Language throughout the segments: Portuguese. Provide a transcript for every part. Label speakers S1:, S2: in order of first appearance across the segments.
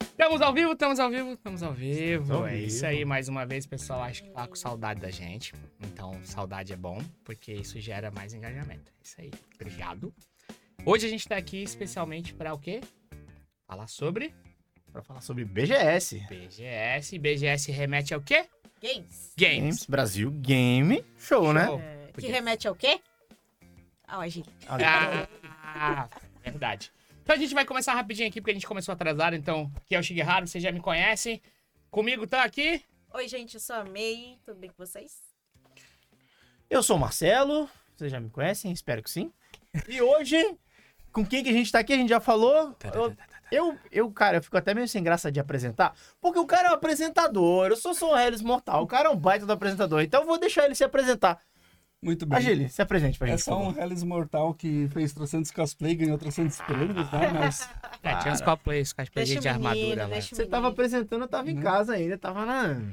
S1: Estamos ao vivo, estamos ao vivo, estamos ao vivo.
S2: Estamos ao
S1: é
S2: vivo.
S1: isso aí, mais uma vez, pessoal. Acho que tá com saudade da gente. Então, saudade é bom, porque isso gera mais engajamento. É isso aí. Obrigado. Hoje a gente tá aqui especialmente pra o quê? Falar sobre
S2: Pra falar sobre BGS.
S1: BGS. BGS remete ao quê?
S3: Games.
S1: Games. Oh,
S2: Brasil Game Show, né?
S1: Show.
S3: É,
S1: Porque-
S3: que remete ao quê? Ao agir.
S1: Ah, verdade. Então a gente vai começar rapidinho aqui, porque a gente começou atrasado, então aqui é o Shigeharu, vocês já me conhecem. Comigo tá aqui.
S3: Oi, gente, eu sou a May. Tudo bem com vocês?
S2: Eu sou o Marcelo, vocês já me conhecem, espero que sim. E hoje, com quem que a gente tá aqui, a gente já falou.
S4: Tá,
S2: Eu, eu, eu, cara, eu fico até meio sem graça de apresentar, porque o cara é um apresentador, eu sou só um Hellis Mortal, o cara é um baita do apresentador, então eu vou deixar ele se apresentar.
S4: Muito bem.
S2: Agile, se apresente pra gente.
S4: é só
S2: por
S4: um
S2: favor.
S4: Hellis Mortal que fez 300 cosplay, ganhou 300 prêmios, né? Mas
S2: Tá,
S1: É, tinha uns cosplays, cosplays de
S3: Deixa o menino,
S1: armadura né? lá.
S3: deixa o
S2: Você tava
S3: menino.
S2: apresentando, eu tava em
S4: Hum.
S2: casa ainda, tava na...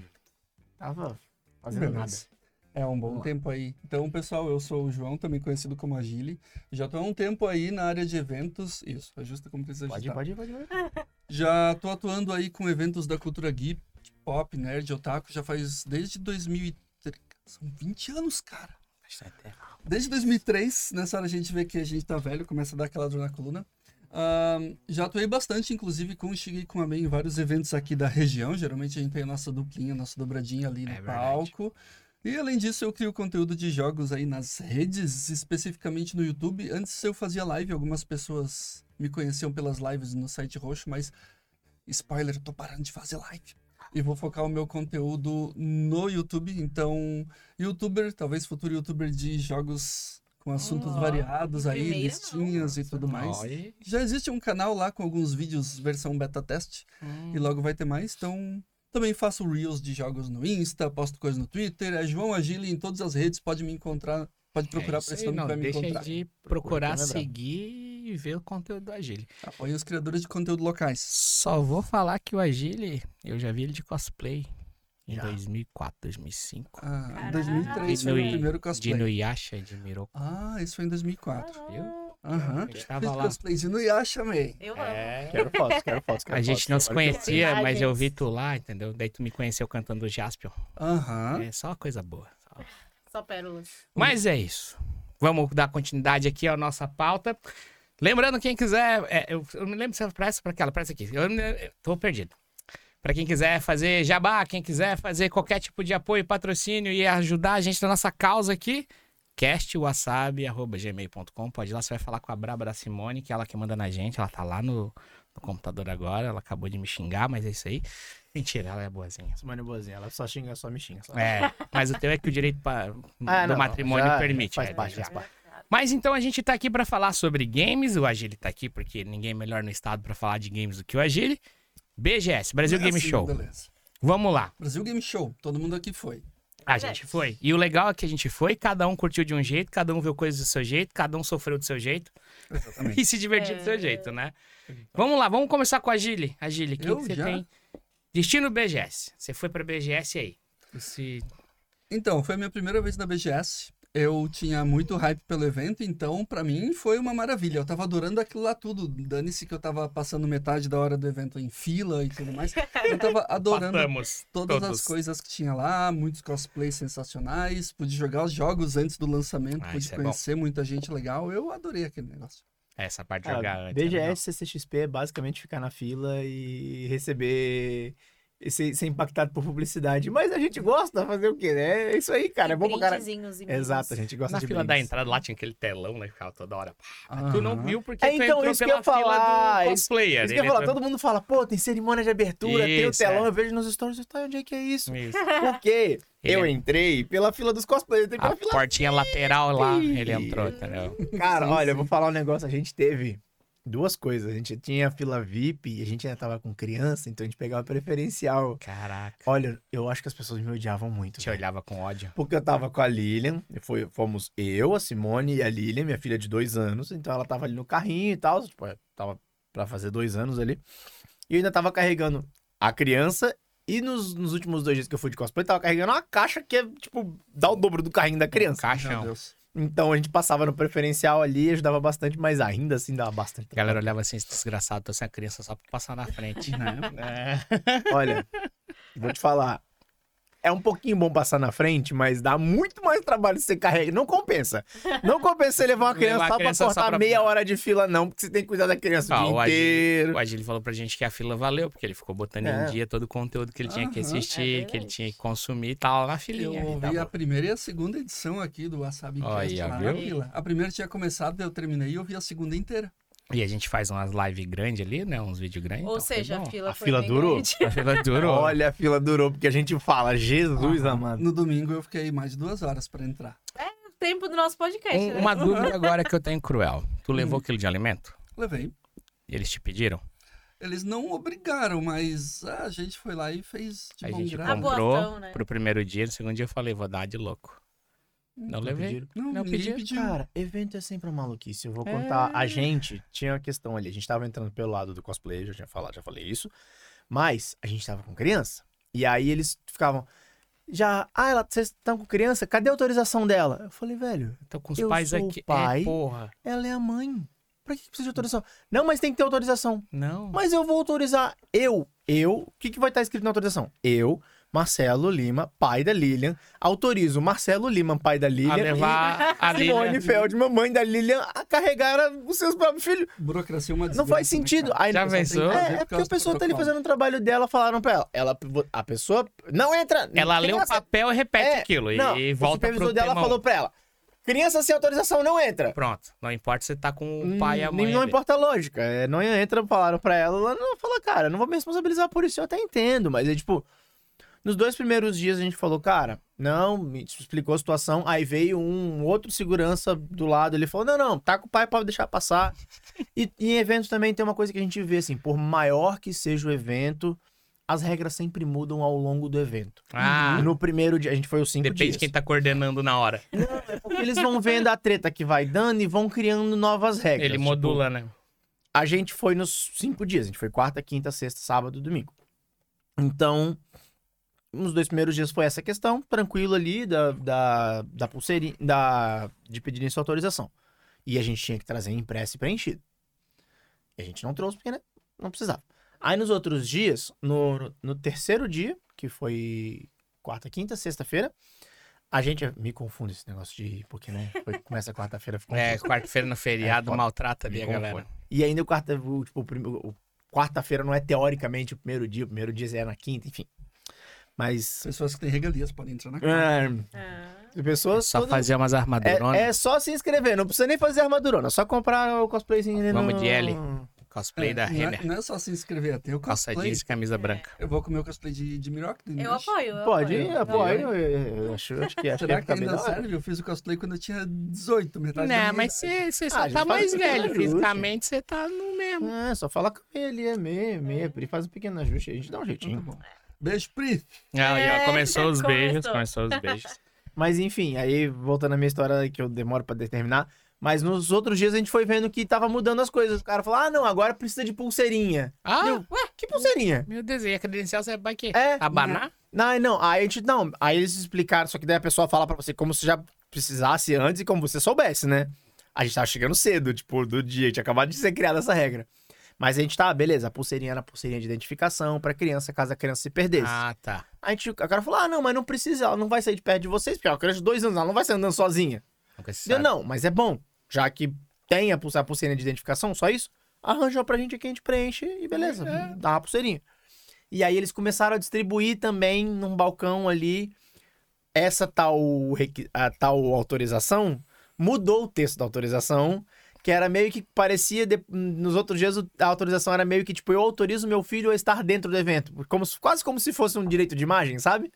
S2: Tava fazendo nada.
S4: Beleza. é um bom tempo aí. Então, pessoal, eu sou o João, também conhecido como Agile. Já tô há um tempo aí na área de eventos. Isso, ajusta como precisa
S2: Pode ir,
S4: ajustar.
S2: pode ir, pode ir.
S4: Já tô atuando aí com eventos da cultura geek, pop, nerd, otaku, já faz desde 2003. São 20 anos, cara. Desde 2003, nessa hora a gente vê que a gente tá velho, começa a dar aquela dor na coluna. Ahn, já atuei bastante, inclusive, com o Shiggy e com a May em vários eventos aqui da região. Geralmente a gente tem a nossa duplinha, a nossa dobradinha ali no
S1: É verdade.
S4: palco. E além disso, eu crio conteúdo de jogos aí nas redes, especificamente no YouTube. Antes eu fazia live, algumas pessoas me conheciam pelas lives no site roxo, mas spoiler, eu tô parando de fazer live. E vou focar o meu conteúdo no YouTube, então, youtuber, talvez futuro youtuber de jogos com assuntos
S3: Ó,
S4: variados
S3: de
S4: aí,
S3: primeira,
S4: listinhas e tudo mais.
S1: Olha.
S4: Já existe um canal lá com alguns vídeos versão beta teste
S1: Hum.
S4: e logo vai ter mais, então também faço reels de jogos no Insta, posto coisa no Twitter, é João Agile em todas as redes, pode me encontrar, pode
S1: É
S4: procurar é
S1: isso aí,
S4: prestando
S1: não
S4: pra me
S1: deixa
S4: encontrar.
S1: de
S2: Procura
S1: procurar
S2: pra lembrar.
S1: seguir e ver o conteúdo do Agile.
S4: Apoie os criadores de conteúdo locais.
S1: Só vou falar que o Agile, eu já vi ele de cosplay em
S2: Já.
S1: 2004, 2005.
S4: Ah,
S3: Caraca.
S4: em 2003 foi o
S1: Inui-
S4: meu primeiro
S1: De
S4: cosplay.
S1: Nuyasha, de Miro.
S4: Ah, isso foi em 2004.
S1: Viu?
S4: Aham.
S1: A gente Ah, tava
S4: Fiz
S1: lá.
S4: cosplay de Nuyasha, man.
S3: Eu amo.
S1: É.
S2: Quero fotos, quero fotos, quero
S1: A gente
S2: fotos.
S1: não se
S2: Agora eu quero
S1: conhecia,
S3: ver.
S1: mas eu
S3: Imagens.
S1: vi tu lá, entendeu? Daí tu me conheceu cantando Jaspion.
S4: Aham.
S1: É só coisa boa. só.
S3: Só pérolas.
S1: Mas é isso. Vamos dar continuidade aqui à nossa pauta. Lembrando, quem quiser, é, eu, eu me lembro se era pra essa ou pra aquela, pra essa aqui. Eu, eu tô perdido. Pra quem quiser fazer jabá, quem quiser fazer qualquer tipo de apoio, patrocínio e ajudar a gente na nossa causa aqui, castwasabi.gmail.com. Pode ir lá, você vai falar com a Braba da Simone, que é ela que manda na gente. Ela tá lá no, no computador agora, ela acabou de me xingar, mas é isso aí. Mentira, ela é boazinha.
S2: Simone Bozinha, ela só xinga, só me xinga. Só...
S1: É, mas o teu é que o direito pra,
S2: Ah,
S1: do
S2: não,
S1: matrimônio
S2: já-
S1: permite.
S2: faz
S1: é,
S2: parte,
S1: já.
S2: faz parte.
S1: Mas então a gente tá aqui pra falar sobre games. O Agile tá aqui porque ninguém melhor no estado pra falar de games do que o Agile. BGS, Brasil Game
S4: Assim,
S1: Show.
S4: Beleza.
S1: Vamos lá.
S4: Brasil Game Show, todo mundo aqui foi.
S1: A
S3: Certo.
S1: gente foi. E o legal é que a gente foi, cada um curtiu de um jeito, cada um viu coisas do seu jeito, cada um sofreu do seu jeito
S4: Exatamente.
S1: e se divertiu do seu
S3: É.
S1: jeito, né? Vamos lá, vamos começar com a Agile. Agile, o que
S4: Eu
S1: que você
S4: já?
S1: tem? Destino BGS. Você foi pra BGS aí. Esse...
S4: Então, foi a minha primeira vez na BGS. Eu tinha muito hype pelo evento, então pra mim foi uma maravilha. Eu tava adorando aquilo lá tudo. Dane-se que eu tava passando metade da hora do evento em fila e tudo mais. Eu tava adorando
S1: Passamos
S4: todas
S1: todos.
S4: as coisas que tinha lá, muitos cosplays sensacionais. Pude jogar os jogos antes do lançamento,
S1: Ah,
S4: pude
S1: isso é bom.
S4: conhecer muita gente legal. Eu adorei aquele negócio.
S1: Essa parte de jogar
S2: Cara,
S1: antes é legal.
S2: BGS, CCXP é basicamente ficar na fila e receber. e ser, ser impactado por publicidade. Mas a gente gosta, fazer o quê, né? É isso aí, cara. É bom pra caralho.
S3: Brindezinhos e
S2: Exato, a gente gosta
S1: Na
S2: de
S1: fila da
S2: brindes.
S1: entrada lá tinha aquele telão, né? que Ficava toda hora. Ah, Tu não
S4: Aham.
S1: viu porque
S2: É,
S1: tu
S2: então,
S1: entrou
S2: isso que
S1: pela
S2: eu ia falar, é
S1: fila do
S2: isso-
S1: cosplayer.
S2: Isso que eu
S1: ele
S2: ia falar,
S1: entrou-
S2: todo mundo fala, pô, tem cerimônia de abertura, tem o
S1: Isso,
S2: telão,
S1: é.
S2: eu vejo nos stories, eu, tá, onde é que é isso?
S1: Isso.
S2: Por quê?
S1: Ele-
S2: Eu entrei pela fila dos cosplayers, eu entrei pela
S1: A
S2: fila
S1: portinha lateral lá, ele entrou, entendeu?
S2: Cara,
S4: Sim,
S2: olha, eu
S4: sim.
S2: vou falar um negócio. A gente teve duas coisas. A gente tinha a fila VIP e a gente ainda tava com criança, então a gente pegava preferencial.
S1: Caraca.
S2: Olha, eu acho que as pessoas me odiavam muito.
S1: Te
S2: velho.
S1: olhava com ódio.
S2: Porque eu tava com a Lilian, e foi, fomos eu, a Simone e a Lilian, minha filha de dois anos. Então ela tava ali no carrinho e tal, tipo, tava pra fazer dois anos ali. E eu ainda tava carregando a criança. E nos, nos últimos dois dias que eu fui de cosplay, eu tava carregando uma caixa que é, tipo, dá o dobro do carrinho da criança.
S1: Caixão.
S4: Meu Deus.
S2: Então a gente passava no preferencial ali, ajudava bastante, mas ainda assim dava bastante.
S1: A galera olhava assim, esse desgraçado, trouxe a criança só pra passar na frente.
S4: é,
S2: Olha, vou te falar. É um pouquinho bom passar na frente, mas dá muito mais trabalho se você carrega. Não compensa. Não compensa você levar uma criança
S1: Levar a
S2: só
S1: criança
S2: pra
S1: só
S2: cortar
S1: pra-
S2: meia hora de fila, não, porque você tem que cuidar da criança
S1: Ah,
S2: o
S1: o Agil-
S2: dia inteiro.
S1: O Agile falou pra gente que a fila valeu, porque ele ficou botando
S2: É.
S1: em dia todo o conteúdo que ele tinha que
S4: Aham.
S3: É
S1: assistir,
S3: verdade.
S1: que ele tinha que consumir e tal, na
S4: Eu
S1: filinha. e
S4: ouvi
S1: tava-
S4: a primeira e a segunda edição aqui do Wasabi
S1: Olha,
S4: Cast lá na
S1: viu?
S4: fila. A primeira tinha começado, eu terminei e eu vi a segunda inteira.
S1: E a gente faz umas lives grandes ali, né? Uns vídeos grandes.
S3: Ou
S1: então foi
S3: seja, a
S1: bom.
S3: fila
S2: A
S3: foi
S2: fila
S3: bem
S2: durou?
S3: grande.
S1: a fila durou. Ah,
S2: Olha, a fila durou, porque a gente fala, Jesus amado.
S4: No domingo eu fiquei mais de duas horas pra entrar.
S3: O tempo do nosso podcast,
S1: Um-
S3: né?
S1: uma dúvida agora que eu tenho cruel. Tu
S2: Hum.
S1: levou aquilo de alimento?
S4: Levei.
S1: E eles te pediram?
S4: Eles não obrigaram, mas ah, a gente foi lá e fez de
S1: a
S4: bom
S1: gente
S4: grado.
S3: bom.
S1: comprou
S3: Aboação, né?
S1: pro primeiro dia, no segundo dia eu falei, vou dar de louco.
S2: Hum.
S1: Não levei.
S2: pediram?
S4: Não,
S1: Não
S4: ninguém
S1: pediu.
S4: pediu.
S2: Cara, evento é sempre uma maluquice. Eu vou contar.
S1: É.
S2: A gente tinha uma questão ali. A gente tava entrando pelo lado do cosplay, já tinha falado, já falei isso. Mas a gente tava com criança. E aí eles ficavam. Já, ah, ela, vocês estão com criança? Cadê a autorização dela? Eu falei, velho,
S1: Então com os
S2: Eu
S1: pais
S2: sou o
S1: aqui. É,
S2: pai.
S1: porra.
S2: ela é a mãe. Pra que que
S1: Hum.
S2: precisa de autorização? Não, mas tem que ter autorização.
S1: Não.
S2: Mas eu vou autorizar. Eu, eu, o que, que vai estar escrito na autorização? Eu, Marcelo Lima, pai da Lilian, autorizo Marcelo Lima, pai da Lilian,
S1: a levar a
S2: e Simone
S1: Lilian.
S2: Feldman, mãe da Lilian, a carregar a- os seus próprios filhos.
S4: Burocracia é uma
S2: Não
S4: desgraça,
S2: faz
S4: né,
S2: sentido.
S4: cara?
S2: Aí,
S1: Já pensou?
S4: fazer
S2: É,
S4: por
S2: é porque
S4: causa
S2: a
S4: do
S2: pessoa tá ali
S4: protocolo.
S2: fazendo o trabalho dela, falaram pra ela. ela a pessoa não entra.
S1: Ela lê
S2: leu
S1: o papel e repete
S2: É,
S1: aquilo. e-
S2: Não,
S1: e
S2: o
S1: volta pro
S2: supervisor dela
S1: temão.
S2: falou pra ela. Criança sem autorização não entra.
S1: Pronto. Não importa se tá com o pai e a
S2: Hum,
S1: mãe.
S2: Não
S1: ali.
S2: importa a lógica. é, não entra, falaram pra ela. Ela não fala, cara, não vou me responsabilizar por isso, eu até entendo. Mas é tipo. Nos dois primeiros dias a gente falou, cara, não, me explicou a situação. Aí veio um outro segurança do lado, ele falou, não, não, tá com o pai pode deixar passar. e em eventos também tem uma coisa que a gente vê, assim, por maior que seja o evento, as regras sempre mudam ao longo do evento.
S1: Ah,
S2: No primeiro dia, a gente foi os cinco
S1: depende
S2: dias.
S1: de quem tá coordenando na hora.
S2: Porque eles vão vendo a treta que vai dando e vão criando novas regras.
S1: Ele
S2: tipo,
S1: modula, né?
S2: a gente foi nos cinco dias. A gente foi quarta, quinta, sexta, sábado, domingo. Então, nos dois primeiros dias foi essa questão, tranquilo ali, da, da, da pulseirinha, da, de pedirem sua autorização. E a gente tinha que trazer impresso e preenchido. E a gente não trouxe porque, né, não precisava. Aí nos outros dias, no, no terceiro dia, que foi quarta, quinta, sexta-feira, a gente. Me confundo esse negócio de. Porque, né? Foi, começa quarta-feira, fica
S1: É, quarta-feira no feriado,
S2: foda.
S1: maltrata
S2: Me
S1: ali a
S2: confunde.
S1: galera.
S2: E ainda o quarta, o, tipo, o prim- o quarta-feira não é teoricamente o primeiro dia, o primeiro dia é na quinta, enfim. Mas
S4: Pessoas que têm regalias podem entrar na casa.
S2: é,
S3: Ah,
S2: pessoas
S1: Só
S2: todas-
S1: fazer umas armaduronas,
S2: é, é só se inscrever, não precisa nem fazer armadurona, é só comprar o cosplayzinho ali
S1: Vamos
S2: no-
S1: de L. cosplay da
S4: não,
S1: Renner,
S4: é, não é só se inscrever, até o
S1: calça
S4: cosplay.
S1: jeans e camisa branca.
S4: Eu vou comer o cosplay de, de Miroc. do
S3: eu
S4: Inuyasha.
S3: apoio, eu
S2: Pode,
S3: apoio.
S2: é, pô, aí eu, eu- eu acho, acho que acho
S4: Será
S2: que
S4: que
S2: tá bem
S4: ainda
S2: da hora.
S4: serve? Eu fiz o cosplay quando eu tinha 18, metade da minha
S1: Não, Né, mas você
S4: idade.
S1: você
S2: Ah,
S1: só
S2: a gente
S1: tá
S2: fala
S1: mais
S2: que é
S1: velho.
S2: justo.
S1: Fisicamente você tá no mesmo.
S2: É, só fala com ele, é meia, meia, Pri, faz um pequeno ajuste, a gente dá um
S4: Então
S2: jeitinho.
S4: tá bom. Beijo, Pri.
S1: Ah, aí, ó,
S3: É,
S1: começou os
S3: começou.
S1: beijos, começou os beijos.
S2: Mas enfim, aí voltando à minha história que eu demoro pra determinar. Mas nos outros dias a gente foi vendo que tava mudando as coisas. O cara falou: ah, não, agora precisa de pulseirinha.
S1: Ah,
S2: Eu, Ué, que pulseirinha?
S1: meu Deus, e a credencial você vai que
S2: É.
S1: Abanar?
S2: Não, não. Aí a gente, não. Aí eles explicaram, só que daí a pessoa fala pra você como se já precisasse antes e como você soubesse, né? A gente tava chegando cedo, tipo, do dia. Tinha acabado de ser criada essa regra. Mas a gente tá, beleza, a pulseirinha era a pulseirinha de identificação pra criança, caso a criança se perdesse.
S1: Ah, tá.
S2: A gente, o cara falou: ah, não, mas não precisa, ela não vai sair de perto de vocês, porque é uma criança de dois anos, ela não vai sair andando sozinha.
S1: Nunca se
S2: Deu,
S1: sabe.
S2: não, mas é bom. Já que tem a pulse- a pulseirinha de identificação, só isso, arranjou pra gente aqui, a gente preenche e beleza,
S1: É.
S2: dá uma pulseirinha. E aí eles começaram a distribuir também num balcão ali essa tal, requi- a tal autorização. Mudou o texto da autorização, que era meio que parecia, de- nos outros dias o- a autorização era meio que tipo, eu autorizo meu filho a estar dentro do evento. Como, se- quase como se fosse um direito de imagem, sabe?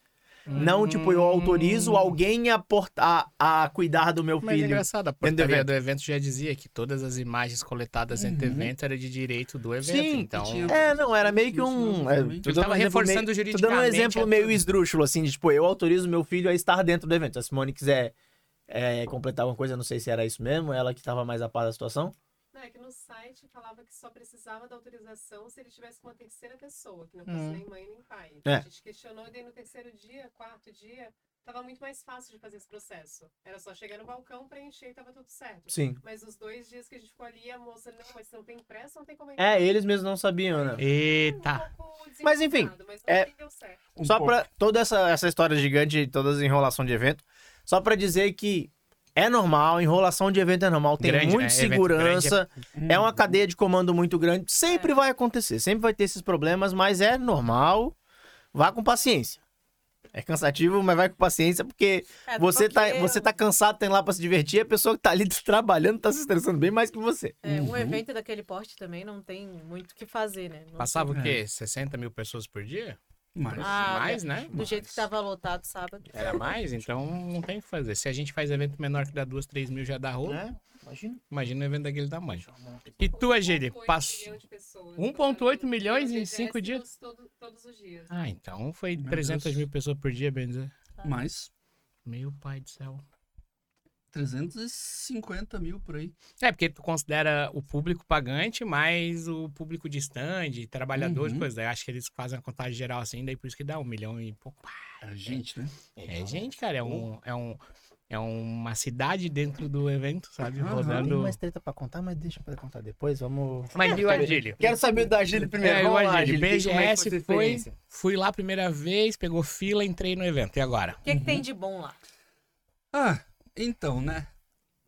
S2: Não tipo, eu autorizo alguém a, portar, a cuidar do meu
S1: Hum. Mas é
S2: filho.
S1: engraçado, a
S2: Dentro do
S1: portaria
S2: evento.
S1: do evento já dizia que todas as imagens coletadas entre evento era de direito do evento.
S2: Uhum. Sim,
S1: então,
S4: tinha-
S2: É, não, era meio que um.
S4: Isso,
S2: É,
S4: também.
S2: tô
S1: Ele
S2: dando
S1: tava reforçando
S2: um exemplo meio, Tô dando um
S1: juridicamente, é
S2: exemplo
S1: tudo.
S2: meio esdrúxulo, assim, de tipo, eu autorizo meu filho a estar dentro do evento. Se a Simone quiser é, completar alguma coisa, não sei se era isso mesmo, ela que tava mais a par da situação.
S5: Não, é que no site falava que só precisava da autorização se ele estivesse com uma
S1: Hum.
S5: terceira pessoa, que não fosse nem mãe nem pai.
S2: É.
S5: A gente questionou, e daí no terceiro dia, quarto dia, tava muito mais fácil de fazer esse processo. Era só chegar no balcão, preencher e tava tudo certo.
S2: Sim.
S5: Mas os dois dias que a gente ficou ali, a moça, não, mas não tem pressa, não tem como um
S2: É, eles mesmos não sabiam, né?
S1: Eita.
S2: Mas, enfim,
S5: Mas
S2: é-
S5: não deu certo.
S4: Um
S2: só
S4: pouco.
S2: pra. Toda essa, essa história gigante, toda essa enrolação de evento. Só pra dizer que é normal, enrolação de evento é normal, tem
S1: Grande,
S2: muita
S1: né? Evento
S2: segurança,
S4: Hum,
S2: é... uma cadeia de comando muito grande, sempre vai acontecer, sempre vai ter esses problemas, mas é normal, vá com paciência. É cansativo, mas vai com paciência, porque
S3: É,
S2: você, tá,
S3: porque
S2: você tá cansado, tem lá pra se divertir, a pessoa que tá ali trabalhando tá se estressando bem mais que você.
S3: é, um
S4: Uhum.
S3: evento daquele porte também não tem muito o que fazer, né? Não
S1: Passava
S4: É.
S1: o quê? 60 mil pessoas por dia?
S4: Mas-
S3: Ah,
S1: mais, né?
S3: tem- Do jeito que tava lotado sábado.
S1: Era mais, então não tem o que fazer. Se a gente faz evento menor que dá duas, três mil já dá rolo,
S4: Né?
S2: né? Imagina.
S1: imagina um evento daquele tamanho. E tu, Agília,
S5: 1,8
S1: passou...
S5: milhão de pessoas.
S1: 1,8 milhões em
S5: Nós
S1: cinco dias?
S5: tivéssemos Todo, todos os dias.
S1: Ah, então foi
S4: Meu
S1: 300
S4: Deus.
S1: mil pessoas por dia, bem dizer.
S4: Mais
S1: Meu pai do céu.
S4: 350 mil por aí.
S1: É, porque tu considera o público pagante, mais o público de stand, trabalhadores,
S4: Uhum.
S1: coisa. daí. Eu acho que eles fazem uma contagem geral assim, daí por isso que dá um milhão e pouco. Pá,
S4: É gente, né?
S1: É gente, cara, é um... É um... É uma cidade dentro do evento, sabe?
S4: Aham.
S1: Rodando.
S2: mais treta pra contar, mas deixa pra contar depois, vamos...
S1: Mas e o Agílio?
S2: Quero saber da Agile primeiro.
S1: É,
S2: Vamos
S1: eu
S2: lá,
S1: imagino.
S2: Agile. Diz como é que
S1: BGS
S2: foi. sua
S1: foi-
S2: experiência.
S1: Fui lá a primeira vez, pegou fila, entrei no evento. E agora?
S3: O
S2: Uhum.
S3: que, que tem de bom lá?
S4: Ah, então, né?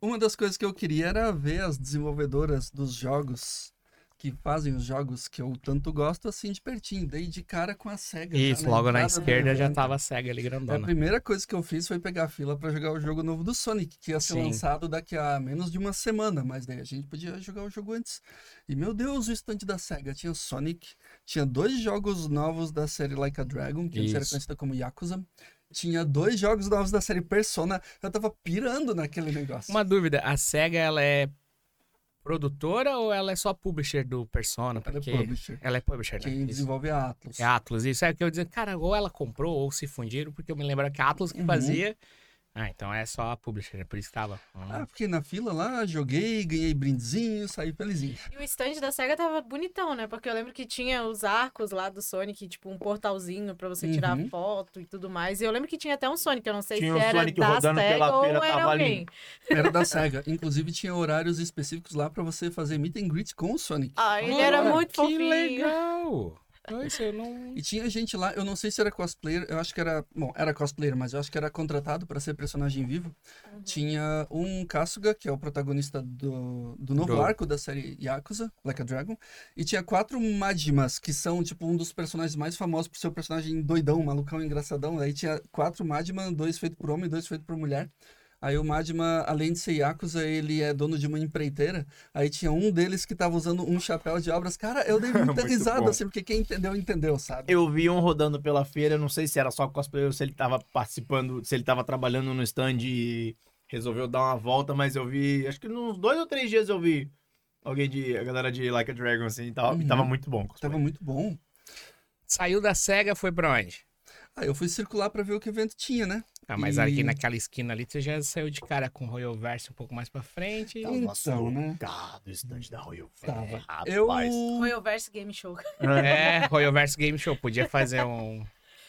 S4: Uma das coisas que eu queria era ver as desenvolvedoras dos jogos que fazem os jogos que eu tanto gosto assim de pertinho, dei de cara com a SEGA. já
S1: Isso, logo na
S4: entrada do
S1: esquerda já
S2: tá
S4: evento. É
S1: tava cega ali,
S4: A
S1: grandona.
S4: primeira coisa que eu fiz foi pegar a fila pra jogar o jogo novo do Sonic, que ia ser
S1: Sim.
S4: lançado daqui a menos de uma semana, mas daí a gente podia jogar o jogo antes. E meu Deus, o estande da SEGA tinha Sonic, tinha dois jogos novos da série Like a Dragon, que antes era
S1: Isso.
S4: conhecida como Yakuza, tinha dois jogos novos da série Persona, eu tava pirando naquele negócio.
S1: Uma dúvida, a SEGA, ela é produtora ou ela é só publisher do Persona?
S4: Ela é
S1: Porque
S4: publisher.
S1: ela é publisher, né?
S4: Quem
S1: Isso.
S4: desenvolve é a Atlus.
S1: É a Atlas, isso é o que eu ia dizer, cara, ou ela comprou ou se fundiram, porque eu me lembro que a Atlas que
S4: Uhum.
S1: fazia. Ah, então é só a publisher, é por isso que tava.
S4: Ah, fiquei na fila lá, joguei, ganhei brindezinho, saí felizinho.
S3: E o stand da SEGA tava bonitão, né? Porque eu lembro que tinha os arcos lá do Sonic, tipo um portalzinho pra você tirar
S4: Uhum.
S3: foto e tudo mais. E eu lembro que tinha até um Sonic, eu não sei
S2: Tinha
S3: se
S2: um
S3: era
S2: Sonic
S3: da
S2: rodando pela
S3: SEGA ou
S2: feira,
S3: era
S2: tava ali.
S3: alguém.
S4: Era da SEGA. Inclusive tinha horários específicos lá pra você fazer meet and greet com o Sonic.
S3: Ah, ele era
S1: Olha,
S3: muito
S1: que
S3: fofinho.
S1: legal! Isso, eu não...
S4: E tinha gente lá, eu não sei se era cosplayer, eu acho que era, bom, era cosplayer, mas eu acho que era contratado pra ser personagem vivo. Tinha um Kasuga, que é o protagonista do, do novo
S1: Do-
S4: arco da série Yakuza, Like a Dragon, e tinha quatro Majmas, que são tipo um dos personagens mais famosos por ser o personagem doidão, malucão, engraçadão. Aí tinha quatro Majma, dois feitos por homem, dois feitos por mulher. Aí o Madma, além de ser Yakuza, ele é dono de uma empreiteira. Aí tinha um deles que tava usando um chapéu de obras. Cara, eu dei muita
S2: Muito
S4: risada,
S2: bom.
S4: assim, porque quem entendeu, entendeu, sabe?
S2: Eu vi um rodando pela feira, não sei se era só cosplay ou se ele tava participando, se ele tava trabalhando no stand e resolveu dar uma volta, mas eu vi, acho que nos dois ou três dias eu vi alguém de, a galera de Like a Dragon assim e tal, e
S4: Uhum.
S2: tava muito bom. o cosplay.
S4: Tava muito bom.
S1: Saiu da SEGA, foi pra onde?
S4: Aí eu fui circular pra ver o que o evento tinha, né?
S1: Ah, mas
S4: E-
S1: aqui naquela esquina ali, você já saiu de cara com o Royal Verse um pouco mais pra frente.
S4: Então, né?
S2: Cara, o stand da Royal
S4: Tava.
S2: Rapaz.
S4: Eu.
S3: Royal Verse Game Show.
S1: É, Royal Verse Game Show. Podia fazer um.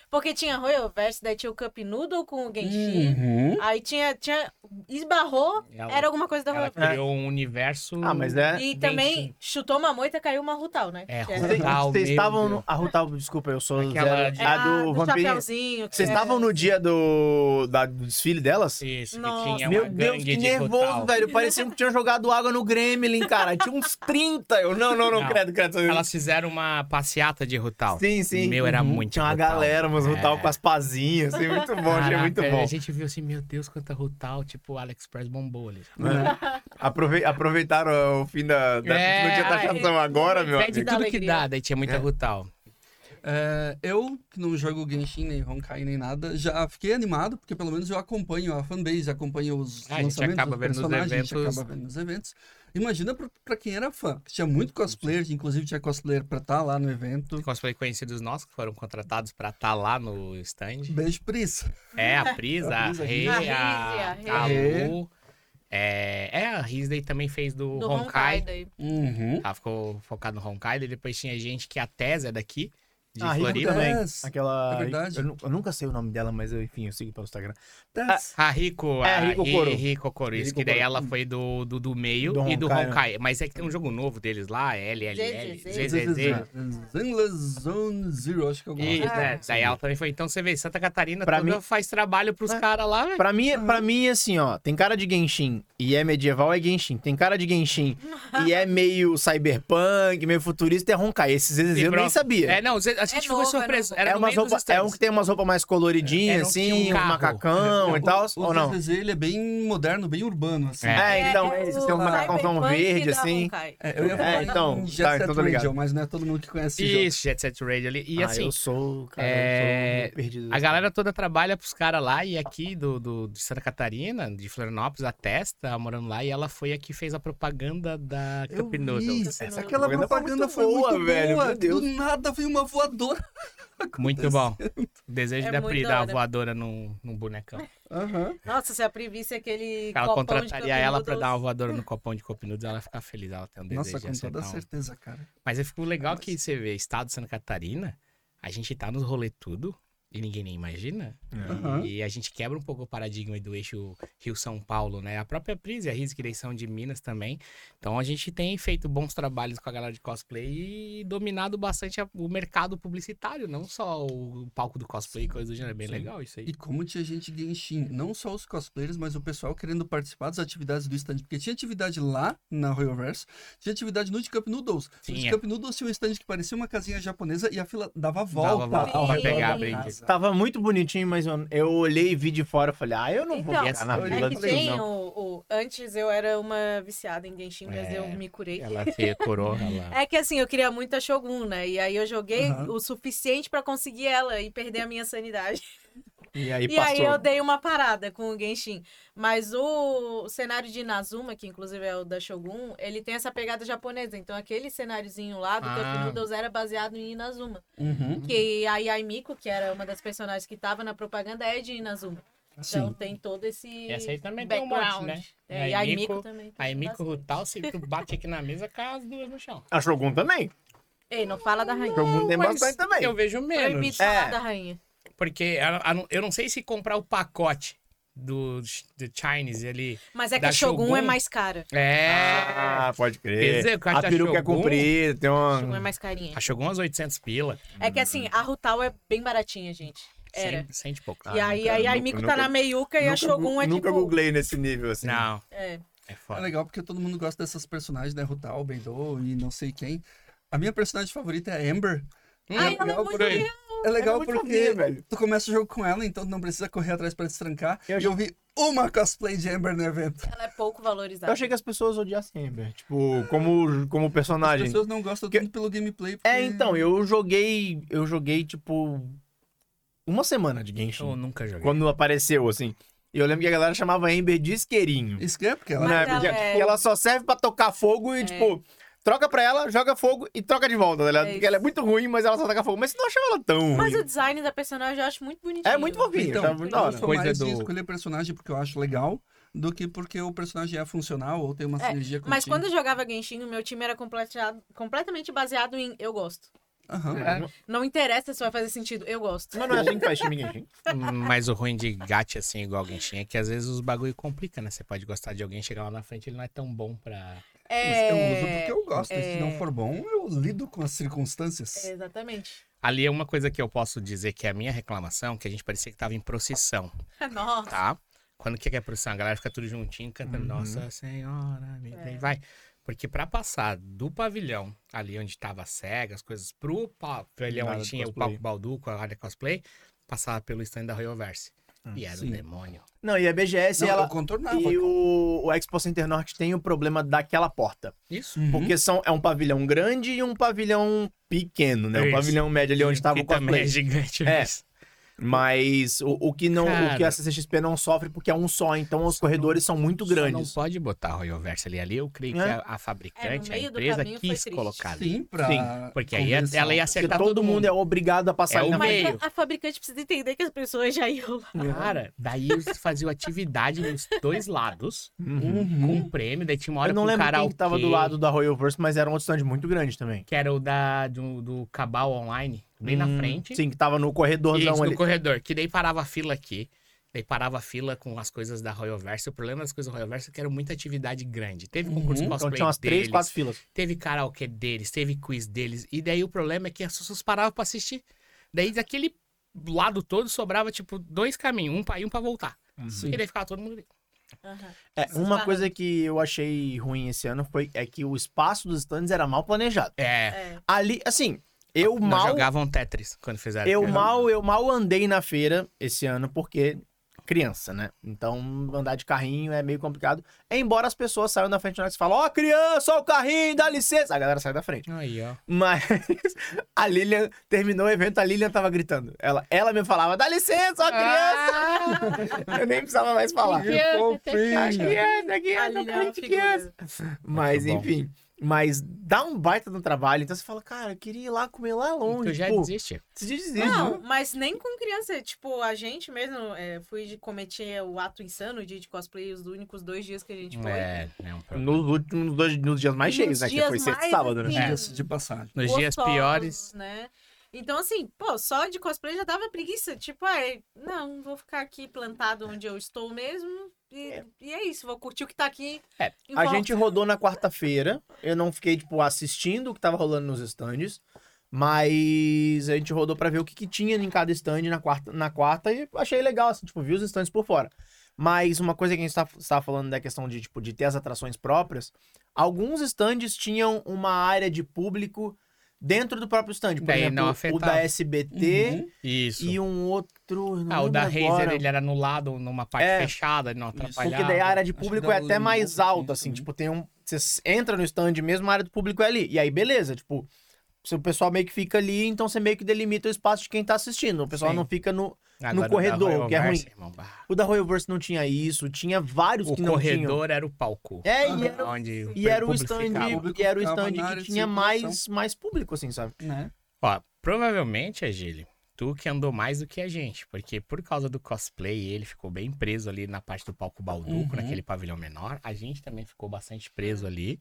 S3: Porque tinha Royal Verse, daí tinha o Cup Noodle com o Genshin.
S4: Uhum.
S3: Aí tinha, tinha. Esbarrou,
S1: Ela,
S3: era alguma coisa da
S1: ela
S3: Royal Verse.
S1: criou um universo.
S2: Ah, mas é.
S3: E
S1: Genshin.
S3: também chutou uma moita caiu uma Rutal, né?
S1: É,
S3: Que era-
S1: Rutal.
S4: tá,
S1: Rutal,
S2: Vocês
S1: meu
S2: estavam
S1: Deus.
S2: no. A Rutal, desculpa, eu sou.
S1: Aquela
S2: zero-
S1: de-
S2: A
S3: Ah,
S2: do Vampiro.
S3: Chapeuzinho. que é
S2: Vocês
S3: era-
S2: estavam no dia do, da- do desfile delas?
S1: Isso, que
S3: Nossa.
S1: tinha É uma
S2: Meu Deus,
S1: gangue
S2: que
S1: de
S2: nervoso,
S1: Rutal.
S2: velho. Parecia que tinham jogado água no Gremlin, cara. Tinha uns 30. Eu, não, não, não,
S1: Não.
S2: credo, credo.
S1: Elas fizeram uma passeata de Rutal.
S2: Sim, sim.
S1: Meu, era
S2: Uhum.
S1: muito
S2: Tinha uma
S1: Rutal.
S2: galera, mas Rutal
S1: É.
S2: com as pazinhas, assim, muito bom, achei
S1: Caraca,
S2: muito
S1: A
S2: bom. né?
S1: gente viu assim, meu Deus, quanta Rutal, tipo, o AliExpress bombou ali.
S4: Uhum.
S2: É. Aprove- Aproveitaram o fim da, da
S1: É,
S2: do dia da
S1: ai,
S2: chação agora, meu
S1: Pede
S2: amigo.
S1: tudo
S3: Da
S1: que
S3: alegria.
S1: dá, daí tinha muita
S2: É.
S1: Rutal.
S4: É, eu, que não jogo Genshin, nem Honkai, nem nada, já fiquei animado, porque pelo menos eu acompanho a fanbase, acompanho os
S1: Ah, a gente
S4: lançamentos,
S1: acaba
S4: os
S1: vendo nos
S4: personagens, a gente
S1: eventos.
S4: acaba vendo nos eventos. Imagina pra, pra quem era fã, que tinha muito cosplayer, inclusive tinha cosplayer pra estar lá no evento.
S1: Cosplay conhecidos nossos que foram contratados pra estar lá no stand.
S4: Beijo por isso.
S1: É, a Prisa, a
S4: A Prisa,
S1: Rei,
S3: a
S1: a,
S3: Rizzi, a
S1: a
S4: Rei.
S1: Lu. É, é, a Risley também fez do,
S3: Do
S1: Honkai.
S3: Honkai. daí.
S4: Uhum.
S1: Ela ficou focada no Honkai. daí Depois tinha gente que a Tese é daqui. de
S2: Ah, Rico
S1: Floripa.
S2: também.
S4: Yes.
S2: Aquela.
S4: É verdade.
S2: Eu, nu- eu nunca sei o nome dela, mas eu, enfim, eu sigo pelo Instagram.
S4: That's-
S1: A Rico,
S2: É,
S1: a
S2: Rico
S1: Rico
S2: Coro.
S1: Rico Coro, isso,
S2: Rico
S1: que daí
S2: Coro.
S1: ela foi do, do, do meio
S2: Do
S1: e do
S2: Honkai, né?
S1: Honkai. Mas é que tem um jogo novo deles lá, LLL,
S3: ZZZ.
S2: né?
S1: ZZZ.
S4: Zenla Zone Zero, acho que é alguma
S1: Isso,
S4: coisa.
S3: Ah.
S1: é. Daí ela também foi. Então você vê, Santa Catarina
S2: Pra
S1: toda
S2: mim- Ah.
S1: faz trabalho pros caras lá, né? velho.
S2: Pra
S3: Uhum.
S2: mim, pra mim, assim, ó, tem cara de Genshin e é medieval, é Genshin. Tem cara de Genshin e é meio cyberpunk, meio futurista, é Honkai. Esses
S1: E
S2: vezes eu nem
S1: pronto.
S2: sabia.
S1: É, não, Zé- a gente
S3: É
S1: ficou
S3: novo, é
S1: surpreso.
S3: novo.
S1: Era
S2: É,
S1: no
S2: umas
S1: meio dos
S2: roupas- é um
S1: extremos.
S2: que tem umas roupas mais coloridinhas,
S1: Era um que tinha
S2: assim,
S1: um
S2: um,
S1: carro.
S2: macacão e tal,
S3: Uhum.
S4: o,
S2: ou não?
S4: O ZZ, ele é bem moderno, bem urbano, assim.
S1: É.
S2: É, então, esse tem um
S3: o
S2: macacãozão
S3: cyberpunk
S2: verde,
S3: da
S2: assim.
S3: Honkai.
S4: É, eu ia
S2: É,
S4: falar
S2: então,
S4: em Jet
S2: tá,
S4: Set
S2: então tô ligado.
S4: Radio, mas não é todo mundo que conhece esse jogo.
S1: Isso, Jet Set Radio ali. E
S2: Ah,
S1: assim,
S2: eu sou, cara,
S1: é,
S2: eu sou meio perdido. assim.
S1: a galera toda trabalha pros caras lá e aqui do, do, de Santa Catarina, de Florianópolis, a Testa, morando lá. E ela foi aqui e fez a propaganda da
S4: Eu
S1: Cup Noodles.
S4: vi,
S1: Essa-
S4: Aquela
S2: propaganda foi
S4: propaganda
S2: muito
S4: foi muito
S2: boa,
S4: boa,
S2: velho, meu Deus.
S4: Do nada veio uma voadora.
S1: Muito bom. Desejo
S3: É
S1: da
S3: muito
S1: Pri
S3: da
S1: dar a
S3: hora.
S1: voadora num, num bonecão.
S4: Aham.
S3: Nossa, se a Pri visse aquele
S1: Ela
S3: copão de
S1: contrataria
S3: Cup
S1: ela pra
S3: Noodles.
S1: dar uma voadora no copão de Cup Noodles, ela ia ficar feliz, ela tem um desejo
S4: Nossa,
S1: de
S4: com toda
S1: acertar um-
S4: certeza, cara.
S1: Mas eu fico legal que você vê, estado de Santa Catarina, a gente tá nos rolê tudo e ninguém nem imagina.
S4: Aham.
S1: E a gente quebra um pouco o paradigma do eixo Rio-São Paulo, né? A própria Pris e a Riz, que eles são de Minas também. Então a gente tem feito bons trabalhos com a galera de cosplay e dominado bastante a- o mercado publicitário, não só o palco do cosplay e coisa do gênero. É bem
S4: Sim.
S1: legal isso aí.
S4: E como tinha gente Genshin, não só os cosplayers, mas o pessoal querendo participar das atividades do stand. Porque tinha atividade lá, na Royal Verse, tinha atividade no de Cup Noodles. O de
S1: Tinha.
S4: Cup Noodles tinha um stand que parecia uma casinha japonesa e a fila dava volta. Tá.
S1: volta
S4: ao
S3: pra
S4: redor
S3: pegar
S4: da
S3: a
S1: brinde.
S4: casa.
S2: Tava muito bonitinho, mas eu, eu olhei e vi de fora e falei, ah, eu não vou
S3: Então,
S2: ficar na
S1: é
S2: fila
S3: É
S2: do
S3: que
S2: Sul,
S3: tem
S2: não.
S3: o, o- Antes eu era uma viciada em Genshin, mas
S1: É.
S3: eu me curei.
S1: Ela se curou, ela...
S3: É que assim, eu queria muito a Shogun, né? E aí eu joguei
S4: Aham.
S3: o suficiente pra conseguir ela e perder a minha sanidade.
S2: E aí
S3: E,
S2: passou.
S3: aí eu dei uma parada com o Genshin. Mas o, o cenário de Inazuma, que inclusive é o da Shogun, ele tem essa pegada japonesa. Então aquele cenáriozinho lá do
S1: Ah.
S3: Cup Noodles era baseado em Inazuma.
S4: Uhum.
S3: Que a Yaimiko, que era uma das personagens que tava na propaganda, é de Inazuma. Então
S4: Sim.
S3: tem todo esse
S1: Essa aí também tem um monte,
S3: background.
S1: né?
S3: É, e a
S1: Yaimiko-
S3: Yaimiko também. tem
S1: Aí Mico
S3: bastante.
S1: Rutal, se tu bate aqui na mesa, cai as duas no chão.
S2: A Shogun também.
S3: Ei, não fala da rainha.
S2: Shogun tem
S1: Mas
S2: bastante também.
S1: Eu vejo menos.
S3: Proibido
S2: É.
S3: falar da rainha.
S1: Porque a- a- eu não sei se comprar o pacote do, do Chinese ali.
S3: Mas é que
S1: Da
S3: a Shogun,
S1: Shogun?
S3: é mais cara.
S1: É.
S2: Ah, pode
S1: Quer dizer,
S2: crer.
S1: o cara
S2: A
S1: da
S2: peruca é
S1: Shogun-
S2: comprida, tem
S3: A Shogun é
S2: uma...
S3: mais carinha.
S1: Achou umas 800 pila.
S2: Ah.
S3: É que assim, a Rutal é bem baratinha, gente. Era.
S1: Cem, cem de pouco. Ah,
S3: e aí,
S2: Ah, nunca-
S3: aí a
S2: nu-
S3: Imiko
S2: nunca-
S3: tá na meiuca e a Shogun
S2: gu-
S3: é
S2: nunca
S3: tipo...
S2: googlei nesse nível, assim.
S1: Não,
S3: É.
S1: é
S4: É
S1: foda.
S4: legal porque todo mundo gosta dessas personagens, né? Rutal, Bendô e não sei quem. A minha personagem favorita é a Amber.
S3: Ai, ela é muito
S4: porque-
S3: legal.
S4: É legal
S2: muito
S4: porque
S2: fofinha, velho.
S4: tu começa o jogo com ela, então tu não precisa correr atrás pra destrancar.
S2: Eu
S4: E eu vi uma cosplay de Amber no evento.
S3: Ela é pouco valorizada.
S2: Eu achei que as pessoas odiassem Amber, tipo, como, como
S4: As
S2: personagem.
S4: pessoas não gostam tanto pelo gameplay. Porque...
S2: É, então, eu joguei, eu joguei, tipo, uma semana de Genshin,
S1: Eu nunca joguei.
S2: quando apareceu, assim. E eu lembro que a galera chamava Amber de isqueirinho.
S4: Isso que é porque ela.
S3: Mas
S2: né?
S3: ela
S2: Porque
S3: é-
S2: porque ela só serve pra tocar fogo e, tipo, troca pra ela, joga fogo e troca de volta, tá ligado?
S3: É
S2: Porque ela é
S3: isso.
S2: muito ruim, mas ela só toca fogo. Mas você não achava ela tão
S3: Mas o
S2: ruim.
S3: design da personagem eu acho muito bonitinho.
S2: É muito fofinho,
S4: Então,
S2: tá muito da
S4: eu
S2: hora.
S4: sou
S1: Coisa
S4: mais
S1: do-
S4: de escolher personagem porque eu acho legal do que porque o personagem é funcional ou tem uma
S3: É,
S4: sinergia
S2: Então,
S4: com o
S3: Mas
S4: time.
S3: quando eu jogava Genshin, o meu time era completeado- completamente baseado em eu gosto.
S4: Aham.
S3: É, Não interessa se vai fazer sentido, eu gosto.
S2: Mas não é assim que faz time Genshin.
S1: Mas o ruim de gacha, assim, igual alguém tinha, é que às vezes os bagulho complica, né? Você pode gostar de alguém, chegar lá na frente, ele não é tão bom pra...
S4: Mas
S3: É...
S4: eu uso porque eu gosto. e Se
S3: é-
S4: não for bom, eu lido com as circunstâncias.
S3: É, Exatamente.
S1: Ali é uma coisa que eu posso dizer que é a minha reclamação, que a gente parecia que tava em procissão.
S3: Nossa.
S1: tá? Quando que é que é procissão? A galera fica tudo juntinho cantando
S2: Uhum.
S1: Nossa Senhora, me
S3: É.
S1: vai. Porque pra passar do pavilhão, ali onde tava a cega, as coisas, pro pavilhão
S2: Nada
S1: onde
S2: de
S1: tinha o
S2: cosplay.
S1: palco Balduco, a área cosplay, passava pelo stand da Royal Verse.
S2: Ah,
S1: e era
S4: sim.
S1: um demônio.
S2: Não, e a BGS,
S4: Não, eu
S2: ela...
S4: contornava.
S2: E o, o Expo Center Norte tem o problema daquela porta.
S1: Isso.
S4: Uhum.
S2: Porque são, é um pavilhão grande e um pavilhão pequeno, né? Um
S1: Isso.
S2: pavilhão médio ali onde tava
S1: que
S2: o cosplay.
S1: também é gigante.
S2: É.
S1: mas-
S2: Mas o, o que não, o que
S1: Cara.
S2: a CCXP não sofre porque é um só, então os corredores são muito
S1: Só Não
S2: grandes.
S1: pode botar a Royal Verse ali. Ali eu creio que
S2: É.
S1: a, a fabricante,
S3: É, no
S1: a
S3: meio do
S1: empresa
S3: caminho foi
S1: quis
S3: triste.
S1: colocar ali.
S4: Sim, pra.
S2: Sim,
S1: Porque aí
S4: convenção.
S1: ela ia
S2: Porque é-
S1: acertar
S2: todo, mundo é obrigado a
S1: É
S2: passar ali
S1: o
S2: na
S1: meio.
S3: Mas a- a fabricante precisa entender que as pessoas já iam lá.
S1: Cara, daí eles faziam atividade nos dois lados.
S2: Uhum.
S1: com
S4: Uhum.
S1: um prêmio, daí tinha uma hora
S2: Eu não
S1: com
S2: lembro
S1: karaokê,
S2: quem que tava do lado da Royal Verse, mas era um outro stand muito grande também.
S1: que era o da, do, do Cabal Online, bem na
S2: Hum,
S1: frente.
S2: Sim, que tava no corredorzão
S1: Isso,
S2: ali.
S1: no corredor. Que daí parava a fila aqui. Daí parava a fila com as coisas da Royal Versa. O problema das coisas da Royal Versa é que era muita atividade grande. Teve concurso
S4: Uhum,
S1: cosplay
S2: Então tinha umas três,
S1: deles,
S2: quatro filas.
S1: teve karaokê deles, teve quiz deles. E daí o problema é que as pessoas paravam pra assistir. Daí daquele lado todo sobrava, tipo, dois caminhos. Um pra ir, um pra voltar.
S4: Sim.
S1: E daí ficava todo mundo ali.
S3: Aham.
S2: É, uma
S3: Esbarra.
S2: coisa que eu achei ruim esse ano foi é que o espaço dos stands era mal planejado.
S1: É,
S3: É.
S2: Ali, assim, eu
S1: nós
S2: mal
S1: jogavam Tetris quando fizeram.
S2: Eu mal, eu mal andei na feira esse ano porque criança, né? Então andar de carrinho é meio complicado. Embora as pessoas saiam da frente de nós e falam: "Ó, criança, ó o carrinho, dá licença". A galera sai da frente.
S1: Aí, ó.
S2: Mas a Lilian terminou o evento, a Lilian tava gritando. Ela, ela me falava: "Dá licença, ó criança".
S3: Ah.
S2: Eu nem precisava mais falar.
S1: Que
S2: A
S4: Fofinha.
S2: criança, a criança,
S3: A
S2: a
S3: Lilian é
S2: criança, a
S3: uma
S2: criança.
S3: figura.
S2: Mas
S1: Muito bom.
S2: enfim, mas dá um baita no trabalho, então você fala: "Cara, eu queria ir lá comer lá longe".
S1: Eu Então já
S2: pô.
S1: desisti.
S2: Você desiste, né?
S3: Então Não, mas nem com criança. Tipo, a gente mesmo, é, fui de cometer o ato insano de, de cosplay os únicos dois dias que a gente foi.
S1: É, é um problema.
S2: Nos últimos dois nos dias mais
S3: Nos
S2: cheios, né? Que
S3: dias
S2: foi sexta e
S3: mais,
S2: sábado, né?
S3: assim,
S4: Diga-se de passagem.
S1: Nos dias
S3: gostosos,
S1: piores.
S3: né? Então, assim, pô, só de cosplay já dava preguiça. Tipo, ai, não, vou ficar aqui plantado onde eu estou mesmo. E e é, isso, vou curtir o que tá aqui.
S1: É,
S3: em
S2: A
S3: volta.
S2: gente rodou na quarta-feira. Eu não fiquei, tipo, assistindo o que tava rolando nos stands. Mas a gente rodou pra ver o que, que tinha em cada stand na quarta, na quarta e achei legal, assim, tipo, vi os stands por fora. Mas uma coisa que a gente tá- estava falando da questão de, tipo, de ter as atrações próprias, alguns stands tinham uma área de público dentro do próprio stand. Por
S1: Daí
S2: exemplo,
S1: não
S2: o
S1: afetava.
S2: da
S4: Uhum,
S2: SBT
S1: Isso.
S2: e um outro. eu não
S1: Ah, o da
S2: lembro
S1: Razer,
S2: agora.
S1: ele era no lado, numa parte
S2: É.
S1: fechada, não atrapalhava.
S2: Porque daí a área de
S4: Acho que
S2: público
S4: dá
S2: é
S4: um
S2: até mais
S4: pouquinho
S2: alta, assim.
S4: também.
S2: Tipo, tem um. Você s- entra no stand mesmo, a área do público é ali. E aí, beleza, tipo. se O pessoal meio que fica ali, então você meio que delimita o espaço de quem tá assistindo. O pessoal
S1: Sim.
S2: não fica no.
S1: Agora,
S2: no
S1: o da
S2: corredor,
S1: Royal
S2: que é
S1: Versa,
S2: ruim.
S1: irmão, bah.
S2: O da Royal Verse não tinha isso, tinha vários
S1: O
S2: que não tinham.
S1: corredor era o palco.
S2: É, e
S4: Aham.
S2: era,
S1: onde
S2: e era o
S1: público
S2: stand,
S1: ficava.
S4: O público
S2: e era o
S4: ficava
S2: stand
S4: na área
S2: que
S4: de
S2: tinha
S4: circulação.
S2: mais, mais público, assim, sabe?
S4: Né?
S1: Ó, provavelmente, Agile, tu que andou mais do que a gente, porque por causa do cosplay, ele ficou bem preso ali na parte do palco Balduco,
S4: Uhum.
S1: naquele pavilhão menor. A gente também ficou bastante preso ali.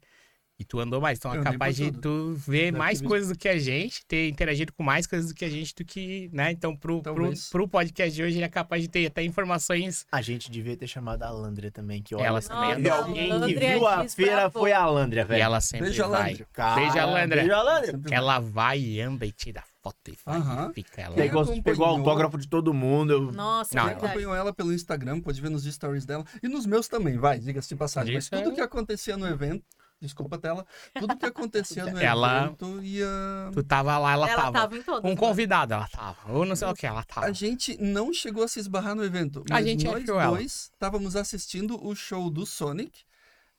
S1: E tu andou mais, então
S4: Eu
S1: é
S4: andei
S1: capaz
S4: por
S1: de tu
S4: tudo.
S1: ver
S4: Deve
S1: mais
S4: ter visto.
S1: coisas do que a gente, ter interagido com mais coisas do que a gente do que, né? Então, pro, pro,
S4: Talvez.
S1: pro podcast de hoje, ele é capaz de ter até informações.
S2: A gente devia ter chamado a Alandria também, é que olha.
S1: Elas também
S2: se
S3: Nossa,
S2: alguém que
S3: Alandria
S2: viu a
S3: diz pra
S2: feira foi a Alandria,
S1: E
S2: velho.
S1: ela sempre
S4: Beijo,
S1: vai.
S4: Alandra.
S2: Cara,
S1: Beijo, Alandria.
S2: Beijo, Alandria.
S4: Sempre
S1: Ela vai e anda e tira foto e vai
S4: Aham.
S1: e fica ela.
S4: E aí,
S2: Pegou,
S4: acompanhou.
S2: pegou o autógrafo de todo mundo. eu-
S3: Nossa, é
S1: Não,
S4: Quem
S1: ela-
S3: verdade.
S4: acompanhou ela pelo Instagram, pode ver nos stories dela. E nos meus também, vai, diga-se de passagem.
S1: Isso
S4: mas tudo
S1: é-
S4: que acontecia no evento, desculpa a tela, tudo que acontecia no
S1: Ela-
S4: evento ia.
S1: Tu tava lá, ela,
S3: Ela,
S1: tava.
S3: tava em todas.
S1: Um convidado ela tava. Ou não sei o que ela tava.
S4: A gente não chegou a se esbarrar no evento.
S1: A
S4: mas
S1: gente
S4: nós
S1: achou ela.
S4: dois estávamos assistindo o show do Sonic.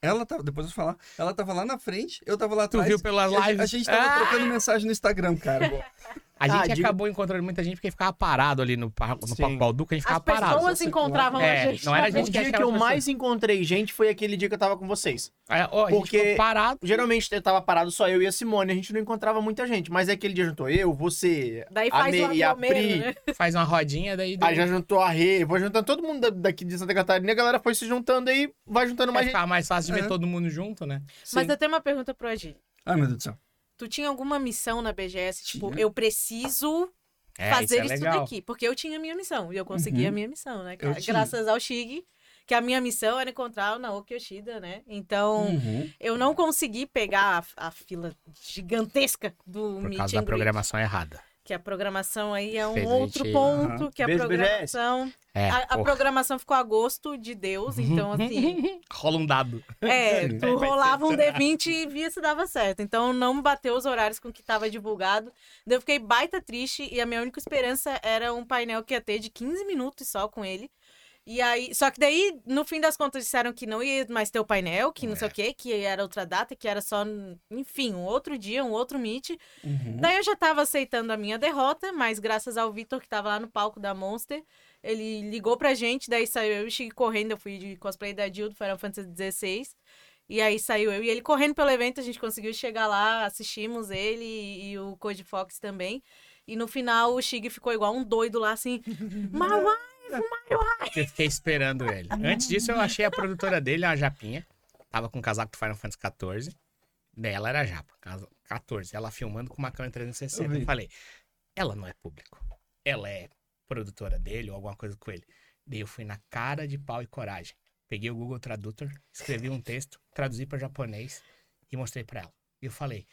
S4: Ela tava, depois eu vou falar, ela tava lá na frente, eu tava lá
S1: Tu
S4: atrás.
S1: viu pelas
S4: e a gente-
S1: lives?
S4: A gente tava
S1: Ah!
S4: trocando mensagem no Instagram, cara.
S1: A gente
S2: Ah, diga-
S1: acabou encontrando muita gente porque ficava parado ali no, par- no
S2: Sim.
S1: Paco Balduca, a gente ficava
S3: As
S1: parado.
S3: pessoas
S4: só
S3: encontravam
S1: circulava.
S3: a
S1: É,
S3: gente.
S1: não era
S3: também.
S1: gente
S2: o
S1: que
S2: dia que
S1: achava
S2: eu
S1: as
S2: mais encontrei gente foi aquele dia que eu tava com vocês.
S1: É, ó, a gente
S2: Porque-
S1: ficou parado.
S2: Geralmente eu tava parado só eu e a Simone, a gente não encontrava muita gente, mas é aquele dia juntou eu, você,
S3: Daí
S2: a
S3: faz o
S2: Ney, a
S3: aglomero,
S2: Pri,
S3: né?
S1: Faz uma rodinha daí.
S2: aí já juntou a Rê, foi juntando todo mundo da- daqui de Santa Catarina, a galera foi se juntando aí, vai juntando
S1: Vai
S2: mais gente.
S1: ficar mais fácil de ver
S4: É.
S1: todo mundo junto, né?
S3: Mas eu tenho uma pergunta pro Agir.
S4: Ai, meu Deus do céu.
S3: Tu tinha alguma missão na BGS? Tipo,
S4: Tinha.
S3: eu preciso
S1: É,
S3: fazer
S1: isso
S3: isso,
S1: é legal.
S3: daqui. Porque eu tinha a minha missão. E eu consegui
S4: Uhum.
S3: a minha missão, né?
S4: Eu
S3: cara?
S4: tinha.
S3: Graças ao Shig, que a minha missão era encontrar o Naoki Yoshida, né? Então,
S1: Hum.
S4: Uhum.
S3: eu não consegui pegar a, a fila gigantesca do
S1: Por
S3: meet
S1: causa da
S3: and greet,
S1: programação errada.
S3: Que a programação aí é um
S1: Fez a
S3: outro
S1: gente-
S3: ponto. Que a
S2: Beijo, BGS.
S3: programação...
S1: É,
S3: a, a
S1: porra,
S3: programação ficou a gosto de Deus. Então, assim...
S1: rola um dado.
S3: É,
S4: Sim.
S1: Vai-
S3: tu
S1: vai
S3: rolava um D20 e via se dava certo. Então não bateu os horários com que tava divulgado. Daí eu fiquei baita triste e a minha única esperança era um painel que ia ter de 15 minutos só com ele. E aí, só que daí, no fim das contas, disseram que não ia mais ter o painel, que não sei o quê, que era outra data, que era só, enfim, um outro dia, um outro meet.
S4: Uhum.
S3: Daí eu já tava aceitando a minha derrota, mas graças ao Vitor que tava lá no palco da Monster, ele ligou pra gente, daí saiu eu e o Chico correndo, eu fui de cosplay da Jill do Final Fantasy XVI. E aí saiu eu e ele correndo pelo evento, a gente conseguiu chegar lá, assistimos ele e, e o Code Fox também. E no final o Shig ficou igual um doido lá, assim, Mauá!
S1: Eu fiquei esperando ele. Antes disso, eu achei a produtora dele uma japinha. Tava com um casaco do Final Fantasy XIV. Daí ela era japa, casa- 14. Ela filmando com uma câmera
S4: Eu
S1: 360.
S4: vi.
S1: Eu falei, Ela não é público. Ela é produtora dele ou alguma coisa com ele. Daí eu fui na cara de pau e coragem. Peguei o Google Tradutor, escrevi um texto, traduzi para japonês e mostrei para ela. E eu falei: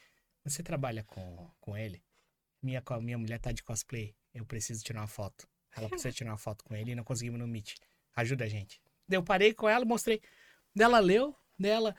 S1: Você trabalha com, com ele? Minha, co- minha mulher tá de cosplay. Eu preciso tirar uma foto. Ela precisa tirar uma foto com ele e não conseguimos no Meet. Ajuda a gente. Daí eu parei com ela, mostrei. Dela leu, dela.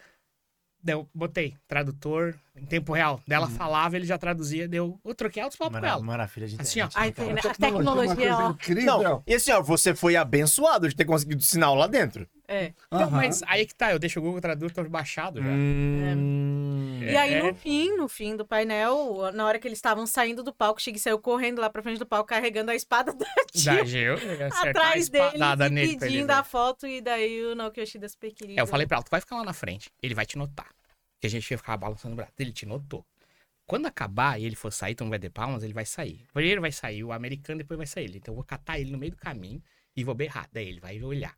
S1: Daí eu botei tradutor em tempo real. Dela
S3: Uhum.
S1: falava, ele já traduzia. Deu. Eu troquei altos papos com
S2: Mara-
S1: ela.
S2: maravilha de
S1: Assim, ó.
S2: internet,
S3: A,
S2: né, cara?
S3: internet- a
S4: é Uma
S3: tecnologia,
S4: coisa
S3: ó.
S4: incrível.
S2: Não, e assim, ó, você foi abençoado de ter conseguido sinal lá dentro.
S3: É.
S1: Então,
S4: Aham.
S1: mas aí que tá, eu deixo o Google Tradutor
S2: É.
S1: baixado já.
S2: Hum.
S1: É,
S3: E aí,
S1: é.
S3: no fim, no fim do painel, na hora que eles estavam saindo do palco, Shig saiu correndo lá pra frente do palco, carregando a espada da
S1: Da
S3: tia
S1: Geo, acertar a
S3: atrás dele
S1: espadada
S3: e
S1: Tá nele pra ele.
S3: pedindo
S1: ver.
S3: a foto. E daí o Naokiyoshida super querido.
S1: É, eu falei pra ela, tu vai ficar lá na frente, ele vai te notar. Que a gente ia ficar balançando o braço. Ele te notou. Quando acabar e ele for sair, tu não vai ter palmas, ele vai sair. Primeiro vai sair o americano, depois vai sair ele. Então eu vou catar ele no meio do caminho e vou berrar. Daí ele vai olhar.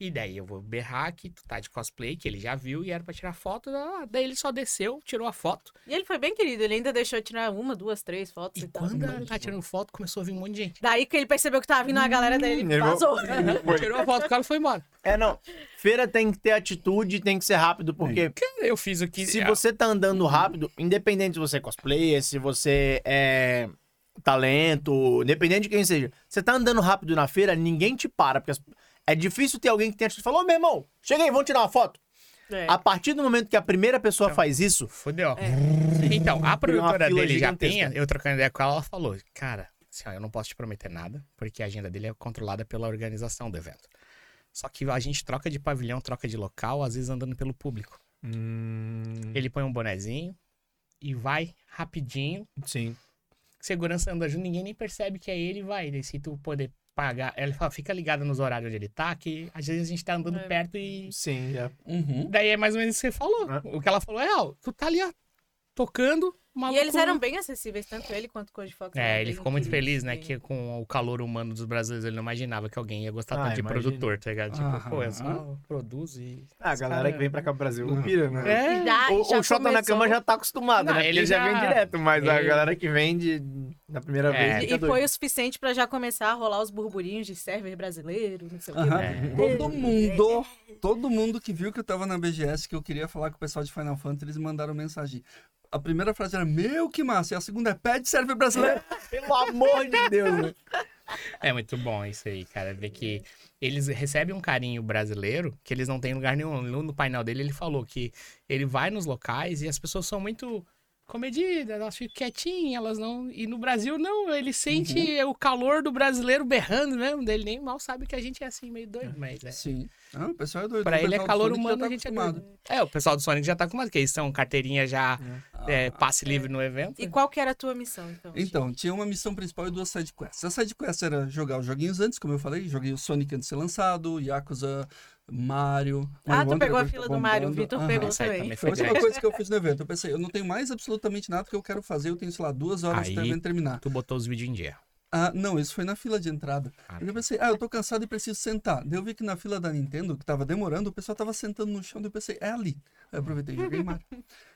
S1: E daí eu vou berrar que tu tá de cosplay, que ele já viu e era pra tirar foto. ah, Daí ele só desceu, tirou a foto.
S3: E ele foi bem querido, ele ainda deixou eu tirar uma, duas, três fotos
S1: E
S3: e, tal.
S1: quando ela tá tirando foto, começou a vir um monte de gente.
S3: Daí que ele percebeu que tava vindo a galera dele,
S2: Hum,
S3: ele
S2: ele
S3: vazou.
S1: Tirou a foto, o cara foi embora.
S2: É, não. Feira tem que ter atitude, tem que ser rápido, porque
S1: Eu fiz o que.
S2: se
S1: ah,
S2: você tá andando rápido, independente se você é cosplayer, se você é talento, independente de quem seja, você tá andando rápido na feira, ninguém te para, porque as- é difícil ter alguém que tenha atitude e falar, ô meu irmão, chega aí, vamos tirar uma foto.
S3: É.
S2: A partir do momento que a primeira pessoa faz isso,
S1: Fodeu. Então, a produtora
S2: fila
S1: dele já
S2: gigantesca.
S1: tem, eu trocando ideia com ela, ela falou: Cara, assim, ó, eu não posso te prometer nada, porque a agenda dele é controlada pela organização do evento. Só que a gente troca de pavilhão, troca de local, às vezes andando pelo público.
S3: Hum.
S1: Ele põe um bonezinho e vai rapidinho.
S2: sim.
S1: Segurança anda junto, ninguém nem percebe que é ele e vai. Daí, se tu poder pagar. Ela fala, fica ligada nos horários onde ele tá, que às vezes a gente tá andando
S3: É.
S1: perto e
S2: Sim, é.
S4: Uhum.
S1: Daí é mais ou menos isso que você falou.
S2: É.
S1: O que ela falou é real. Tu tá ali, ó, tocando. o
S3: E
S1: maluco-
S3: eles eram bem acessíveis, tanto ele quanto o Code Fox. eram
S1: É, ele
S3: bem
S1: ficou muito feliz,
S3: queridos, assim.
S1: né?
S3: sim.
S1: Que com o calor humano dos brasileiros, ele não imaginava que alguém ia gostar
S2: Ah,
S1: tanto de
S2: imagina.
S1: produtor, tá ligado? Tipo,
S4: Aham.
S1: pô, eu só produzo e.
S2: Ah, A galera que vem pra cá pro Brasil
S4: Uhum.
S2: pira, né?
S1: É.
S3: E já-
S2: O,
S3: Ah, já
S2: o Xota na
S3: começou-
S2: cama já tá acostumado,
S1: Não,
S2: né? Ele,
S1: ele
S2: ele já
S1: já-
S2: vem direto, mas a
S1: ele-
S2: galera que vem de... na primeira
S1: É.
S2: vez.
S3: E
S2: fica
S3: e
S2: tá doido.
S3: foi o suficiente pra já começar a rolar os burburinhos de server brasileiro, não sei o
S4: Aham.
S3: quê.
S1: É.
S4: né, Todo mundo, todo mundo que viu que eu tava na BGS, que eu queria falar com o pessoal de Final Fantasy, eles mandaram mensagem. A primeira frase era, meu, que massa. E a segunda é, pede server brasileiro.
S2: Pelo amor de Deus, né?
S1: É muito bom isso aí, cara. Ver que eles recebem um carinho brasileiro que eles não têm em lugar nenhum. No no painel dele, ele falou que ele vai nos locais e as pessoas são muito comedidas, elas ficam quietinhas, elas não. E no Brasil, não. Ele sente o calor do brasileiro berrando mesmo. Daí Ele nem mal sabe que a gente é assim, meio doido, mas é.
S4: Sim. Ah, o pessoal é doido.
S1: Pra
S4: O
S1: ele é
S4: pessoal do
S1: calor
S4: Sonic já
S1: humano,
S4: tá
S1: a gente é
S4: acostumado.
S1: doido. É, o pessoal do Sonic já tá acostumado, que eles são carteirinha já é, passe livre no evento.
S3: E qual que era a tua missão, então?
S4: Então, tinha uma missão principal e duas sidequests. A sidequest era jogar os joguinhos antes, como eu falei. Joguei o Sonic antes de ser lançado, Yakuza, Mario.
S3: Ah,
S4: Mario
S3: tu
S4: Wonder,
S3: pegou a
S4: agora que
S3: fila
S4: tá
S3: do Mario, o
S4: bombando.
S3: Vitor
S4: Aham.
S3: pegou
S1: Essa aí
S3: também.
S1: também foi
S4: Foi a última
S1: grande.
S4: coisa que eu fiz no evento. Eu pensei, eu não tenho mais absolutamente nada que eu quero fazer. Eu tenho, sei lá, duas horas para
S1: Aí-
S4: o evento terminar.
S1: Tu botou os vídeos em dia.
S4: Ah, não, isso foi na fila de entrada.
S1: Ah,
S4: eu pensei, ah, eu tô cansado e preciso sentar. Daí eu vi que na fila da Nintendo, que tava demorando, o pessoal tava sentando no chão. Daí eu pensei, é ali. Aí eu aproveitei e joguei Mario.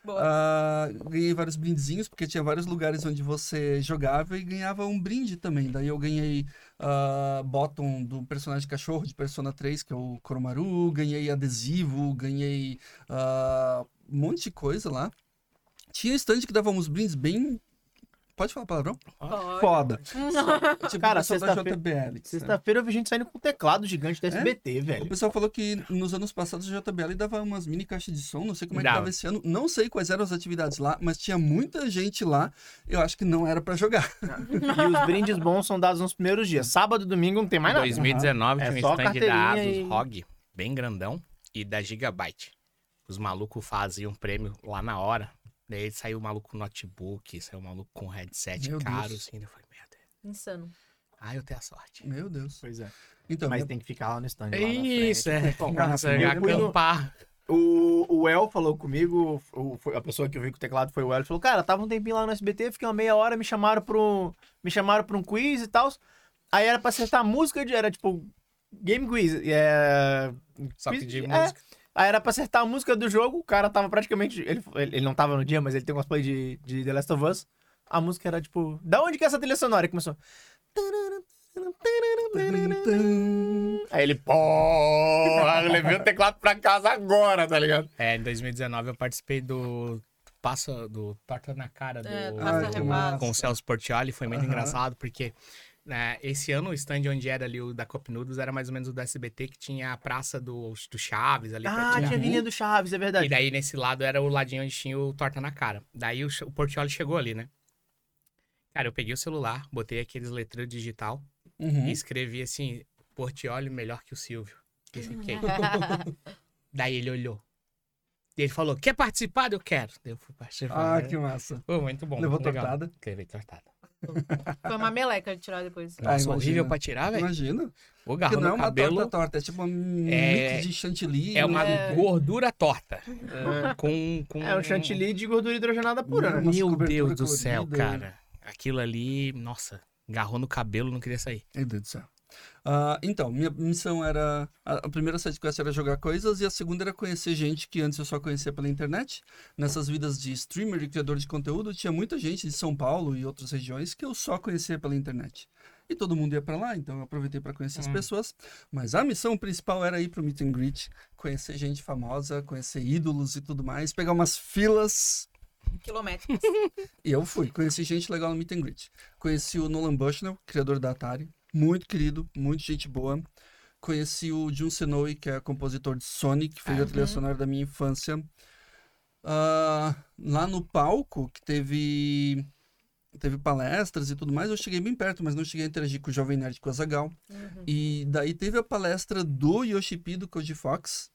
S3: Boa.
S4: Ah, ganhei vários brindezinhos, porque tinha vários lugares onde você jogava e ganhava um brinde também. Daí eu ganhei ah, bottom do personagem cachorro de Persona 3, que é o Koromaru, ganhei adesivo, ganhei ah, um monte de coisa lá. Tinha stand que dava uns brindes bem. Pode falar palavrão?
S3: Ó,
S4: Foda. tipo,
S2: Cara,
S4: o pessoal da
S2: sexta-feira-
S4: JBL. né?
S2: Sexta-feira eu vi gente saindo com um teclado gigante da SBT,
S4: O
S2: velho.
S4: pessoal falou que nos anos passados a JBL dava umas mini caixas de som, não sei como é que
S1: Dava.
S4: tava esse ano, não sei quais eram as atividades lá, mas tinha muita gente lá, eu acho que não era pra jogar.
S2: E os brindes bons são dados nos primeiros dias. Sábado e domingo não tem mais nada.
S1: 2019
S2: É
S1: tinha
S2: só
S1: um stand da Asus
S2: carteirinha e-
S1: ROG, bem grandão, e da Gigabyte. Os malucos faziam um prêmio lá na hora. Daí saiu o maluco com notebook, saiu o maluco com headset
S4: Meu
S1: caro,
S4: Deus.
S1: assim. Eu falei, meu Deus.
S3: Insano.
S1: Ah, eu tenho a sorte.
S4: Meu Deus.
S2: Pois é.
S4: Então,
S2: Mas
S4: minha-
S2: tem que ficar lá no stand. lá na frente.
S1: Isso, é. Nossa,
S2: eu fui no-
S1: acampar.
S2: O, o El falou comigo, o- foi- a pessoa que eu vi com o teclado foi o El, ele falou, cara, tava um tempinho lá no SBT, fiquei uma meia hora, me chamaram pra um, me chamaram pra um quiz e tal. Aí era pra acertar música, de- era tipo game quiz. e É...
S1: Só que de
S2: é,
S1: música.
S2: Aí era pra acertar a música do jogo, o cara tava praticamente. Ele, ele, ele não tava no dia, mas ele tem um cosplay de, de The Last of Us. a música era tipo. Da onde que é essa trilha sonora? E começou. Aí ele, porra, eu levei o teclado pra casa agora, tá ligado?
S1: É, em 2019 eu participei do Passa do Torta na Cara do
S3: É,
S4: Passa Repassa.
S1: com o Celso Portioli, foi muito
S4: Aham.
S1: engraçado porque né, esse ano o stand onde era ali o da Cop Noodles era mais ou menos o do SBT que tinha a praça do, do Chaves ali
S2: Ah,
S1: pertinho.
S2: tinha a Avenida do Chaves, é
S1: E
S2: verdade.
S1: daí, nesse lado, era o ladinho onde tinha o torta na cara. Daí o, che- o Portioli chegou ali, né? Cara, eu peguei o celular, botei aqueles letreiros digital
S4: Uhum.
S2: Hum?
S1: e escrevi assim, Portioli melhor que o Silvio. E fiquei. daí ele olhou. E ele falou, quer participar? Eu quero. Daí eu fui participar. né?
S4: Ah, que massa.
S1: Pô, muito bom.
S4: Levou
S1: muito legal.
S4: tortada?
S1: Levei tortada.
S3: Foi uma meleca de tirar depois.
S4: Ah,
S1: Nossa,
S4: imagina.
S1: horrível pra tirar, velho.
S4: Imagina.
S1: O
S4: Porque
S1: garrão
S4: não é
S1: no
S4: uma
S1: cabelo
S4: torta torta, é tipo um
S1: É-
S4: mix de chantilly.
S1: é uma
S4: né?
S1: gordura torta. Com, com...
S2: É um chantilly de gordura hidrogenada pura, né?
S4: Umas
S1: Meu Deus
S4: cobertura
S1: do céu,
S4: colorida.
S1: cara. Aquilo ali, nossa, agarrou no cabelo, não queria sair.
S4: Meu Deus do céu. Ah, então, minha missão era. A, a primeira sidequest era jogar coisas, e a segunda era conhecer gente que antes eu só conhecia pela internet. Nessas vidas de streamer e criador de conteúdo, tinha muita gente de São Paulo e outras regiões que eu só conhecia pela internet. E todo mundo ia pra lá, então eu aproveitei pra conhecer as
S1: Hum.
S4: pessoas. Mas a missão principal era ir pro meet and greet, conhecer gente famosa, conhecer ídolos e tudo mais, pegar umas filas
S3: Quilômetro.
S4: e eu fui, conheci gente legal no Meet and Greet. Conheci o Nolan Bushnell, criador da Atari, muito querido, muito gente boa. Conheci o Jun Senoi, que é compositor de Sonic, que fez a trilha sonora da minha infância. Ah, lá no palco, que teve teve palestras e tudo mais, eu cheguei bem perto, mas não cheguei a interagir com o Jovem Nerd, com o Azagal. E daí teve a palestra do Yoshipi, do Koji Fox.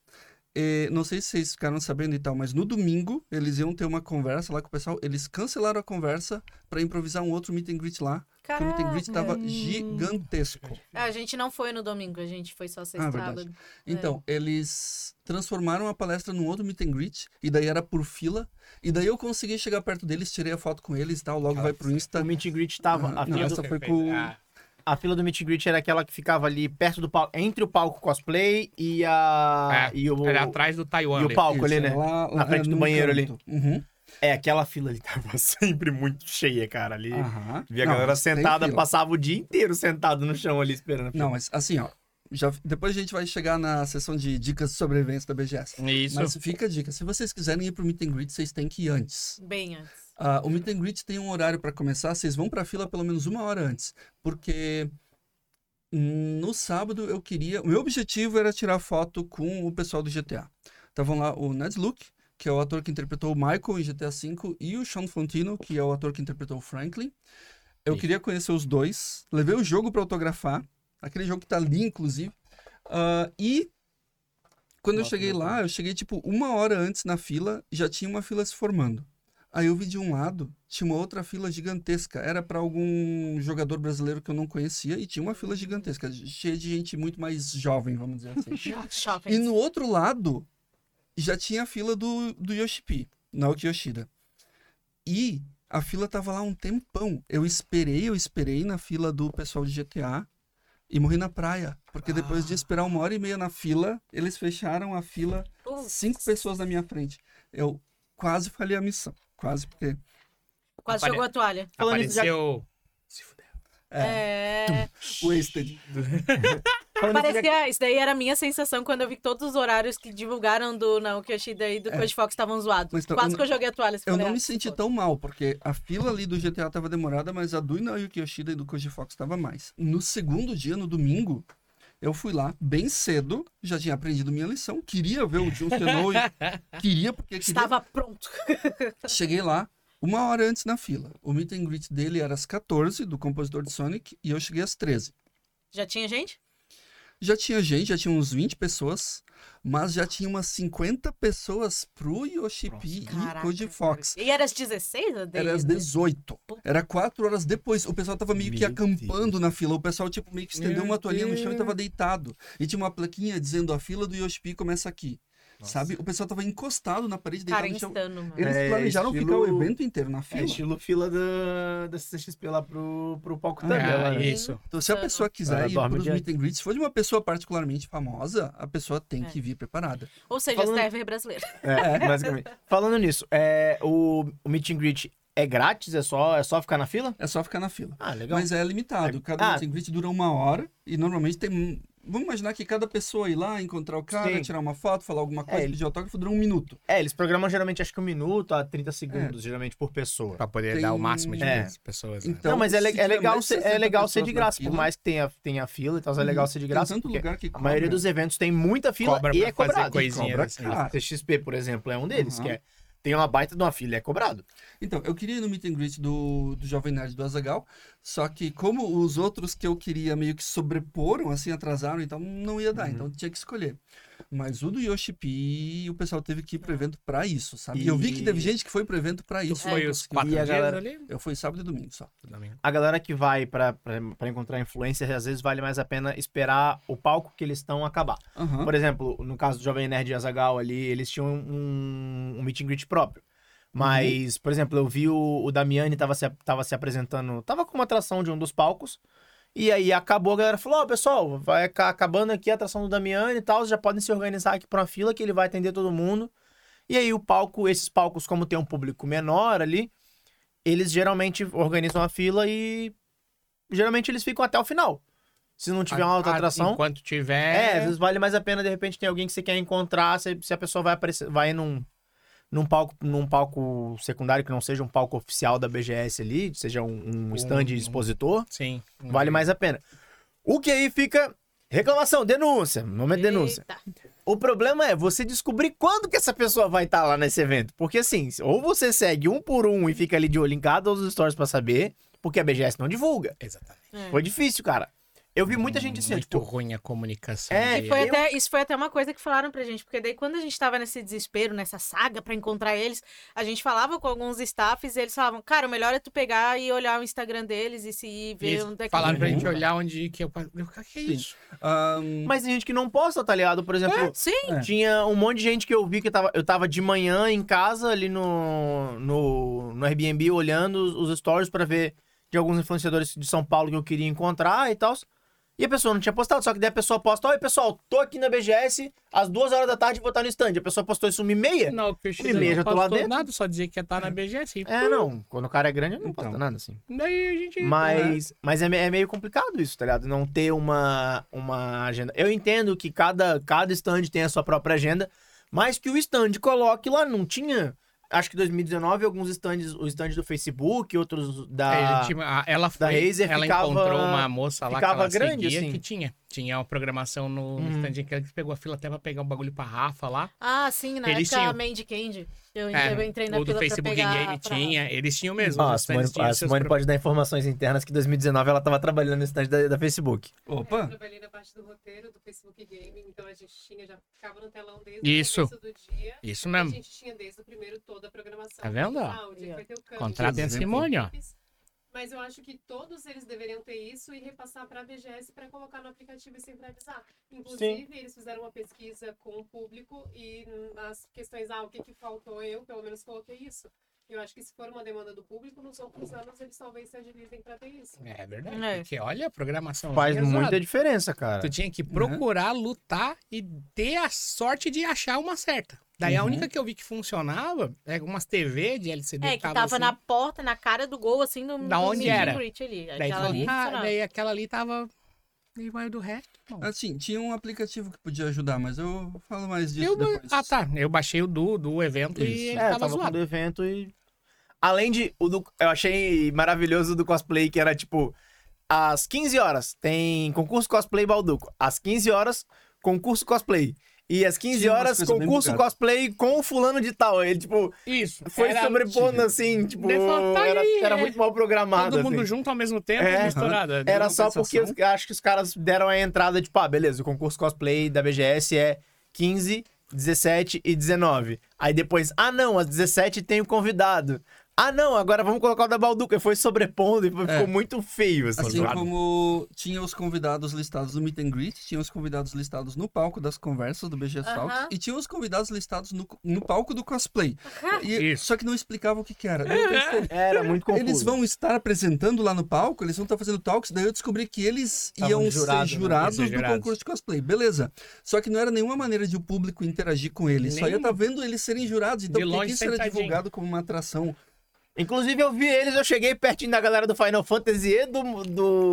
S4: E É, não sei se vocês ficaram sabendo e tal, mas no domingo eles iam ter uma conversa lá com o pessoal. Eles cancelaram a conversa pra improvisar um outro meet and greet lá. Porque o meet and greet
S3: Caraca.
S4: tava gigantesco.
S3: A gente não foi no domingo, a gente foi só sexta
S4: Ah, verdade.
S3: sábado.
S4: Então, eles transformaram a palestra num outro meet and greet, e daí era por fila, e daí eu consegui chegar perto deles, tirei a foto com eles e tal, logo vai pro
S2: O
S4: Insta.
S2: meet and greet tava.
S4: Aham.
S2: a,
S4: Não,
S2: fila
S4: essa
S2: do, Ah.
S4: foi com-
S1: Ah,
S2: a fila do meet and greet era aquela que ficava ali perto do palco, entre o palco cosplay e a.
S1: É,
S2: e o,
S1: Era atrás do Taiwan.
S2: e o
S1: ali.
S2: palco ali,
S4: Isso,
S2: né?
S4: lá-
S2: Na
S4: lá-
S2: frente
S4: é,
S2: do
S4: num
S2: banheiro ali.
S4: canto. Uhum.
S2: É, aquela fila ali tava sempre muito cheia, cara. Ali.
S4: Aham.
S2: Via a
S4: Não,
S2: galera
S4: mas tem
S2: sentada,
S4: fila.
S2: passava o dia inteiro sentado no chão ali esperando.
S4: Não, mas assim, ó. Já, depois a gente vai chegar na sessão de dicas de sobrevivência da BGS.
S1: Isso.
S4: Mas fica a dica. Se vocês quiserem ir pro meet and greet, vocês têm que ir antes.
S3: Bem antes.
S4: Ah, o meet and greet tem um horário para começar, vocês vão para a fila pelo menos uma hora antes, porque hum, no sábado eu queria, o meu objetivo era tirar foto com o pessoal do GTA. Estavam Então, lá o Ned Luke, que é o ator que interpretou o Michael em GTA V, e o Sean Fontino, que é o ator que interpretou o Franklin. Eu
S1: Sim.
S4: queria conhecer os dois, levei o jogo para autografar, aquele jogo que tá ali inclusive. Ah, e quando eu
S2: Nossa,
S4: cheguei
S2: meu
S4: lá, eu cheguei tipo uma hora antes na fila, já tinha uma fila se formando. Aí eu vi de um lado, tinha uma outra fila gigantesca. Era pra algum jogador brasileiro que eu não conhecia e tinha uma fila gigantesca, cheia de gente muito mais jovem, vamos dizer assim.
S3: Shopping.
S4: E no outro lado, já tinha a fila do, do Yoshipi, Naoki Yoshida. E a fila tava lá um tempão. Eu esperei, eu esperei na fila do pessoal de GTA e morri na praia. Porque depois de esperar uma hora e meia na fila, eles fecharam a fila,
S3: Uh,
S4: cinco pessoas na minha frente. Eu quase falhei a missão. Quase, porque.
S3: quase
S1: Apare-
S3: jogou a toalha.
S2: Falando nisso, já-
S1: Apareceu. Se fuder.
S3: É.
S4: Wasted.
S2: Falando nisso, já-
S3: Parecia, ah, isso daí era a minha sensação quando eu vi que todos os horários que divulgaram do Naoki Yoshida e do é. Coach Fox estavam zoados.
S4: Mas então,
S3: Quase
S4: eu
S3: que eu joguei a toalha.
S4: Eu
S3: falei,
S4: não
S3: ah,
S4: me senti
S3: foda.
S4: tão mal, porque a fila ali do GTA tava demorada, mas a do Inayuki Yoshida e do Koji Fox tava mais. No segundo dia, no domingo, eu fui lá bem cedo, já tinha aprendido minha lição, queria ver o Jun Senoi, queria porque queria.
S3: Estava pronto.
S4: Cheguei lá uma hora antes na fila. O meet and greet dele era às 14, do compositor de Sonic, e eu cheguei às 13.
S3: Já tinha gente?
S4: Já tinha gente, já tinha uns 20 pessoas, mas já tinha umas 50 pessoas pro Yoshipi e Koji
S3: cara.
S4: Fox.
S3: E era às 16 a dele?
S4: Era às 18. Era quatro horas depois. O pessoal tava meio que
S2: Meu
S4: acampando na fila. O pessoal, tipo, meio que estendeu
S1: Meu
S4: uma toalhinha no chão e
S1: Deus.
S4: tava deitado. E tinha uma plaquinha dizendo a fila do Yoshipi começa aqui. Sabe? O pessoal tava encostado na parede, deitado
S3: Cara,
S4: no chão.
S3: instano, mano.
S4: Eles
S2: É,
S4: planejaram ficar
S2: estilo-
S4: o evento inteiro na
S2: É
S4: fila.
S2: estilo fila da, da CXP lá pro, pro palco também.
S4: Ah,
S2: lá, né?
S1: isso.
S4: Então, se a
S3: insano.
S4: pessoa quiser
S2: Ela
S4: ir
S2: dorme
S4: pros
S2: de-
S4: meet and greets, se for de uma pessoa particularmente famosa, a pessoa tem
S3: É.
S4: que vir preparada.
S3: Ou seja,
S2: Falando-
S3: server brasileiro.
S2: É, basicamente. Falando nisso, é, o, o meet and greet É grátis? É só, é só ficar na fila?
S4: É só ficar na fila.
S2: Ah, legal.
S4: Mas é limitado. Cada
S2: Ah.
S4: convite dura uma hora e normalmente tem. um- Vamos imaginar que cada pessoa ir lá, encontrar o cara,
S2: Sim. É,
S4: tirar uma foto, falar alguma coisa,
S2: ele-
S4: pedir autógrafo, dura um minuto.
S2: É, eles programam geralmente acho que um minuto a
S4: É.
S2: 30 segundos, geralmente por pessoa.
S1: Pra poder
S4: Tem-
S1: dar o máximo de
S2: É.
S1: pessoas. né?
S4: Então,
S2: não, mas é, le-
S4: se
S2: é
S4: tiver
S2: legal
S4: mais
S2: ser, é
S4: 60
S2: legal ser de
S4: pessoas na
S2: graça, por
S4: fila,
S2: mais que tenha, tenha fila e tal, é
S4: Uhum.
S2: legal ser de
S4: tem
S2: graça,
S4: tanto
S2: porque
S4: lugar que
S2: a maioria
S4: cobra.
S2: dos eventos tem muita fila
S1: Cobra
S2: e
S1: pra
S2: é
S1: fazer
S2: cobrado.
S1: coisinha
S2: Cobra, Ah,
S1: assim.
S2: cara. A CXP, por exemplo, é um deles,
S4: Uhum.
S2: que é, tem uma baita de uma fila e é cobrado.
S4: Então, eu queria ir no meet and greet do, do Jovem Nerd do Azagal, só que como os outros que eu queria meio que sobreporam, assim, atrasaram, então não ia
S2: Uhum.
S4: dar, então tinha que escolher. Mas o do Yoshipi, o pessoal teve que ir pro evento pra isso, sabe? E eu vi que teve
S2: É. E-
S4: gente que foi pro evento pra
S1: Tu
S4: isso.
S1: foi
S4: não
S1: os
S4: conseguiu.
S1: quatro
S2: E a
S1: dias
S2: galera-
S1: ali?
S4: Eu fui sábado e domingo só.
S1: Domingo.
S2: A galera que vai pra pra- pra encontrar influencers, às vezes vale mais a pena esperar o palco que eles estão acabar.
S4: Aham.
S2: Por exemplo, no caso do Jovem Nerd e Azagal ali, eles tinham um, um meet and greet próprio. Mas, por exemplo, eu vi o, o Damiani tava se, tava se apresentando, tava com uma atração de um dos palcos. E aí acabou, a galera falou: Ó, pessoal, vai aca- acabando aqui a atração do Damiani e tal, vocês já podem se organizar aqui pra uma fila que ele vai atender todo mundo. E aí o palco, esses palcos, como tem um público menor ali, eles geralmente organizam a fila e. Geralmente eles ficam até o final. Se não tiver uma outra
S1: Ah,
S2: atração.
S1: Enquanto
S2: É, às
S1: tiver.
S2: vezes vale mais a pena, de repente, tem alguém que você quer encontrar, se, se a pessoa vai aparecer, vai num, num palco, num palco secundário que não seja um palco oficial da BGS ali, seja um, um stand
S1: Um-
S2: expositor,
S1: Sim.
S2: vale mais a pena. O que aí fica reclamação, denúncia, momento de denúncia.
S3: Eita.
S2: O problema é você descobrir quando que essa pessoa vai estar lá nesse evento, porque assim, ou você segue um por um e fica ali de olho em cada um dos stories pra saber, porque a BGS não divulga.
S1: Exatamente.
S3: É.
S2: Foi difícil, cara. Eu vi muita gente assim,
S1: Muito
S2: tipo,
S1: ruim a comunicação.
S2: É,
S1: de-
S3: E foi
S2: eu-
S3: até, isso foi até uma coisa que falaram pra gente, porque daí quando a gente tava nesse desespero, nessa saga pra encontrar eles, a gente falava com alguns staffs e eles falavam, cara, o melhor é tu pegar e olhar o Instagram deles e se e ver
S1: Eles
S3: onde é que
S1: falaram pra
S2: Uhum.
S3: eles
S1: gente
S3: vão."
S1: olhar onde que eu. eu falei, que é
S4: Sim.
S1: isso?
S4: Ahn,
S2: Mas tem gente que não posta, tá ligado? Por exemplo,
S3: Sim,
S4: É.
S2: tinha um monte de gente que eu vi que tava, eu tava de manhã em casa ali no, no, no Airbnb olhando os, os stories pra ver de alguns influenciadores de São Paulo que eu queria encontrar e tal. E a pessoa não tinha postado, só que daí a pessoa posta, olha pessoal, tô aqui na BGS, às duas horas da tarde vou estar no stand. A pessoa postou isso uma e meia?
S1: Não, que o X
S2: e-mail É.
S1: não
S2: já tô lá
S1: postou
S2: dentro.
S1: nada, só dizer que ia estar na BGS.
S2: É, não, quando o cara é grande não posta
S4: Então.
S2: nada assim.
S1: assim. Daí a gente. né?
S2: Mas, mas é, me- é meio complicado isso, tá ligado? Não ter uma, uma agenda. Eu entendo que cada, cada stand tem a sua própria agenda, mas que o stand coloque lá, não tinha. Acho que 2019 alguns stands, o stand do Facebook, outros
S1: É,
S2: da.
S1: ele tinha- a- ela foi,
S2: da Razer
S1: ela
S2: ficava-
S1: encontrou uma moça lá que
S2: ficava
S1: ela
S2: grande,
S1: seguia
S2: assim.
S1: que tinha. Tinha uma programação no
S2: Uhum.
S1: stand que ela pegou a fila até pra pegar um bagulho pra Rafa lá.
S3: Ah, sim, na
S1: Eles
S3: época
S1: tinham.
S3: a Mandy Candy. Eu,
S1: É,
S3: eu entrei na
S1: o do
S3: fila
S1: Facebook
S3: pra pegar
S1: Game
S3: pra-
S1: tinha. Eles tinham mesmo.
S2: Ah, a
S1: os
S2: Simone,
S1: stands tinham
S2: a
S1: seus
S2: Simone
S1: pro-
S2: pode dar informações internas que 2019 ela tava trabalhando no stand da, da Facebook.
S5: É, Eu
S4: Opa!
S5: trabalhei na parte do roteiro do Facebook Gaming, então a gente tinha, já ficava no telão desde
S1: Isso.
S5: o começo do dia.
S1: Isso
S5: A
S1: mesmo.
S5: gente tinha desde o primeiro toda a programação.
S1: Tá vendo?
S5: Tem áudio,
S3: Aí, ó.
S5: vai ter o câmbio,
S1: Contratem a
S5: tem os
S1: Simone, ó.
S5: clipes. assim, Mas eu acho que todos eles deveriam ter isso e repassar para a BGS para colocar no aplicativo e centralizar. Inclusive, eles fizeram uma pesquisa com o público e hum, as questões, ah, o que, que faltou eu, pelo menos coloquei isso. Eu acho que se for uma demanda do público, nos outros anos eles talvez se agilizem para ter isso.
S1: É verdade.
S3: É.
S1: Porque olha a programação.
S2: Faz
S1: pesada.
S2: muita diferença, cara.
S1: Tu tinha que procurar, lutar e ter a sorte de achar uma certa. Daí a
S4: Uhum.
S1: única que eu vi que funcionava é umas TV de LCD
S3: É, que tava
S1: assim,
S3: na porta, na cara do gol, assim, do,
S1: Da
S3: do
S1: onde
S3: meet and
S1: era?
S3: greet
S1: Daí,
S3: ali.
S1: tu
S3: Aquela
S1: falou,
S3: ali
S1: "Ah",
S3: funcionava.
S1: daí aquela ali tava igual do resto. irmão.
S4: Assim, tinha um aplicativo que podia ajudar, mas eu falo mais disso
S1: Eu, ba-
S4: depois.
S1: ah, tá. Eu baixei o do, do evento e
S4: Isso.
S1: ele
S2: É,
S1: tava,
S2: tava
S1: zoado.
S2: do evento e. Além de. O do, eu achei maravilhoso do cosplay, que era tipo. Às 15 horas tem concurso cosplay Balduco. Às 15 horas, concurso cosplay. E às 15
S4: Tinha umas
S2: horas,
S4: coisas bem
S2: concurso
S4: bugadas.
S2: cosplay com o fulano de tal. Ele, tipo,
S1: Isso.
S2: foi
S1: era
S2: sobrepondo
S4: antigo.
S2: assim, tipo.
S1: Daí falou, tá
S2: Era,
S1: aí,
S2: era
S1: é.
S2: muito mal programado.
S1: Todo mundo
S2: assim.
S1: junto ao mesmo tempo,
S2: É,
S1: misturado.
S2: Era
S4: Uma
S2: só porque
S4: compensação.
S2: os- acho que os caras deram a entrada, tipo, ah, beleza, o concurso cosplay da BGS é 15, 17 e 19. Aí depois, ah não, às 17 tem o convidado. Ah não, agora vamos colocar o da Balduca. E foi sobrepondo e foi-
S4: É.
S2: ficou muito feio,
S1: Tá
S2: assim.
S4: Assim
S2: sabe?
S4: como tinha os convidados listados no meet and greet, tinha os convidados listados no palco das conversas do BG Talks
S3: Aham.
S4: e tinha os convidados listados no, no palco do cosplay. E-
S1: Isso.
S4: só que não explicava o que, que era. Eu pensei,
S2: Era muito confuso.
S4: eles vão estar apresentando lá no palco, eles vão estar fazendo talks, daí eu descobri que eles
S2: Estavam
S4: iam
S2: jurado, né?
S4: ser jurados
S1: Iam ser
S4: do
S1: jurados.
S4: concurso de cosplay, beleza. Só que não era nenhuma maneira de o público interagir com eles, só ia
S1: Nenhuma.
S4: estar vendo eles serem jurados, então
S1: De
S4: por que
S1: longe,
S4: que isso era
S1: sentadinho.
S4: divulgado como uma atração
S2: Inclusive, eu vi eles, eu cheguei pertinho da galera do Final Fantasy e do.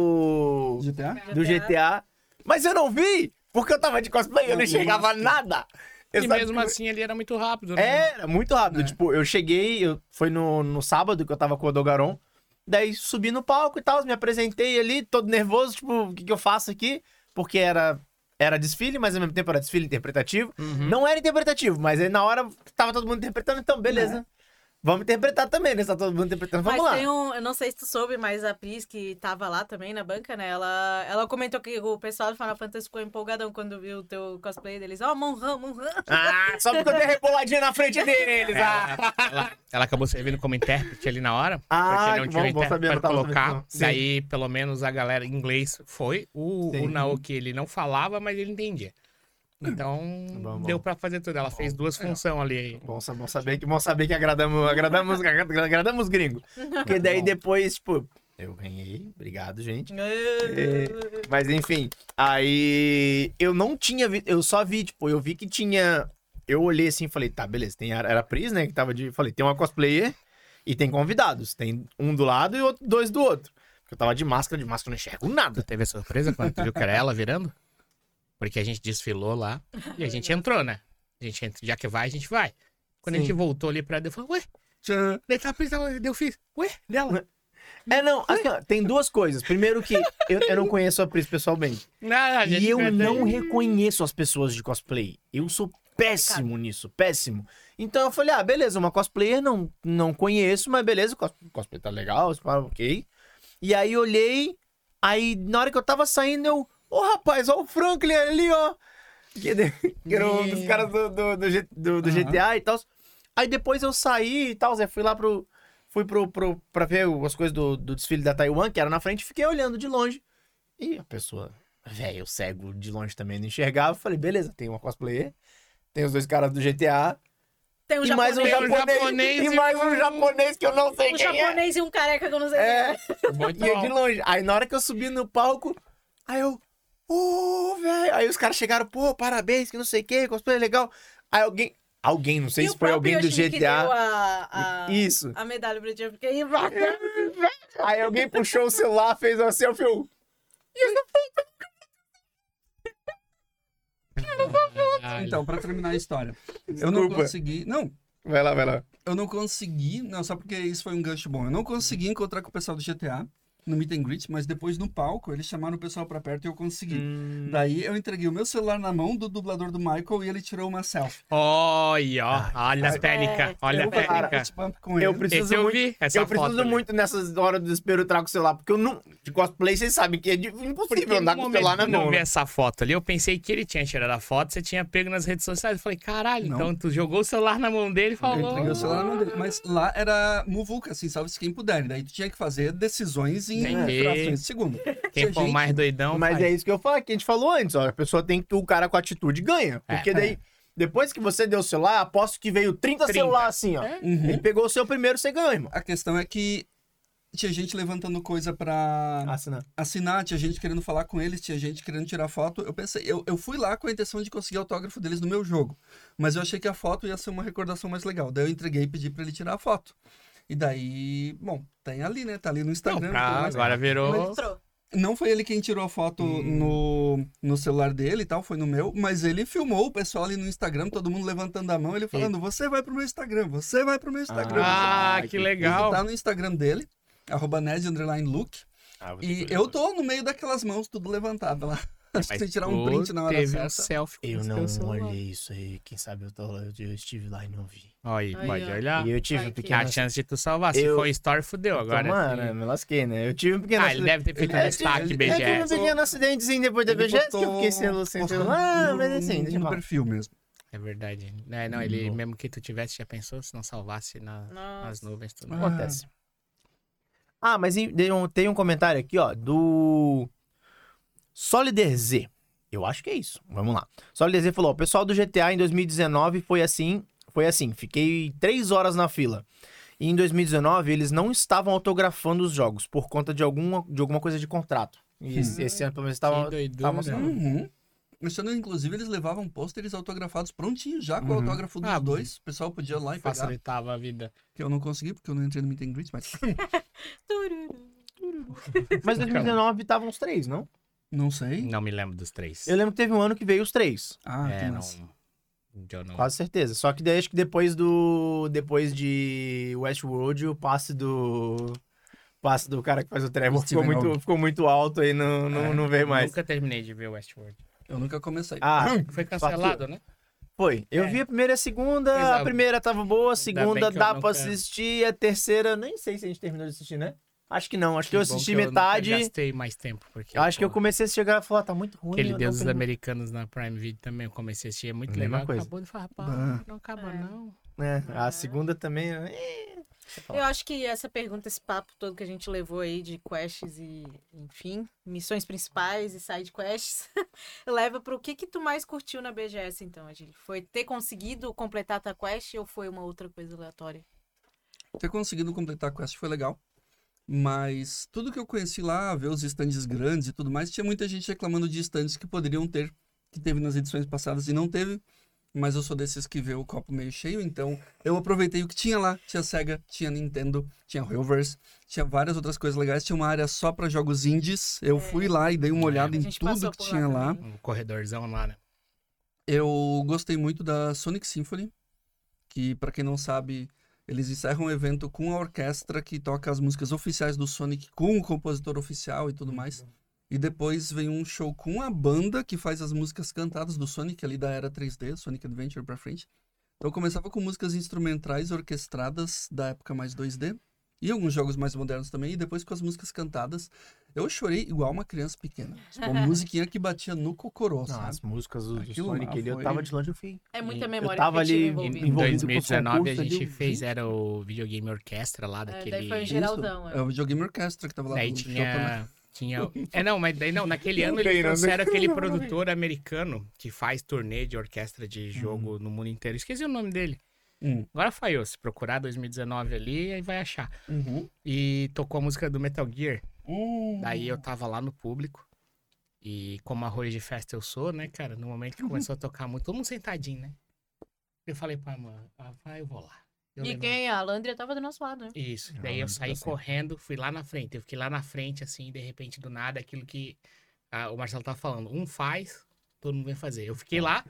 S2: do,
S4: GTA?
S2: do GTA. Mas eu não vi, porque eu tava de cosplay, eu não enxergava nada. Eu
S1: E
S2: sabe
S1: mesmo
S2: que-
S1: assim ele era muito rápido, né?
S2: Era muito rápido.
S4: É.
S2: Tipo, eu cheguei, eu, foi no, no sábado que eu tava com o Dogaron. Daí subi no palco e tal, me apresentei ali, todo nervoso, tipo, o que, que eu faço aqui? Porque era, era desfile, mas ao mesmo tempo era desfile interpretativo.
S1: Uhum.
S2: Não era interpretativo, mas aí na hora tava todo mundo interpretando, então
S1: É.
S2: beleza. Vamos interpretar também, né? Se Tá todo mundo interpretando, vamos
S3: mas
S2: lá.
S3: tem um. Eu não sei se tu soube, mas a Pris, que tava lá também na banca, né? Ela, ela comentou que o pessoal do Final Fantasy ficou empolgadão quando viu o teu cosplay deles. Ó, oh, Monhan, Monhan.
S2: Ah, só porque eu dei reboladinha na frente deles. Ah,
S1: É, Ela, ela acabou servindo como intérprete ali na hora.
S2: ah
S1: porque não
S2: que
S1: tinha um
S2: bom, bom
S1: intérprete
S2: saber, eu não
S1: pra
S2: tava
S1: colocar.
S2: sabendo. Sim.
S1: Daí, pelo menos, a galera em inglês foi. O,
S2: Sim.
S1: o Naoki, ele não falava, mas ele entendia. Então,
S2: Tá Bom, É. bom.
S1: deu pra fazer tudo. Ela fez duas funções ali. aí.
S2: Bom, sa- bom saber que bom saber que agradamos, agradamos, agra- agradamos gringo. Porque daí depois, tipo, eu ganhei, obrigado, gente. É, Mas enfim, aí eu não tinha vi, eu só vi, tipo, eu vi que tinha, eu olhei assim e falei, tá, beleza, tem a- era a Pris, né, que tava de, falei, tem uma cosplayer e tem convidados, tem um do lado e outro, dois do outro. Porque eu tava de máscara, de máscara eu não enxergo
S1: Tu
S2: nada.
S1: teve a surpresa quando tu viu que era ela virando? Porque a gente desfilou lá e a gente entrou, né? A gente entra, já que vai, a gente vai. Quando a gente voltou ali pra dentro, eu falei, ué,
S4: Tchan.
S1: daí tá a Pris, ela- daí eu fiz, ué, dela.
S2: É, não, assim, ó, tem duas coisas. Primeiro que eu, eu não conheço a Pris pessoalmente.
S1: Nada, a gente
S2: E eu
S1: canta-
S2: não reconheço as pessoas de cosplay. Eu sou péssimo nisso, péssimo. Então eu falei, ah, beleza, uma cosplayer não, não conheço, mas beleza, cos- cosplay tá legal, esse pá, ok. E aí olhei, aí na hora que eu tava saindo, eu, ô rapaz, ó o Franklin ali, ó. Que, de- que era um dos
S4: Meu.
S2: caras do, do, do G- do- do
S4: Aham.
S2: GTA e tal. Aí depois eu saí e tal, Zé, fui lá pro. Fui pro, pro, pra ver o- as coisas do, do desfile da Taiwan, que era na frente, fiquei olhando de longe. E a pessoa, velho, eu cego de longe também, não enxergava. Falei, beleza, tem uma cosplayer, tem os dois caras do GTA,
S3: Tem um
S2: e mais um
S3: japonês.
S1: japonês.
S2: japonês,
S1: japonês
S2: e mais um
S1: e um-
S2: japonês que eu não sei
S3: Um
S2: quem é.
S3: japonês e um careca que eu não sei.
S2: É,
S1: Muito
S2: e eu de
S1: bom.
S2: longe. Aí na hora que eu subi no palco, aí eu, ô, velho. Aí os caras chegaram, pô, parabéns, que não sei o que, cosplay legal. Aí alguém, alguém, não sei
S3: E
S2: se
S3: o
S2: foi
S3: próprio
S2: alguém do
S3: Yoshiki que deu
S2: GTA.
S3: a, a,
S2: Isso.
S3: a medalha pra ti, porque
S2: Aí alguém puxou o celular, fez uma selfie, eu...
S1: Caralho.
S4: Então, pra terminar a história. Eu não
S2: Desculpa.
S4: consegui. Não,
S2: Vai lá, vai lá.
S4: eu não consegui. Não, só porque isso foi um gancho bom. Eu não consegui encontrar com o pessoal do GTA no meet and greet, mas depois no palco eles chamaram o pessoal pra perto e eu consegui.
S1: Hum.
S4: Daí eu entreguei o meu celular na mão do dublador do Michael e ele tirou uma selfie.
S1: Olha, ó, olha a
S3: ai.
S1: técnica, olha a
S2: É, Eu vou parar.
S1: técnica.
S4: Bate papo Tipo, com
S2: Eu
S4: ele.
S2: preciso
S1: Esse É. eu
S2: muito...
S1: vi, essa
S2: Eu
S1: foto
S2: preciso
S1: ali.
S2: muito nessas horas do desespero, eu trago o celular, porque eu não... De cosplay, vocês sabem que é de-
S1: Porque
S2: impossível
S1: no
S2: andar com o
S1: momento
S2: celular na
S1: quando eu
S2: mão.
S1: vi
S2: né?
S1: essa foto ali, eu pensei que ele tinha tirado a foto, você tinha pego nas redes sociais. Eu falei, caralho,
S4: Não.
S1: então tu jogou o celular na mão dele e
S4: Eu
S1: falou...
S4: entreguei o celular na mão dele. Mas lá era muvuca, assim, salve-se quem puder. Daí tu tinha que fazer decisões em
S1: Entendi.
S4: frações de segundo.
S1: Quem for
S4: Gente,
S1: mais doidão,
S2: Mas
S1: faz.
S2: é isso que eu falo, que a gente falou antes, ó. A pessoa tem que. O cara com atitude ganha.
S1: É,
S2: Porque daí, depois que você deu o celular, aposto que veio 30,
S1: 30.
S2: celulares assim, ó.
S1: É.
S4: Uhum.
S2: Ele pegou o seu primeiro, você ganha, irmão.
S4: A questão é que tinha gente levantando coisa pra
S2: Assina.
S4: assinar, tinha gente querendo falar com eles, tinha gente querendo tirar foto. Eu pensei, eu, eu fui lá com a intenção de conseguir autógrafo deles no meu jogo, mas eu achei que a foto ia ser uma recordação mais legal. Daí eu entreguei e pedi pra ele tirar a foto. E daí, bom, tem ali, né? Tá ali no
S1: Não,
S4: Instagram.
S1: pra-
S4: e tudo mais. tá
S1: agora Hum. virou...
S3: Entrou.
S4: Não foi ele quem tirou a foto no, no celular dele e tal, foi no meu, mas ele filmou o pessoal ali no Instagram, todo mundo levantando a mão, ele falando: Você vai pro meu Instagram, você vai pro meu Instagram.
S1: Ah,
S2: Ah,
S1: que
S2: que
S1: legal.
S4: Tá no Instagram dele, arroba Ned underline Luke.
S2: Ah,
S4: E eu tô no meio daquelas mãos tudo levantada lá. Acho que
S1: Mas
S4: você tirar
S1: tu
S4: um print na hora
S1: teve um
S4: certa.
S1: selfie com
S2: Eu
S1: o teu
S2: não
S1: celular.
S2: olhei isso aí. Quem sabe eu, tô, eu, eu estive lá e não vi.
S1: Aí,
S3: Aí,
S1: pode
S3: ó.
S1: olhar.
S2: E eu tive
S3: Vai
S2: um
S3: que-
S1: Ah, Que a
S2: pequeno.
S1: chance de tu salvar. Se
S2: Eu- Então,
S1: for story, fudeu agora.
S2: Mano,
S1: assim.
S2: eu me lasquei, né? Eu tive um pequeno.
S1: Ah, ele deve ter feito um
S2: É,
S1: destaque,
S4: ele- é que
S2: Eu
S1: BGS.
S2: tive um pequeno acidentezinho depois da
S4: Ele
S2: BGS, que eu
S4: postou-
S2: fiquei sem,
S1: um
S2: sem
S4: postou
S2: celular,
S4: no-
S2: mas assim, deixa eu
S4: No
S2: falar.
S4: perfil mesmo.
S1: É verdade. É, não, ele,
S2: Não.
S1: mesmo que tu tivesse, já pensou se não salvasse na- nas
S3: Nossa.
S1: nuvens. Tudo.
S4: Ah.
S2: Acontece. Ah, mas em- tem um, tem um comentário aqui, ó, do Solider Z. Eu acho que é isso. Vamos lá. Solider Z falou: "Ó, o pessoal do GTA em 2019 foi assim, foi assim, fiquei três horas na fila. E em 2019 eles não estavam autografando os jogos por conta de alguma, de alguma coisa de contrato. E esse, esse ano pelo menos
S1: Que
S2: estavam.
S1: doidura.
S2: tava-
S4: Uhum. Mas, se eu não- inclusive, eles levavam pôsteres autografados prontinho já com o
S1: Uhum.
S4: autógrafo dos
S1: Ah,
S4: dois. O pessoal podia ir lá e pegar.
S1: Facilitava a vida.
S4: Que eu não consegui, porque eu não entrei no Meet and Greet, mas
S3: Tururu.
S2: Mas 2019 estavam os três, não?
S4: não sei.
S1: Não me lembro dos três.
S2: Eu lembro que teve um ano que veio os três.
S4: Ah,
S1: é,
S4: que
S1: não.
S4: massa.
S1: Eu não.
S2: Quase certeza. Só que daí acho que depois do. Depois de Westworld, o passe do. O passe do cara que faz o Trevor ficou
S4: Steven
S2: muito,
S4: Hawking.
S2: ficou muito alto e não, não, não veio mais.
S1: É, Nunca terminei de ver Westworld.
S4: Eu nunca comecei.
S2: Ah,
S1: Foi cancelado, né?
S2: foi. Eu
S1: Hum. É.
S2: vi a primeira e a segunda,
S1: Pois é.
S2: a primeira tava boa, a segunda
S1: bem que eu
S2: dá
S1: não
S2: pra
S1: quero.
S2: assistir, a terceira, nem sei se a gente terminou de assistir, né? Acho que não, acho que, eu
S1: bom
S2: assisti
S1: nunca
S2: metade.
S1: gastei mais tempo. Porque,
S2: Eu acho que eu
S1: pô,
S2: comecei a chegar e falar, tá muito ruim.
S1: Aquele
S2: eu
S1: Deus é dos
S2: não...
S1: Americanos na Prime Video também eu comecei a assistir. É muito
S2: Mesma
S1: legal.
S2: coisa.
S1: Acabou de falar, pá,
S4: Bah.
S1: não acaba
S3: É.
S1: não.
S2: É, a
S3: Ah.
S2: segunda também. é,
S3: Eu acho que essa pergunta, esse papo todo que a gente levou aí de quests e, enfim, missões principais e side quests, leva pro que que tu mais curtiu na BGS, então, Agile? Foi ter conseguido completar a tua quest ou foi uma outra coisa aleatória?
S4: Ter conseguido completar a quest foi legal. Mas tudo que eu conheci lá, ver os stands grandes e tudo mais, tinha muita gente reclamando de stands que poderiam ter, que teve nas edições passadas e não teve. Mas eu sou desses que vê o copo meio cheio, então eu aproveitei o que tinha lá. Tinha Sega, tinha Nintendo, tinha Rovers, tinha várias outras coisas legais. Tinha uma área só para jogos indies. Eu fui lá e dei uma olhada
S3: É. A
S4: em
S3: gente passou
S4: tudo que
S3: por lá
S4: tinha lá.
S3: também.
S1: Um corredorzão lá, né?
S4: Eu gostei muito da Sonic Symphony, que pra quem não sabe, eles encerram o evento com a orquestra que toca as músicas oficiais do Sonic com o compositor oficial e tudo mais. E depois vem um show com a banda que faz as músicas cantadas do Sonic ali da era 3D, Sonic Adventure pra frente. Então começava com músicas instrumentais orquestradas da época mais 2D e alguns jogos mais modernos também, e depois com as músicas cantadas. Eu chorei igual uma criança pequena. Tipo, a musiquinha que batia no cocorô,
S2: Não,
S4: sabe?
S2: as músicas do, do
S4: Aquilo
S2: Sonic,
S4: lá
S2: ele, eu
S4: foi-
S2: tava de longe, eu fui.
S3: É muita
S2: Eu
S3: memória
S2: tava
S3: afetiva
S2: ali
S3: envolvida.
S1: Em
S2: envolvido com o
S1: 2019 a
S2: concurso ali,
S1: gente
S2: eu
S1: fez,
S2: vi.
S1: era o videogame orquestra lá daquele.
S3: É, daí foi em
S4: Isso,
S3: Geraldão, é.
S4: É o videogame orquestra que tava lá.
S1: Daí
S4: do Chopin, né?
S1: tinha. tinha... É, não, mas daí não, naquele
S2: Não
S1: ano
S2: tem, né?
S1: eles
S2: não.
S1: trouxeram aquele produtor americano que faz turnê de orquestra
S2: Hum.
S1: de jogo no mundo inteiro. Esqueci o nome dele.
S4: Hum.
S1: Agora falhou. Se procurar 2019 ali, aí vai achar.
S4: Uhum.
S1: E tocou a música do Metal Gear.
S4: Hum.
S1: Daí eu tava lá no público. E como arroz de festa eu sou, né, cara? No momento que começou a tocar muito, todo mundo sentadinho, né? Eu falei pra mano, ah, vai, eu vou lá. Eu
S3: E
S1: levantei.
S3: quem? A Landria tava do nosso lado, né?
S1: Isso.
S2: Ah,
S1: Daí eu
S2: mas tá
S1: saí
S2: certo.
S1: correndo, fui lá na frente. Eu fiquei lá na frente, assim, de repente, do nada, aquilo que ah, o Marcelo tava falando. Um faz, todo mundo vem fazer. Eu fiquei lá,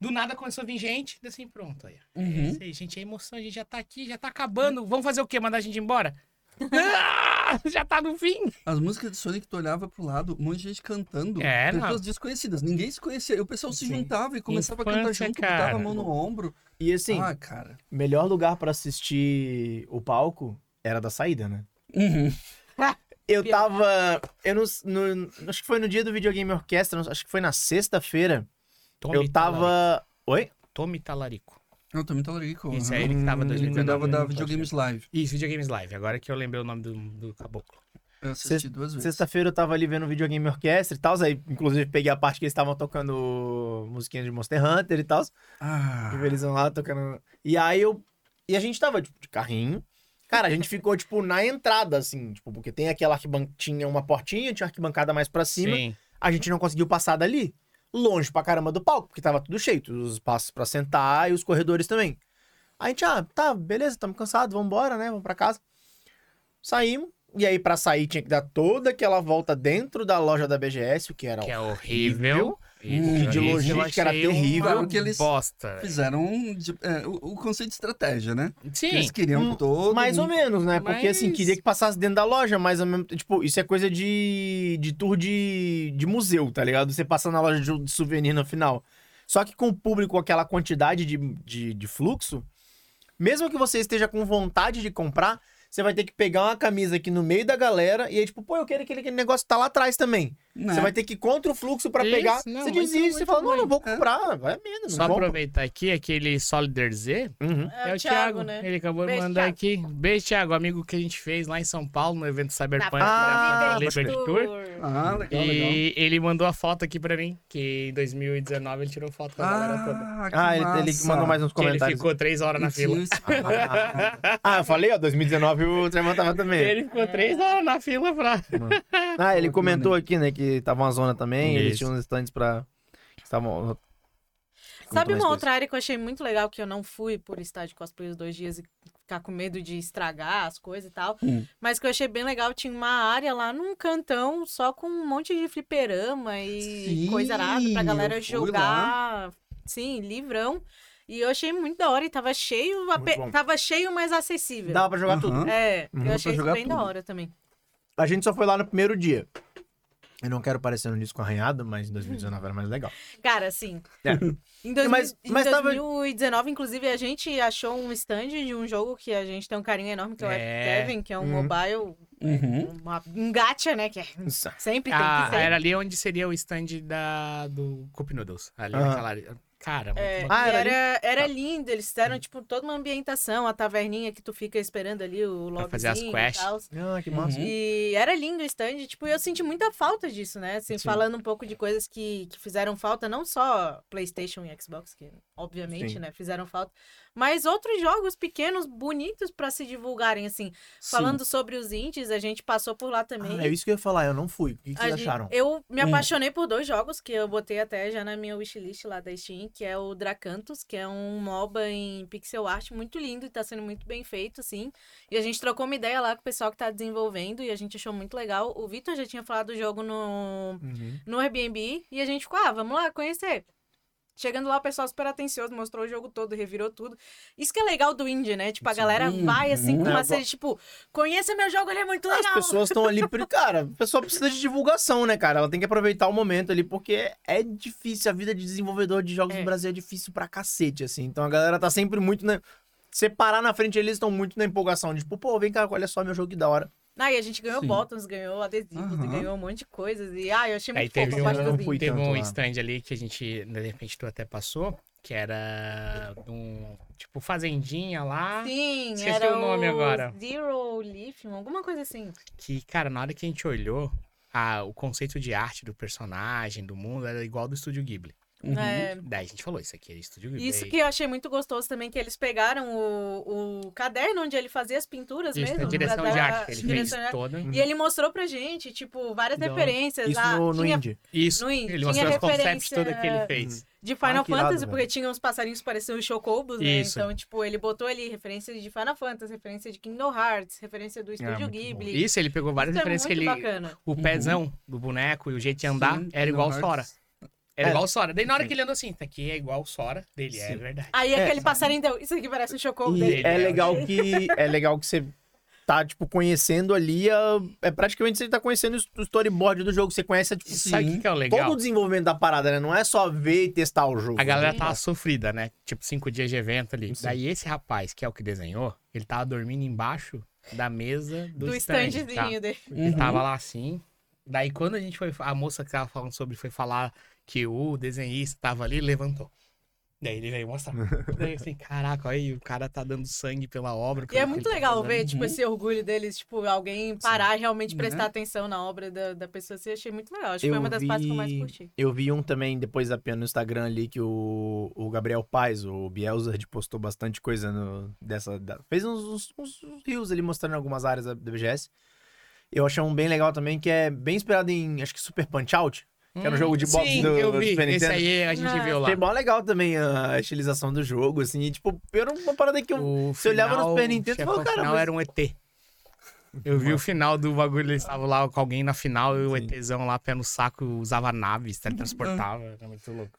S1: do nada começou a vir gente, daí assim, pronto. Aí, ó. É
S4: Uhum.
S1: isso aí, gente, é emoção, a gente já tá aqui, já tá acabando. Vamos fazer o quê? Mandar a gente embora? Ah, já tá no fim.
S4: As músicas de Sonic, tu olhava pro lado, um monte de gente cantando.
S1: É, não.
S4: pessoas desconhecidas. Ninguém se conhecia. E o pessoal se
S2: Sim.
S4: juntava e começava a cantar
S1: Infância,
S4: junto,
S1: cara.
S4: botava a mão no ombro.
S2: E assim,
S4: Ah, cara.
S2: melhor lugar pra assistir o palco era da saída, né?
S4: Uhum.
S2: Eu
S3: Pior.
S2: tava. Eu não. no- acho que foi no dia do videogame orquestra, não- acho que foi na sexta-feira. Eu
S1: Talarico.
S2: tava. Oi?
S1: Tommy Talarico.
S4: Eu também tava rico.
S1: Isso
S4: aham.
S1: aí, ele que tava em
S4: Hum,
S1: 2019.
S4: Cuidava da
S1: né?
S4: Videogames Live.
S1: Isso, Videogames Live. Agora que eu lembrei o nome do, do caboclo.
S4: Eu assisti
S2: Sexta-
S4: duas vezes.
S2: Sexta-feira eu tava ali vendo o videogame orquestra e tal. Aí, inclusive, peguei a parte que eles estavam tocando musiquinha de Monster Hunter e tal.
S4: Ah.
S2: E eles iam lá tocando. E aí eu. E a gente tava, tipo, de carrinho. Cara, a gente ficou, tipo, na entrada, assim, tipo, porque tem aquela arquibancada, tinha uma portinha, tinha uma arquibancada mais pra cima.
S1: Sim.
S2: A gente não conseguiu passar dali. Longe pra caramba do palco, porque tava tudo cheio, todos os espaços pra sentar e os corredores também. A gente, ah, tá, beleza, tamo cansado, vambora, né? Vamos pra casa. Saímos. E aí, pra sair, tinha que dar toda aquela volta dentro da loja da BGS, o que era
S1: Que é horrível.
S4: Hum,
S1: Isso, isso
S4: de
S1: eu
S2: logística era
S1: achei uma
S2: terrível.
S4: Claro que eles-
S1: Bosta.
S4: Fizeram um de- é, o, o conceito de estratégia, né?
S1: Sim.
S4: Eles queriam
S2: Hum,
S4: todo.
S2: Mais ou
S4: mundo-
S2: menos, né? Porque assim,
S1: Mas-
S2: queria que passasse dentro da loja, mas ao mesmo tempo, tipo, isso é coisa de, de tour de, de museu, tá ligado? Você passar na loja de, de souvenir no final. Só que com o público, aquela quantidade de, de, de fluxo, mesmo que você esteja com vontade de comprar, você vai ter que pegar uma camisa aqui no meio da galera e aí, tipo, pô, eu quero aquele, aquele negócio que tá lá atrás também.
S4: Né?
S2: Você vai ter que ir contra o fluxo pra
S1: É. Isso,
S2: pegar.
S1: não,
S2: você
S1: muito,
S2: desiste, você
S1: muito
S2: fala, não,
S1: ruim.
S2: não vou
S4: É.
S2: comprar, vai a menos.
S1: Só aproveitar aqui, aquele Solider Z.
S2: Uhum.
S1: É, o Thiago,
S3: né?
S1: Ele acabou de
S3: Beijo,
S1: mandar
S3: Thiago. Tá
S1: aqui. Beijo, Thiago, amigo que a gente fez lá em São Paulo, no evento Cyberpunk
S2: Ah,
S1: da
S2: pode
S1: Liberty Tour.
S4: Ah, legal, legal.
S1: E ele mandou a foto aqui pra mim, que em 2019 ele tirou foto com a galera toda.
S4: Ah, que
S2: Ah, ele, ele
S4: massa.
S2: mandou mais uns
S1: Que ele
S2: comentários.
S1: ficou três horas na
S4: Enfim,
S1: fila.
S4: esse-
S2: Ah, eu falei, ó, 2019 o Tremor tava também.
S1: Ele ficou três horas na fila pra.
S2: Ah, ele comentou aqui, né, que tava uma zona também, eles
S1: Isso.
S2: tinham uns stands pra... Tá bom.
S3: Sabe uma outra área que eu achei muito legal, que eu não fui por estar de cosplay os dois dias e ficar com medo de estragar as coisas e tal,
S4: Hum.
S3: mas que eu achei bem legal, tinha uma área lá num cantão só com um monte de fliperama e
S4: Sim,
S3: coisa arada pra galera
S4: eu fui lá.
S3: jogar, sim, livrão. E eu achei muito da hora e tava cheio, ape-
S2: bom.
S3: tava cheio, mas acessível.
S2: Dava pra jogar
S4: Aham.
S2: tudo.
S3: É,
S2: Uhum,
S3: eu
S2: pra
S3: achei isso
S4: jogar
S3: bem da
S4: tudo.
S3: hora também.
S2: A gente só foi lá no primeiro dia. Eu não quero parecer um disco arranhado, mas em 2019 era mais legal.
S3: Cara, assim.
S2: É.
S3: Em, dois
S2: Mas-
S3: mil- em
S2: mas tava-
S3: 2019, inclusive, a gente achou um stand de um jogo que a gente tem um carinho enorme, que é o Epic
S1: É. Hum?
S3: Kevin, que é um
S2: Uhum.
S3: mobile,
S4: Uhum.
S3: uma, um gacha, né? Que é-
S2: Nossa.
S3: sempre tem
S1: Ah,
S3: que ser.
S1: era ali onde seria o stand da, do Cup Noodles. Ali
S2: Aham.
S1: naquela área. Cara, muito Tá.
S3: É,
S1: bacana.
S2: Ah,
S3: e
S2: era
S3: era, era lindo, eles fizeram, tipo, toda uma ambientação, a taverninha que tu fica esperando ali, o
S1: Pra
S3: lobbyzinho
S1: fazer as
S3: e
S1: quests.
S3: tal.
S2: Ah, que massa.
S4: Uhum.
S3: E era lindo o stand, tipo, eu senti muita falta disso, né? Assim,
S1: Sim.
S3: falando um pouco de coisas que, que fizeram falta, não só PlayStation e Xbox, que obviamente,
S2: Sim.
S3: né, fizeram falta, mas outros jogos pequenos, bonitos pra se divulgarem, assim. Falando sobre os indies, a gente passou por lá também.
S2: Ah, é isso que eu ia falar, eu não fui. O que, que
S3: Uhum. A
S2: vocês
S3: gente-
S2: acharam?
S3: Eu me
S4: Hum.
S3: apaixonei por dois jogos que eu botei até já na minha wishlist lá da Steam, que é o Dracantos, que é um MOBA em pixel art muito lindo e tá sendo muito bem feito, assim. E a gente trocou uma ideia lá com o pessoal que tá desenvolvendo e a gente achou muito legal. O Vitor já tinha falado do jogo no,
S2: Uhum.
S3: no Airbnb e a gente ficou, ah, vamos lá conhecer. Chegando lá, o pessoal super atencioso, mostrou o jogo todo, revirou tudo. Isso que é legal do indie, né? Tipo, a galera vai assim com
S2: É,
S3: uma
S2: eu
S3: série, tipo, conheça meu jogo, ele é muito
S2: As
S3: legal.
S2: pessoas estão ali. por- Cara, a pessoa precisa de divulgação, né, cara? Ela tem que aproveitar o momento ali, porque é difícil. A vida de desenvolvedor de jogos
S3: É.
S2: no Brasil é difícil pra cacete, assim. Então a galera tá sempre muito, né? Se parar na frente, eles estão muito na empolgação. Tipo, pô, vem cá, olha só meu jogo que da hora.
S3: Ah, e a gente ganhou
S4: Sim.
S3: bottoms, ganhou adesivos,
S4: Aham.
S3: e ganhou um monte de coisas. E, ah, eu achei
S1: Aí
S3: muito
S1: teve
S3: fofo a
S1: um-
S3: parte dos
S2: não fui.
S3: vídeos.
S1: Teve
S2: tanto
S1: um
S2: lá.
S1: stand ali que a gente, de repente, tu até passou, que era um tipo fazendinha lá.
S3: Ah, Sim,
S1: Esqueci
S3: era
S1: o nome agora.
S3: Zero Leaf, alguma coisa assim.
S1: Que, cara, na hora que a gente olhou, a- o conceito de arte do personagem, do mundo, era igual ao do Estúdio Ghibli.
S4: Uhum.
S3: É,
S1: Daí a gente falou, isso aqui é Estúdio Ghibli.
S3: Isso que eu achei muito gostoso também, que eles pegaram o, o caderno onde ele fazia as pinturas
S1: Isso,
S3: é mesmo.
S1: a direção
S3: da-
S1: de
S3: da-
S1: arte que ele fez
S3: direção de arte.
S1: toda.
S3: E ele mostrou pra gente, tipo, várias
S2: Da hora.
S3: referências.
S2: Isso
S3: ah,
S2: no, no
S3: tinha
S2: indie.
S1: Isso,
S3: No Indie,
S1: ele
S3: tinha
S1: mostrou os conceitos
S3: referência-
S1: toda que ele fez.
S3: de Final
S2: Ah, que irado,
S3: Fantasy,
S2: velho.
S3: porque tinha uns passarinhos que pareciam os chocobos, né?
S1: Isso.
S3: Então, tipo, ele botou ali referências de Final Fantasy, referência de Kingdom Hearts, referência
S1: É,
S3: do Estúdio
S2: muito
S3: Ghibli.
S1: Isso, ele pegou várias
S3: Isso é
S1: referências que
S3: muito
S1: ele.
S3: bacana.
S2: Uhum.
S1: O pezão do boneco e o jeito de andar
S4: Sim,
S1: era igual o
S4: Kingdom
S1: Sora.
S4: Hearts.
S1: Era
S2: É.
S1: igual o Sora. Daí na hora que ele andou assim, tá aqui é igual o Sora dele, é
S2: Sim.
S1: verdade.
S3: Aí
S2: É.
S3: aquele passarinho deu. Isso aqui parece o chocobo
S2: E
S3: dele.
S1: Ele é
S2: é
S1: o
S2: legal que é legal que você tá tipo conhecendo ali a- é praticamente você tá conhecendo o storyboard do jogo, você conhece tipo,
S1: E Sabe o que que é o legal?
S2: todo o desenvolvimento da parada, né? Não é só ver e testar o jogo.
S1: A galera
S2: né?
S1: tava sofrida, né? Tipo, cinco dias de evento ali.
S2: Sim.
S1: Daí esse rapaz, que é o que desenhou, ele tava dormindo embaixo da mesa do,
S3: Do
S1: stand, tá?
S3: standzinho dele.
S1: Ele
S4: Uhum.
S1: tava lá assim. Daí quando a gente foi. A moça que tava falando sobre foi falar que o desenhista tava ali, levantou. Daí ele veio mostrar. Daí eu assim, caraca, olha aí, o cara tá dando sangue pela obra.
S3: E
S1: pelo
S3: é
S1: que
S3: muito
S1: ele tá
S3: legal
S1: fazendo.
S3: ver,
S2: Uhum.
S3: tipo, esse orgulho deles, tipo, alguém parar e realmente
S4: Né?
S3: prestar atenção na obra da, da pessoa. Assim, eu achei muito legal. Acho que
S2: Eu
S3: foi uma das partes que eu mais
S2: vi-
S3: curti.
S2: Eu vi um também, depois da pena no Instagram ali, que o, o Gabriel Paz, o Bielzard, postou bastante coisa no, dessa. da- fez uns, uns, uns reels ali mostrando algumas áreas da, da BGS. Eu achei um bem legal também, que é bem inspirado em, acho que Super Punch Out. Que era um jogo de boxe
S1: Hum, Sim,
S2: do-
S1: eu
S2: do
S1: vi.
S2: Super
S1: Esse
S2: Nintendo.
S1: aí a gente
S3: Ah,
S1: viu lá.
S2: Achei mó legal também a estilização do jogo, assim. E, tipo, era uma parada que eu.
S1: O
S2: Você olhava no
S1: final,
S2: Super Nintendo e
S1: chefão
S2: falava, cara,
S1: final
S2: mas-
S1: era um ET. Eu vi o final do bagulho, eles estavam lá com alguém na final e o ETzão lá, pé no saco, usava naves, teletransportava. Era muito louco.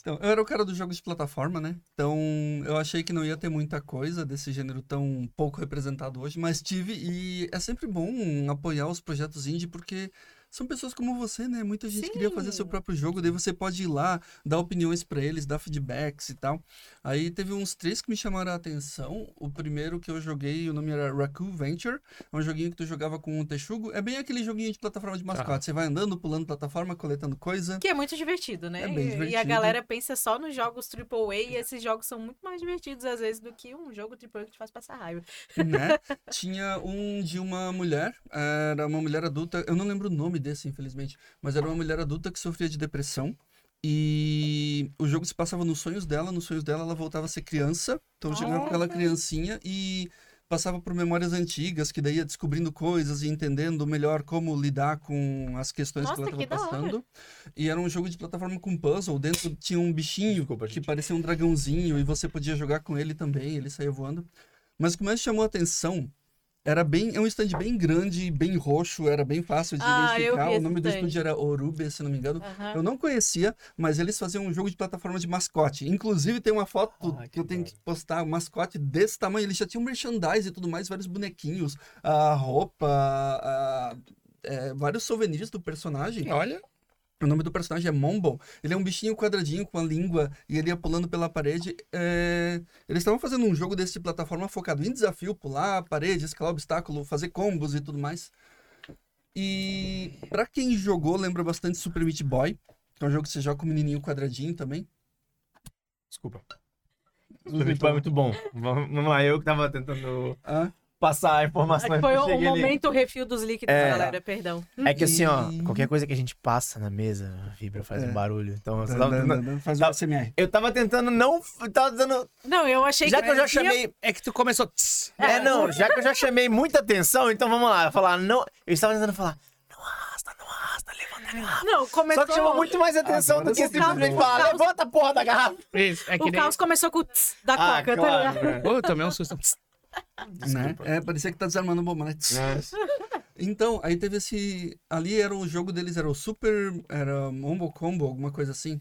S4: Então, eu era o cara do jogo de plataforma, né? Então, eu achei que não ia ter muita coisa desse gênero tão pouco representado hoje, mas tive e é sempre bom apoiar os projetos indie porque são pessoas como você, né? Muita gente queria fazer seu próprio jogo, daí você pode ir lá, dar opiniões pra eles, dar feedbacks e tal. Aí teve uns três que me chamaram a atenção. O primeiro que eu joguei, o nome era Raccoon Venture, é um joguinho que tu jogava com um texugo. É bem aquele joguinho de plataforma de mascote, você vai andando, pulando plataforma, coletando coisa.
S3: Que é muito divertido, né?
S4: É bem
S3: E- E a
S4: divertido.
S3: galera pensa só nos jogos AAA e esses jogos são muito mais divertidos, às vezes, do que um jogo AAA que te faz passar raiva.
S4: né? Tinha um de uma mulher, era uma mulher adulta, eu não lembro o nome desse, infelizmente, mas era uma mulher adulta que sofria de depressão. E o jogo se passava nos sonhos dela, nos sonhos dela ela voltava a ser criança. Então chegava aquela criancinha e passava por memórias antigas, que daí ia descobrindo coisas e entendendo melhor como lidar com as questões
S3: Nossa,
S4: que ela
S3: que da
S4: estava
S3: hora.
S4: passando. E era um jogo de plataforma com puzzle, dentro tinha um bichinho que parecia um dragãozinho e você podia jogar com ele também, ele saía voando. Mas o que mais chamou a atenção era bem, é um stand bem grande, bem roxo, era bem fácil de
S3: Ah, eu
S4: identificar.
S3: vi
S4: O nome
S3: esse
S4: do
S3: stand.
S4: estúdio era Orube, se não me engano.
S3: Aham.
S4: Eu não conhecia, mas eles faziam um jogo de plataforma de mascote. Inclusive, tem uma foto
S2: Ah,
S4: que,
S2: que
S4: eu tenho
S2: da
S4: que postar, um mascote desse tamanho. Ele já tinha um merchandise e tudo mais, vários bonequinhos, a roupa, a- é, vários souvenirs do personagem.
S1: Olha.
S4: O nome do personagem é Mumble. Ele é um bichinho quadradinho com a língua e ele ia pulando pela parede. É, Eles estavam fazendo um jogo desse de plataforma focado em desafio, pular a parede, escalar obstáculo, fazer combos e tudo mais. E pra quem jogou, lembra bastante Super Meat Boy, que é um jogo que você joga com o menininho quadradinho também.
S2: Desculpa. O Vitor é muito bom. Vamos vamos lá, eu que tava tentando
S4: Ah,
S2: passar a informação.
S3: É Foi
S2: eu
S3: o, o
S2: cheguei ali.
S3: momento refil dos líquidos,
S2: É.
S3: galera, perdão.
S2: É que assim, ó,
S4: E-
S2: qualquer coisa que a gente passa na mesa, vibra, faz
S4: É.
S2: um barulho. Então, eu só
S4: Dan,
S2: tava
S4: dan, dan,
S2: tentando...
S4: dan, Faz um
S2: Dá-
S4: o SMR.
S2: eu tava tentando não. Tava dando...
S3: Não, eu achei
S2: Já
S3: que.
S2: que eu já
S3: tinha-
S2: chamei.
S1: É que tu começou. Tss.
S2: É, não, já que eu já chamei muita atenção, então vamos lá. Falar, não. Eu estava tentando falar, não arrasta, não arrasta, levanta a garrafa.
S3: Não, começou.
S2: Só que chamou muito mais atenção
S4: Agora
S2: do que
S4: sim,
S2: simplesmente
S4: mudou.
S2: falar, levanta a porra da garrafa.
S1: Isso, é que
S3: O
S1: nem.
S3: caos começou com o tss da
S2: Ah,
S3: coca, tá ligado?
S2: claro. né?
S1: Ô, eu tomei um susto. Tss.
S4: Né? É, parecia que tá desarmando bomba, né? Então, aí teve esse. Ali era o jogo deles, era o Super. Era Mombo Combo, alguma coisa assim.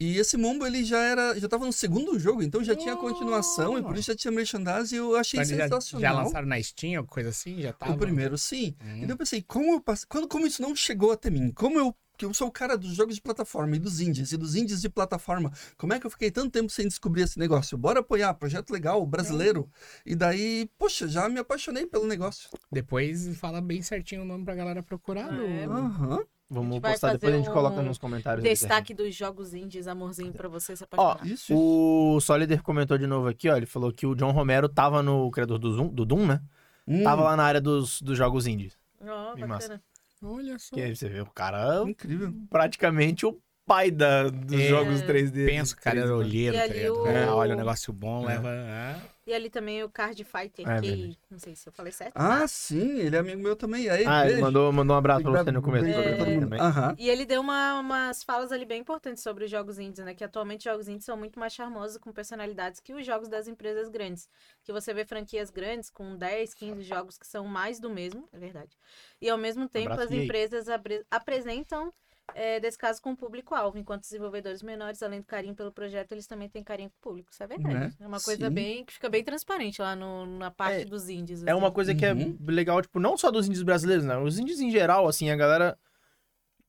S4: E esse Mombo, ele já era. Já tava no segundo jogo, então já tinha continuação e por isso já tinha merchandise e eu achei
S1: Mas Então já, já
S4: sensacional.
S1: lançaram na Steam, alguma coisa assim? Já tava.
S4: o primeiro, sim.
S1: Hum.
S2: Uhum.
S4: E daí Então eu pensei, como eu passe- quando, como isso não chegou até mim? Como eu. Que eu sou o cara dos jogos de plataforma e dos indies, e dos indies de plataforma. Como é que eu fiquei tanto tempo sem descobrir esse negócio? Bora apoiar, projeto legal, brasileiro. E daí, poxa, já me apaixonei pelo negócio.
S1: Depois fala bem certinho o nome pra galera procurar. né?
S3: É.
S1: o-
S4: Aham.
S3: A
S2: Vamos
S3: gente vai
S2: postar, depois a gente
S3: fazer
S2: coloca
S3: um
S2: nos comentários. aí, Zé.
S3: Destaque dos jogos indies, amorzinho pra você
S2: Ó,
S3: se apaixonar.
S4: Isso,
S2: o Solider comentou de novo aqui, ó. Ele falou que o John Romero tava no o criador do, Zoom, do Doom, né?
S4: Hum,
S2: Tava lá na área dos, dos jogos indies.
S3: Ó,
S2: que massa.
S3: bacana.
S1: Olha só.
S2: Que aí você vê, o cara é
S4: incrível.
S2: praticamente o pai da, dos
S1: É.
S2: jogos 3D.
S1: Penso, cara, era olheiro,
S3: E
S1: tá
S3: ali
S1: ligado?
S3: o-
S1: É, olha, o negócio bom,
S2: É.
S1: leva. ah.
S3: E ali também o Card Fighter,
S2: É,
S3: que.
S2: verdade.
S3: Não sei se eu falei certo.
S4: Ah, sim, ele é amigo meu também. Aí,
S2: Ah, ele
S4: beijo.
S2: mandou, mandou um abraço pra
S4: Beijo
S2: você no começo do
S4: beijo pra
S2: programa
S4: todo
S2: aí
S4: mundo.
S2: também.
S4: Aham.
S3: E ele deu uma- umas falas ali bem importantes sobre os jogos indies, né? Que atualmente jogos indies são muito mais charmosos com personalidades que os jogos das empresas grandes. Que você vê franquias grandes com 10, 15 jogos que são mais do mesmo, é verdade. E ao mesmo tempo
S2: abraço,
S3: as
S2: e aí?
S3: empresas abre- apresentam, é, desse caso, com o público-alvo. Enquanto os desenvolvedores menores, além do carinho pelo projeto, eles também têm carinho com o público. Isso é verdade.
S4: Né?
S3: É uma coisa
S4: Sim.
S3: bem que fica bem transparente lá no- na parte
S2: É-
S3: dos indies.
S2: É
S3: assim.
S2: uma coisa que
S4: Uhum.
S2: é legal, tipo, não só dos índios brasileiros, né? Os índios em geral, assim, a galera,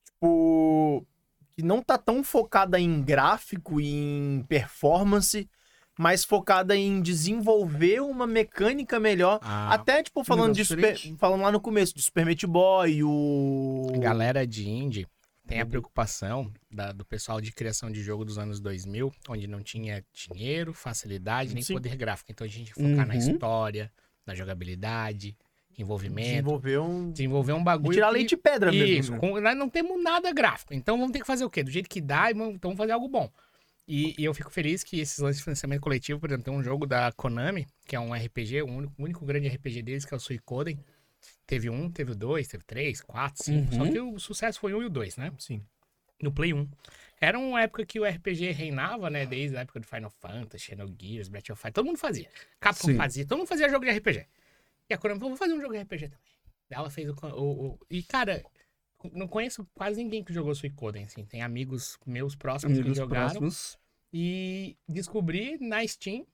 S2: tipo, que não tá tão focada em gráfico e em performance, mas focada em desenvolver uma mecânica melhor.
S1: Ah,
S2: Até, tipo, falando de
S4: negócio
S2: Super-
S4: diferente.
S2: falando lá no começo, de Super Meat Boy, o...
S1: Galera de indie tem
S2: Uhum.
S1: a preocupação da- do pessoal de criação de jogo dos anos 2000, onde não tinha dinheiro, facilidade, nem
S2: Sim.
S1: poder gráfico. Então a gente focar na
S4: Uhum.
S1: história, na jogabilidade, envolvimento,
S2: Desenvolver um...
S1: desenvolver um bagulho.
S2: Tirar
S1: que-
S2: leite e pedra mesmo.
S1: Isso,
S2: né?
S1: com- nós não temos nada gráfico. Então vamos ter que fazer o quê? Do jeito que dá, e vamos- então vamos fazer algo bom. E, e eu fico feliz que esses lances de financiamento coletivo, por exemplo, tem um jogo da Konami, que é um RPG, o único, o único grande RPG deles, que é o Suicoden. Teve um, teve o dois, teve três, quatro, cinco. Só
S4: Uhum.
S1: que o sucesso foi um e o dois, né?
S2: Sim.
S1: no Play 1. Era uma época que o RPG reinava, né? Desde a época do Final Fantasy, Xenogears, Breath of Fire. Todo mundo fazia. Capcom
S4: Sim.
S1: fazia. Todo mundo fazia jogo de RPG. E a Konami falou, vou fazer um jogo de RPG também. Daí Ela fez o... co- o- o- E, cara, não conheço quase ninguém que jogou Suicoden, assim. Tem amigos meus próximos
S4: Amigos
S1: que jogaram.
S4: próximos.
S1: E descobri na Steam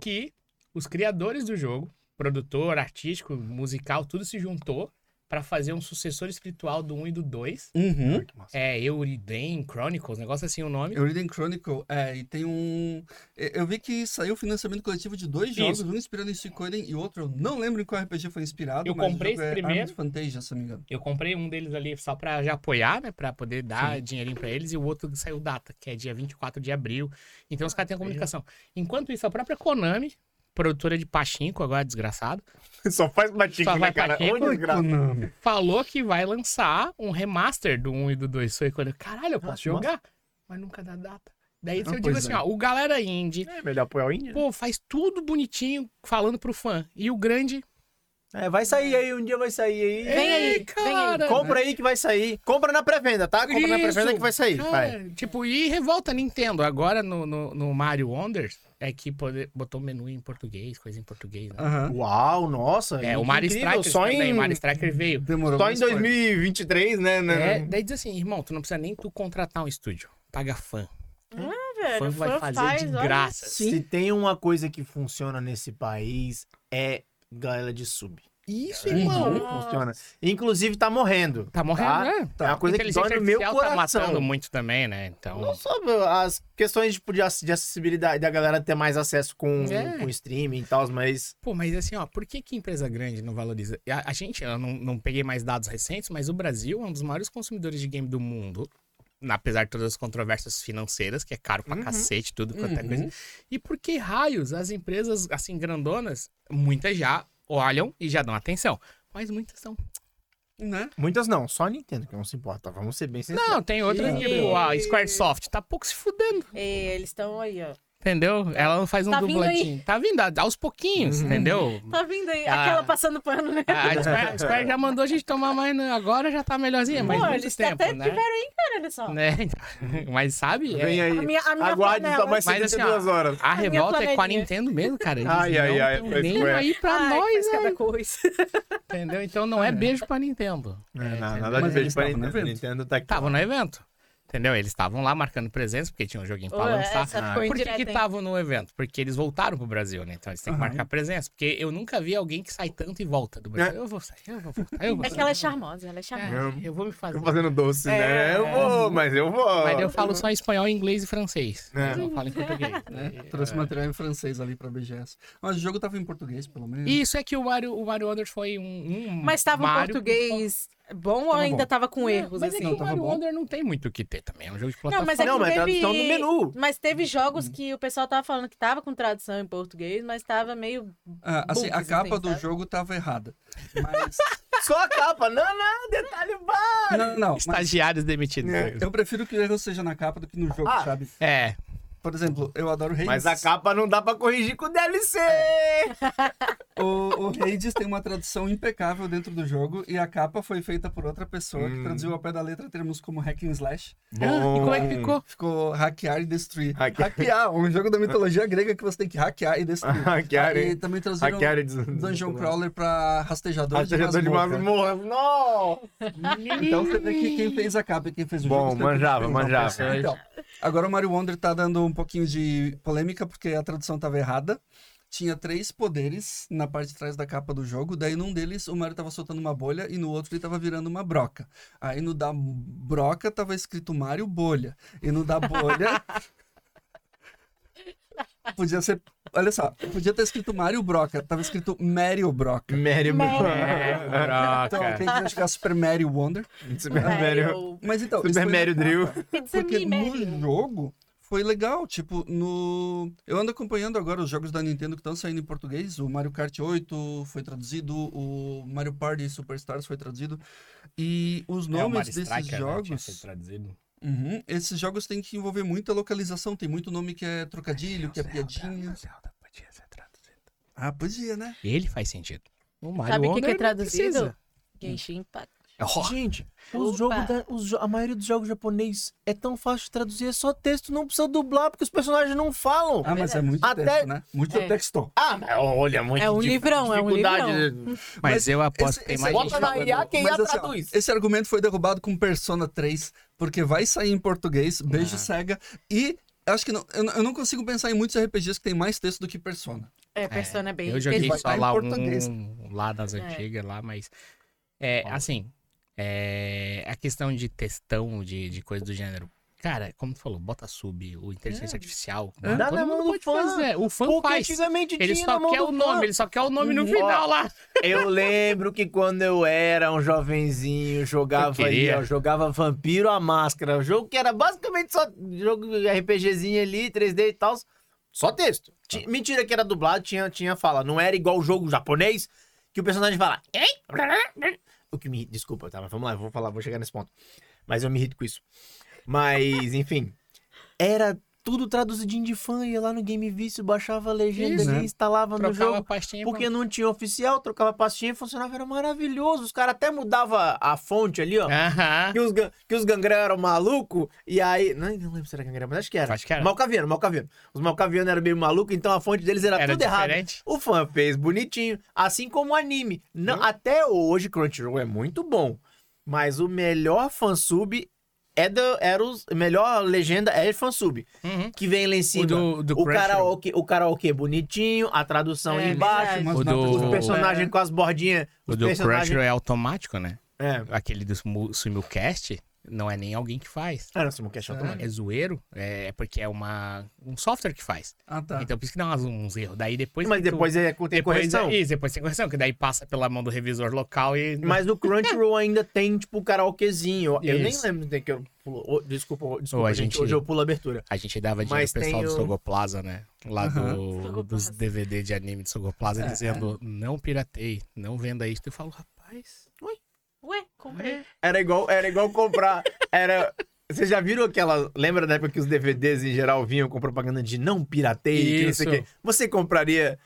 S1: que os criadores do jogo, produtor, artístico, musical, tudo se juntou pra fazer um sucessor espiritual do 1 e do 2.
S4: Uhum.
S1: É, Euriden Chronicles, negócio assim o nome.
S4: Euriden Chronicle, é, e tem um. e- Eu vi que saiu o financiamento coletivo de dois jogos, um inspirado em Suicoden e outro, eu não lembro em qual RPG foi inspirado.
S1: Eu
S4: mas o
S1: comprei
S4: jogo
S1: esse
S4: é
S1: primeiro.
S4: Arms Fantasia, se não me engano.
S1: Eu comprei um deles ali só pra já apoiar, né? Pra poder dar dinheirinho pra eles. E o outro saiu data, que é dia 24 de abril. Então os caras têm a comunicação. Enquanto isso, a própria Konami, produtora de Pachinko, agora desgraçado,
S2: Só faz batinho,
S1: Só
S2: né,
S1: faz
S2: cara?
S1: patinho.
S2: Onde gra-
S4: Konami.
S1: falou que vai um lançar um remaster do 1 e do 2. Foi quando eu, caralho, eu posso
S2: Ah, que
S1: jogar, mas nunca dá data. Daí
S4: Ah,
S1: eu digo
S4: pois
S1: assim,
S4: é.
S1: ó, o galera indie,
S2: É melhor apoiar o índio.
S1: pô, faz tudo bonitinho falando pro fã. E o grande.
S2: É, vai sair aí, um dia vai sair aí.
S3: Vem aí,
S1: "Ei,
S3: vem aí."
S1: cara,
S2: Compra aí que vai sair. Compra na pré-venda, tá? Compra na pré-venda
S1: É. Isso,
S2: que vai sair. Vai.
S1: cara, Tipo, e revolta a Nintendo. Agora no, no, no Mario Wonders é que pode- botou menu em português, coisa em português. né?
S4: Aham.
S2: Uau, nossa.
S1: É, o
S2: que
S1: Mario
S2: Ah, incrível.
S1: Strikers
S2: só
S1: também,
S2: em,
S1: o Mario Striker veio.
S4: Demorou.
S2: só em
S4: mas foi.
S2: 2023, né?
S1: É,
S2: né?
S1: daí diz assim, irmão, tu não precisa nem tu contratar um estúdio. Paga fã.
S3: velho.
S1: fã vai
S3: É, fã
S1: fazer
S3: faz,
S1: de
S3: olha.
S1: graça.
S2: Se tem uma coisa que funciona nesse país, é galera de sub.
S1: Isso,
S4: Uhum.
S1: irmão.
S2: Funciona. Inclusive, tá morrendo.
S1: Tá morrendo,
S2: Tá.
S1: né?
S2: É uma coisa que
S1: Inteligência
S2: dói no meu
S1: artificial tá
S2: coração.
S1: matando muito também, né? Então.
S2: Não só as questões tipo, de, ac- de acessibilidade, da galera ter mais acesso com,
S1: É.
S2: com streaming e tal, mas.
S1: Pô, mas assim, ó, por que que empresa grande não valoriza? A, a gente, eu não, não peguei mais dados recentes, mas o Brasil é um dos maiores consumidores de game do mundo. na- Apesar de todas as controvérsias financeiras, que é caro pra
S2: Uhum.
S1: cacete, tudo quanto é
S4: Uhum.
S1: coisa. E por que raios as empresas, assim, grandonas, muitas já olham e já dão atenção. Mas muitas são.
S4: Né?
S2: Muitas não, só a Nintendo que não se importa, vamos ser bem sinceros.
S1: Não, tem outra,
S4: Sim.
S1: tipo, a Squaresoft tá pouco se fudendo.
S3: E eles estão aí, ó.
S1: Entendeu? Ela não faz um
S3: Tá vindo
S1: dubladinho. Tá vindo, a- aos pouquinhos, entendeu?
S3: Tá vindo aí,
S1: Ah.
S3: aquela passando pano, né?
S1: A a Square, a Square já mandou a gente tomar mais. na- Agora já tá melhorzinha, mas
S3: Pô,
S1: muito
S3: eles
S1: tempo,
S3: até
S1: né?
S3: tiveram aí, cara, olha só.
S1: Né? Então, Mas sabe? é-
S2: Vem aí.
S3: A minha, a minha né,
S2: Aguarde
S3: panela.
S2: só mais
S1: Mas, assim,
S2: 72
S1: ó,
S2: horas.
S1: A
S3: minha
S1: revolta é com a
S3: panelinha.
S1: Nintendo mesmo, cara. Eles
S2: Ai, ai,
S1: não
S2: ai,
S1: tão
S2: foi-
S1: nem
S2: foi-
S1: aí pra
S3: Ai, é.
S1: nós,
S3: faz cada
S1: né?
S3: coisa.
S1: entendeu? Então não é beijo pra Nintendo.
S2: Não,
S1: É,
S2: não,
S1: entendeu?
S2: nada de
S4: Mas
S2: beijo
S4: eles
S2: pra
S4: estavam no
S2: Nintendo.
S4: evento.
S2: Nintendo tá aqui.
S1: Estavam no evento. Entendeu? Eles estavam lá marcando presença, porque tinha um joguinho pra
S3: Ô,
S1: lançar.
S3: essa ficou
S1: Por que
S3: indireta,
S1: que
S3: hein?
S1: estavam no evento? Porque eles voltaram pro Brasil, né? Então eles têm que
S4: Aham.
S1: marcar presença. Porque eu nunca vi alguém que sai tanto e volta do
S2: É.
S1: Brasil. Eu vou sair, eu vou voltar, eu vou
S3: É que ela é charmosa, ela é charmosa.
S1: sair. É, eu vou me fazer.
S2: Tô fazendo doce, né? Eu vou, mas eu vou.
S1: Mas eu falo só espanhol, inglês e francês.
S2: É.
S1: Eu não falo em português.
S4: né? Trouxe material em francês ali pra BGS. Mas o jogo tava em português, pelo menos.
S1: Isso é que o Mario, o Mario Wonder foi um, um
S3: Mas tava um
S1: Mario-
S3: português bom ou
S4: Tava
S3: ainda
S4: bom.
S3: tava com erros,
S1: Mas é
S3: assim?
S1: que o
S4: Não, tava
S1: Mario
S4: bom.
S1: Wonder não tem muito o que ter também. É um jogo de
S3: Não,
S1: plataforma.
S3: mas é que
S2: Não, mas
S3: teve...
S2: tradução no menu.
S3: Mas
S1: Hum.
S3: teve jogos que o pessoal tava falando que tava com tradução em português, mas tava meio...
S4: Ah, assim, a
S3: Bugs,
S4: capa
S3: assim,
S4: do
S3: sabe?
S4: jogo tava errada. Mas.
S2: Só a capa. Não, não, detalhe baixo.
S4: não, não. Mas
S1: Estagiários demitidos. É.
S4: eu prefiro que o erro seja na capa do que no jogo,
S2: Ah.
S4: sabe?
S1: É.
S4: Por exemplo, eu adoro Hades.
S2: Mas a capa não dá pra corrigir com DLC.
S4: O, o Hades tem uma tradução impecável dentro do jogo e a capa foi feita por outra pessoa
S2: Hum.
S4: que traduziu ao pé da letra termos como hack and slash.
S1: Ah, e como é que ficou?
S4: Ficou hackear e destruir.
S2: Hackear.
S4: Hackear, um jogo da mitologia grega que você tem que hackear e destruir.
S2: Hackear,
S4: e
S2: hein?
S4: também traduziram
S2: Hackear de...
S4: um Dungeon Crawler pra rastejador,
S2: Rastejador de masmorra.
S4: masmorra.
S2: Não!
S4: Então você vê que quem fez a capa e quem fez o
S2: Bom,
S4: jogo. você vê que
S2: manjava,
S4: fez uma
S2: manjava.
S4: pessoa. Então, agora o Mario Wonder tá dando um pouquinho de polêmica porque a tradução tava errada. Tinha três poderes na parte de trás da capa do jogo. Daí num deles o Mario tava soltando uma bolha e no outro ele tava virando uma broca. Aí no da broca tava escrito Mario Bolha. E no da bolha. podia ser. Olha só, podia ter escrito Mario Broca, tava escrito Mario Broca.
S2: Mary É,
S4: Então,
S1: Broca.
S4: quem quiser jogar Super Mario Wonder.
S1: é
S2: Super Mario.
S4: Mas então. isso
S2: Super
S4: foi na
S2: Mario
S4: capa.
S2: Drill.
S3: It's a
S4: Porque
S3: me, Mary.
S4: no jogo foi legal, tipo, no eu ando acompanhando agora os jogos da Nintendo que estão saindo em português, o Mario Kart 8 foi traduzido, o Mario Party Superstars foi traduzido e os nomes desses
S2: né,
S4: jogos, Uhum, esses jogos têm que envolver muita localização, tem muito nome que é trocadilho, que é piadinha. Ah, podia, né?
S1: Ele faz sentido. O Mario
S3: Sabe o que, que
S1: Wonder
S3: é
S1: não
S3: traduzido?
S1: precisa.
S3: Genshin Impact.
S1: Ó,
S2: Gente,
S3: os Opa. jogo da-
S2: a maioria dos jogos japonês é tão fácil de traduzir, é só texto, não precisa dublar, porque os personagens não falam.
S4: Ah, mas é muito
S2: Até-
S4: texto, né? Muito
S3: É.
S4: texto.
S2: Ah, mas olha, muito
S3: É um
S2: dif-
S3: livrão, é um
S2: dificuldade.
S1: mas eu aposto que
S4: esse-
S1: tem
S4: esse-
S1: mais
S2: Bota
S1: gente
S2: na IA
S1: falando.
S2: que
S4: Mas,
S2: IA
S4: assim, ó,
S2: traduz.
S4: esse argumento foi derrubado com Persona 3, porque vai sair em português, beijo
S1: Ah.
S4: cega, e acho que não, eu, eu não consigo pensar em muitos RPGs que tem mais texto do que Persona.
S3: É, Persona é bem...
S1: Eu joguei
S4: Vai
S1: só
S4: estar em
S1: lá
S4: português.
S1: um lá das
S3: É.
S1: antigas lá, mas é
S2: Fala.
S1: assim, é, a questão de textão de, de coisa do gênero. Cara, como tu falou, bota sub, o inteligência artificial,
S2: É. Dá
S1: mano,
S2: na
S1: todo
S2: mão
S1: mundo
S2: do
S1: pode
S2: fã.
S1: fazer, o fã
S2: Porque
S1: faz.
S2: antigamente
S1: Ele
S2: tinha na
S1: só
S2: mão
S1: quer
S2: do
S1: o
S2: fã. Uhum.
S1: nome, ele só quer o nome no
S2: Ó,
S1: final lá.
S2: Eu lembro que quando eu era um jovenzinho, eu
S1: Eu
S2: jogava ali,
S1: queria.
S2: ó, jogava Vampiro a Máscara, um jogo que era basicamente só jogo RPGzinho ali, 3D e tal, só texto. Ti-
S1: Ah.
S2: Mentira que era dublado, tinha, tinha fala, não era igual o jogo japonês que o personagem fala. "Ei, blá, blá, blá". O que me irrita, desculpa, tá, mas vamos lá, eu vou falar, vou chegar nesse ponto. Mas eu me irrito com isso. Mas, enfim, era tudo traduzidinho de fã, ia lá no Game Vício, baixava a legenda
S4: Isso,
S2: ali,
S4: né?
S2: instalava no
S1: Trocava
S2: jogo.
S1: pastinha. pra-
S2: Porque não tinha oficial, trocava pastinha e funcionava, era maravilhoso. Os caras até mudava a fonte ali,
S1: É.
S2: ó.
S1: Aham.
S2: Que os, gan- que os gangrão eram maluco e aí. Não, não lembro se era gangrão, mas acho que era.
S1: Acho que era.
S2: Malcaviano, malcaviano. Os malcavianos eram meio maluco, então a fonte deles era,
S1: Era
S2: tudo errado.
S1: diferente.
S2: O fã fez bonitinho, assim como o anime.
S1: Hum.
S2: Não, Até hoje, Crunchyroll é muito bom. Mas o melhor fansub é do, era os. Melhor legenda é fansub.
S1: Uhum.
S2: Que vem lá em cima.
S1: do- do
S2: o,
S1: Crunchyroll.
S2: karaokê, o karaokê bonitinho, a tradução
S3: É,
S2: embaixo.
S3: verdade.
S4: umas
S1: O
S4: notas
S1: do-
S4: de
S2: Os
S1: O-
S2: personagens com as bordinhas.
S1: O
S2: Os
S1: do
S2: personagens.
S1: Crunchyroll é automático, né?
S2: É.
S1: Aquele do Simu- Simulcast não é nem alguém que faz.
S2: Ah, não, Simulcast é automático.
S1: É zoeiro, é porque é uma, um software que faz.
S4: Ah, tá.
S1: Então por isso que dá umas- uns erros. Daí depois.
S2: Mas
S1: que tu-
S2: depois é, tem
S1: depois
S2: correção.
S1: Isso, depois tem correção, que daí passa pela mão do revisor local e.
S2: Mas no Crunchyroll ainda tem, tipo, karaokezinho. Eu nem
S1: Isso.
S2: lembro do que eu pulo. ô, Desculpa, ô, desculpa,
S1: Ou a
S2: gente.
S1: gente-
S2: Hoje eu pulo a abertura.
S1: A gente dava dinheiro
S2: Mas
S1: pro pessoal
S2: tem
S1: do
S2: o-
S1: Sogoplaza, né? Lá do-
S3: Sogoplaza.
S1: dos DVD de anime do Sogoplaza,
S4: É.
S1: dizendo, não piratei, não venda isso. Eu falo, rapaz,
S3: Ué, comprei.
S2: Era igual, era igual comprar. Era. Vocês já viram aquela. Lembra da época que os DVDs em geral vinham com propaganda de não pirateie, que não sei o
S1: Isso.
S2: quê? Você compraria.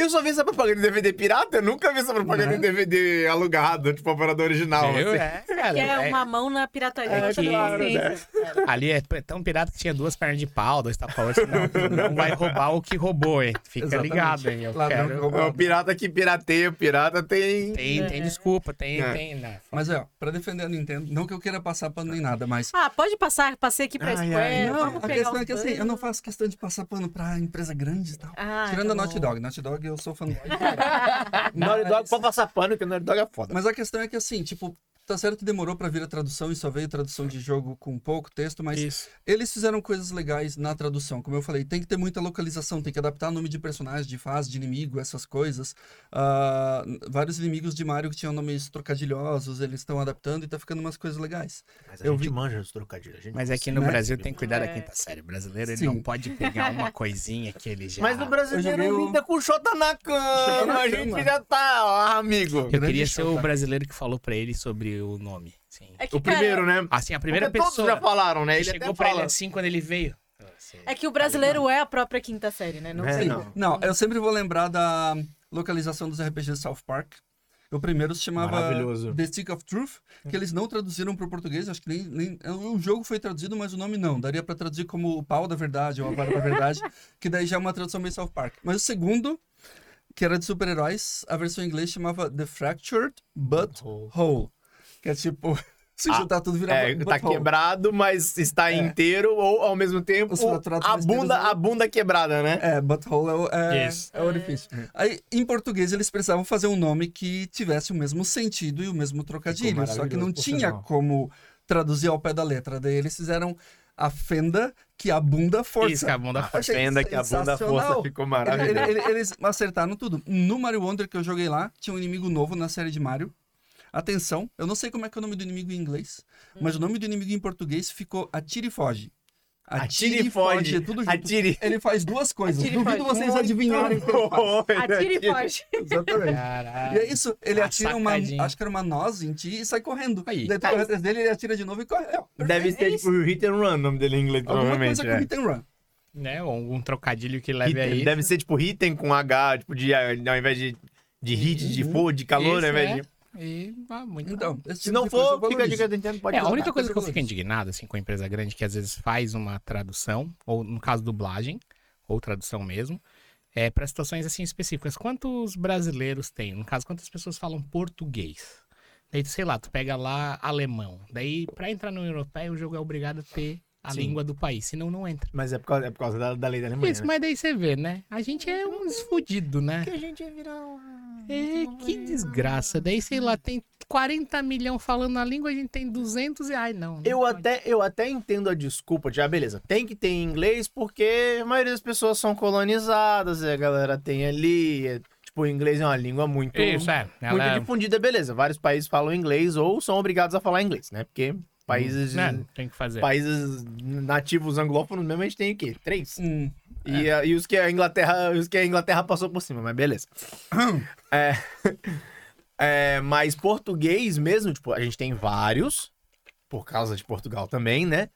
S2: Eu só vi essa propaganda de DVD pirata, eu nunca vi essa propaganda
S4: Né?
S2: de DVD alugado, tipo, operador original.
S1: eu,
S2: assim.
S1: é, cara,
S3: Que é
S1: é-
S3: uma mão na pirataria.
S1: É
S3: outra
S1: que-
S3: na
S1: Claro,
S3: consciência.
S1: ali é tão pirata que tinha duas pernas de pau, dois tapas, não, tu não vai roubar o que roubou, hein? Fica
S4: Exatamente.
S1: ligado, hein? Eu
S4: Ladrão que
S1: quero-
S4: roubou.
S2: É o pirata que pirateia, o pirata tem.
S1: Tem, tem desculpa, tem,
S2: É.
S1: tem, né?
S4: Mas é, ó, pra defender a Nintendo, não que eu queira passar pano nem nada, mas.
S3: Ah, pode passar, passei aqui pra
S2: Ai,
S3: Square.
S2: ai,
S4: Não,
S3: vamos
S4: a
S3: pegar
S4: questão
S3: os
S4: é que assim, eu não
S3: dois.
S4: faço questão de passar pano pra empresa grande e tal.
S3: Ah,
S4: Tirando
S3: tá
S4: a Naughty
S3: bom.
S4: Dog. Naughty Dog eu sou fanboy.
S2: Naughty Dog pode passar pano, porque o Naughty Dog é foda.
S4: Mas a questão é que assim, tipo, tá certo que demorou pra vir a tradução e só veio tradução de jogo com pouco texto, mas
S1: Isso.
S4: eles fizeram coisas legais na tradução. Como eu falei, tem que ter muita localização, tem que adaptar nome de personagem, de fase, de inimigo, essas coisas. Ah, vários inimigos de Mario que tinham nomes trocadilhosos, eles estão adaptando e tá ficando umas coisas legais.
S2: Mas
S4: a Eu gente vi-
S2: manja os trocadilhos.
S1: Mas aqui no
S4: Né?
S1: Brasil tem que cuidar da
S3: É.
S1: quinta série. O brasileiro, ele
S4: Sim.
S1: não pode pegar uma coisinha que ele já...
S2: Mas no brasileiro
S4: Eu joguei o-
S2: lida com o Xota na
S4: Xota
S2: cama.
S4: na
S2: A
S4: cama.
S2: gente já tá, ó, amigo.
S1: Eu
S4: Grande tá?
S1: queria ser o
S4: show, cara.
S1: brasileiro que falou pra ele sobre o nome. Sim.
S3: É que,
S2: O
S3: cara,
S2: primeiro, né?
S1: Assim, a primeira
S2: Porque
S1: pessoa...
S2: Todos já falaram, né?
S1: Ele
S2: Ele
S1: chegou
S2: até
S1: pra
S2: fala.
S1: ele assim quando ele veio.
S3: É que o brasileiro é a própria quinta série, né? Não
S2: É,
S3: sei.
S2: não.
S4: Não, eu sempre vou lembrar da localização dos RPGs de South Park. O primeiro se chamava
S2: Maravilhoso.
S4: The Stick of Truth, que eles não traduziram para o português, acho que nem, nem- O jogo foi traduzido, mas o nome não. Daria para traduzir como o pau da verdade ou a vara da verdade, que daí já é uma tradução meio South Park. Mas o segundo, que era de super-heróis, a versão em inglês chamava The Fractured But Whole. Que é tipo, se
S2: Ah,
S4: juntar tudo virar
S2: É, tá quebrado, mas está inteiro ou ao mesmo tempo
S4: Os fraturado
S2: a
S4: mais
S2: bunda,
S4: dedos, né?
S2: a bunda quebrada, né?
S4: É, butthole é o, é,
S1: Isso.
S4: é o orifício. Aí, em português, eles precisavam fazer um nome que tivesse o mesmo sentido e o mesmo trocadilho, só que
S2: maravilhoso,
S4: não
S2: por
S4: tinha
S2: sinal.
S4: como traduzir ao pé da letra. Daí eles fizeram a fenda que a bunda força. Ah.
S1: Isso, que a bunda
S4: Achei
S2: Venda que a bunda força
S4: sensacional.
S2: ficou
S4: Ele-
S2: maravilhosa.
S4: ele- ele- eles acertaram tudo. No Mario Wonder que eu joguei lá, tinha um inimigo novo na série de Mario. Atenção, eu não sei como é que é o nome do inimigo em inglês, mas
S2: Hum.
S4: o nome do inimigo em português ficou Atire e Foge.
S2: Atire e foge.
S4: é tudo junto.
S2: Atire.
S4: Ele faz duas coisas.
S3: Atire e foge.
S4: Duvido
S2: um
S4: vocês adivinharem o que ele faz.
S3: Atira Ah, e foge.
S4: Exatamente. E
S1: Caralho.
S4: é isso, ele
S1: Ah,
S4: atira uma.
S1: sacadinho.
S4: Acho que era uma noz em ti e sai correndo.
S1: Aí.
S4: Daí tu corre atrás dele, ele atira de novo e corre. É,
S2: Deve ser tipo hit and run o nome dele em inglês,
S4: alguma
S2: provavelmente.
S4: coisa com
S2: é.
S4: hit and run.
S1: Né? Ou um trocadilho que
S2: Hit-
S1: leve aí.
S2: Deve ser tipo item com H, tipo de, ao invés de, de hit, de for, de calor,
S1: Isso,
S2: ao invés
S1: é.
S2: de
S1: E, ah, muito bom.
S4: Então, esse
S2: Se
S4: tipo
S2: não
S4: de coisa eu
S2: for, fica a
S4: valorizo.
S2: dica do Nintendo, pode
S1: É, a
S2: usar.
S1: única coisa que eu fico
S4: valorizo.
S1: indignado, assim, com a empresa grande, que às vezes faz uma tradução, ou no caso, dublagem, ou tradução mesmo, é para situações, assim, específicas. Quantos brasileiros tem? No caso, quantas pessoas falam português? Daí, tu, sei lá, tu pega lá alemão. Daí, pra entrar no europeu, o jogo é obrigado a ter a
S2: Sim.
S1: língua do país, senão não entra.
S2: Mas é por causa, é por causa da, da lei da Alemanha,
S1: Isso, mas daí você vê, né? A gente é um desfudido, né?
S2: Uhum. a gente ia virar um...
S1: É, que desgraça. Daí, sei lá, tem 40 milhões falando a língua, a gente tem 200 e ai, não. não
S2: Eu
S1: pode.
S2: até, eu até entendo a desculpa de, ah, beleza, tem que ter em inglês porque a maioria das pessoas são colonizadas, e a galera tem ali, é, tipo, o inglês é uma língua muito,
S1: Isso, é.
S2: muito
S1: Ela...
S2: difundida, beleza, vários países falam inglês ou são obrigados a falar inglês, né, porque países,
S1: Né, tem que fazer.
S2: países nativos anglófonos mesmo a gente tem o quê? Três?
S4: Hum,
S2: E,
S1: é.
S2: a- e os que a Inglaterra, os que a Inglaterra passou por cima, mas beleza.
S1: Hum.
S2: é, é, mas português mesmo, tipo, a gente tem vários por causa de Portugal também, né?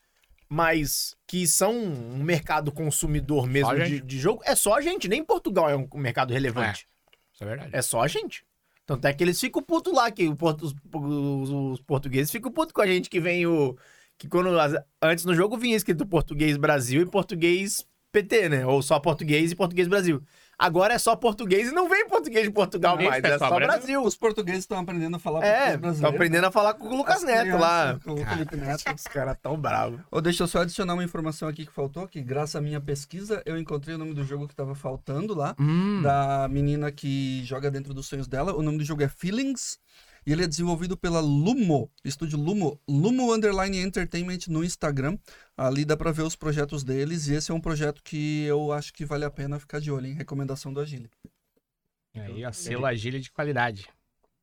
S2: mas que são um mercado consumidor mesmo
S1: Só a
S2: de,
S1: gente.
S2: de jogo, é só a gente. Nem Portugal é um mercado relevante.
S1: Isso é verdade.
S2: É, só a gente. Tanto é que eles ficam putos lá, que o portu- os, os- os portugueses ficam putos com a gente, que vem o... Que quando, as- antes no jogo vinha escrito português Brasil e português PT, né? Ou só português e português Brasil. Agora é só português e não vem português de Portugal
S1: Isso,
S2: mais,
S1: é
S2: é
S1: só
S2: só
S1: Brasil.
S2: Brasil.
S4: Os portugueses estão aprendendo a falar
S2: É,
S4: português
S2: tô
S4: brasileiro.
S2: aprendendo a falar com o Lucas
S4: As
S2: Neto lá.
S4: crianças, com o Felipe Neto.
S2: Os caras tão bravos.
S4: Ô, deixa eu só adicionar uma informação aqui que faltou, que graças à minha pesquisa eu encontrei o nome do jogo que tava faltando lá,
S1: Hum,
S4: da menina que joga dentro dos sonhos dela. O nome do jogo é Feelings e ele é desenvolvido pela Lumo, estúdio Lumo, Lumo Underline Entertainment no Instagram. Ali dá pra ver os projetos deles e esse é um projeto que eu acho que vale a pena ficar de olho, hein? Recomendação do Agile.
S1: Aí, ó, selo agilha de qualidade.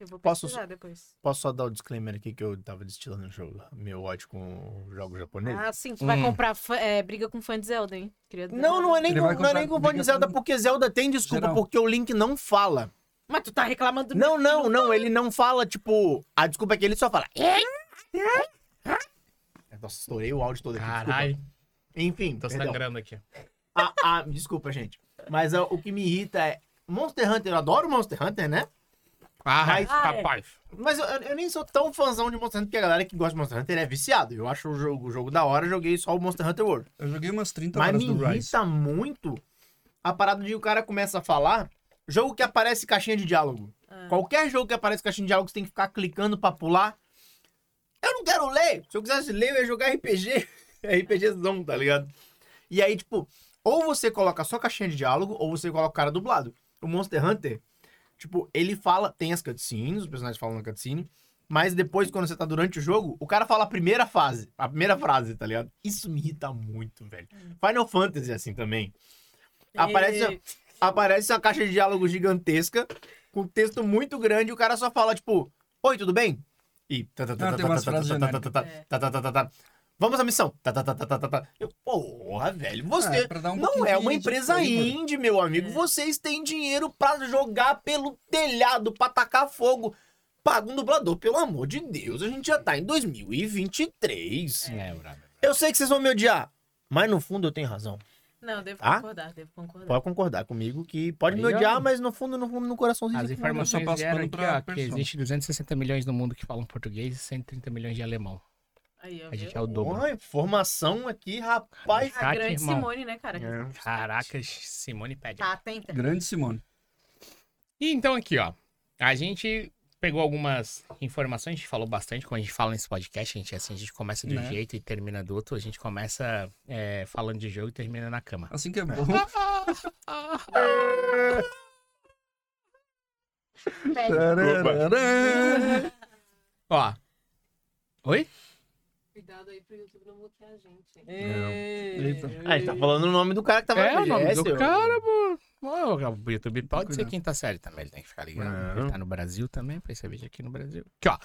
S3: Eu vou
S2: Posso-
S3: pesquisar depois.
S2: Posso só dar o disclaimer aqui que eu tava destilando o jogo, meu ódio com jogos japoneses?
S3: Ah, sim, tu vai
S1: Hum.
S3: comprar fã- é, briga com fã de Zelda, hein? Queria dizer.
S2: Não, não é nem
S4: Ele
S2: com,
S4: vai
S2: não é nem
S4: comprar
S2: com fã de
S4: briga
S2: Zelda,
S4: com-
S2: porque Zelda tem desculpa,
S4: Geral.
S2: porque o Link não fala.
S3: Mas tu tá reclamando do
S2: Não, não, não, ele não fala, tipo, a desculpa é que ele só fala. É, Nossa, estourei o áudio todo aqui. desculpa.
S1: Caralho, Então tá
S2: Enfim,
S1: tô
S2: perdão.
S1: sangrando aqui.
S2: Ah, ah, desculpa, gente. Mas ah, o que me irrita é. Monster Hunter, eu adoro Monster Hunter, né?
S1: Ah,
S2: Mas-
S1: rapaz.
S2: Mas eu, eu nem sou tão fãzão de Monster Hunter, porque a galera que gosta de Monster Hunter é viciado. Eu acho o jogo, o jogo da hora, joguei só o Monster Hunter World.
S4: Eu joguei umas 30
S2: Mas
S4: horas
S2: me
S4: do Rise.
S2: irrita muito a parada de o cara começa a falar. Jogo que aparece caixinha de diálogo. Qualquer jogo que aparece caixinha de diálogo, você tem que ficar clicando pra pular. Eu não quero ler. Se eu quisesse ler, eu ia jogar RPG. RPGzão, tá ligado? E aí, tipo, ou você coloca só caixinha de diálogo, ou você coloca o cara dublado. O Monster Hunter, tipo, ele fala, tem as cutscenes, os personagens falam na cutscene, mas depois, quando você tá durante o jogo, o cara fala a primeira fase, a primeira frase, tá ligado? Isso me irrita muito, velho. Final Fantasy é assim também. Aparece, aparece uma caixa de diálogo gigantesca, com texto muito grande, e o cara só fala, tipo, Oi, tudo bem? E. tá, tá, tá,
S4: Ah,
S2: tá,
S4: tem
S2: tá,
S4: umas
S2: tá,
S4: frases
S2: tá, tá, tá,
S3: genéricas. É.
S2: tá, tá, tá, tá, tá. Vamos à missão. Tá, tá, tá, tá, tá, tá, tá. Eu, porra, velho, você
S4: Ah, pra dar um
S2: não
S4: pouquinho
S2: é
S4: de-
S2: uma
S4: de
S2: empresa
S4: flavor.
S2: indie, meu amigo.
S3: É.
S2: Vocês têm dinheiro pra jogar pelo telhado, pra tacar fogo. Paga um dublador, pelo amor de Deus. A gente já tá em 2023.
S1: É, brabo.
S2: Eu sei que vocês vão me odiar, mas no fundo eu tenho razão.
S3: Não, devo
S4: Ah?
S2: Tá?
S3: concordar, devo concordar.
S2: Pode concordar comigo que pode me
S1: Aí, ó.
S2: odiar, mas no fundo, no fundo, no coraçãozinho.
S1: As
S2: você tem razão.
S4: só
S1: informações
S4: passo
S1: vieram
S4: pano
S1: aqui,
S4: pra
S1: ó, que
S4: persona.
S1: existe 260 milhões no mundo que falam português e 130 milhões de alemão.
S3: Aí, ó,
S1: A gente
S4: um
S3: viu?
S1: é o dobro.
S2: Porra, informação aqui, rapaz.
S3: A
S1: Caraca,
S3: grande
S1: irmão.
S3: Simone, né,
S2: é.
S3: cara?
S4: É.
S1: Caraca, Simone pede.
S3: Tá atenta.
S4: Grande Simone.
S1: E então aqui, ó. A gente pegou algumas informações, a gente falou bastante, como a gente fala nesse podcast, a gente, assim, a gente começa de um
S4: Né?
S1: jeito e termina do outro, a gente começa é, falando de jogo e termina na cama.
S4: Assim que é bom. Tararara.
S1: Ó. Oi?
S5: Cuidado aí pro YouTube não bloquear a gente. hein?
S4: Eita.
S2: Ah, ele tá falando o nome do cara que tava
S1: É,
S2: na
S1: o nome
S2: BGS,
S1: do
S2: eu-
S1: cara, pô. Ó, O YouTube pode
S4: Cuidado.
S1: ser quinta série também, ele tem que ficar ligado.
S2: Não.
S1: Ele tá no Brasil também, pra esse vídeo aqui no Brasil. Aqui, ó.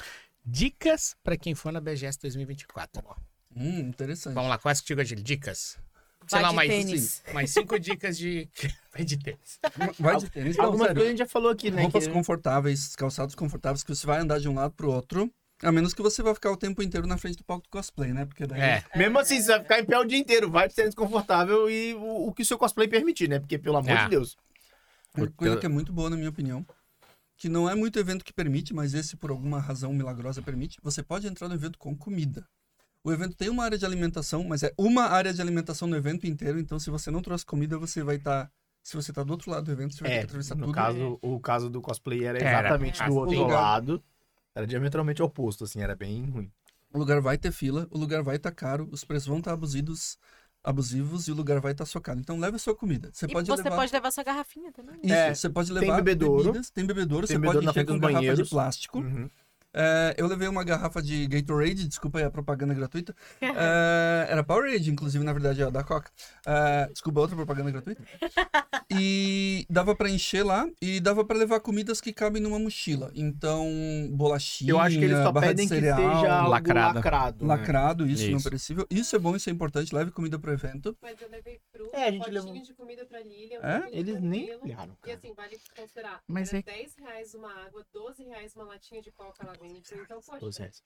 S1: Dicas pra quem for na BGS 2024.
S4: Hum, interessante.
S1: Vamos lá, quase que digo de dicas. Sei
S3: Vai
S1: lá,
S3: de
S1: mais,
S4: assim,
S3: tênis.
S1: mais cinco dicas de. Vai de tênis.
S4: Vai de tênis. Não,
S2: Algumas
S4: sério.
S2: coisas a gente já falou aqui, né?
S4: Roupas
S2: que-
S4: confortáveis, calçados confortáveis, que você vai andar de um lado pro outro. A menos que você vai ficar o tempo inteiro na frente do palco do cosplay, né? Porque daí.
S1: É.
S2: Mesmo assim, você vai ficar em pé o dia inteiro, vai ser desconfortável e o, o que o seu cosplay permitir, né? Porque, pelo amor
S1: É.
S2: de Deus.
S4: Uma coisa que é muito boa, na minha opinião, que não é muito evento que permite, mas esse, por alguma razão milagrosa, permite, você pode entrar no evento com comida. O evento tem uma área de alimentação, mas é uma área de alimentação no evento inteiro, então se você não trouxe comida, você vai estar... se você tá do outro lado do evento, você vai ter que atravessar
S2: É, no
S4: tudo.
S2: caso, o caso do cosplay era né?
S1: Era,
S2: exatamente
S1: assim.
S2: do outro
S4: Lugar.
S2: lado. Era diametralmente oposto, assim, era bem ruim.
S4: O lugar vai ter fila, o lugar vai estar caro, os preços vão estar abusivos, abusivos e o lugar vai estar socado. Então leve a sua comida. Você
S3: E
S4: pode
S3: você
S4: levar...
S3: pode levar sua garrafinha também. né?
S4: Isso,
S2: É,
S4: você pode
S2: tem
S4: levar
S2: bebedouro,
S4: bebidas, tem bebedouro,
S2: tem
S4: você
S2: bebedouro
S4: pode
S2: na
S4: encher
S2: frente
S4: com
S2: dos
S4: garrafa
S2: banheiros.
S4: de plástico.
S2: Uhum.
S4: É, eu levei uma garrafa de Gatorade, desculpa aí a propaganda gratuita. É, era Powerade, inclusive, na verdade, é da Coca. É, desculpa, outra propaganda gratuita. E dava pra encher lá e dava pra levar comidas que cabem numa mochila. Então, bolachinha,
S2: Eu acho que eles só
S4: barra de
S2: pedem que
S4: cereal,
S2: seja algo
S1: lacrado.
S2: lacrado. né?
S4: lacrado, isso, não
S1: Isso.
S4: perecível. Isso é bom, isso é importante, leve comida pro evento.
S5: Mas eu levei fruta,
S2: É, a gente
S5: potinho
S2: levou-
S5: de comida pra Lilian.
S4: É?
S5: um
S2: Eles nem
S5: tranquilo.
S2: olharam,
S5: E
S2: cara.
S5: assim, vale considerar.
S1: Mas
S5: era
S1: é-
S5: 10 reais uma água, 12 reais uma latinha de coca lá dentro. Então, poxa.
S2: Dois
S5: e
S2: reais.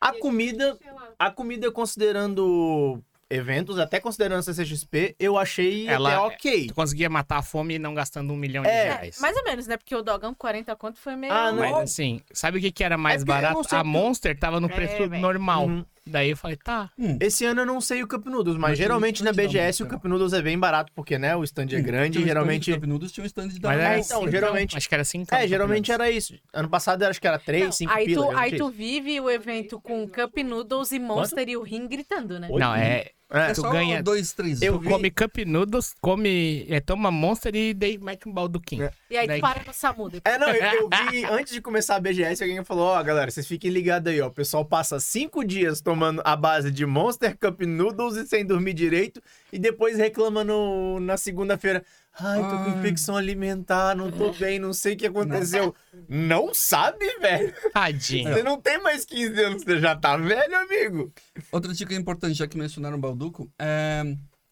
S2: A
S5: gente
S2: comida,
S5: encheu lá.
S2: a comida considerando eventos, até considerando a CCXP, eu achei
S1: Ela-
S2: até ok.
S1: Tu conseguia matar a fome não gastando um milhão de
S2: É,
S1: reais.
S3: Mais ou menos, né? Porque o Dogão com 40 conto foi meio.
S2: Ah, não.
S1: Mas assim, sabe o que, que era mais
S2: É porque eu
S1: barato?
S2: não sei
S1: A
S2: que-
S1: Monster tava no
S3: É,
S1: preço
S3: velho.
S1: normal.
S2: Uhum.
S1: Daí eu falei, tá.
S4: Hum.
S2: Esse ano eu não sei o Cup Noodles, mas
S4: Mas
S2: geralmente né, na
S4: tem um stand da
S2: BGS o
S4: Monster.
S2: Cup Noodles é bem barato, porque, né, o stand é grande, geralmente...
S4: Tinha um stand de Cup Noodles, tinha um stand da
S1: Mas
S2: é,
S1: era
S2: então,
S1: cincão,
S2: geralmente-
S1: Acho que era assim, então, cinco.
S2: É, geralmente era isso. Ano passado acho que era 3, 5
S3: aí
S2: pila.
S3: tu, aí
S2: geralmente
S3: tu vive o evento com Cup Noodles e Monster e o Rim gritando, né?
S1: Não, é.
S2: é
S4: É
S1: tu
S4: só
S1: ganha-
S4: dois, três.
S2: Eu
S4: Eu
S2: vi-
S4: vi...
S1: Come Cup Noodles, come. É, toma Monster e daí mete um balduquinho.
S2: É.
S3: E aí tu
S1: Daí-
S3: para no Samu. depois.
S2: É, não, eu, eu vi antes de começar a BGS, alguém falou, ó, galera, vocês fiquem ligados aí, ó. O pessoal passa cinco dias tomando a base de Monster Cup Noodles e sem dormir direito, e depois reclama no, na segunda-feira. Ai, tô com
S4: Ai.
S2: infecção alimentar, não tô bem, não sei o que aconteceu. Não, sabe, velho?
S1: Tadinho.
S2: Você não tem mais 15 anos, você já tá velho, amigo.
S4: Outra dica importante, já que mencionaram o Balduco, é...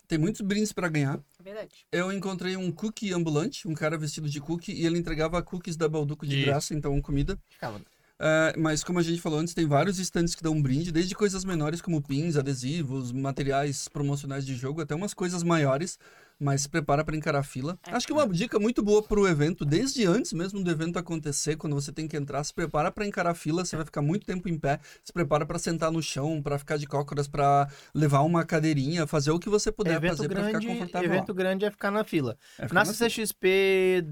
S4: tem muitos brindes pra ganhar.
S3: É Verdade.
S4: Eu encontrei um cookie ambulante, um cara vestido de cookie, e ele entregava cookies da Balduco de
S1: Isso.
S4: graça, então comida.
S2: Calma.
S4: É, mas como a gente falou antes, tem vários stands que dão um brinde, desde coisas menores como pins, adesivos, materiais promocionais de jogo, até umas coisas maiores, mas se prepara para encarar a fila. Acho que uma dica muito boa pro evento, desde antes mesmo do evento acontecer, quando você tem que entrar, se prepara para encarar a fila, você vai ficar muito tempo em pé, se prepara para sentar no chão, para ficar de cócoras, para levar uma cadeirinha, fazer o que você puder
S2: evento
S4: fazer para ficar
S2: grande,
S4: confortável.
S2: evento grande é ficar na fila.
S4: lá. É, fica
S2: Na
S4: na-
S2: CCXP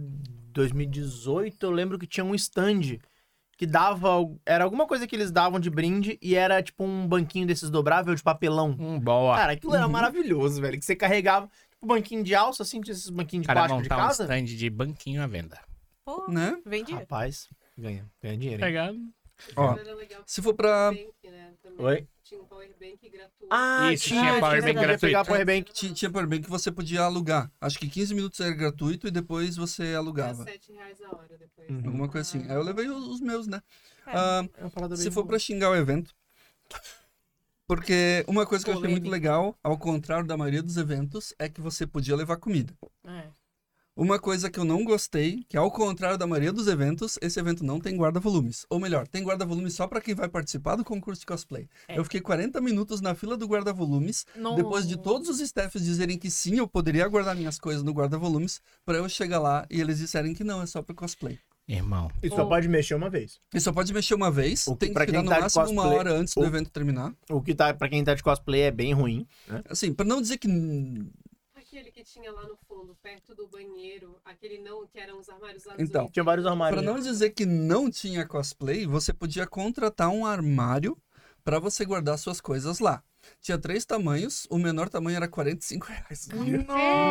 S2: 2018, eu lembro que tinha um stand que dava. al- Era alguma coisa que eles davam de brinde e era tipo um banquinho desses dobrável de papelão.
S1: Hum, boa.
S2: Cara, aquilo era maravilhoso, velho. Que você carregava tipo um banquinho de alça, assim, tinha esses banquinhos de
S1: Cara,
S2: plástico de
S1: montar um
S2: casa.
S1: stand de banquinho à venda.
S3: Pô,
S4: Né?
S3: vendi.
S2: Rapaz, ganha. Ganha dinheiro. hein?
S1: Legal.
S4: Ó,
S5: Era legal
S4: se for para
S5: Powerbank, né? Também
S2: Oi?
S5: Tinha um powerbank gratuito.
S2: Ah,
S1: Isso, tinha powerbank
S2: verdade, ia pegar
S1: gratuito.
S2: powerbank.
S4: Ti- Tinha Powerbank que você podia alugar. Acho que 15 minutos era gratuito e depois você
S5: Era
S4: alugava.
S5: 7 reais a hora depois.
S1: Hum.
S2: Uhum.
S4: Alguma coisa assim. Aí eu levei os os meus, né? Ah,
S2: É uma parada
S4: se
S2: bem
S4: for
S2: boa.
S4: pra xingar o evento. Porque uma coisa que eu achei muito legal, ao contrário da maioria dos eventos, é que você podia levar comida.
S3: É.
S4: Uma coisa que eu não gostei, que ao contrário da maioria dos eventos, esse evento não tem guarda-volumes. Ou melhor, tem guarda-volumes só pra quem vai participar do concurso de cosplay.
S3: É.
S4: Eu fiquei 40 minutos na fila do guarda-volumes
S3: Não-
S4: depois de todos os staffs dizerem que sim, eu poderia guardar minhas coisas no guarda-volumes, pra eu chegar lá e eles disserem que não, é só pro cosplay.
S1: Irmão.
S2: E só
S3: Pô.
S2: pode mexer uma vez.
S4: E só pode mexer uma vez,
S2: O que
S4: tem que
S2: pra
S4: tirar
S2: quem
S4: no
S2: tá de
S4: máximo uma
S2: cosplay-
S4: hora antes
S2: o-
S4: do evento terminar.
S2: O que tá, pra quem tá de cosplay é bem ruim.
S4: Assim, pra não dizer que. hum,
S5: Aquele que tinha lá no fundo, perto do banheiro, aquele não, que eram os armários azuis.
S4: Então,
S2: Tinha vários armários.
S4: Pra não dizer que não tinha cosplay, você podia contratar um armário pra você guardar suas coisas lá. Tinha três tamanhos, o menor tamanho era 45 reais.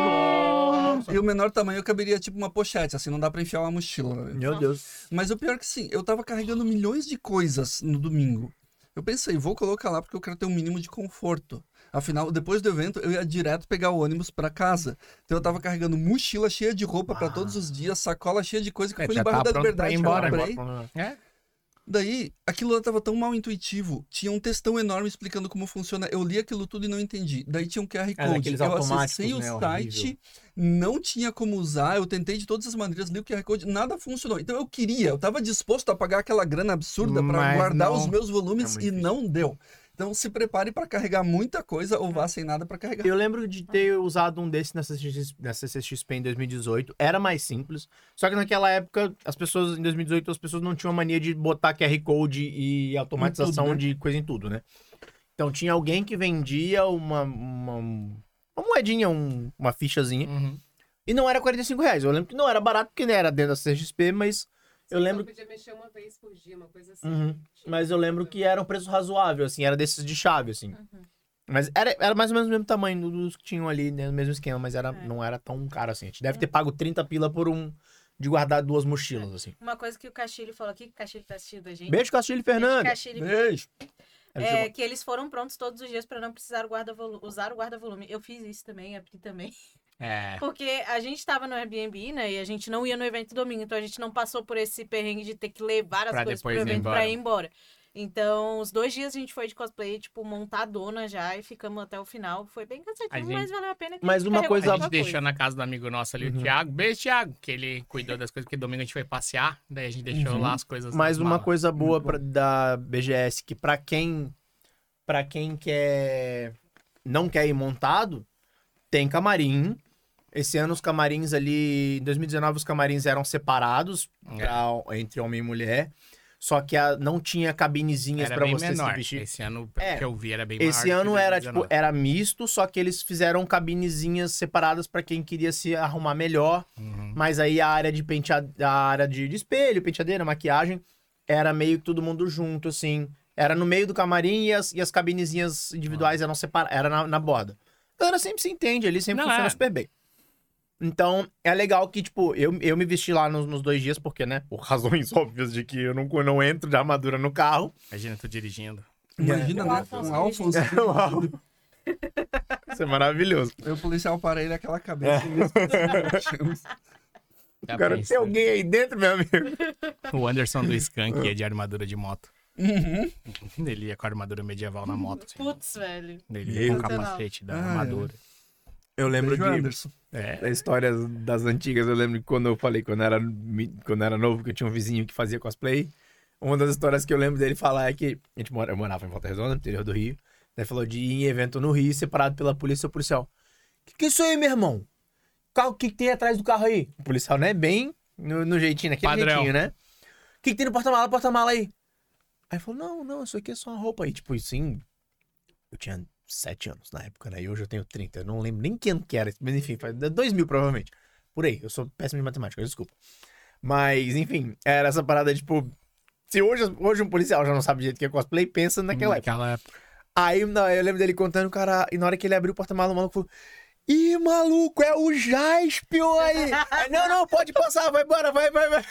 S2: Nossa!
S4: E o menor tamanho caberia tipo uma pochete, assim, não dá pra enfiar uma mochila. né?
S2: Meu Deus.
S4: Mas o pior é que sim, eu tava carregando milhões de coisas no domingo. Eu pensei, vou colocar lá porque eu quero ter um mínimo de conforto. Afinal, depois do evento, eu ia direto pegar o ônibus pra casa. Então eu tava carregando mochila cheia de roupa pra
S2: Ah.
S4: todos os dias, sacola cheia de coisa que
S1: É,
S4: eu fui
S1: já
S4: no bairro
S1: tava
S4: da
S1: pronto pra
S4: Liberdade
S1: ir
S4: que eu
S1: embora,
S4: comprei.
S1: É?
S4: Daí, aquilo lá tava tão mal intuitivo. Tinha um textão enorme explicando como funciona. Eu li aquilo tudo e não entendi. Daí tinha um QR Code.
S2: daqueles
S4: Eu
S2: automáticos,
S4: acessei o
S2: né?
S4: site, não tinha como usar. Eu tentei de todas as maneiras, li o QR Code, nada funcionou. Então eu queria, eu tava disposto a pagar aquela grana absurda pra
S2: Mas
S4: guardar
S2: não.
S4: os meus
S2: É
S4: volumes
S2: muito
S4: e
S2: difícil.
S4: não deu. Então se prepare pra carregar muita coisa ou vá sem nada pra carregar.
S2: Eu lembro de ter usado um desse na CCX na CCXP em 2018. Era mais simples. Só que naquela época, as pessoas, em 2018, as pessoas não tinham a mania de botar QR Code e automatização
S4: Em tudo,
S2: de coisa em tudo, né? Então tinha alguém que vendia uma, uma, uma moedinha, um- uma fichazinha.
S1: Uhum.
S2: E não era 45 reais. Eu lembro que não era barato, porque não era dentro da CCXP, mas eu lembro.
S5: Só Então, podia mexer uma vez por dia, uma coisa assim.
S2: Uhum. Mas eu lembro que era um preço razoável, assim, era desses de chave, assim.
S3: Uhum.
S2: Mas era, era mais ou menos o mesmo tamanho do- dos que tinham ali, né, no mesmo esquema, mas era,
S3: É.
S2: não era tão caro assim. A gente deve ter pago 30 pila por um de guardar duas mochilas, assim.
S3: Uma coisa que o Castilho falou aqui, que o Castilho tá assistindo a gente.
S2: Beijo, Castilho e Fernando.
S3: Castilho,
S4: Beijo.
S3: É, que eles foram prontos todos os dias pra não precisar o guarda -volu usar o guarda-volume. Eu fiz isso também, abri também.
S1: É.
S3: Porque a gente tava no Airbnb, né? E a gente não ia no evento domingo. Então a gente não passou por esse perrengue de ter que levar as
S1: Pra
S3: coisas pro
S1: depois ir
S3: evento
S1: embora.
S3: pra ir embora. Então, os dois dias a gente foi de cosplay, tipo, montadona já e ficamos até o final. Foi bem
S1: A
S3: cansativo,
S1: gente-
S3: mas valeu a pena. que
S2: Mas
S3: gente
S2: uma
S1: A
S3: carregou
S1: gente
S2: coisa- Pois é.
S3: muita
S1: deixou na casa do amigo nosso ali,
S2: Uhum.
S1: o Thiago. Beijo, Thiago. Que ele cuidou das coisas, porque domingo a gente foi passear. Daí a gente deixou
S4: Uhum.
S1: lá as coisas.
S2: Mais
S1: nas
S2: uma
S1: malas.
S2: coisa boa
S4: bom.
S2: pra- da BGS, que pra quem. para quem quer não quer ir montado, tem camarim. Esse ano os camarins ali, em 2019 os camarins eram separados
S1: É.
S2: pra- entre homem e mulher. Só que a- não tinha cabinezinhas
S1: Era
S2: pra
S1: bem
S2: você
S1: menor.
S2: se vestir.
S1: Esse ano,
S2: É.
S1: que eu vi, era bem maior.
S2: Esse
S1: que
S2: ano era tipo
S1: 2019.
S2: era misto, só que eles fizeram cabinezinhas separadas pra quem queria se arrumar melhor.
S1: Uhum.
S2: Mas aí a área de penteado, a área de, de espelho, penteadeira, maquiagem, era meio que todo mundo junto, assim. Era no meio do camarim e as, e as cabinezinhas individuais eram separadas, era na, na borda. A galera sempre se entende ali, sempre
S1: Não,
S2: funciona
S1: é.
S2: super bem. Então, é legal que, tipo, eu, eu me vesti lá nos, nos dois dias, porque, né, por razões óbvias de que eu não, eu não entro de armadura no carro.
S1: Imagina, tu dirigindo.
S4: Imagina,
S2: É.
S3: O
S4: né?
S3: Alfonso
S4: Um Alfonso.
S2: Isso é É. maravilhoso.
S4: Eu o policial para ele aquela cabeça. um mesmo.
S1: Tá
S2: Cara, tem
S1: pensando.
S2: alguém aí dentro, meu amigo.
S1: O Anderson do Skank é de armadura de moto.
S4: Uhum.
S1: Ele ia com a armadura medieval na moto. assim.
S3: Putz, velho.
S1: Ele ia com o
S5: Sensacional.
S1: capacete da
S4: Ah, é.
S1: armadura.
S2: Eu lembro
S4: Beijo, Anderson.
S1: É.
S2: da história das antigas, eu lembro que quando eu falei, quando eu era, mi- quando eu era novo, que eu tinha um vizinho que fazia cosplay. Uma das histórias que eu lembro dele falar é que a gente mora, eu morava em Volta Redonda, no interior do Rio. Daí falou de ir em evento no Rio, separado pela polícia, o policial. Que que é isso aí, meu irmão? Carro, o que, que tem atrás do carro aí? O policial não é bem no, no jeitinho, naquele
S1: Padrão.
S2: jeitinho, né? O que, que tem no porta-mala, porta-mala aí? Aí falou, não, não, isso aqui é só uma roupa aí. Tipo, sim, eu tinha sete anos na época, né? E hoje eu tenho 30. Eu não lembro nem que ano que era. Mas enfim, faz 2 mil provavelmente. Por aí. Eu sou péssimo de matemática, desculpa. Mas, enfim, era essa parada, tipo. Se hoje, hoje um policial já não sabe direito o que é cosplay, pensa naquela época.
S1: Naquela época.
S2: Aí na- eu lembro dele contando, cara, e na hora que ele abriu o porta-malas, o maluco falou. Ih, maluco, é o Jaspion aí! Aí, não, não, pode passar, vai embora, vai, vai, vai.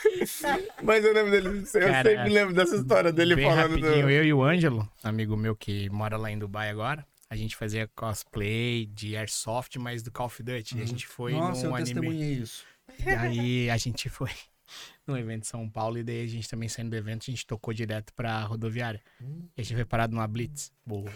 S2: Mas eu lembro dele, eu
S1: Cara,
S2: sempre lembro dessa história dele
S1: Bem
S2: falando do.
S1: rapidinho, eu e o Ângelo, amigo meu que mora lá em Dubai agora, a gente fazia cosplay de Airsoft, mas do Call of Duty. E A gente foi
S4: Nossa,
S1: num
S4: eu
S1: anime.
S4: testemunhei isso.
S1: E aí a gente foi num evento em São Paulo e daí a gente também saindo do evento, a gente tocou direto pra rodoviária. E a gente foi parado numa blitz. Boa.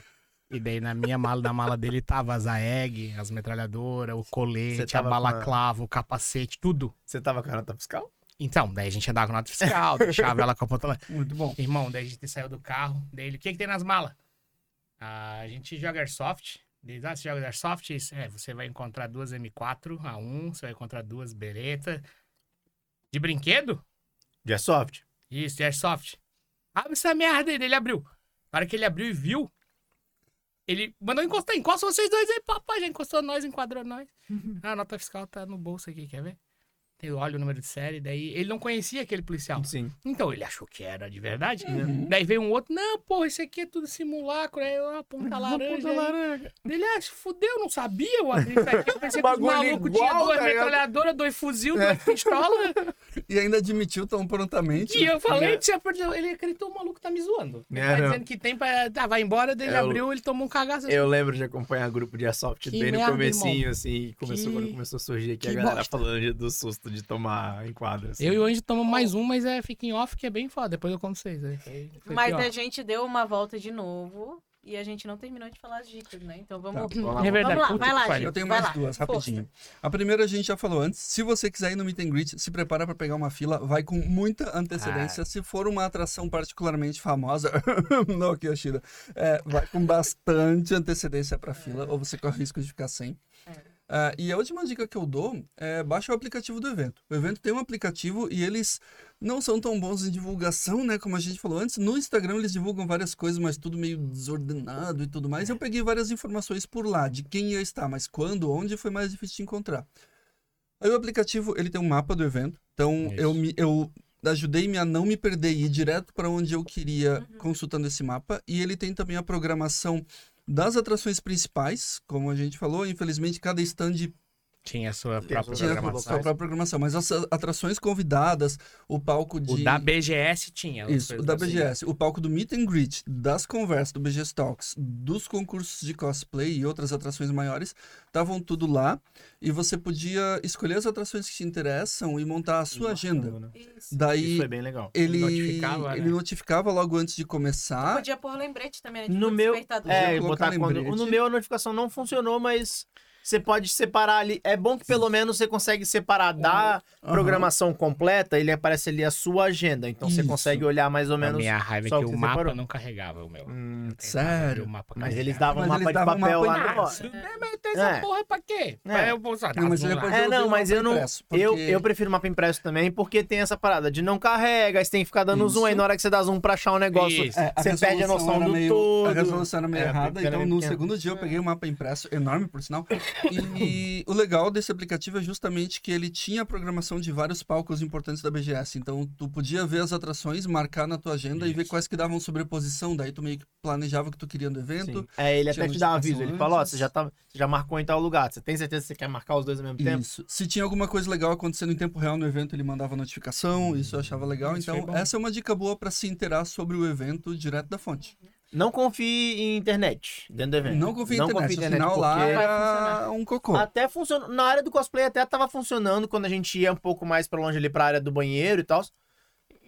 S1: E daí na minha mala, na mala dele tava as AEG, as metralhadoras, o colete, a
S2: tava com a-
S1: balaclava, o capacete, tudo.
S2: Você tava com a nota fiscal?
S1: Então, daí a gente andava com nota fiscal, deixava ela com a ponta lá.
S4: Muito bom.
S1: Irmão, daí a gente saiu do carro, daí ele, o que que tem nas malas? "Ah, a gente joga Airsoft. Daí Ele, ah, você joga Airsoft? Isso, É, você vai encontrar duas M4 A1, você vai encontrar duas Beretta. De brinquedo?
S2: De Airsoft?
S1: Isso, de Airsoft. Abre essa merda aí, Daí ele abriu. Na hora que ele abriu e viu, ele mandou encostar, encosta vocês dois aí, papai, já encostou nós, enquadrou nós. Ah, a nota fiscal tá no bolso aqui, quer ver? Eu olho o número de série, daí ele não conhecia aquele policial.
S2: Sim.
S1: Então ele achou que era de verdade. Daí veio um outro, não, porra, isso aqui é tudo simulacro, aí ó, ponta laranja. aí. Ele, ah, se fudeu, não sabia, eu abri isso aqui, eu pensei que os
S2: Bagulho
S1: malucos tinham
S2: igual,
S1: duas
S2: tá ligado?
S1: metralhadoras, dois fuzil, duas pistolas.
S4: E ainda admitiu tão prontamente.
S1: E eu falei, que tinha perdido. ele acreditou, o maluco tá me zoando. Ele
S2: É,
S1: tá
S2: não.
S1: dizendo que tem pra. Ah, vai embora, daí ele
S2: Eu-
S1: abriu, ele tomou um cagaço.
S2: Eu lembro de acompanhar grupo de Airsoft
S1: Que
S2: bem no
S1: merda,
S2: comecinho,
S1: irmão.
S2: assim, e começou,
S1: Que-
S2: quando começou a surgir aqui a
S1: que
S2: galera
S1: bosta.
S2: falando de- do susto de tomar enquadro. Assim.
S1: Eu e o Anjo tomamos mais um, mas é fica em off, que é bem foda. Depois eu conto pra vocês. Aí. Foi- foi
S3: Mas é
S1: pior.
S3: a gente deu uma volta de novo e a gente não terminou de falar as dicas, né? Então vamos.
S2: Tá,
S3: vamos
S2: lá.
S1: É verdade.
S3: lá,
S1: puta
S3: vai
S1: que
S3: lá,
S1: pariu.
S3: gente.
S4: Eu tenho
S3: Vai
S4: mais
S3: lá,
S4: duas,
S3: força.
S4: rapidinho. A primeira a gente já falou antes. Se você quiser ir no Meet and Greet, se prepara pra pegar uma fila, vai com muita antecedência. Se for uma atração particularmente famosa, não aqui a Shira, é, vai com bastante antecedência pra fila,
S3: É.
S4: ou você corre o risco de ficar sem. Ah, e a última dica que eu dou é baixa o aplicativo do evento. O evento tem um aplicativo e eles não são tão bons em divulgação, né? Como a gente falou antes. No Instagram eles divulgam várias coisas, mas tudo meio desordenado e tudo mais. Eu peguei várias informações por lá de quem ia estar, mas quando, onde foi mais difícil de encontrar. Aí o aplicativo ele tem um mapa do evento, então
S1: Isso.
S4: eu me eu ajudei-me a não me perder e ir direto para onde eu queria consultando esse mapa. E ele tem também a programação das atrações principais, como a gente falou, infelizmente cada stand
S1: Tinha a sua
S2: Tinha
S1: própria
S2: a sua
S4: tinha
S1: programação.
S4: sua própria programação, mas as atrações convidadas, o palco de
S1: O da BGS tinha. as
S4: isso,
S1: coisas
S4: o da
S1: assim.
S4: BGS, o palco do Meet and Greet, das conversas do BGS Talks, dos concursos de cosplay e outras atrações maiores, estavam tudo lá e você podia escolher as atrações que te interessam e montar a sua agenda.
S1: né?
S3: Isso.
S2: Isso
S4: Daí
S2: foi bem legal.
S1: Ele
S4: ele
S1: é notificava,
S4: ele
S1: né?
S4: notificava logo antes de começar.
S3: Podia pôr lembrete também, né?
S2: No
S3: tipo
S2: meu-
S3: despertador.
S2: É,
S4: Podia
S2: eu
S4: colocar
S2: botar quando...
S4: lembrete.
S2: No meu a notificação não funcionou, mas Você pode separar ali. É bom que pelo menos você consegue separar da
S4: Aham.
S2: programação completa, ele aparece ali a sua agenda. Então você
S4: Isso.
S2: consegue olhar mais ou
S1: A
S2: menos.
S1: minha raiva é que
S2: só o
S1: o
S2: que você
S1: mapa
S2: separou.
S1: não carregava o meu.
S2: Hum,
S1: Eu tentava abrir
S4: sério?
S1: O mapa
S2: mas
S1: carregava.
S2: eles davam um
S4: Mas
S2: mapa
S4: eles
S2: de
S4: davam um
S2: papel
S4: mapa
S2: lá
S4: em
S2: na
S1: Ah,
S2: hora.
S1: se- é, mas tem essa
S2: É.
S1: porra pra quê?
S2: É.
S1: Pra Eu vou só dar
S4: Não, mas
S1: zoom
S4: ele
S1: lá.
S4: acordou-
S2: É,
S4: eu
S2: não,
S4: dei
S2: mas
S4: um mapa
S2: eu não.
S4: impresso,
S2: Eu,
S4: porque-
S2: eu prefiro mapa impresso também, porque tem essa parada de não carrega, aí você tem que ficar dando zoom,
S4: Isso.
S2: aí na hora que você dá zoom pra achar um negócio,
S1: Isso.
S4: É,
S2: você perde a
S4: resolução
S2: noção
S4: era
S2: do
S4: meio, A
S2: todo.
S4: resolução era meio
S2: É,
S4: errada,
S2: porque era
S4: então
S2: meio
S4: no
S2: pequeno.
S4: segundo dia eu peguei um mapa impresso, enorme por sinal, e, o legal desse aplicativo é justamente que ele tinha a programação de vários palcos importantes da BGS, então tu podia ver as atrações, marcar na tua agenda e ver quais que davam sobreposição, daí tu meio que planejava o que tu queria no evento,
S2: Sim. É, ele até
S4: Tinha
S2: te dá um aviso,
S4: notificação
S2: ele fala, ó,
S4: antes.
S2: você já, tá, você já marcou em tal lugar, você tem certeza que você quer marcar os dois ao mesmo tempo?
S4: Isso. Se tinha alguma coisa legal acontecendo em tempo real no evento, ele mandava notificação, isso eu achava legal.
S1: Isso foi
S4: então,
S1: bom.
S4: essa é uma dica boa pra se inteirar sobre o evento direto da fonte.
S2: Não confie em internet dentro do evento.
S4: Não confia em internet,
S2: É. em
S4: afinal lá
S2: porque-
S4: era um cocô.
S2: Até funcionou. Na área do cosplay até tava funcionando quando a gente ia um pouco mais pra longe ali pra área do banheiro e tal.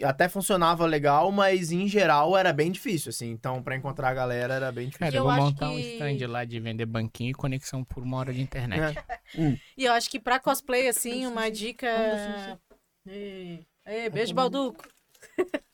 S2: Até funcionava legal, mas em geral era bem difícil, assim. Então, pra encontrar a galera era bem difícil.
S1: Cara,
S3: E
S1: eu
S3: eu
S1: vou
S3: acho
S1: montar um
S3: que-
S1: stand lá de vender banquinho e conexão por uma hora de internet.
S2: É.
S3: E eu acho que pra cosplay, assim, uma dica. Ei, ei, beijo, Balduco.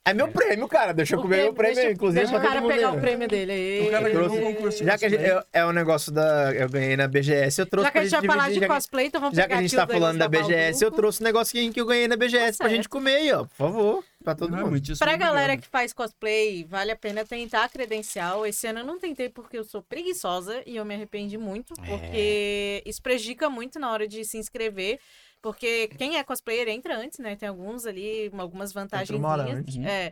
S2: É meu prêmio, cara. Deixa eu
S3: O
S2: comer meu
S3: prêmio-
S2: prêmio,
S3: deixa-
S2: inclusive.
S3: Deixa o
S2: pra
S3: cara
S2: todo mundo
S3: pegar
S2: ver.
S3: o prêmio dele. Ei,
S4: O cara
S3: ei,
S4: ganhou um
S3: ei.
S4: concurso.
S2: Já que a gente, eu- é um negócio da. Eu ganhei na BGS, eu trouxe
S3: Já que a gente
S2: pra
S3: vai falar
S2: dividir,
S3: de
S2: já que-
S3: cosplay, então vamos
S2: Já que
S3: pegar
S2: a gente tá falando da BGS, eu
S3: trouxe.
S2: trouxe um negocinho que eu ganhei na BGS
S3: Tá
S2: pra gente comer aí, ó. Por favor. Pra todo
S4: Não é
S2: mundo.
S4: muito isso,
S3: Pra
S4: obrigado.
S3: galera
S2: né?
S3: que faz cosplay, vale a pena tentar a credencial. Esse ano eu não tentei porque eu sou preguiçosa e eu me arrependi muito,
S2: É.
S3: porque isso prejudica muito na hora de se inscrever. Porque quem é cosplayer entra antes, né? Tem alguns ali, algumas vantagens.
S2: uma hora antes,
S3: É.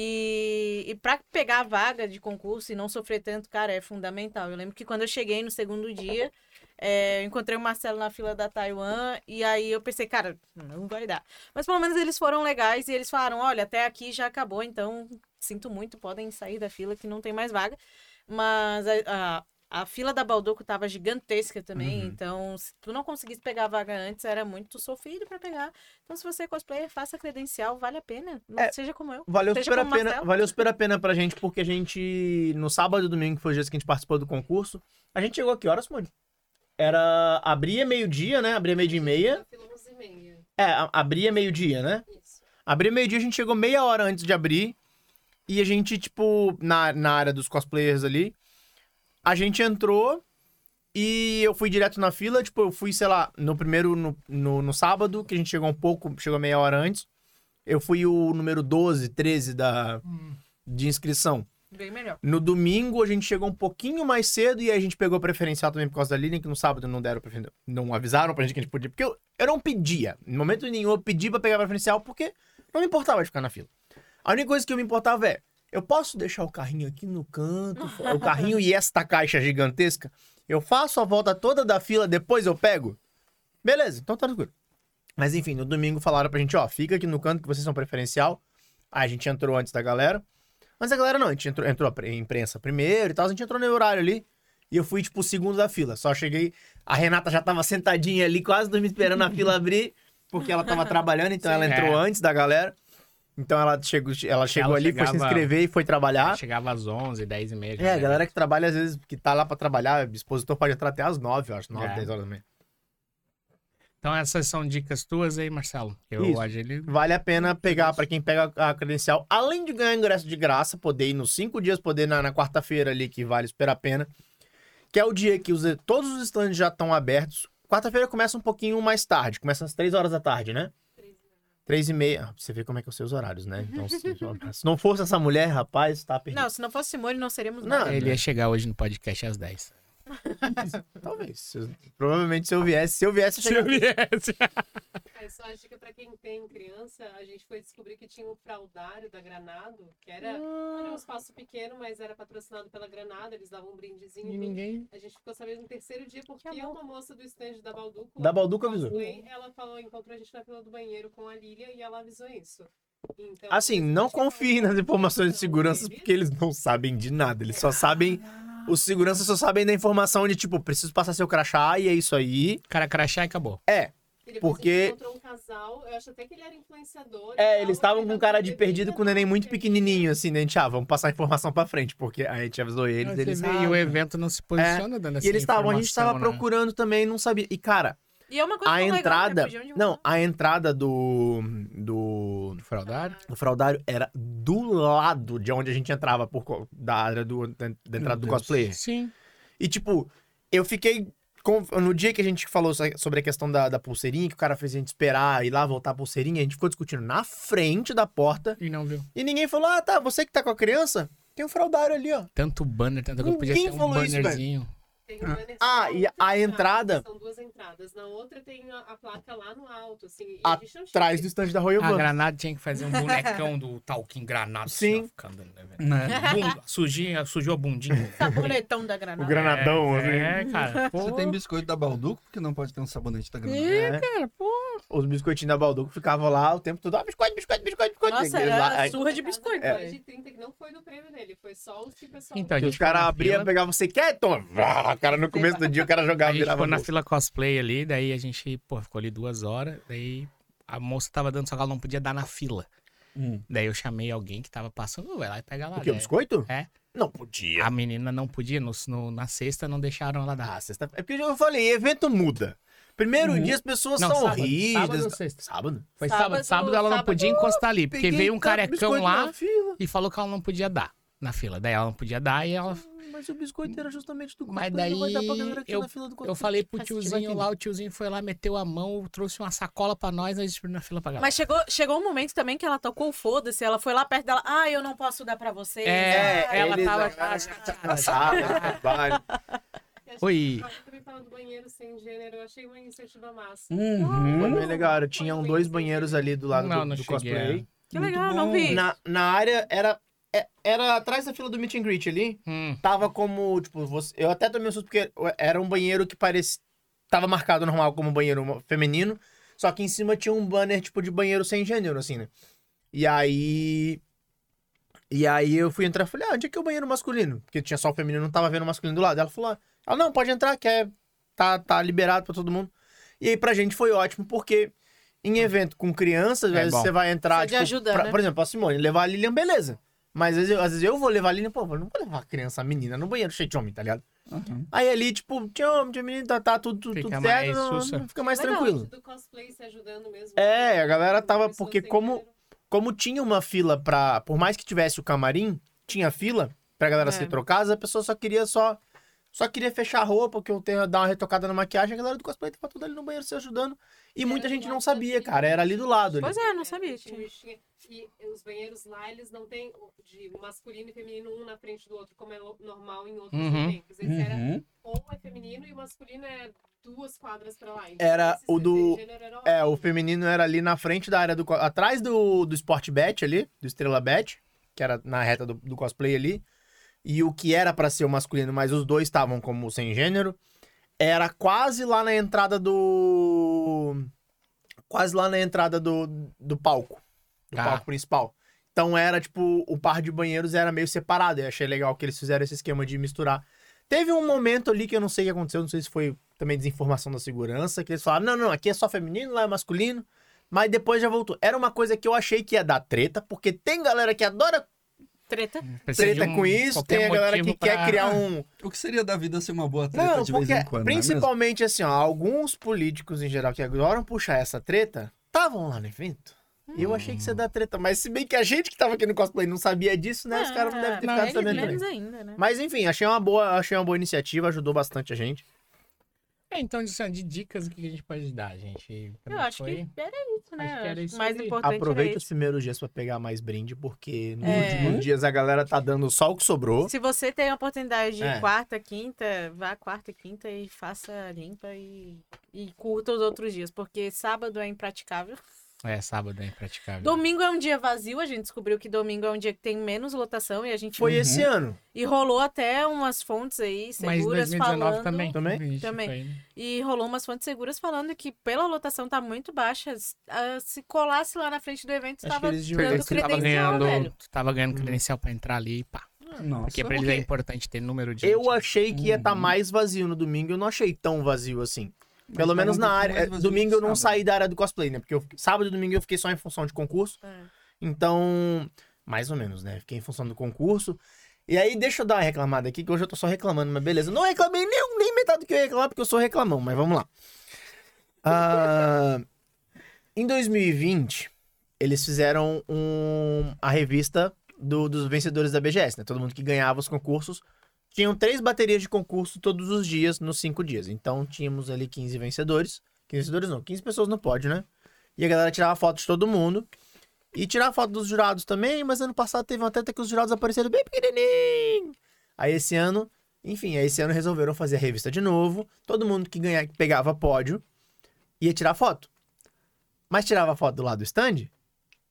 S3: E, e para pegar a vaga de concurso e não sofrer tanto, cara, é fundamental. Eu lembro que quando eu cheguei no segundo dia, é, eu encontrei o Marcelo na fila da Taiwan, e aí eu pensei, cara, não vai dar. Mas pelo menos eles foram legais e eles falaram: olha, até aqui já acabou, então sinto muito, podem sair da fila que não tem mais vaga. Mas a, a, a fila da Balduco tava gigantesca também, então se tu não conseguisse pegar a vaga antes, era muito sofrido pra pegar. Então se você é cosplayer, faça credencial, vale a pena. Não
S2: É.
S3: seja como eu.
S2: Valeu
S3: Seja
S2: super, a
S3: como
S2: pena,
S3: Marcelo.
S2: valeu super a pena pra gente, porque a gente, no sábado e domingo, que foi os dias que a gente participou do concurso, a gente chegou aqui, horas, Moody? Era. abria meio-dia, né? Abria meio-dia e meia.
S5: Na fila 11 e meia.
S2: É, a- abria meio-dia, né?
S5: Isso.
S2: Abria meio-dia, a gente chegou meia hora antes de abrir. E a gente, tipo, na, na área dos cosplayers ali, a gente entrou e eu fui direto na fila. Tipo, eu fui, sei lá, no primeiro, no, no, no sábado, que a gente chegou um pouco, chegou meia hora antes. Eu fui o número 12, 13 da, de inscrição.
S3: Hum. Bem melhor.
S2: No domingo, a gente chegou um pouquinho mais cedo e aí a gente pegou preferencial também por causa da Lilian, que no sábado não deram preferencial. Não avisaram pra gente que a gente podia. Porque eu, eu não pedia. Em momento nenhum eu pedi pra pegar preferencial porque não me importava de ficar na fila. A única coisa que eu me importava é: eu posso deixar o carrinho aqui no canto, o carrinho e esta caixa gigantesca? Eu faço a volta toda da fila, depois eu pego? Beleza, então tá tranquilo. Mas enfim, no domingo falaram pra gente: ó, fica aqui no canto que vocês são preferencial. Aí a gente entrou antes da galera. Mas a galera não, a gente entrou, entrou a pre- imprensa primeiro e tal, a gente entrou no horário ali. E eu fui, tipo, o segundo da fila. Só cheguei. A Renata já tava sentadinha ali, quase dormindo, esperando a fila abrir, porque ela tava trabalhando, então ela entrou
S1: É.
S2: antes da galera. Então ela chegou, ela chegou ali, foi se
S1: chegava-
S2: inscrever e foi trabalhar.
S1: Chegava às 11, 10 e meia.
S2: É, a galera que trabalha, às vezes, que tá lá pra trabalhar, o expositor pode entrar até às 9, eu acho, 9,
S1: É.
S2: 10 horas da manhã.
S1: Então essas são dicas tuas aí, Marcelo. Eu
S2: Isso.
S1: agilei-
S2: Vale a pena pegar pra quem pega a credencial, além de ganhar ingresso de graça, poder ir nos cinco dias, poder ir na, na quarta-feira ali, que vale super a pena. Que é o dia que os, todos os stands já estão abertos. Quarta-feira começa um pouquinho mais tarde, começa às 3 horas da tarde, né? Três e meia. Ah, pra você vê como é que são os seus horários, né? Então, se, se não fosse essa mulher, rapaz, tá perdido.
S3: Não, se não fosse Simone, não seríamos
S2: Não,
S3: nada.
S1: Ele ia chegar hoje no podcast às 10.
S2: Talvez. Se eu- provavelmente se eu viesse, se eu viesse, eu
S1: Se eu
S2: chegaria.
S1: viesse.
S5: Aí É, só a dica pra quem tem criança, a gente foi descobrir que tinha um fraldário da Granado, que era, era um espaço pequeno, mas era patrocinado pela Granado, eles davam um brindezinho. enfim.
S1: ninguém.
S5: A gente ficou sabendo no terceiro dia, porque
S3: Que amor.
S5: uma moça do estande da Balduco,
S2: Da Balduco avisou.
S5: cosplay, ela falou, encontrou a gente na fila do banheiro com a Lilia e ela avisou isso. Então,
S2: Assim, não confie nas informações de segurança
S5: segurança
S2: porque eles não sabem de nada. Eles só sabem. Os seguranças só sabem da informação de tipo, preciso passar seu crachá e é isso aí.
S1: O cara crachá e acabou.
S5: E depois
S2: Porque-
S5: ele encontrou um casal, eu acho até que ele era influenciador. e
S2: É,
S5: tal,
S2: eles estavam
S5: ele um
S2: com
S5: tava
S2: cara de perdido
S5: bebida,
S2: com o neném muito
S5: né?
S2: pequenininho, assim, né? A gente, ah, vamos passar a informação pra frente, porque aí a gente avisou eles,
S1: Você
S2: eles...
S1: vê,
S2: ah,
S1: e o evento não se posiciona dando
S2: É. e
S1: essa
S2: eles estavam, a gente
S1: informação,
S2: tava
S1: né?
S2: procurando também, não sabia. E, cara,
S3: E é uma coisa
S2: a
S3: tão
S2: entrada...
S3: legal, né? Fugiu de um-
S2: Não, a entrada do... do...
S1: Do fraudário.
S2: O fraudário era do lado de onde a gente entrava, por, co- da área do, da, da entrada do
S4: Deus.
S2: cosplayer.
S1: Sim.
S2: E, tipo, eu fiquei. com- No dia que a gente falou so- sobre a questão da, da pulseirinha, que o cara fez a gente esperar ir lá voltar a pulseirinha, a gente ficou discutindo na frente da porta
S1: E não viu.
S2: e ninguém falou: ah, tá, você que tá com a criança, tem um fraudário ali, ó.
S1: Tanto banner, tanta coisa. Podia
S2: Ninguém
S1: ter um
S2: falou isso, velho.
S1: bannerzinho.
S5: Tem um uma nessa
S2: Ah, e a
S5: outra
S2: entrada-
S5: São duas entradas. Na outra tem a, a placa lá no alto, assim. e
S2: A-
S5: a gente não chega
S2: Atrás do estande da Royal
S1: A
S2: Van.
S1: Granada tinha que fazer um bonecão do Talking Granada.
S2: Sim.
S1: Assim, ó, ficando, né, velho?
S4: Né?
S1: Bunda, sujinha, sujou a bundinha.
S3: Sabonetão da granada.
S2: granadão,
S1: É, cara. Pô,
S4: Você tem biscoito da Balduco, porque não pode ter um sabonete da granada.
S1: Ih,
S2: É.
S1: cara, pô.
S2: Os biscoitinhos da Balduco ficavam lá o tempo todo: ah, biscoito, biscoito, biscoito, biscoito.
S3: Nossa,
S1: é
S2: Eles lá,
S3: era
S2: aí,
S3: surra de biscoito. né?
S5: É.
S3: velho.
S5: de 30 que não foi do prêmio dele, foi só os que o pessoal.
S1: Então, a
S2: que
S1: gente
S2: os caras
S1: foi na
S2: abriam,
S1: fila.
S2: pegavam, você quer? Toma. Ah, o cara no começo do dia, o cara jogava,
S1: A gente
S2: virava.
S1: foi na
S2: gol.
S1: fila cosplay ali, daí a gente, pô, ficou ali duas horas, daí a moça tava dando, só que ela não podia dar na fila.
S4: Hum.
S1: Daí eu chamei alguém que tava passando, "Ô, vai lá e pega lá.
S2: O quê? O
S1: daí
S2: biscoito?
S1: É.
S2: Não podia.
S1: A menina não podia, no, no- na sexta não deixaram ela dar.
S2: Ah, sexta É porque eu falei, evento muda. Primeiro
S4: Uhum.
S2: dia as pessoas
S1: Não,
S2: são
S1: sábado.
S2: rígidas.
S1: Sábado ou sexta?
S2: Sábado?
S1: Foi sábado,
S3: Sábado-
S1: sábado ela não
S3: sábado-
S1: podia encostar ali, porque
S2: Peguei
S1: veio um
S2: tanto
S1: carecão
S2: biscoito
S1: lá
S2: na fila,
S1: e falou que ela não podia dar na fila. Daí ela não podia dar e ela
S2: mas o biscoito era justamente do
S1: Mas
S2: cosplay, não vai dar pra
S1: daí
S2: galera que tá
S1: eu-
S2: na fila do
S1: Eu
S2: cosplay.
S1: falei pro
S2: Mas se tiver
S1: tiozinho
S2: aqui,
S1: lá, o tiozinho foi lá, meteu a mão, trouxe uma sacola pra nós, nós distribuímos na fila pra galera.
S3: Mas chegou, chegou um momento também que ela tocou o foda-se. Ela foi lá perto dela. Ah, eu não posso dar pra Ah, você.
S1: É,
S2: É,
S1: ela
S2: eles-
S1: tava.
S2: tá Sábado, Ah, vai.
S5: E acho
S1: Oi.
S5: que o Paulo também fala do banheiro sem gênero, eu achei uma iniciativa massa.
S4: Uhum.
S2: Foi bem legal. era- Tinham dois banheiros ali do lado
S1: Não,
S2: do,
S1: não
S2: do
S1: cheguei, é.
S2: cosplay.
S3: que
S4: muito
S3: legal, não
S4: bom.
S3: vi.
S2: Na, na área era. é- Era atrás da fila do meet and greet ali.
S1: Hum,
S2: Tava como, tipo, você- eu até tomei um susto porque era um banheiro que parecia. Tava marcado normal como banheiro feminino. Só que em cima tinha um banner, tipo, de banheiro sem gênero, assim, né? E aí. E aí eu fui entrar e falei, ah, onde é que é o banheiro masculino? Porque tinha só o feminino, não tava vendo o masculino do lado. Ela falou, ah, ela, não, pode entrar, que é. Tá, tá liberado pra todo mundo. E aí pra gente foi ótimo, porque em evento com crianças, às
S1: Hum. É
S2: vezes
S1: bom.
S2: você vai entrar.
S3: Só de ajudar,
S2: pra-
S3: né?
S2: Por exemplo, a Simone, levar a Lilian, beleza. Mas às vezes, eu, às vezes eu vou levar a Lilian, pô, eu não vou levar a criança, a menina, no banheiro cheio de homem, tá ligado?
S4: Uhum.
S2: Aí ali, tipo, tinha homem, tinha menina, tá, tá tudo, tudo,
S1: Fica
S2: tudo
S1: mais
S2: certo, não-
S1: sussa.
S2: não fica mais
S3: Legal,
S2: tranquilo.
S5: Do cosplay se ajudando mesmo.
S2: É, a galera tava-
S5: Pessoas
S2: porque
S5: sem
S2: como-
S5: gênero.
S2: como tinha uma fila pra. Por mais que tivesse o camarim, tinha fila pra galera
S3: É.
S2: ser trocada, a pessoa só queria só. Só queria fechar a roupa, que eu tenho dar uma retocada na maquiagem, a galera do cosplay tava tudo ali no banheiro se ajudando. E
S5: Era
S2: muita
S5: do
S2: gente não
S5: lado da
S2: sabia,
S5: piscina.
S2: cara. Era ali do lado. ali.
S3: Pois é, eu não sabia.
S5: tinha um lixinho. E os banheiros lá, eles não têm o- de masculino e feminino um na frente do outro, como é lo- normal em outros
S1: Uhum.
S5: eventos. Esse era
S4: Uhum.
S5: ou é feminino e o masculino é duas quadras pra lá. então
S2: Era
S5: esse
S2: o
S5: sem
S2: do-
S5: gênero era
S2: É,
S5: ótimo.
S2: o feminino era ali na frente da área do. co- Atrás do, do Sport Bet ali, do Estrela Bet, que era na reta do, do cosplay ali. E o que era pra ser o masculino, mas os dois estavam como sem gênero, era quase lá na entrada do. Quase lá na entrada do, do palco. Do
S1: Ah.
S2: palco principal. Então era tipo, o par de banheiros era meio separado. Eu achei legal que eles fizeram esse esquema de misturar. Teve um momento ali que eu não sei o que aconteceu, não sei se foi também desinformação da segurança, que eles falaram: não, não, aqui é só feminino, lá é masculino. Mas depois já voltou. Era uma coisa que eu achei que ia dar treta, porque tem galera que adora
S3: Treta.
S1: precisa de
S2: treta
S1: um-
S2: com isso,
S1: qualquer
S2: tem a galera que
S1: motivo pra-
S2: quer criar um.
S4: O que seria da vida ser uma boa treta
S2: Não,
S4: tá de vez em
S2: porque
S4: quando? é
S2: principalmente assim, ó, alguns políticos em geral que adoram puxar essa treta, estavam lá no evento. E eu achei que isso ia dar treta, mas se bem que a gente que tava aqui no cosplay não sabia disso, né? os caras não devem ter
S3: Ah,
S2: ficado
S3: eles
S2: sabendo também.
S3: menos ainda, né?
S2: Mas enfim, achei uma boa, achei uma boa iniciativa, ajudou bastante a gente.
S1: É, então, assim, de dicas, o que a gente pode dar, gente? é
S3: Eu acho que era isso, né?
S1: Acho que era
S3: Acho que
S1: isso
S3: o mais
S1: aí.
S3: importante
S2: Aproveita
S3: era
S2: os
S3: isso.
S2: primeiros dias pra pegar mais brinde, porque nos
S3: É.
S2: últimos dias a galera tá dando só o que sobrou.
S3: Se você tem a oportunidade de
S2: É.
S3: quarta, quinta, vá quarta e quinta e faça a limpa e, e curta os outros dias, porque sábado é impraticável.
S1: É, sábado é impraticável.
S3: Domingo é um dia vazio, a gente descobriu que domingo é um dia que tem menos lotação e a gente
S2: Foi
S4: Uhum.
S2: esse ano.
S3: e rolou até umas fontes aí
S1: Mas
S3: seguras
S1: 2019
S3: falando
S1: também.
S2: Também?
S1: Vixe,
S3: Também.
S1: foi, né?
S3: e rolou umas fontes seguras falando que pela lotação tá muito baixa, s- ah, se colasse lá na frente do
S2: Acho que
S3: evento estava
S2: eles deviam ter
S3: dando
S1: Tu tava
S3: credencial,
S1: ganhando,
S3: velho.
S1: tu tava ganhando credencial pra entrar ali e pá. Porque
S4: Nossa.
S1: pra eles é importante ter número de.
S2: Eu
S1: gente.
S2: achei que ia tá estar
S4: Uhum.
S2: mais vazio no domingo, eu não achei tão vazio assim. Pelo
S4: tava
S2: menos
S4: um
S2: na
S4: pouco
S2: área. é,
S4: mais vazio
S2: Domingo eu não
S4: sábado.
S2: saí da área do cosplay, né? Porque eu- sábado e domingo eu fiquei só em função de concurso.
S3: É.
S2: Então, mais ou menos, né? Fiquei em função do concurso. E aí, deixa eu dar uma reclamada aqui, que hoje eu tô só reclamando, mas beleza. Não reclamei nem, nem metade do que eu ia reclamar, porque eu sou reclamão, mas vamos lá. Ah, em 2020, eles fizeram um, a revista do- dos vencedores da BGS, né? Todo mundo que ganhava os concursos. Tinham três baterias de concurso todos os dias, nos cinco dias. Então, tínhamos ali 15 vencedores. 15 vencedores não, 15 pessoas no pódio, né? E a galera tirava foto de todo mundo. E tirava foto dos jurados também, mas ano passado teve uma treta que os jurados apareceram bem pequenininho. Aí esse ano, enfim, aí esse ano resolveram fazer a revista de novo. Todo mundo que ganhava, que pegava pódio, ia tirar foto. Mas tirava foto do lado do stand?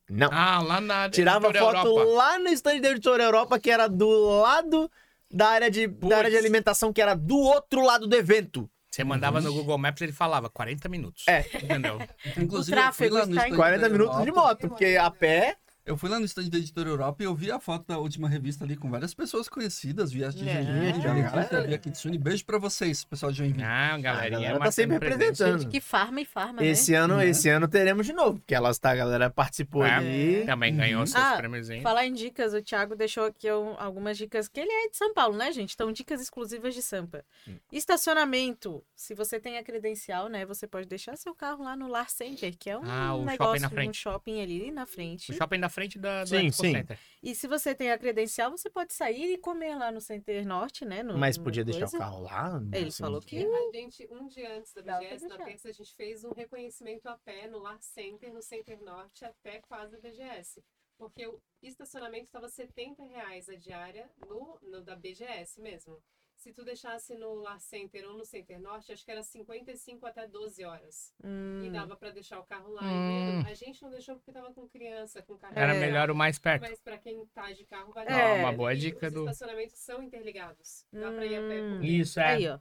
S2: Não.
S1: Ah, lá na
S2: Tirava
S1: Editora
S2: foto
S1: Europa.
S2: lá no stand da Editora Europa, que era do lado da área de,
S1: Puts.
S2: da área de alimentação, que era do outro lado do evento.
S1: Você mandava no Google Maps, ele falava 40 minutos.
S2: Uhum. É.
S1: Entendeu?
S4: Inclusive,
S3: O
S4: eu fui lá
S3: tráfego
S4: no
S3: está em
S4: stand da
S2: 40 minutos de
S4: Europa.
S2: moto, porque a pé.
S4: Eu fui lá no stand da Editora Europa e eu vi a foto da última revista ali com várias pessoas conhecidas. Vi a de
S3: É.
S4: Joinville, vi a Letícia,
S2: Galera.
S4: vi a Kitsune. Beijo pra vocês, pessoal de Joinville.
S1: Ah,
S2: A
S1: galerinha.
S2: galera tá
S1: marcando
S2: sempre
S1: presença.
S2: representando.
S3: Que farma e farma,
S2: Esse ano,
S4: Né?
S2: esse ano teremos de novo, porque elas tá, a galera participou
S1: Uhum. É.
S2: ali.
S1: Também ganhou seus
S3: Ah,
S1: prêmios aí.
S3: né? Falar em dicas, o Thiago deixou aqui um- algumas dicas, que ele é de São Paulo, né, gente? Então, dicas exclusivas de Sampa.
S2: Hum.
S3: Estacionamento. Se você tem a credencial, né, você pode deixar seu carro lá no Lar Center, que é um
S1: Ah, o shopping
S3: negócio,
S1: na frente.
S3: um shopping ali na frente.
S1: O shopping da frente da, do
S2: Sim,
S1: Expo
S2: sim.
S1: Center.
S3: E se você tem a credencial, você pode sair e comer lá no Center Norte, né? no-
S2: Mas
S3: no
S2: podia deixar
S3: coisa.
S2: o carro lá? assim, não
S3: Ele
S2: sei.
S3: falou
S5: Porque
S3: que
S5: a gente, um dia antes da
S3: Dá pra
S5: BGS, na
S3: deixar.
S5: terça, a gente fez um reconhecimento a pé no Lar Center, no Center Norte, até quase a BGS. Porque o estacionamento estava R$ 70 reais a diária no, no da BGS mesmo. Se tu deixasse no Lar Center ou no Center Norte, acho que era 55 até 12 horas. E
S3: Hum,
S5: dava pra deixar o carro lá.
S1: Hum.
S5: E a gente não deixou porque tava com criança, com carro.
S1: Era
S3: É.
S1: melhor o mais perto.
S5: Mas pra quem tá de carro, vai
S3: É.
S5: dar.
S1: Ó, uma boa
S5: E
S1: dica
S5: Os
S1: do-
S5: estacionamentos são interligados. Dá pra ir a pé.
S3: Hum.
S5: porque
S1: Isso, é.
S3: aí, ó.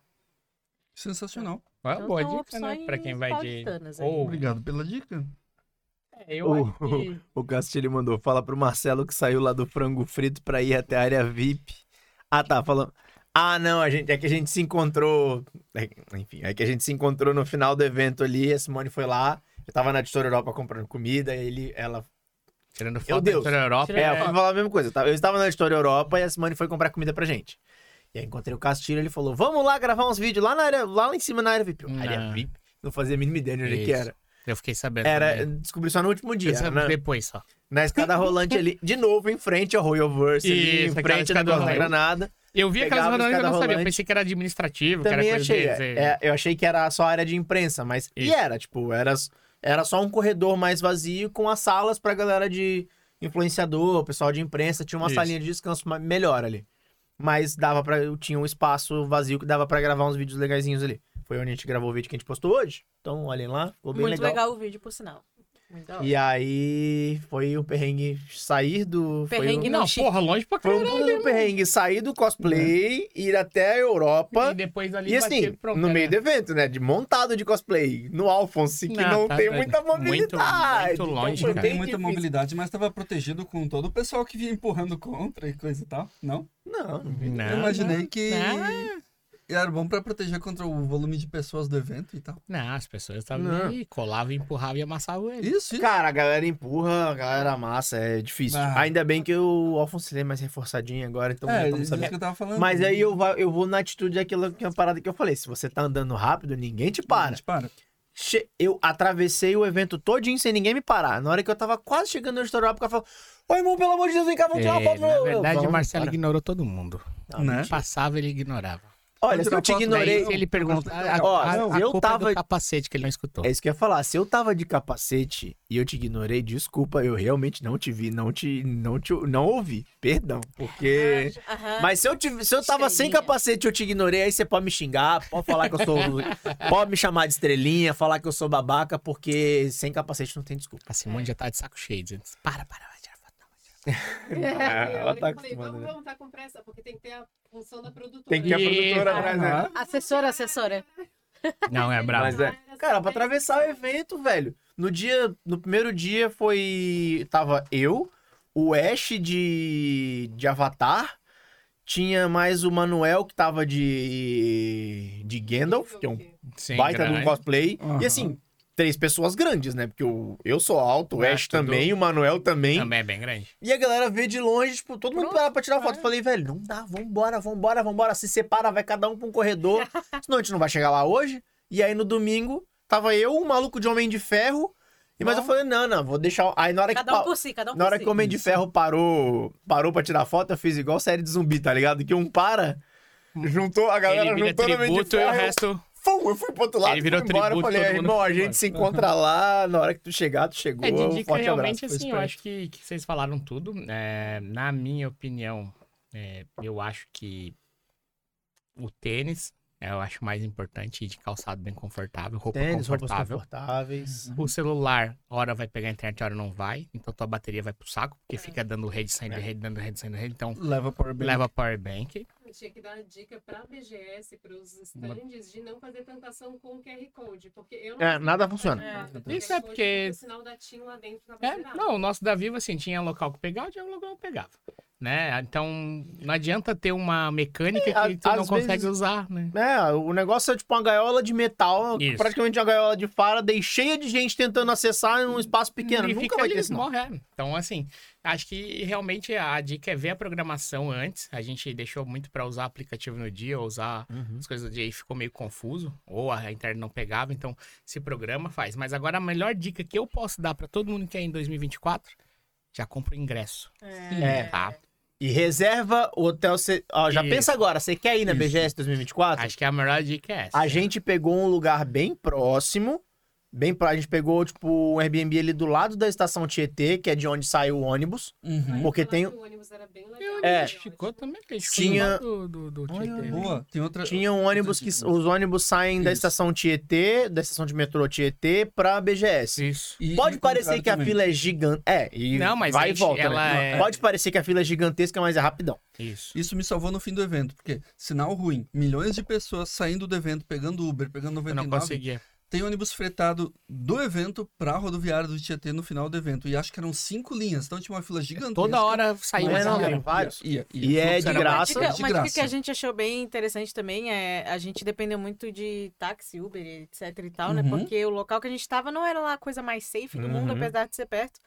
S4: Sensacional.
S1: É uma
S3: Então,
S1: boa
S3: são
S1: dica, né? Pra quem vai de.
S3: opções paulistanas aí.
S1: Ou.
S4: Obrigado pela dica.
S1: É, eu acho.
S2: O,
S3: E-
S2: o Castilho mandou, fala pro Marcelo que saiu lá do frango frito pra ir até a área VIP. Ah, tá, falando. Ah, não, a gente, é que a gente se encontrou. é que- enfim, é que a gente se encontrou no final do evento ali. A Simone foi lá. Eu tava na Editora Europa comprando comida. e Ele, ela.
S1: Tirando foto
S2: Meu
S1: da
S2: Deus.
S1: Editora Europa.
S2: É, eu fui falar a mesma coisa. tá? Eu estava na Editora Europa e a Simone foi comprar comida pra gente. E aí encontrei o Castilho ele falou: Vamos lá gravar uns vídeos lá na área, lá em cima na área VIP. Eu, Área
S1: Não.
S2: VIP? Não fazia a mínima ideia de onde é que
S1: Ah. Isso.
S2: era.
S1: Eu fiquei sabendo.
S2: Era,
S1: também.
S2: descobri só no último dia. né?
S1: Isso é
S2: na,
S1: Depois só.
S2: na escada rolante ali, de novo, em frente ao Royal Verse, ali,
S1: Isso,
S2: em
S1: aquela
S2: frente ao
S1: escada
S2: negócio da
S1: rolante.
S2: Granada.
S1: Eu vi aquelas
S2: Pegava
S1: rodonas que eu
S2: escada
S1: não sabia. Eu
S2: rolante.
S1: pensei que era administrativo, que
S2: Também
S1: era coisa
S2: achei.
S1: deles,
S2: é,
S1: é.
S2: é, eu achei que era só área de imprensa, mas. E
S1: Isso.
S2: era, tipo, era, era só um corredor mais vazio com as salas pra galera de influenciador, pessoal de imprensa. Tinha uma
S1: Isso.
S2: salinha de descanso ma- melhor ali. Mas dava para Tinha um espaço vazio que dava pra gravar uns vídeos legaisinhos ali. Foi onde a gente gravou o vídeo que a gente postou hoje. Então, olhem lá, ficou bem
S3: Muito legal.
S2: legal.
S3: o vídeo, por sinal. Muito da hora.
S2: E aí foi um perrengue sair do. foi
S3: Perrengue
S2: um-
S1: Não,
S3: não, chique.
S1: porra, longe pra
S2: Foi
S1: caralho.
S2: um puta do perrengue sair do cosplay, ir até a Europa.
S1: E depois ali
S2: E assim,
S1: bater, pronto,
S2: no
S1: né?
S2: meio do evento, né? De montado de cosplay. No Alphonse, que não,
S1: tá
S2: tem
S1: doido.
S2: muita mobilidade. então
S1: Muito, muito longe, cara.
S2: foi bem
S4: Não né? tem muita
S2: difícil.
S4: mobilidade, mas tava protegido com todo o pessoal que vinha empurrando contra e coisa e tal. Não?
S2: Não, não vi.
S1: Não,
S4: Eu imaginei
S2: né?
S4: que
S1: Ah.
S2: É.
S4: era bom pra proteger contra o volume de pessoas do evento e tal.
S1: Não, as pessoas estavam
S2: Não.
S1: ali, colavam, empurravam e amassavam ele.
S4: Isso, isso.
S2: Cara, a galera empurra, a galera amassa, é difícil.
S4: Ah.
S2: Ainda bem que o Alphonse ele é mais reforçadinho agora, então já
S4: é,
S2: estamos
S4: isso
S2: sabendo.
S4: que eu tava falando.
S2: Mas aí eu, va- eu vou na atitude daquela que é a parada que eu falei. Se você tá andando rápido, ninguém te para.
S4: Gente, para.
S2: Che- Eu atravessei o evento todinho sem ninguém me parar. Na hora que eu tava quase chegando no restaurante, o cara falou: Ô irmão, pelo amor de Deus, vem cá, vamos tirar uma
S1: É,
S2: foto.
S1: na
S2: Eu,
S1: verdade,
S2: "Vamos,
S1: o Marcelo
S2: cara."
S1: ignorou todo mundo.
S2: Não,
S4: Né?
S2: mentira.
S1: Passava, ele ignorava.
S2: Olha, se
S4: tirar
S2: eu te
S4: foto, daí
S2: ignorei.
S1: Daí, se ele pergunta, a,
S2: Ó,
S1: a-
S2: não,
S1: a
S2: eu
S1: culpa é do
S2: tava-
S1: capacete que ele não escutou.
S2: É isso que eu ia falar. Se eu tava de capacete e eu te ignorei, desculpa, eu realmente não te vi, não te. Não, te, não ouvi. Perdão. Porque.
S5: Ah,
S3: Aham.
S2: Mas se eu, te, se eu tava sem
S3: Estrelinha.
S2: capacete e eu te ignorei, aí você pode me xingar, pode falar que eu sou. pode me chamar de estrelinha, falar que eu sou babaca, porque sem capacete não tem desculpa.
S1: A Simone já tá de saco cheio, dizendo, para, para, vai tirar foto. não, vai tirar foto.
S5: Aí É, eu
S2: ela
S5: olhei
S2: tá
S5: e falei,
S2: acostumada,
S5: vamos,
S2: né?
S5: vamos, Ah, tá com pressa, porque tem que ter a função da produtora.
S2: Tem que ter a
S1: Isso.
S2: produtora atrás, né?
S4: Ah,
S3: Assessora, assessora.
S1: Não, é brabo.
S2: Mas é. Cara, pra atravessar o evento, velho. No dia. No primeiro dia foi. Tava eu, o Ash de. de Avatar. Tinha mais o Manuel que tava de. de de Gandalf, que é um
S1: Sim,
S2: baita de um
S1: caralho.
S2: cosplay.
S4: Aham.
S2: E assim, três pessoas grandes, né? Porque o, eu sou alto, o
S1: É,
S2: Ash
S1: tudo-
S2: também, o Manuel também.
S1: Também é bem grande.
S2: E a galera vê de longe, tipo, todo mundo parava pra tirar
S1: é.
S2: foto. Falei, velho, não dá, vambora, vambora, vambora. Se separa, vai cada um pra um corredor. Senão a gente não vai chegar lá hoje. E aí no domingo, tava eu, um maluco de Homem de Ferro. E, mas eu falei, não, não, vou deixar. Aí na hora que.
S3: Cada um
S2: pa-
S3: por si, cada um
S2: Na
S3: por
S2: hora
S3: si.
S2: que o Homem de Ferro parou, parou pra tirar foto, eu fiz igual série de zumbi, tá ligado? Que um para, juntou, a galera
S1: Hum. Ele vira
S2: juntou no Homem de
S1: tributo e o
S2: Ferro.
S1: resto.
S2: Fum, eu fui pro outro lado.
S1: Ele virou
S2: fui embora,
S1: tributo,
S2: falei,
S1: todo mundo foi
S2: irmão, a
S1: embora." Uhum.
S2: gente se encontra lá. Na hora que tu chegar, tu chegou.
S1: É, de
S2: um
S1: dica,
S2: forte
S1: realmente,
S2: abraço.
S1: assim, eu acho que, que vocês falaram tudo. É, na minha opinião, é, eu acho que o tênis, é, eu acho mais importante ir de calçado bem confortável, roupa
S2: Tênis, roupas
S1: confortável.
S2: confortáveis.
S1: O celular, hora vai pegar a internet, hora não vai. Então tua bateria vai pro saco, porque fica dando rede, saindo
S2: É.
S1: rede, dando rede, saindo rede. Então
S4: Leva para bem.
S1: leva power bank.
S5: Eu tinha que dar a dica pra BGS, pros stands, de não fazer tentação com o QR Code, porque eu não
S2: É,
S5: consigo
S2: nada
S5: fazer
S2: funciona.
S5: nada com o
S1: Isso
S5: QR
S1: é
S5: Code,
S1: porque-
S5: O sinal da TIM lá dentro tava
S1: É,
S5: zerado.
S1: não, o nosso da Vivo, assim, tinha local que pegava, tinha local que pegava. Né? Então não adianta ter uma mecânica
S2: É, a-
S1: que tu não
S2: às
S1: consegue
S2: vezes-
S1: usar, né?
S2: É, o negócio é tipo uma gaiola de metal,
S1: Isso.
S2: praticamente uma gaiola de Faraday, cheia de gente tentando acessar em um espaço pequeno.
S1: Hum, E
S2: Nunca
S1: fica
S2: vai
S1: ali,
S2: ter isso, não.
S1: morre, é. Então, assim, acho que realmente a dica é ver a programação antes. A gente deixou muito pra usar aplicativo no dia, ou usar
S2: Uhum.
S1: as coisas do dia e ficou meio confuso, ou a internet não pegava, então se programa, faz. Mas agora a melhor dica que eu posso dar pra todo mundo que é em 2024, já compra o ingresso,
S2: É.
S1: tá?
S2: E reserva o hotel. Cê... Ó, já
S1: Isso.
S2: pensa agora, você quer ir na
S4: Isso.
S2: BGS 2024?
S1: Acho que a melhor dica é essa.
S2: A gente pegou um lugar bem próximo. Bem pra... A gente pegou, tipo, um Airbnb ali do lado da estação Tietê, que é de onde sai o ônibus.
S4: Uhum.
S2: Porque
S5: Falar
S2: tem-
S5: que O ônibus era bem legal.
S1: Eu
S2: É.
S1: é. ficou também, porque a gente ficou do
S2: Tinha-
S1: lado do, do, né? do
S2: Olha,
S1: Tietê.
S4: Boa. Tem outra.
S2: Tinha um ônibus que. Os ônibus saem da
S4: Isso.
S2: estação Tietê, da estação de metrô Tietê, pra BGS.
S1: Isso.
S4: E-
S2: Pode
S4: e o
S2: parecer
S4: contrário
S2: que a
S4: também.
S2: fila é gigante. É, e
S1: Não, mas
S2: vai e
S1: gente,
S2: volta. né?
S1: ela é-
S2: Pode parecer que a fila é gigantesca, mas é rapidão.
S1: Isso.
S4: Isso me salvou no fim do evento, porque sinal ruim, milhões de pessoas saindo do evento, pegando Uber, pegando
S1: Eu não
S4: 99,
S1: conseguia.
S4: tem ônibus fretado do evento pra rodoviária do Tietê no final do evento. E acho que eram cinco linhas, então tinha uma fila gigantesca.
S1: Toda hora saiu
S2: Não
S1: mais
S2: é, não,
S1: galera.
S2: tem vários.
S4: Ia, ia.
S2: E é
S4: Fluxo
S2: de
S4: era
S2: graça.
S4: mais-
S3: Uma
S4: de
S3: dica, uma dica que a
S4: graça.
S3: gente achou bem interessante também é a gente dependeu muito de táxi, Uber, etc e tal, né?
S4: Uhum.
S3: Porque o local que a gente tava não era lá a coisa mais safe do mundo,
S2: Uhum.
S3: apesar de ser perto.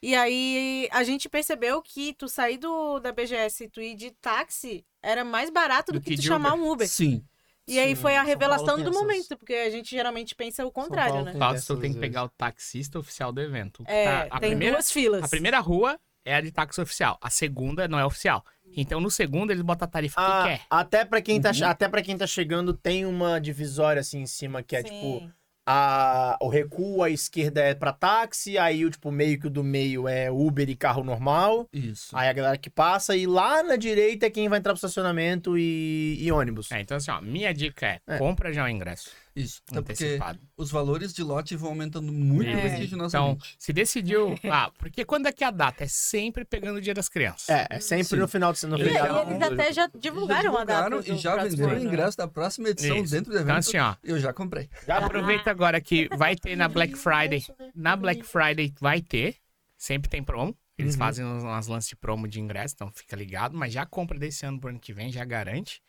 S3: E aí a gente percebeu que tu sair do, da BGS e tu ir de táxi era mais barato do,
S1: Do
S3: que,
S1: que
S3: tu
S1: de
S3: chamar
S1: Uber.
S3: um Uber.
S4: Sim.
S3: E aí
S2: Sim,
S3: foi a
S2: São
S3: revelação
S2: Paulo tem
S3: do
S2: essas-
S3: momento, porque a gente geralmente pensa o contrário,
S2: Paulo
S3: né?
S2: tem-
S1: Falta se eu
S2: dessas
S1: tenho que
S2: vezes.
S1: pegar o taxista oficial do evento. O que
S3: É,
S1: tá- a
S3: tem
S1: primeira
S3: duas filas.
S1: A primeira rua é a de táxi oficial, a segunda não é oficial. Então no segundo eles botam a tarifa
S2: Ah,
S1: que quer.
S2: até, pra quem tá, che-
S4: Uhum.
S2: até pra quem tá chegando, tem uma divisória assim em cima que é
S3: Sim.
S2: tipo. A, o recuo à esquerda é pra táxi, aí o tipo meio que o do meio é Uber e carro normal.
S3: é
S4: Isso.
S2: Aí a galera que passa, e lá na direita é quem vai entrar pro estacionamento e, e ônibus.
S1: É, então assim, ó, minha dica é,
S2: É.
S1: compra já o ingresso
S4: Isso. Até porque
S1: antecipado.
S4: os valores de lote vão aumentando muito
S1: É. Então,
S4: vertiginosamente.
S1: se decidiu, ah, porque quando é que é a data? É sempre pegando o Dia das Crianças.
S2: É, é sempre
S4: Sim.
S2: no final de semana.
S1: E-
S3: E, aí
S1: Legal.
S3: eles até já divulgaram,
S4: já
S3: a data. do
S4: e já
S3: próximo
S4: venderam o
S3: ano, né?
S4: ingresso da próxima edição
S1: Isso.
S4: dentro do
S2: é
S4: evento.
S1: Então assim, ó,
S4: Eu já comprei.
S1: aproveita agora que vai ter na Black Friday. Na Black Friday vai ter, sempre tem promo. Eles
S2: Uhum.
S1: fazem uns- umas lances de promo de ingresso, então fica ligado, mas já compra desse ano pro ano que vem, já garante.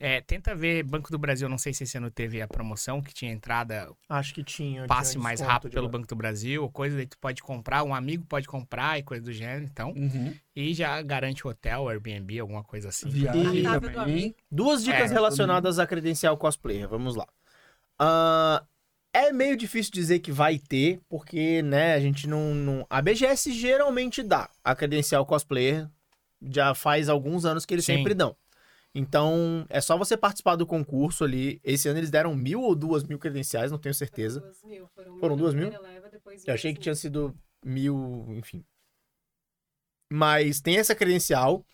S1: É, tenta ver Banco do Brasil, não sei se esse ano teve a promoção que tinha entrada
S2: Acho que tinha.
S1: passe
S2: tinha
S1: mais
S2: desconto
S1: rápido
S2: de
S1: pelo
S2: lá.
S1: Banco do Brasil, ou coisa daí tu pode comprar, um amigo pode comprar e coisa do gênero, então.
S3: Uhum.
S1: E já garante o hotel, Airbnb, alguma coisa assim.
S4: Viagem
S3: Ah, tá, do
S4: também.
S3: amigo.
S2: Duas dicas
S1: É.
S2: relacionadas à credencial cosplayer, vamos lá. Ah, é meio difícil dizer que vai ter, porque, né, a gente não, não- A BGS geralmente dá a credencial cosplayer, já faz alguns anos que eles
S1: Sim.
S2: sempre dão. Então, é só você participar do concurso ali. Esse ano eles deram mil ou duas mil credenciais, não tenho certeza.
S5: Foram duas mil. Foram,
S2: Foram
S5: na
S2: duas mil?
S5: primeira leva, depois
S2: Eu
S5: mil,
S2: achei que
S5: assim.
S2: tinha sido mil, enfim. Mas tem essa credencial.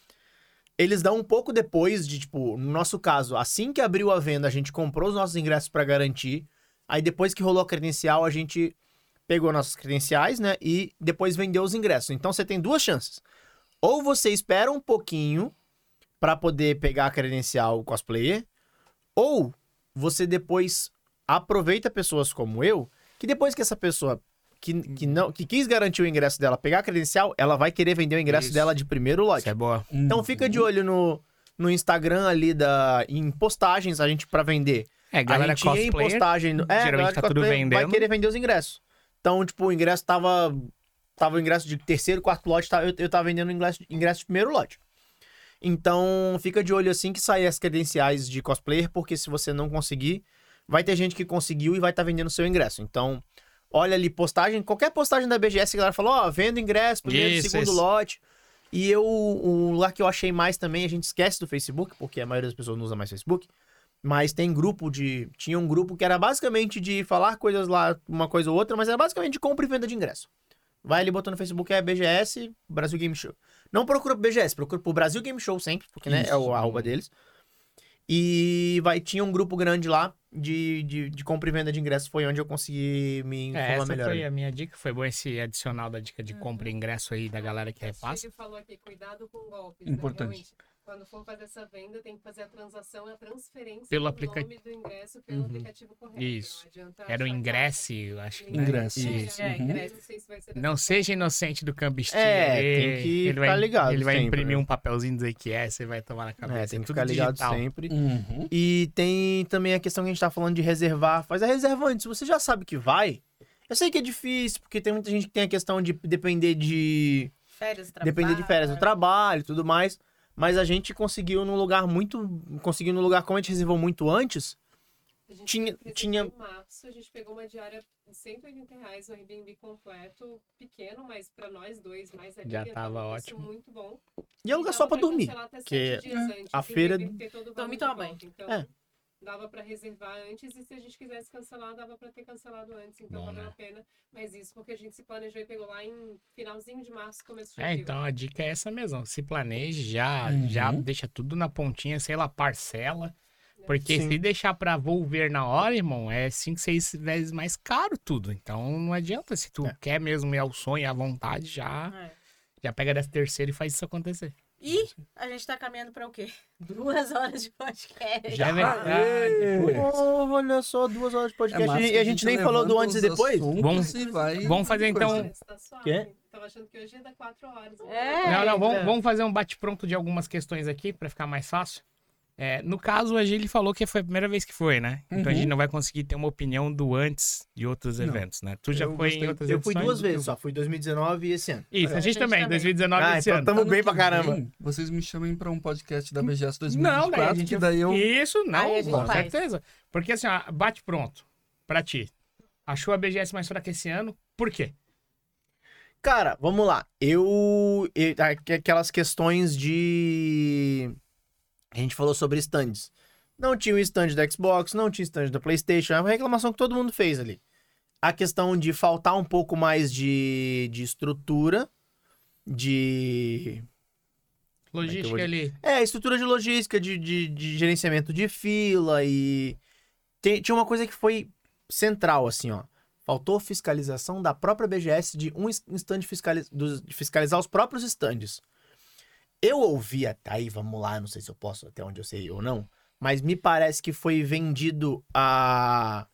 S2: Eles dão um pouco depois de, tipo, no nosso caso, assim que abriu a venda, a gente comprou os nossos ingressos pra garantir. Aí depois que rolou a credencial, a gente pegou nossas credenciais, né? E depois vendeu os ingressos. Então você tem duas chances. Ou você espera um pouquinho pra poder pegar a credencial cosplayer, ou você depois aproveita pessoas como eu, que depois que essa pessoa que, que não que quis garantir o ingresso dela, pegar a credencial, ela vai querer vender o ingresso
S1: Isso.
S2: dela de primeiro lote.
S1: Isso é boa.
S4: Uhum.
S2: Então fica de olho no, no Instagram ali da em postagens a gente pra vender.
S1: É, galera
S2: a gente ia em
S1: cosplayer,
S2: postagem. do- É,
S1: geralmente
S2: galera
S1: tá tudo
S2: cosplayer Vai
S1: vendendo.
S2: querer vender os ingressos. Então, tipo, o ingresso tava. Tava o ingresso de terceiro, quarto lote. tá- eu, eu tava vendendo ingresso, ingresso de primeiro lote. Então, fica de olho assim que sair as credenciais de cosplayer, porque se você não conseguir, vai ter gente que conseguiu e vai estar vendendo seu ingresso. Então, olha ali postagem, qualquer postagem da BGS, a galera falou, ó, vendo ingresso, primeiro,
S1: Isso,
S2: segundo
S1: isso.
S2: lote. E eu, o lugar que eu achei mais também, a gente esquece do Facebook, porque a maioria das pessoas não usa mais Facebook, mas tem grupo de, tinha um grupo que era basicamente de falar coisas lá, uma coisa ou outra, mas era basicamente de compra e venda de ingresso. Vai ali botando no Facebook, é BGS, Brasil Game Show. Não procura pro BGS, procura pro Brasil Game Show sempre, porque né, é o arroba deles. E vai, tinha um grupo grande lá de, de, de compra e venda de ingressos, foi onde eu consegui me
S1: É,
S2: informar
S1: essa
S2: melhor.
S1: foi
S2: ali.
S1: a minha dica. Foi bom esse adicional da dica de
S2: Uhum.
S1: compra e ingresso aí da galera que repassa.
S5: Ele falou aqui, cuidado com golpes.
S4: Importante.
S5: Né? Realmente, Quando for fazer essa venda, tem que fazer a transação, a transferência
S1: Pelo
S5: do
S1: aplica-
S5: nome do ingresso pelo
S4: Uhum.
S5: aplicativo correto.
S1: Isso.
S5: Não adianta
S1: Era o
S2: Uhum.
S5: achar que-
S1: ingresso, eu acho que. né?
S4: Ingresso.
S1: Isso.
S5: É, é,
S4: Uhum.
S5: ingresso. Não sei se vai ser
S1: Não seja inocente do cambistinho.
S2: É,
S1: Ele-
S2: tem que
S1: ele
S2: ficar
S1: vai,
S2: ligado
S1: Ele vai
S2: sempre,
S1: imprimir
S2: né?
S1: um papelzinho dizer que é, você vai tomar na cabeça.
S2: É, tem
S1: É
S2: que
S1: tudo
S2: ficar ligado
S1: digital.
S2: sempre.
S4: Uhum.
S2: E tem também a questão que a gente tá falando de reservar. Faz a reserva antes, você já sabe que vai. Eu sei que é difícil, porque tem muita gente que tem a questão de depender de
S3: Férias, trabalho.
S2: depender de férias do trabalho e tudo mais. Mas a gente conseguiu num lugar muito. Conseguiu num lugar como a gente reservou muito antes.
S5: A gente
S2: Tinha-
S5: fez
S2: tinha-
S5: Em março, a gente pegou uma diária de 180 reais, o Airbnb completo, pequeno, mas pra nós dois, mais ali.
S1: Já
S5: um
S1: tava
S5: preço
S1: ótimo.
S5: Muito bom.
S2: E é
S5: Então,
S2: lugar só pra dormir.
S5: Que
S2: que a feira-
S3: Dormir É. e tomar banho.
S5: Então,
S2: É.
S5: dava pra reservar antes e se a gente quisesse cancelar, dava pra ter cancelado antes. Então,
S1: Bom,
S5: valeu
S1: né?
S5: a pena. Mas isso porque a gente se planejou e pegou lá em finalzinho de março, começo de
S1: É,
S5: abril.
S1: então a dica é essa mesmo. Se planeje, já,
S4: Uhum.
S1: já deixa tudo na pontinha, sei lá, parcela. Porque
S2: Sim.
S1: se deixar pra volver na hora, irmão, é 5, 6 vezes mais caro tudo. Então não adianta. Se
S2: É.
S1: tu quer mesmo ir ao sonho, à vontade, já,
S3: É.
S1: já pega dessa terceira e faz isso acontecer.
S3: E a gente tá caminhando pra o quê? Duas horas de podcast.
S1: Já é verdade. pô.
S2: Oh, olha só, duas horas de
S4: É
S2: podcast.
S4: massa
S2: e
S4: que
S2: a gente nem falou do
S4: levanta
S2: antes e
S4: os
S2: depois.
S4: assuntos
S1: Vamos-
S4: e vai-
S1: vamos fazer, então,
S5: Mas tá suave.
S2: Quê?
S5: Tava achando que hoje ia dar 4 horas.
S3: É.
S1: Não, não, vamos,
S2: é.
S1: vamos fazer um bate-pronto de algumas questões aqui pra ficar mais fácil. É, no caso, a Gili falou que foi a primeira vez que foi, né? Então a
S4: Uhum.
S1: gente não vai conseguir ter uma opinião do antes de outros
S4: Não.
S1: eventos, né? Tu já
S4: Eu
S1: foi
S4: gostei.
S1: em outras
S2: Eu fui
S1: edições?
S2: duas vezes só. Fui em 2019 e esse ano.
S1: Isso, a
S3: A
S1: gente
S3: gente
S1: também,
S3: também.
S1: 2019
S2: Ah,
S1: esse
S2: então
S1: ano.
S2: tamo
S4: Ano
S2: bem
S4: que
S2: pra caramba. Hum.
S4: vem, vocês me chamem pra um podcast da BGS
S1: Não, daí a
S4: 2024,
S1: gente
S4: que daí eu...
S1: Isso, não,
S3: Aí a gente
S1: com
S3: faz.
S1: certeza. Porque assim, ó, bate pronto, pra ti. Achou a BGS mais fraca esse ano, por quê?
S2: é Cara, vamos lá. Eu. eu- aqu- Aquelas questões de. A gente falou sobre stands. Não tinha o stand da Xbox, não tinha stand da PlayStation. É uma reclamação que todo mundo fez ali. A questão de faltar um pouco mais de, de estrutura, de. eu vou
S1: Logística
S2: dizer?
S1: ali.
S2: É, estrutura de logística, de, de, de gerenciamento de fila e. Tem- tinha uma coisa que foi central, assim, ó. Faltou fiscalização da própria BGS de um es- stand fiscaliz... dos- de fiscalizar os próprios stands. Eu ouvi até aí, vamos lá, não sei se eu posso até onde eu sei ou não, mas me parece que foi vendido a.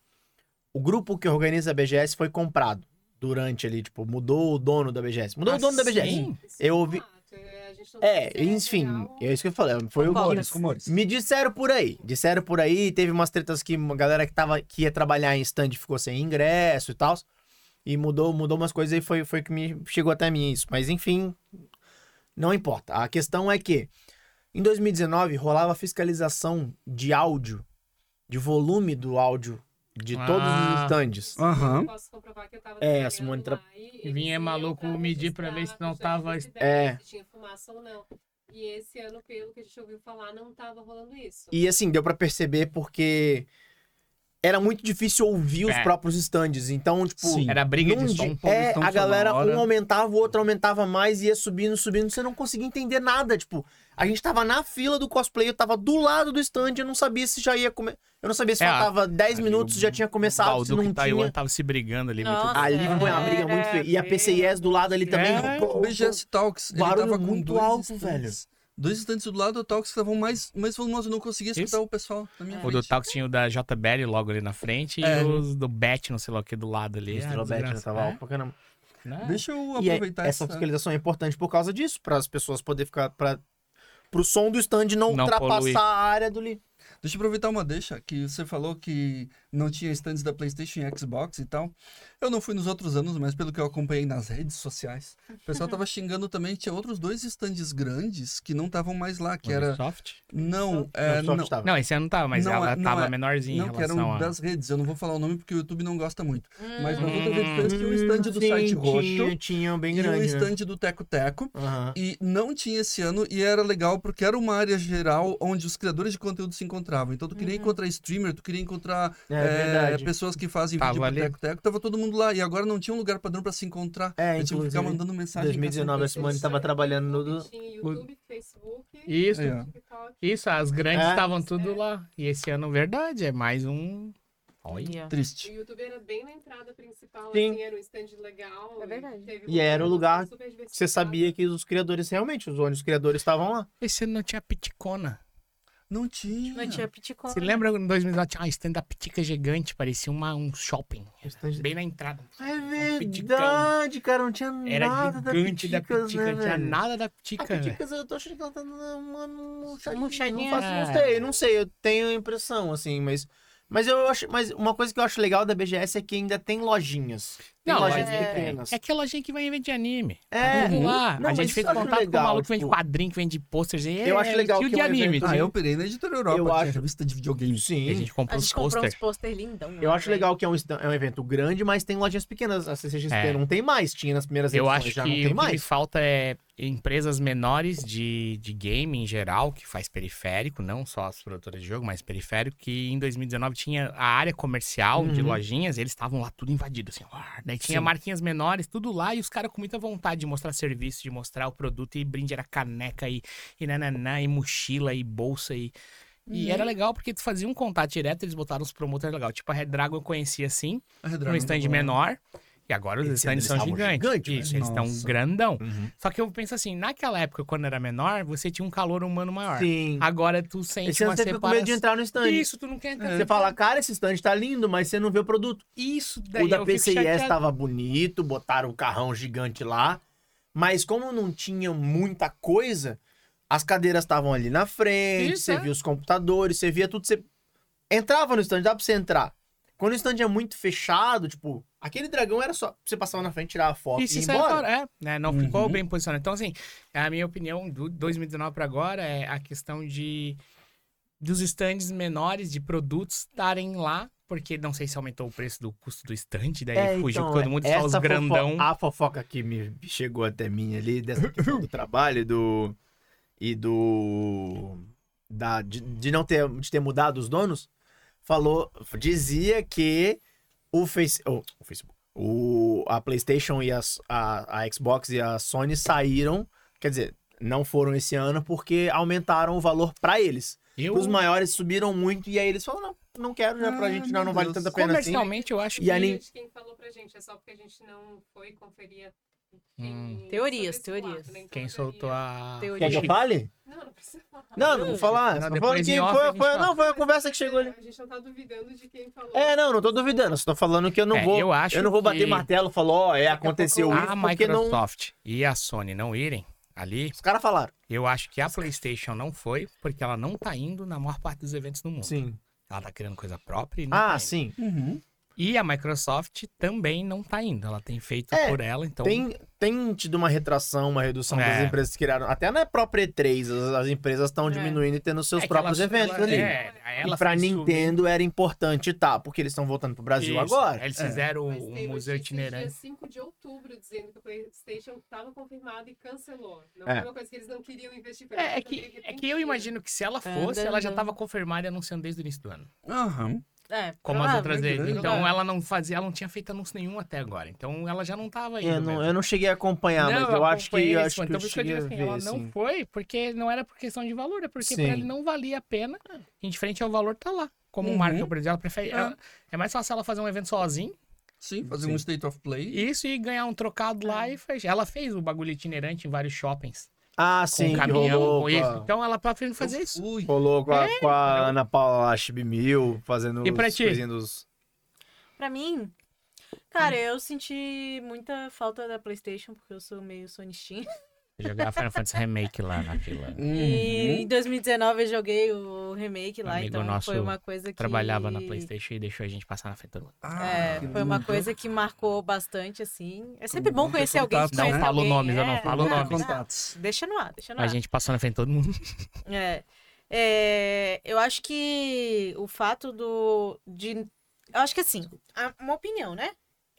S2: O grupo que organiza a BGS foi comprado durante ali, tipo, mudou o dono da BGS. Mudou o
S4: Ah,
S2: dono da BGS.
S1: Assim?
S5: Isso
S2: Eu ouvi-
S5: fato, é, a gente não sabe se
S2: É,
S5: real
S2: enfim,
S5: ou
S2: é isso que eu falei. Foi o dono.
S3: Paulo,
S4: Rumores, rumores.
S2: Me disseram por aí. Disseram por aí, teve umas tretas que a galera que, tava, que ia trabalhar em stand ficou sem ingresso e tal. E mudou, mudou umas coisas e foi, foi que me chegou até mim isso. Mas enfim, não importa. A questão é que em 2019 rolava fiscalização de áudio, de volume do áudio de todos os
S1: Ah.
S2: stands.
S4: Aham.
S5: Posso comprovar que eu tava
S2: É, a
S5: trabalhando
S2: Simone tra-
S5: lá e
S1: Vinha
S5: eles
S1: maluco
S5: iam pra
S1: medir pra ver se
S5: registrar
S1: não
S5: a quantidade
S1: tava-
S5: de cidade,
S2: É.
S5: Se tinha fumaça ou não. E esse ano, pelo que a gente ouviu falar, não tava rolando isso.
S2: E assim, deu pra perceber porque era muito difícil ouvir os
S1: É.
S2: próprios stands. Então, tipo,
S4: Sim.
S1: Era briga
S2: Num
S1: de
S2: di-
S1: som.
S4: pouco
S2: é,
S4: de som
S2: a
S4: só um
S2: galera,
S4: na hora.
S2: um aumentava, o outro aumentava mais, ia subindo, subindo, você não conseguia entender nada, tipo, a gente tava na fila do cosplay, eu tava do lado do stand, eu não sabia se já ia comer, eu não sabia se
S1: É,
S2: faltava 10
S1: ali
S2: minutos,
S1: o
S2: já tinha começado, se
S1: Balduco
S2: não
S4: tá
S1: e Taiwan
S2: tinha.
S1: tava se brigando ali. muito
S3: Nossa.
S2: Ali foi uma
S3: É,
S2: briga muito feia. E a
S3: é,
S2: PCIS do lado ali também.
S1: É,
S2: pô, pô,
S4: BGS Talks, ele
S2: barulho é
S4: tava com
S2: muito
S4: dois
S2: alto,
S4: estantes.
S2: velho.
S4: Dois estantes do lado, o Talks estavam mais, mais volumoso, eu não conseguia escutar
S1: Isso.
S4: o pessoal na
S2: É.
S4: minha
S1: O do
S4: frente.
S1: Talks tinha o da JBL logo ali na frente
S4: É.
S1: e os do Bet, não sei lá o que, do lado ali.
S2: Os
S1: Ah,
S2: Drobet, né,
S1: desgraça.
S2: tava
S1: É,
S2: alto pra caramba.
S1: né?
S4: Deixa eu
S2: E é-
S4: aproveitar
S2: essa fiscalização é importante por causa disso, para as pessoas poderem ficar. Pra, pro som do stand não,
S1: Não
S2: ultrapassar
S1: poluir.
S2: a área do, li-
S4: Deixa eu aproveitar uma deixa, que você falou que não tinha stands da PlayStation e Xbox e tal. Eu não fui nos outros anos, mas pelo que eu acompanhei nas redes sociais, o pessoal tava xingando também que tinha outros dois stands grandes que não estavam mais lá, que era...
S1: Microsoft?
S4: Não, é,
S2: só
S4: não,
S2: estava.
S1: Não, esse ano não tava, mas
S4: Não
S1: ela
S4: é- não
S1: tava
S4: é-
S1: menorzinha
S4: não,
S1: em
S4: que eram
S1: relação a...
S4: das redes. Eu não vou falar o nome porque o YouTube não gosta muito. Mas nas
S1: Hum.
S4: outras redes sociais tinha um stand do
S2: Sim,
S4: site
S2: Tinha,
S4: roxo
S2: tinha um bem
S4: e um
S2: grande, né?
S4: stand do Teco Teco.
S2: Aham.
S4: E não tinha esse ano, e era legal porque era uma área geral onde os criadores de conteúdo se encontravam. Então tu queria
S1: Uhum.
S4: encontrar streamer, tu queria encontrar
S2: É,
S4: eh,
S2: verdade.
S4: pessoas que fazem
S1: Tava
S4: vídeo pro
S1: ali.
S4: Teco Teco, tava todo mundo lá. E agora não tinha um lugar padrão pra se encontrar.
S2: É,
S4: eu tinha que
S2: inclusive,
S4: ficar mandando mensagem.
S2: 2019 a Simone tava trabalhando no...
S5: Tinha YouTube, Facebook,
S1: Isso, É.
S4: Aí, ó.
S5: TikTok.
S1: isso, as grandes
S2: É.
S1: estavam tudo lá. E esse ano, verdade, é mais um... Olha.
S2: é
S3: Olha.
S5: O
S4: Triste.
S5: YouTube era bem na entrada principal,
S2: Sim.
S5: assim, era um stand legal.
S3: É verdade.
S5: teve
S2: E era um lugar
S5: super
S2: Você
S5: diversificado.
S2: sabia que os criadores, realmente, os ônibus criadores estavam lá.
S1: Esse ano não tinha piticona.
S4: Não tinha.
S3: Não tinha piticona.
S1: Você lembra em 2009 tinha uma stand da pitica gigante, parecia uma, um shopping.
S2: O stand-
S1: Bem na entrada.
S2: É
S1: piticão.
S2: verdade, cara, não tinha
S1: Era
S2: nada
S1: gigante da
S2: Piticas,
S1: pitica,
S2: né,
S1: não tinha
S2: velho?
S1: nada da
S2: A
S1: pitica, velho.
S2: Piticas, eu tô achando que ela tá numa murchadinha.
S3: Murchadinha.
S2: Não, faço, não
S1: é.
S2: sei, não sei, eu tenho a impressão, assim, mas... Mas eu acho... Mas uma coisa que eu acho legal da BGS é que ainda tem lojinhas. Tem
S1: Não,
S2: lojinhas
S1: é-
S2: pequenas.
S1: É aquela gente que vai em evento de anime.
S2: É.
S1: Vamos lá.
S2: Não,
S1: a
S2: mas
S1: gente
S2: isso
S1: fez
S2: eu acho
S1: contato com o
S2: legal,
S1: maluco que vende
S2: tipo-
S1: quadrinho, que vende posters. e
S2: Eu acho
S1: é
S2: legal
S1: estilo
S2: que
S1: de
S2: é um
S1: anime.
S2: evento-
S1: assim.
S4: Ah, eu pirei na Editora Europa,
S2: Eu
S4: eu
S2: acho-
S4: acho... revista de videogame.
S1: E A
S2: Sim.
S1: gente comprou
S3: A gente
S1: os
S3: comprou uns
S1: posters.
S3: pôster lindão. né?
S2: Eu
S3: lá,
S2: acho
S3: velho.
S2: legal que é um, stand- é um evento grande, mas tem lojinhas pequenas. A CCXP
S1: É.
S2: não tem mais, tinha nas primeiras
S1: Eu
S2: edições,
S1: acho que
S2: já
S1: o
S2: não
S1: que
S2: tem
S1: me
S2: mais.
S1: falta é empresas menores de, de game em geral, que faz periférico, não só as produtoras de jogo, mas periférico, que em 2019 tinha a área comercial de
S2: Uhum.
S1: lojinhas, eles estavam lá tudo invadido, assim, uar. daí tinha
S2: Sim.
S1: marquinhas menores, tudo lá, e os caras com muita vontade de mostrar serviço, de mostrar o produto, e brinde era caneca, e, e nananá, e mochila, e bolsa, e... E
S2: Uhum.
S1: era legal porque tu fazia um contato direto, eles botaram uns promotores legais. Tipo, a Red Dragon eu conhecia assim,
S4: A Redragon
S1: num stand
S4: tava lá.
S1: menor. E agora os
S2: Esse ano
S1: stands
S2: eles
S1: são
S2: estavam
S1: gigantes.
S2: gigantes, né?
S1: Isso,
S4: velho.
S1: eles estão
S4: Nossa.
S1: grandão. Só que eu penso assim, naquela época, quando era menor, você tinha um calor humano maior.
S2: Sim.
S1: Agora tu sente
S2: Esse ano
S1: uma
S2: você fica com medo de
S1: separação.
S2: entrar no stand. É.
S1: Isso, tu não quer entrar.
S2: Você fala, cara, esse stand tá lindo, mas você não vê o produto.
S1: Isso daí
S2: O da
S1: eu fico
S2: PCIS
S1: chateado.
S2: tava bonito, botaram um carrão gigante lá. Mas como não tinha muita coisa, as cadeiras estavam ali na frente,
S1: Isso,
S2: você
S1: é.
S2: via os computadores, você via tudo. Você entrava no stand, dá pra você entrar. Quando o stand é muito fechado, tipo, aquele dragão era só você passava na frente, tirar a foto e,
S1: E se
S2: ir
S1: saiu
S2: embora.
S1: fora, é, né, não
S4: Uhum.
S1: ficou bem posicionado. Então, assim, a minha opinião do 2019 para agora é a questão de dos estandes menores de produtos estarem lá, porque não sei se aumentou o preço do custo do estande, daí
S2: É,
S1: fugiu
S2: então,
S1: todo mundo, só os
S2: essa
S1: grandão.
S2: Fofoca, Ah, a fofoca que me chegou até mim ali, dessa questão do trabalho e do. E do. Da, de, de não ter, de ter mudado os donos, falou. Dizia que o, face, oh, o Facebook. O, a PlayStation e as- a, a Xbox e a Sony saíram. Quer dizer, não foram esse ano porque aumentaram o valor pra eles.
S1: Eu,
S2: Os maiores subiram muito e aí eles falaram: não, não quero, já pra
S4: Ah,
S2: gente não, não
S4: meu
S2: vale
S4: Deus.
S2: tanta pena assim.
S1: comercialmente, eu acho
S2: E
S1: é que tá
S2: a
S5: Foi
S2: Nin-
S5: de Quem falou pra gente, é só porque a gente não foi conferir.
S1: Hum.
S3: Teorias, teorias.
S1: quem soltou a...
S3: Teoria.
S2: Quer que eu fale?
S5: né? Então, Não, não precisa falar.
S2: Não, não vou falar.
S1: Não,
S2: Só tô
S1: depois
S2: falando que
S1: em off a
S2: foi,
S1: gente
S2: foi-
S1: fala.
S2: não, foi a conversa que chegou ali.
S5: A gente não tá duvidando de quem falou.
S2: É, não, não tô duvidando. Só tô falando que eu não
S1: É,
S2: vou.
S1: eu acho
S2: não vou bater
S1: que-
S2: martelo e falar, ó, é, aconteceu isso,
S1: a Ah,
S2: porque não.
S1: Microsoft e a Sony não irem ali,
S2: Os caras falaram.
S1: eu acho que a PlayStation não foi, porque ela não tá indo na maior parte dos eventos do mundo.
S2: Sim.
S1: Ela tá criando coisa própria e não tá
S2: Ah,
S1: indo.
S2: sim.
S4: Uhum.
S1: E a Microsoft também não tá indo. Ela tem feito
S2: É,
S1: por ela, então.
S2: Tem, tem tido uma retração, uma redução
S1: É.
S2: das empresas que criaram. Até na própria E3, as, as empresas estão
S3: É.
S2: diminuindo e tendo seus
S1: É que
S2: próprios
S1: ela-
S2: eventos
S1: ela-
S2: ali.
S1: É, ela
S2: e pra
S1: fez o-
S2: Nintendo era importante, tá? Porque eles estão voltando pro Brasil
S1: Isso,
S2: agora.
S1: Eles
S4: É.
S1: fizeram
S5: Mas
S1: o museu
S5: tem notícia dia
S1: itinerante.
S5: 5 de outubro dizendo que o PlayStation estava confirmado e cancelou. Não
S2: É.
S5: foi uma coisa que eles não queriam investir. foi uma
S1: É, é
S5: coisa
S1: que,
S5: eles
S1: é que eu
S5: mentiram.
S1: imagino que se ela fosse, ela já tava confirmada e anunciando desde o início do ano.
S4: Aham.
S3: É,
S1: Como as
S3: provável.
S1: outras vezes.
S4: provável.
S1: Então ela não fazia, ela não tinha feito anúncio nenhum até agora. Então ela já não é, tava indo.
S2: Eu não,
S1: mesmo.
S2: eu não cheguei a acompanhar, mas eu acho que.
S1: acompanhei
S2: Eu
S1: esse
S2: acho que
S1: ponto.
S2: eu
S1: então, por isso que eu
S2: cheguei
S1: digo
S2: a
S1: assim,
S2: ver,
S1: ela
S2: assim.
S1: não foi porque não era por questão de valor, é porque
S2: Sim.
S1: pra ele não valia a pena. Em frente ao valor, tá lá. Como
S4: Uhum.
S1: marca, por exemplo, ela prefere.
S4: Ah.
S1: ela- é mais fácil ela fazer um evento sozinha,
S4: Sim, fazer
S2: Sim.
S4: um State of Play.
S1: isso e ganhar um trocado lá e fechar. Ela fez o bagulho itinerante em vários shoppings.
S2: Ah, sim.
S1: com um caminhão,
S2: rolou,
S1: com
S2: pá.
S1: isso. Então ela prefere fazer isso.
S4: Ui,
S2: Rolou com a, com a Ana Paula lá, Chibi Mil, fazendo
S1: E pra
S2: os
S1: ti?
S2: coisinhas dos-
S3: Pra mim, cara, eu senti muita falta da PlayStation, porque eu sou meio sonistinha.
S1: Eu jogava Final Fantasy Remake lá na fila.
S3: E em 2019 eu joguei o remake lá,
S1: Amigo
S3: então
S1: nosso
S3: foi uma coisa que...
S1: Trabalhava na Playstation e deixou a gente passar na frente todo mundo.
S4: ah,
S3: É, foi uma coisa que marcou bastante, assim. É sempre bom conhecer alguém que
S4: Contatos,
S3: conhece
S4: né? Não
S1: falo
S3: alguém.
S1: nomes, eu não
S3: É,
S1: falo
S3: não,
S1: nomes.
S3: não.
S4: Contatos.
S3: Deixa no ar, deixa no
S1: A
S3: ar.
S1: gente passou na frente de todo mundo.
S3: É. É, eu acho que o fato do. De, eu acho que assim, a- uma opinião, né?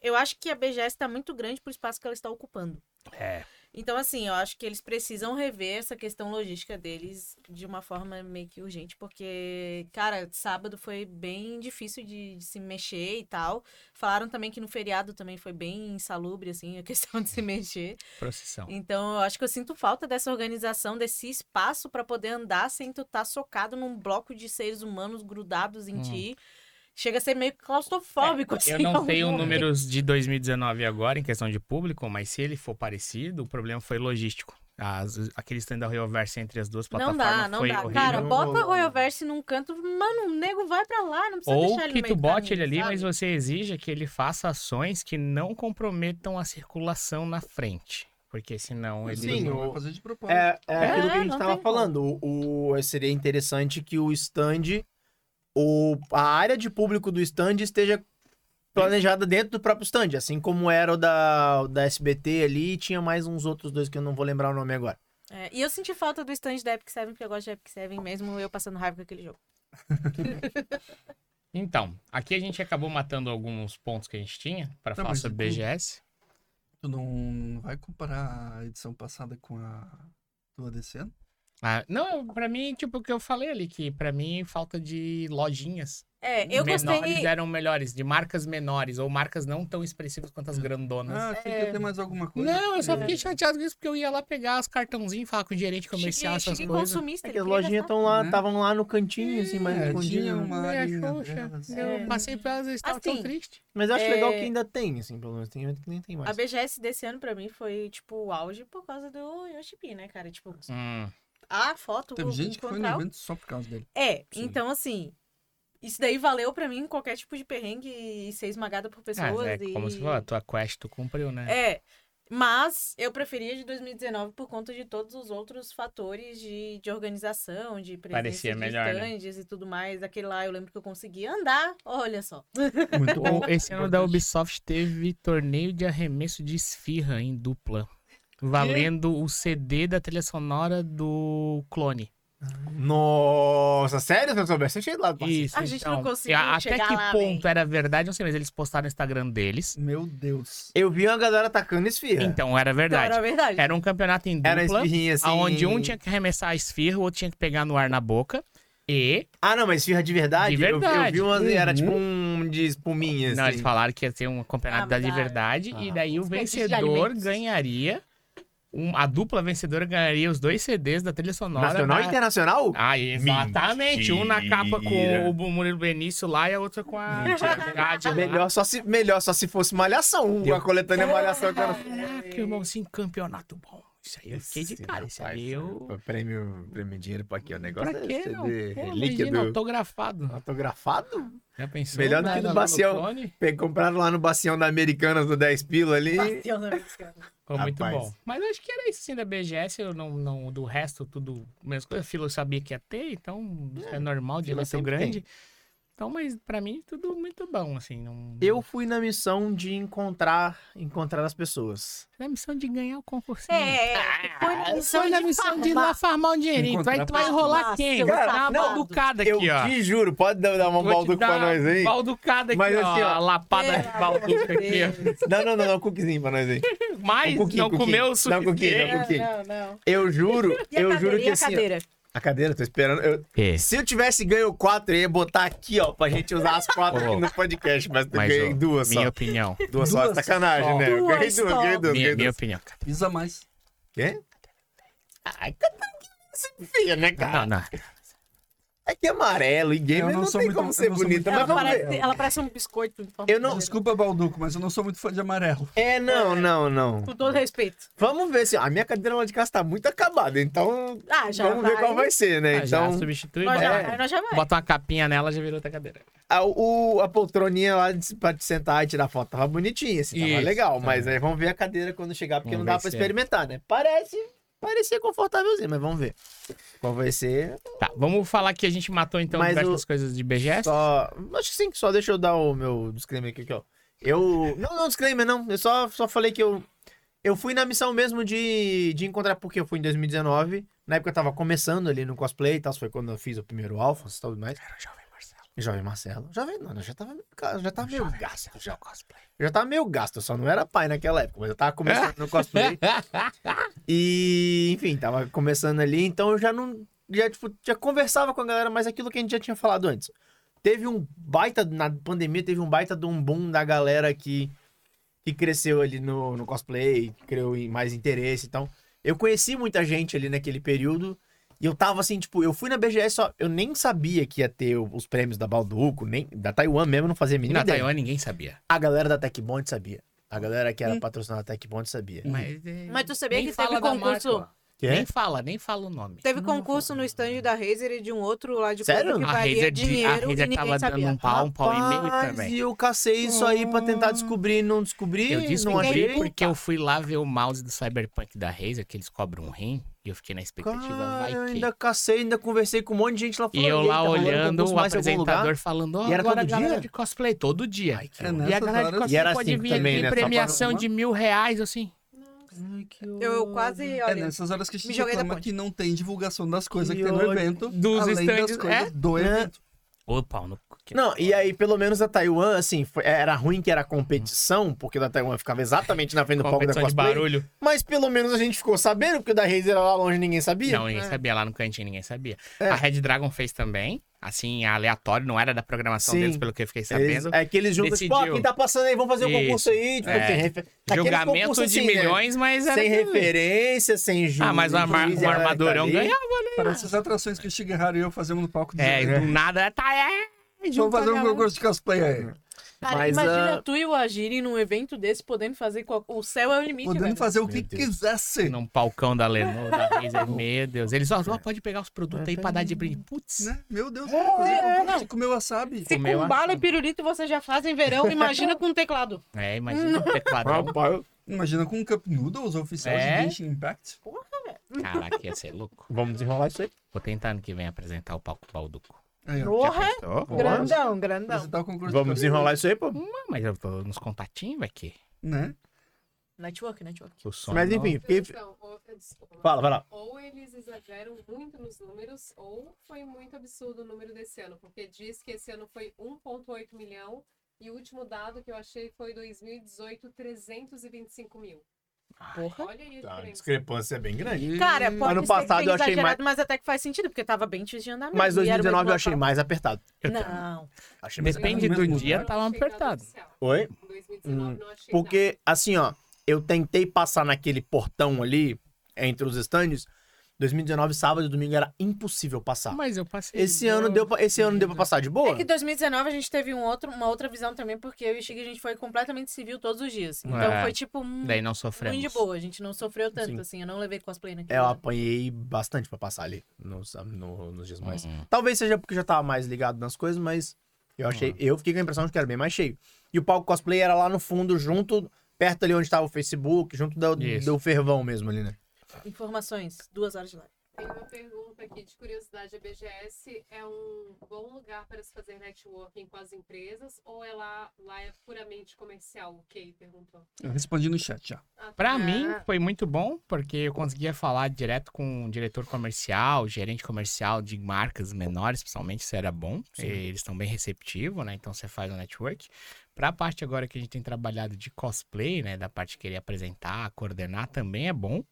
S3: Eu acho que a BGS tá muito grande pro espaço que ela está ocupando.
S1: É.
S3: Então, assim, eu acho que eles precisam rever essa questão logística deles de uma forma meio que urgente, porque, cara, sábado foi bem difícil de, de se mexer e tal. Falaram também que no feriado também foi bem insalubre, assim, a questão de se mexer.
S1: Procissão.
S3: Então, eu acho que eu sinto falta dessa organização, desse espaço para poder andar sem tu estar socado num bloco de seres humanos grudados em
S1: Hum. É,
S3: ti. Chega a ser meio claustrofóbico, assim.
S1: Eu
S3: em
S1: não
S3: algum
S1: tenho
S3: momento.
S1: números de 2019 agora em questão de público, mas se ele for parecido, o problema foi logístico. As, aquele stand da Reverse entre as duas
S3: Não
S1: plataformas
S3: dá, não
S1: foi
S3: dá.
S1: horrível.
S3: Cara,
S2: Eu-
S3: bota a Royal Verse num canto, mano, o nego vai pra lá, não precisa
S1: Ou
S3: deixar ele
S1: que
S3: no
S1: tu
S3: meio do
S1: bote ele
S3: caminho,
S1: ali, mas
S3: sabe?
S1: você exija que ele faça ações que não comprometam a circulação na frente. Porque senão ele.
S2: Sim,
S4: não
S2: o-
S4: vai fazer de propósito.
S2: É, é
S3: É,
S2: aquilo que a gente
S3: não
S2: tava
S3: tem como.
S2: falando. O, o- seria interessante que o stand, o, a área de público do stand esteja planejada dentro do próprio stand, assim como era o da, o da SBT ali e tinha mais uns outros dois que eu não vou lembrar o nome agora.
S3: É, e eu senti falta do stand da Epic Seven, porque eu gosto de Epic Seven, mesmo eu passando raiva com aquele jogo.
S1: Então, aqui a gente acabou matando alguns pontos que a gente tinha pra
S4: Tá,
S1: falar
S4: mas
S1: sobre
S4: o-
S1: BGS.
S4: Tu não vai comparar a edição passada com a tua desse ano?
S1: Ah, não, pra mim, tipo o que eu falei ali, que pra mim falta de lojinhas.
S3: É, eu
S1: menores
S3: gostei.
S1: eram melhores, de marcas menores, ou marcas não tão expressivas quanto as grandonas.
S4: Ah, queria ter mais alguma coisa. É.
S1: não, eu só fiquei chateado com isso, porque eu ia lá pegar os cartãozinhos, falar com o gerente comercial,
S3: cheguei,
S1: essas
S3: cheguei
S1: coisas.
S3: consumista.
S2: É que
S3: ele
S2: as
S3: queria
S2: lojinhas
S3: gastar.
S2: estão lá,
S4: Né?
S2: estavam lá no cantinho, assim, mais
S4: É,
S2: escondido.
S4: tinha uma
S1: É,
S4: linha
S1: xoxa.
S4: delas.
S1: Eu passei pelas elas estavam tão
S3: É. Assim,
S1: triste.
S2: Mas eu acho
S3: É.
S2: legal que ainda tem, assim, pelo menos. Tem evento que nem tem mais.
S3: A BGS desse ano, pra mim, foi, tipo, o auge por causa do Yoshipi, né, cara? Tipo,
S4: Hum.
S3: a foto,
S4: Teve
S3: o
S4: gente que foi no
S3: contral-
S4: evento só por causa dele.
S3: É,
S1: Sim.
S3: então, assim, isso daí valeu pra mim qualquer tipo de perrengue e ser esmagada por pessoas.
S1: é
S3: e...
S1: como se falou, a tua quest tu cumpriu, né?
S3: É, mas eu preferia de 2019 por conta de todos os outros fatores de, de organização, de presença
S1: Parecia
S3: de
S1: melhor, né?
S3: estandes e tudo mais. Aquele lá eu lembro que eu consegui andar, olha só.
S4: Muito bom.
S1: Ou Esse ano da
S4: Importante.
S1: Ubisoft teve torneio de arremesso de esfirra em dupla. Valendo o CD da trilha sonora do Clone.
S2: Nossa, sério, se eu soubesse, eu tinha ido lá. parceiro.
S1: Isso,
S3: A gente não
S1: então,
S3: conseguiu
S1: a- Até
S3: chegar
S1: que
S3: lá, né?
S1: ponto era verdade, não sei, mas eles postaram no Instagram deles.
S4: Meu Deus.
S2: Eu vi uma galera atacando esfirra.
S1: Então, era
S3: Então,
S1: verdade.
S3: era verdade.
S1: Era um campeonato em
S2: É. Era
S1: dupla,
S2: esfirrinha, assim...
S1: onde um tinha que arremessar a esfirra, o outro tinha que pegar no ar na boca. E
S2: Ah, não, mas esfirra de verdade?
S1: De
S2: eu- Eu,
S1: verdade.
S2: vi umas... Era tipo
S1: Uhum.
S2: um de espuminha,
S1: Não, eles
S2: assim.
S1: falaram que ia ter um campeonato
S3: Ah,
S1: da de
S3: mudaram.
S1: verdade. e
S2: Ah.
S1: daí o
S3: Desperdício de
S1: vencedor
S3: alimentos.
S1: ganharia. um- a dupla vencedora ganharia os dois CDs da trilha sonora.
S2: Nacional e
S1: da-
S2: internacional?
S1: Ah, exatamente. Um na capa com o Murilo Benício lá e a outra com a Jade lá.
S2: Melhor só, se, melhor só se fosse malhação, um
S1: Deu.
S2: a coletânea malhação. Cara.
S1: Caraca, irmão, assim, campeonato bom. Isso aí eu fiquei de cara. Isso aí eu.
S2: Prêmio, prêmio dinheiro pra aqui, o negócio
S1: Pra quê, não?
S2: CD
S1: Pô,
S2: relíquia
S1: imagina,
S2: do-
S1: autografado.
S2: Autografado?
S1: Já pensou?
S2: Melhor do
S1: né,
S2: que do
S1: na-
S2: Bacião.
S1: clone?
S2: Pe- Compraram lá no bacião da Americanas do 10 pila ali.
S3: Bateu na minha cara.
S1: Foi muito
S2: Rapaz.
S1: bom. Mas acho que era isso sim da BGS, eu não, não do resto tudo, menos coisa, fila eu sabia que ia ter, então é, normal de
S2: fila
S1: evento
S2: sempre
S1: grande. Então, mas pra mim tudo muito bom, assim, não
S2: Eu fui na missão de encontrar, encontrar as pessoas.
S1: na é missão de ganhar o concursinho.
S3: É, foi na missão
S1: Foi na
S3: de
S1: missão de ir lá
S3: farmar.
S1: farmar um dinheirinho. Tu, aí tu vai enrolar
S3: Nossa,
S1: quem?
S3: eu
S1: Vai
S3: vou
S1: dar uma
S3: safado.
S1: balducada
S2: eu
S1: aqui, ó.
S2: te juro, pode dar dar uma
S1: Vou te
S2: balduca pra
S1: dar
S2: nós aí?
S1: Balducada aqui,
S2: Mas
S1: ó.
S2: assim, ó.
S1: a Lapada de
S3: Pera,
S1: balduca aqui, ó.
S2: Não, não, não, não, cookiezinho pra nós aí.
S1: Mas
S2: Um pouquinho,
S1: não
S2: pouquinho.
S1: comeu o
S2: Dá um pouquinho, dá um
S1: suficiente.
S2: pouquinho.
S3: Não, não.
S2: Eu juro,
S3: E a
S2: eu
S3: cadeira,
S2: juro que
S3: e a
S2: assim. ó,
S3: cadeira?
S2: a cadeira, tô esperando. eu-
S1: É.
S2: Se eu tivesse ganho quatro, eu ia botar aqui, ó, pra gente usar as quatro
S1: Ô,
S2: aqui no podcast, mas eu
S1: Mas,
S2: ganhei
S1: ó,
S2: duas
S1: minha
S2: só.
S1: opinião.
S2: Duas só é
S4: Duas
S2: sacanagem,
S4: só.
S2: né? Eu
S3: Duas
S2: ganhei duas,
S3: só.
S2: ganhei duas,
S1: Minha,
S2: ganhei
S1: minha
S2: duas.
S1: opinião, cara.
S4: Pisa mais.
S2: Quê? Ah, Ai, cada um se enfia, né, cara?
S1: Não, não.
S2: É que amarelo e gamer
S4: Eu não
S2: não,
S4: sou
S2: tem
S4: muito-
S2: como
S4: eu
S2: ser
S4: não sou muito
S2: bonita,
S3: Ela
S2: Então, mas vamos ver.
S3: parece, ela parece um biscoito. em forma
S2: Eu não-
S3: de-
S4: Desculpa, Balduco, mas eu não sou muito fã de amarelo.
S2: É, não, não, não.
S3: Com todo respeito.
S2: Vamos ver se. A minha cadeira lá de casa tá muito acabada, então.
S3: Ah, já
S2: vamos ver
S3: vai.
S2: qual vai ser, né?
S1: Ah, já
S2: então.
S1: substitui.
S3: Nós já,
S1: bota-
S3: vai, nós já vai.
S1: Bota uma capinha nela, já virou outra cadeira.
S2: A, o, a poltroninha lá de, pra te sentar e tirar foto tava bonitinha, assim, tava
S1: Isso,
S2: legal.
S1: tá.
S2: Mas aí vamos ver a cadeira quando chegar, porque
S1: Vamos
S2: não dá
S1: ver
S2: pra
S1: se é.
S2: experimentar, né? Parece Parecia confortávelzinho, mas vamos ver. Qual vai ser.
S1: Tá, vamos falar que a gente matou então
S2: Mas
S1: diversas
S2: o-
S1: coisas de BGS.
S2: Só. Acho que sim, só deixa eu dar o meu disclaimer aqui, ó. Eu. Não, não, disclaimer, não. Eu só, só falei que eu. Eu fui na missão mesmo de, de encontrar, porque eu fui em 2019. Na época eu tava começando ali no cosplay e tal. Foi quando eu fiz o primeiro Alpha e tudo mais.
S1: Era o jovem Marcelo.
S2: Jovem Marcelo. Jovem não, eu já tava, meio ca- já tava meio
S1: Jovem
S2: gasto.
S1: Marcelo,
S2: Já,
S1: já cosplay.
S2: eu já tava meio gasto, eu só não era pai naquela época, mas eu tava começando no cosplay. E, enfim, tava começando ali, então eu já não. Já, tipo, já conversava com a galera, mas aquilo que a gente já tinha falado antes. Teve um baita. Na pandemia, teve um baita de um boom da galera que, que cresceu ali no, no cosplay, criou em- mais interesse. Então, eu conheci muita gente ali naquele período. E eu tava assim, tipo, eu fui na BGS só. Eu nem sabia que ia ter o- os prêmios da Balduco, nem da Taiwan mesmo, não fazia a mínima
S1: Na
S2: ideia.
S1: Taiwan ninguém sabia.
S2: A galera da Tech Bond sabia. A galera que era patrocinada da Tech Bond sabia.
S1: Mas,
S3: Mas tu sabia
S1: nem
S3: que
S1: fala
S3: teve
S1: da
S3: concurso.
S1: marca, ó.
S2: É?
S1: Nem fala, nem fala o nome.
S3: Teve concurso no stand da Razer e de um outro lá de
S2: Sério?
S3: coisa que
S1: A Razer,
S3: valia
S1: de- a
S3: dinheiro
S1: Razer
S3: e ninguém
S1: tava
S3: sabia.
S1: dando um pau, um pau e meio
S2: Rapaz,
S1: também.
S2: E eu cacei isso aí pra tentar descobrir e não descobri.
S1: Eu
S2: não
S1: descobri
S2: achei.
S1: porque eu fui lá ver o mouse do Cyberpunk da Razer, que eles cobram um rim, e eu fiquei na expectativa,
S2: Cara,
S1: vai
S2: eu
S1: que...
S2: ainda cacei, ainda conversei com um monte de gente lá
S1: E
S2: fora.
S1: eu lá olhando o
S2: em algum lugar.
S1: apresentador falando, ó,
S2: E era
S1: agora a
S2: todo
S1: galera
S2: dia?
S1: de cosplay, todo dia.
S4: que
S1: e a
S4: horror.
S1: galera de
S4: E
S1: cosplay
S2: era
S1: pode
S2: assim
S1: vir
S2: também,
S1: aqui,
S2: né? Só pra
S1: premiação
S2: arrumar.
S1: de mil reais, assim.
S2: um
S3: Eu quase,
S4: É
S3: olha,
S4: nessas horas que a gente
S3: me joguei da
S4: reclama
S3: ponte.
S4: que não tem divulgação das coisas que
S2: E
S4: tem no
S2: olha-
S4: evento.
S1: Dos
S4: além das
S1: estandes,
S4: coisas
S1: é?
S4: do evento.
S1: Ô, pau no... cu, que-
S2: Não, e aí, pelo menos a Taiwan, assim, foi- era ruim que era competição, porque a da Taiwan ficava exatamente na frente do palco da
S1: Competição de
S2: cosplay.
S1: barulho.
S2: Mas pelo menos a gente ficou sabendo, porque o da Razer era lá longe ninguém sabia.
S1: Não, ninguém sabia. Lá no cantinho ninguém sabia.
S2: É.
S1: A Red Dragon fez também. Assim, aleatório. Não era da programação
S2: Sim.
S1: deles, pelo que eu fiquei
S2: Eles,
S1: sabendo.
S2: é que eles juntam, tipo, ó,
S1: Decidiu.
S2: quem tá passando aí, vamos fazer o concurso
S1: Isso.
S2: aí. Tipo,
S1: É.
S2: tem refer... Daqueles
S1: Julgamento de
S2: concursos assim, né?
S1: milhões, mas era...
S2: Sem referência, sem juiz.
S1: Ah, mas o, arma-
S2: juiz,
S1: o
S2: ela tá
S1: armadurão
S2: ali.
S1: ganhava.
S4: Parece as atrações que o Shigehara e eu fazemos no palco de
S1: É,
S4: é.
S1: do nada, tá, é...
S4: Vamos
S1: junta a
S4: fazer um
S1: galera.
S4: concurso de cosplay aí.
S3: cara,
S2: mas,
S3: imagina
S2: ah,
S3: tu e o Agiri num evento desse podendo fazer qual... o céu é o limite,
S4: Podendo
S3: velho.
S4: fazer o que
S2: Meu Deus.
S4: quisesse.
S1: Num palcão da Lenovo, da Razer, meu Deus. Eles, ó, ó, pode pegar os produtos aí pra dar de brinde. Putz,
S4: Né? Meu Deus, vamos fazer
S3: É.
S4: concurso com o meu wasabi.
S3: Se
S1: Comer, eu
S3: com bala e pirulito você já faz em verão, imagina com teclado.
S1: É, imagina o tecladão.
S2: Rapaz,
S4: Imagina com um Cup Noodles oficial
S1: É.
S4: de Genshin Impact.
S1: Caraca, ia ser louco.
S2: vamos desenrolar isso aí.
S1: Vou tentar ano que vem apresentar o palco Balduco.
S4: Aí, ó.
S3: Porra, grandão,
S4: Você
S3: grandão.
S4: tá o concurso de
S2: Vamos
S4: cosplay,
S2: desenrolar isso aí, pô.
S1: Ah, mas eu tô nos contatinhos, vai que
S4: Né?
S3: Network, network.
S1: que o som.
S2: Mas
S1: não-
S2: enfim, fiquei...
S5: Então, ou- desculpa, mas-
S2: Fala, vai lá.
S5: Ou eles exageram muito nos números, ou foi muito absurdo o número desse ano, porque diz que esse ano foi 1,8 milhão e o último dado que eu achei foi 2018, 325 mil.
S3: Porra.
S5: Olha aí,
S2: Tá,
S5: a
S2: a
S5: diferença.
S2: discrepância é bem grande.
S3: Cara, pode
S2: Ano
S3: ser
S2: passado
S3: que tenha
S2: eu achei mais-
S3: exagerado, mas até que faz sentido, porque tava bem difícil de andar mesmo.
S2: Mas
S3: e era
S2: 2019 eu
S3: muito
S2: achei
S3: local.
S2: mais apertado.
S1: Eu tô-
S3: Não.
S2: Achei mais
S1: Depende
S4: Mas-
S1: do
S4: Mas-
S1: dia, tava
S5: Não achei nada
S1: apertado.
S5: oficial.
S2: Oi?
S5: Em 2019 não achei nada.
S2: Hum, Porque, assim, ó, eu tentei passar naquele portão ali, entre os estandes. 2019, sábado e domingo, era impossível passar.
S1: Mas eu passei.
S2: Esse ano deu pra, esse ano deu pra passar de
S3: É
S2: boa?
S3: que 2019 a gente teve um outro, uma outra visão também, porque eu e o Chico, a gente foi completamente civil todos os dias. Então
S1: É.
S3: foi tipo um,
S1: Daí não
S3: muito
S1: sofremos.
S3: de boa, a gente não sofreu tanto,
S2: Sim.
S3: assim, eu não levei cosplay naquele
S1: É.
S2: Eu
S3: ano.
S2: apanhei bastante pra passar ali nos, no- nos dias mais.
S1: Uhum.
S2: Talvez seja porque eu já tava mais ligado nas coisas, mas eu achei. Eu fiquei com a impressão de que era bem mais cheio. E o palco cosplay era lá no fundo, junto, perto ali onde tava o Facebook, junto do,
S1: Isso.
S2: do fervão mesmo ali, né?
S3: Informações, duas horas de live.
S5: Tem uma pergunta aqui de curiosidade. A BGS é um bom lugar para se fazer networking com as empresas ou é lá, lá é puramente comercial? O Kay perguntou.
S4: Eu respondi no chat já.
S5: Ah,
S1: Pra
S5: tá.
S1: mim, foi muito bom, porque eu conseguia falar direto com o diretor comercial, gerente comercial de marcas menores, principalmente, isso era bom. E Eles estão bem receptivos, né? Então você faz um network. Pra parte agora que a gente tem trabalhado de cosplay, né? Da parte de querer apresentar, coordenar, também é bom.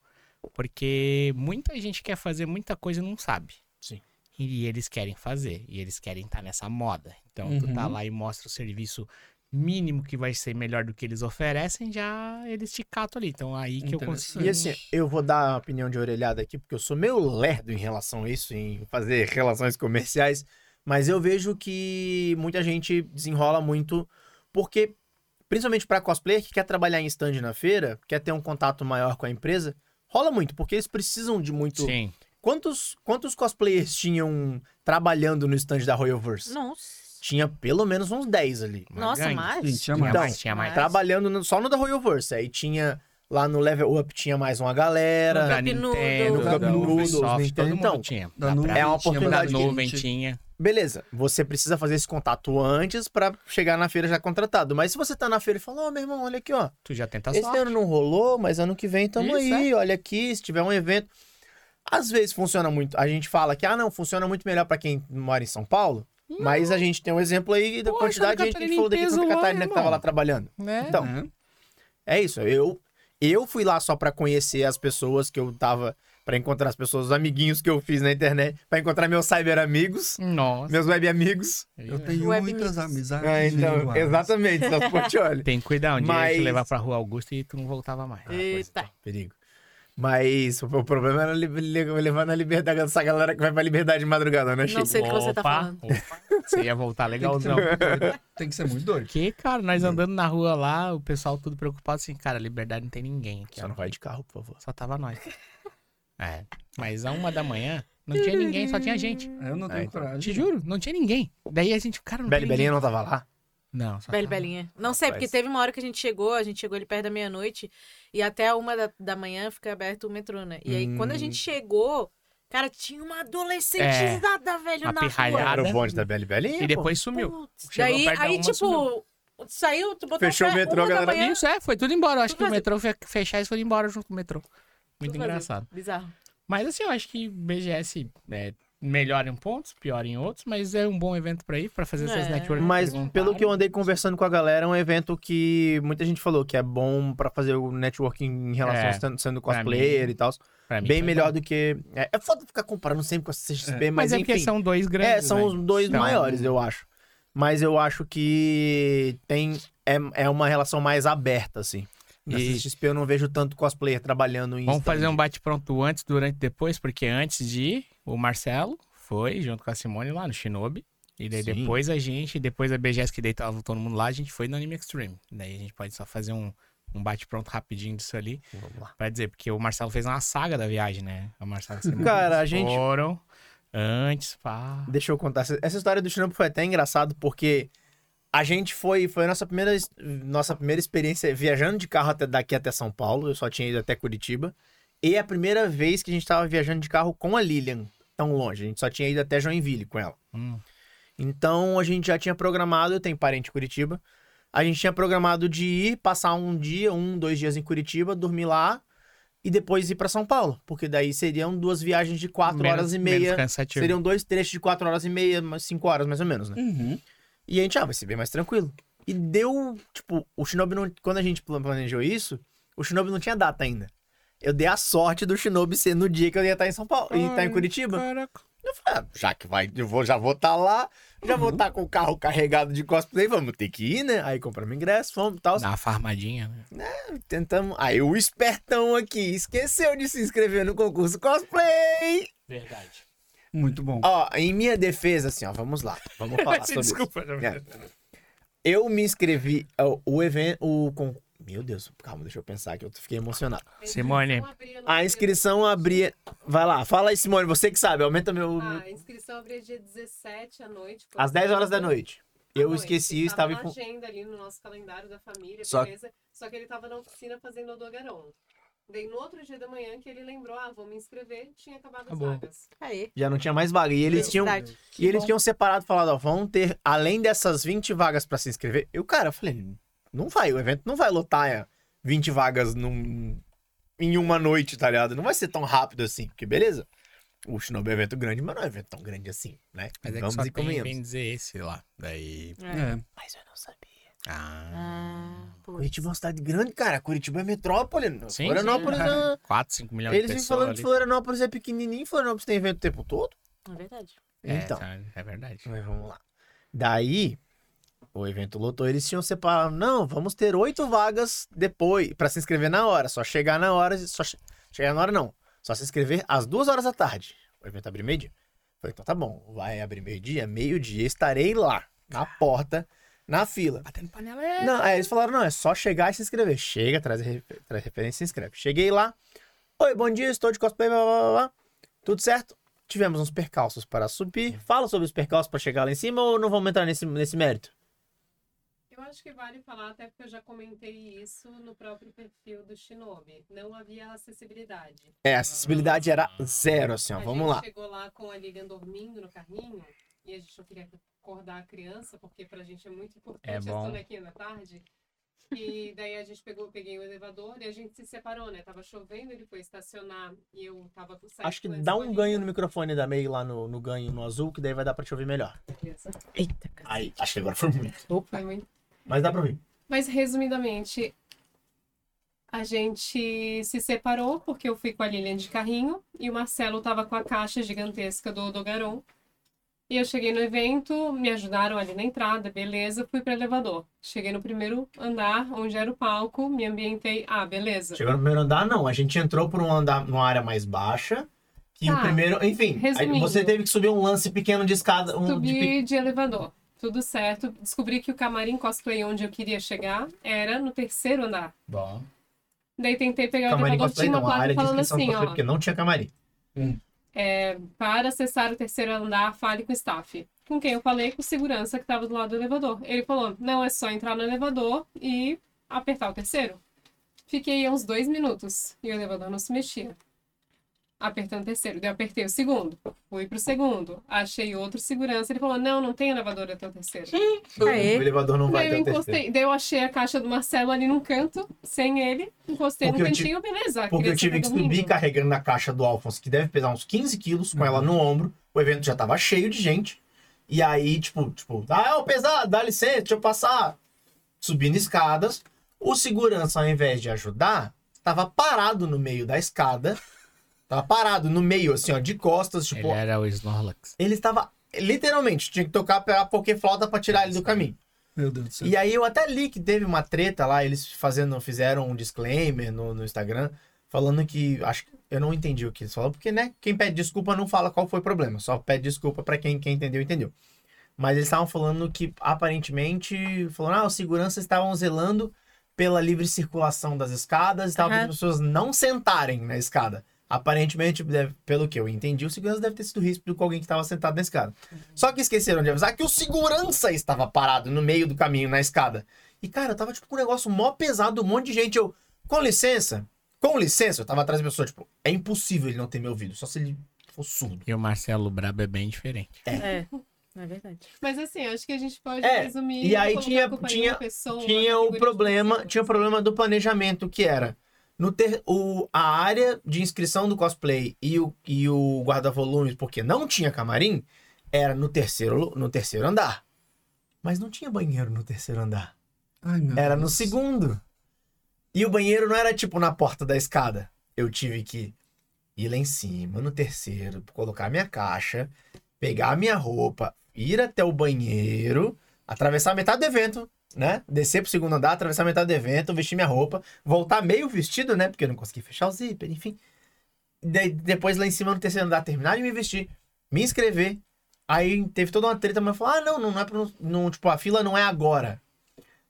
S1: Porque muita gente quer fazer muita coisa e não sabe.
S2: Sim.
S1: E eles querem fazer. E eles querem estar nessa moda. Então, tu tá
S4: Uhum.
S1: lá e mostra o serviço mínimo que vai ser melhor do que eles oferecem, já eles te catam ali. Então, aí que eu consigo...
S2: E assim, eu vou dar a opinião de orelhada aqui, porque eu sou meio lerdo em relação a isso, em fazer relações comerciais, mas eu vejo que muita gente desenrola muito, porque, principalmente pra cosplayer que quer trabalhar em stand na feira, quer ter um contato maior com a empresa, rola muito, porque eles precisam de muito.
S1: Sim.
S2: Quantos, quantos cosplayers tinham trabalhando no stand da Royalverse?
S3: Nossa,
S2: Tinha pelo menos uns 10 ali.
S1: uma
S3: Nossa
S1: gangue.
S3: mais?
S4: Gente, é
S1: Tinha
S4: mais.
S2: Então,
S1: mais, tinha mais.
S3: Mas-
S2: Trabalhando no- só no da Royalverse. Aí tinha Lá no Level Up tinha mais uma galera.
S1: Da
S3: Cup Noodles.
S1: Nintendo,
S2: Cup
S1: da
S2: Noodles,
S1: Ubisoft, todo
S2: Nintendo.
S1: mundo
S2: Então,
S1: tinha.
S4: da
S1: Da
S4: nuvem
S1: Prime
S2: é uma
S1: tinha, mas
S2: oportunidade
S1: Da
S2: que a
S1: nuvem
S4: gente-
S1: tinha.
S2: Beleza, você precisa fazer esse contato antes pra chegar na feira já contratado. Mas se você tá na feira e fala, ó, meu irmão, olha aqui, ó.
S1: Tu já tenta
S2: Esse
S1: Tá sorte.
S2: ano não rolou, mas ano que vem tamo
S1: Isso, é.
S2: aí, olha aqui, se tiver um evento. Às vezes funciona muito. A gente fala que, ah, não, funciona muito melhor pra quem mora em São Paulo. Mas a gente tem um exemplo aí da
S1: Pô,
S2: quantidade de
S1: Santa
S2: gente que a
S1: Catarina
S2: gente falou daqui em
S1: em
S2: Santa
S1: peso lá,
S2: Catarina que tava
S1: irmão.
S2: lá trabalhando.
S1: Né?
S2: Então,
S4: né?
S2: é isso. Eu, eu fui lá só pra conhecer as pessoas que eu tava. Pra encontrar as pessoas, os amiguinhos que eu fiz na internet. Pra encontrar meus cyber amigos,
S1: Nossa.
S2: meus web amigos.
S4: Eu tenho
S3: Web
S4: muitas amizades.
S2: Ah, então,
S4: virtuais.
S2: exatamente, Celso Portioli.
S1: Tem que cuidar, um dia ia te
S2: Mas-
S1: levar pra Rua Augusta e tu não voltava mais. Ah, pois
S3: Eita.
S2: Perigo. Mas o o problema era li- li- levar na liberdade dessa galera que vai pra liberdade de madrugada, né, Chico?
S3: Não sei do que você tá
S1: Opa,
S3: falando.
S1: opa, Você ia voltar
S4: Tem que ser
S1: legalzão.
S4: muito doido. Tem que ser muito doido.
S1: Porque, cara, nós
S2: É.
S1: andando na rua lá, o pessoal tudo preocupado assim, cara, liberdade não tem ninguém aqui.
S2: Só
S1: Ó.
S2: não vai de carro, por favor.
S1: Só tava nós. É. Mas a uma da manhã, não tinha ninguém, só tinha gente.
S4: É, Eu não tenho
S2: Ah, então.
S4: coragem.
S1: Te juro, não tinha ninguém. Daí a gente, cara, não
S2: Beli
S1: tem
S2: Belinha não tava lá?
S1: ninguém. Não, só
S3: Beli
S1: tava-
S3: Belinha. Não sei, porque
S2: Rapaz.
S3: teve uma hora que a gente chegou, a gente chegou ali perto da meia-noite, e até a uma da, da manhã fica aberto o metrô, né? E aí,
S2: Hum.
S3: quando a gente chegou, cara, tinha uma adolescentizada, velho,
S1: É. uma
S3: na
S1: pirralhada.
S3: rua.
S2: Era o bonde da Beli Belinha,
S1: né? E depois sumiu.
S3: Putz,
S1: Chegou
S3: Daí,
S1: perto da
S3: aí
S1: uma,
S3: tipo,
S1: sumiu.
S3: saiu, tu botou
S2: Fechou
S3: fé,
S2: o metrô,
S3: uma da
S2: galera.
S3: manhã,
S1: Isso, é, foi tudo embora. Eu acho
S3: Tudo
S1: que o
S3: vazio.
S1: metrô fe- fechar e foram embora junto com o metrô. Muito
S3: tudo vazio.
S1: engraçado.
S3: Bizarro.
S1: Mas assim, eu acho que BGS é, melhora em pontos, pior em outros, mas é um bom evento pra ir, pra fazer essas
S3: É.
S1: networks.
S2: Mas pelo que eu andei conversando com a galera, é um evento que muita gente falou que é bom pra fazer o networking em relação
S1: É,
S2: a sendo, sendo
S1: pra
S2: cosplayer
S1: mim-
S2: e tal.
S1: pra mim
S2: Bem
S1: foi
S2: melhor do que. É, é foda ficar comparando sempre com a CXP,
S1: bom. Mas,
S2: mas,
S1: é
S2: enfim.
S1: porque são dois grandes.
S2: É, são
S1: né?
S2: os dois
S1: Então,
S2: maiores, eu acho. Mas eu acho que tem. É, é uma relação mais aberta, assim. Na
S1: E-
S2: CXP eu não vejo tanto cosplayer trabalhando em.
S1: Vamos
S2: stand.
S1: fazer um bate-pronto antes, durante e depois, porque antes de ir, o Marcelo foi junto com a Simone lá no Shinobi. E daí
S2: Sim.
S1: depois a gente, depois a BGS que deitava todo mundo lá, a gente foi no Anime Extreme. Daí a gente pode só fazer um, um bate-pronto rapidinho disso ali.
S2: Vamos lá.
S1: Pra dizer, porque o Marcelo fez uma saga da viagem, né? O Marcelo e Simone
S2: Cara, a gente-
S1: foram antes, pá.
S2: Deixa eu contar. Essa essa história do Chinampo foi até engraçado, porque a gente foi. Foi a nossa primeira, nossa primeira experiência viajando de carro até daqui até São Paulo. Eu só tinha ido até Curitiba. E é a primeira vez que a gente tava viajando de carro com a Lilian tão longe. A gente só tinha ido até Joinville com ela.
S1: Hum.
S2: Então a gente já tinha programado, eu tenho parente em Curitiba. A gente tinha programado de ir, passar um dia, um, dois dias em Curitiba, dormir lá e depois ir pra São Paulo. Porque daí seriam duas viagens de quatro
S1: Menos-
S2: horas e
S1: Menos
S2: meia. um
S1: cansativo.
S2: Seriam dois trechos de quatro horas e meia, umas cinco horas mais ou menos, né?
S4: Uhum.
S3: Uhum.
S2: E a gente, ah, vai ser bem mais tranquilo. E deu, tipo, o Shinobi não. Quando a gente plan- planejou isso, o Shinobi não tinha data ainda. Eu dei a sorte do Shinobi ser no dia que eu ia estar em São Paulo, e estar em Curitiba.
S1: Caraca.
S2: Eu falei, ah, já que vai, eu vou, já vou estar lá, já vou estar com o carro carregado de cosplay, vamos ter que ir, né? Aí compramos ingresso, fomos e tal,
S1: Dá uma farmadinha, né?
S2: tentamos. Aí o espertão aqui esqueceu de se inscrever no concurso cosplay.
S1: Verdade.
S4: Muito bom.
S3: Ah.
S2: Ó, em minha defesa, assim, ó, vamos lá, vamos falar sobre isso.
S1: Desculpa, não.
S2: É. Eu me inscrevi, ó, o evento, o con- Meu Deus, calma, deixa eu pensar que eu fiquei emocionado.
S1: Simone.
S2: A inscrição abria. Vai lá, fala aí, Simone, você que sabe, aumenta meu.
S5: Ah, a inscrição abria dia 17 à noite.
S2: Às 10 horas da noite.
S5: À
S2: Eu
S5: noite.
S2: esqueci, estava
S5: Tava
S2: em.
S5: na agenda ali no nosso calendário da família,
S2: Só-
S5: beleza? Só que ele tava na oficina fazendo odogarão. Daí no outro dia da manhã que ele lembrou, ah, vou me inscrever, tinha acabado as
S1: Acabou.
S5: vagas.
S3: Aí. É
S2: Já não tinha mais vaga. E eles tinham,
S3: Felicidade.
S2: e eles
S3: bom.
S2: tinham separado, falado, ó, vão ter, além dessas 20 vagas pra se inscrever. Eu, cara, eu falei, não vai, o evento não vai lotar é, 20 vagas num, em uma noite, tá ligado? Não vai ser tão rápido assim, porque beleza. O Shinobi é um evento grande, mas não é um evento tão grande assim, né?
S1: Mas é que só
S2: Vamos e
S1: tem,
S2: convenhamos.
S1: vem dizer esse lá. Daí.
S3: É.
S4: É.
S2: Mas eu não sabia.
S1: Ah.
S3: Ah, pô.
S2: Curitiba é uma cidade grande, cara. Curitiba é metrópole.
S1: Sim,
S2: Florianópolis é...
S1: 4, 5 milhões
S2: Eles
S1: de
S2: vivem
S1: pessoas.
S2: falando
S1: Ali.
S2: que Florianópolis é pequenininho, Florianópolis tem evento o tempo todo.
S3: É verdade.
S1: É,
S2: então.
S1: tá, é verdade.
S2: Mas vamos lá. Daí, o evento lotou, eles tinham separado. Não, vamos ter oito vagas depois, pra se inscrever na hora. Só chegar na hora. Só che- chegar na hora, não. Só se inscrever às duas horas da tarde. O evento abre meio-dia. Falei, então tá bom, vai abrir meio-dia, meio-dia, estarei lá, na porta, na fila.
S1: Batendo panela é.
S2: Não, aí eles falaram, não, é só chegar e se inscrever. Chega, traz, re- traz referência e se inscreve. Cheguei lá. Oi, bom dia, estou de cosplay, blá, blá, blá, blá. Tudo certo? Tivemos uns percalços Uhum. para subir. Fala sobre os percalços para chegar lá em cima ou não vamos entrar nesse, nesse mérito?
S5: Eu acho que vale falar, até porque eu já comentei isso no próprio perfil do Shinobi. Não havia acessibilidade.
S2: É, a acessibilidade era zero, assim, ó.
S5: a
S2: Vamos
S5: gente
S2: lá.
S5: chegou lá com a Lilian dormindo no carrinho e a gente não queria acordar a criança, porque pra gente é muito importante
S1: É
S5: a
S1: bom.
S5: sonequinha à tarde. E daí a gente pegou, peguei o elevador e a gente se separou, né? Tava chovendo, ele foi estacionar e eu tava com
S2: Acho que dá um
S5: né?
S2: ganho no microfone da May lá no, no ganho, no azul, que daí vai dar pra te ouvir melhor.
S3: Eita, cara.
S2: Aí, acho que agora foi muito.
S5: Foi muito
S2: Mas dá pra ouvir.
S5: Mas resumidamente, a gente se separou porque eu fui com a Lilian de carrinho e o Marcelo tava com a caixa gigantesca do Dogaron. E eu cheguei no evento, me ajudaram ali na entrada, beleza, fui pro elevador. Cheguei no primeiro andar, onde era o palco, me ambientei, ah, beleza.
S2: Chegou no primeiro andar, não. A gente entrou por um andar, numa área mais baixa. Que o
S5: Tá.
S2: primeiro. Enfim, aí
S5: Resumindo.
S2: você teve que subir um lance pequeno de escada. Um de pe-
S5: Subi de elevador, tudo certo. Descobri que o camarim cosplay onde eu queria chegar era no terceiro andar.
S1: Bom.
S5: Daí tentei pegar o
S2: Camarim
S5: elevador,
S2: cosplay,
S5: tinha
S2: não.
S5: uma
S2: A
S5: placa
S2: área de
S5: falando
S2: inscrição do
S5: assim,
S2: cosplay,
S5: ó.
S2: porque não tinha camarim.
S5: Para acessar o terceiro andar, fale com o staff. Com quem eu falei, com o segurança que estava do lado do elevador. Ele falou: não, é só entrar no elevador e apertar o terceiro. Fiquei aí uns dois minutos e o elevador não se mexia. Apertando o terceiro, daí eu apertei o segundo. Fui pro segundo, achei outro segurança. Ele falou: não, não tem elevador até o terceiro.
S2: O
S3: Aê.
S2: elevador não vai
S5: daí eu
S2: ter o terceiro.
S5: encostei, daí eu achei a caixa do Marcelo ali num canto, sem ele, encostei
S2: Porque
S5: no
S2: eu tive-
S5: cantinho, beleza. a
S2: Porque eu
S5: criança
S2: tive
S5: tá
S2: que subir
S5: dormindo.
S2: carregando na caixa do Alphonse, que deve pesar uns 15 quilos, com ela no ombro. O evento já tava cheio de gente. E aí, tipo, tipo, ah, ô pesado, dá licença, deixa eu passar. Subindo escadas. O segurança, ao invés de ajudar, tava parado no meio da escada. Tava parado no meio, assim, ó, de costas, tipo,
S1: Ele é- era o Snorlax.
S2: ele estava. Literalmente, tinha que tocar a Pokéflauta pra tirar ele do caminho.
S4: Meu Deus do céu.
S2: E aí eu até li que teve uma treta lá, eles fazendo, fizeram um disclaimer no, no Instagram, falando que. Acho que eu não entendi o que eles falaram, porque, né? Quem pede desculpa não fala qual foi o problema, só pede desculpa pra quem, quem entendeu, entendeu. Mas eles estavam falando que, aparentemente, falando, ah, os seguranças estavam zelando pela livre circulação das escadas, estavam
S3: Aham.
S2: para as pessoas não sentarem na escada. Aparentemente, deve- pelo que eu entendi, o segurança deve ter sido ríspido com alguém que estava sentado na escada. Só que esqueceram de avisar que o segurança estava parado no meio do caminho, na escada. E, cara, eu tava, tipo, com um negócio mó pesado, um monte de gente. Eu, com licença, com licença, eu tava atrás da pessoa, tipo, é impossível ele não ter me ouvido, só se ele for surdo.
S1: E o Marcelo Brabo é bem diferente.
S3: É, não é verdade.
S5: Mas assim, acho que a gente pode
S2: É,
S5: resumir.
S2: e aí
S5: colocar
S2: tinha-
S5: a culpa em
S2: tinha-
S5: uma pessoa,
S2: Tinha
S5: uma
S2: o
S5: figura
S2: problema,
S5: de
S2: tinha o problema do planejamento, que era no ter, o, a área de inscrição do cosplay e o, e o guarda-volumes, porque não tinha camarim, era no terceiro, lu- no terceiro andar. Mas não tinha banheiro no terceiro andar.
S4: Ai, meu
S2: Era no
S4: Deus.
S2: segundo. E o banheiro não era tipo na porta da escada. Eu tive que ir lá em cima, no terceiro, colocar minha caixa, pegar minha roupa, ir até o banheiro, atravessar metade do evento, né? Descer pro segundo andar, atravessar metade do evento, vestir minha roupa, voltar meio vestido, né? Porque eu não consegui fechar o zíper, enfim. De- depois lá em cima, no terceiro andar, terminar de me vestir, me inscrever. Aí teve toda uma treta, mas falou: ah, não, não é pra. Não, tipo, a fila não é agora.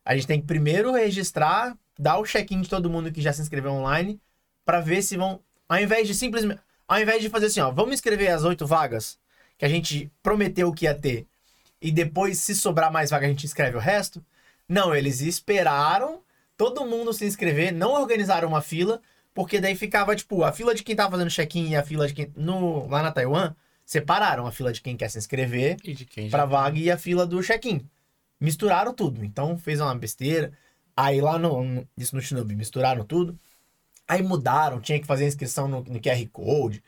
S2: A gente tem que primeiro registrar, dar o check-in de todo mundo que já se inscreveu online, pra ver se vão. Ao invés de simplesmente. Ao invés de fazer assim, ó, vamos inscrever as oito vagas que a gente prometeu que ia ter, e depois, se sobrar mais vaga, a gente inscreve o resto. Não, eles esperaram todo mundo se inscrever, não organizaram uma fila, porque daí ficava, tipo, a fila de quem tava fazendo check-in e a fila de quem. No, lá na Taiwan, separaram a fila de quem quer se inscrever
S1: E de quem já.
S2: pra vaga e a fila do check-in. Misturaram tudo, então fez uma besteira. Aí lá no, no- isso no Shinobi, misturaram tudo. Aí mudaram, tinha que fazer a inscrição no, no QR Code.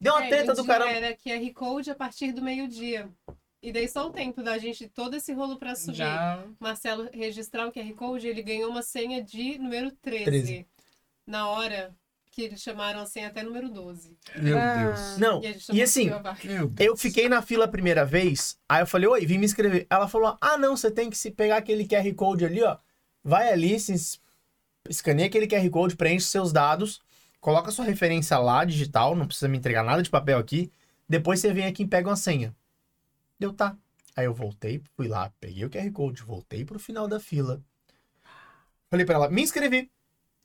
S2: Deu uma
S5: É,
S2: treta
S5: o
S2: do
S5: dia
S2: caramba.
S5: Era QR Code a partir do meio-dia. E daí só o tempo da gente todo esse rolo pra subir.
S1: Já.
S5: Marcelo registrar o QR Code, ele ganhou uma senha de número 13.
S2: 13.
S5: Na hora que eles chamaram a senha até número 12.
S4: Meu
S3: Ah.
S4: Deus.
S2: Não,
S5: E a gente
S2: e
S5: não
S2: assim,
S5: conseguiu a vaga.
S4: Meu Deus.
S2: eu fiquei na fila a primeira vez, aí eu falei, oi, vim me inscrever. Ela falou, ah não, você tem que se pegar aquele QR Code ali, ó. Vai ali, se es- escaneia aquele QR Code, preenche seus dados, coloca sua referência lá, digital, não precisa me entregar nada de papel aqui. Depois você vem aqui e pega uma senha. Deu, tá. Aí eu voltei, fui lá, peguei o QR Code, voltei pro final da fila. Falei pra ela, me inscrevi.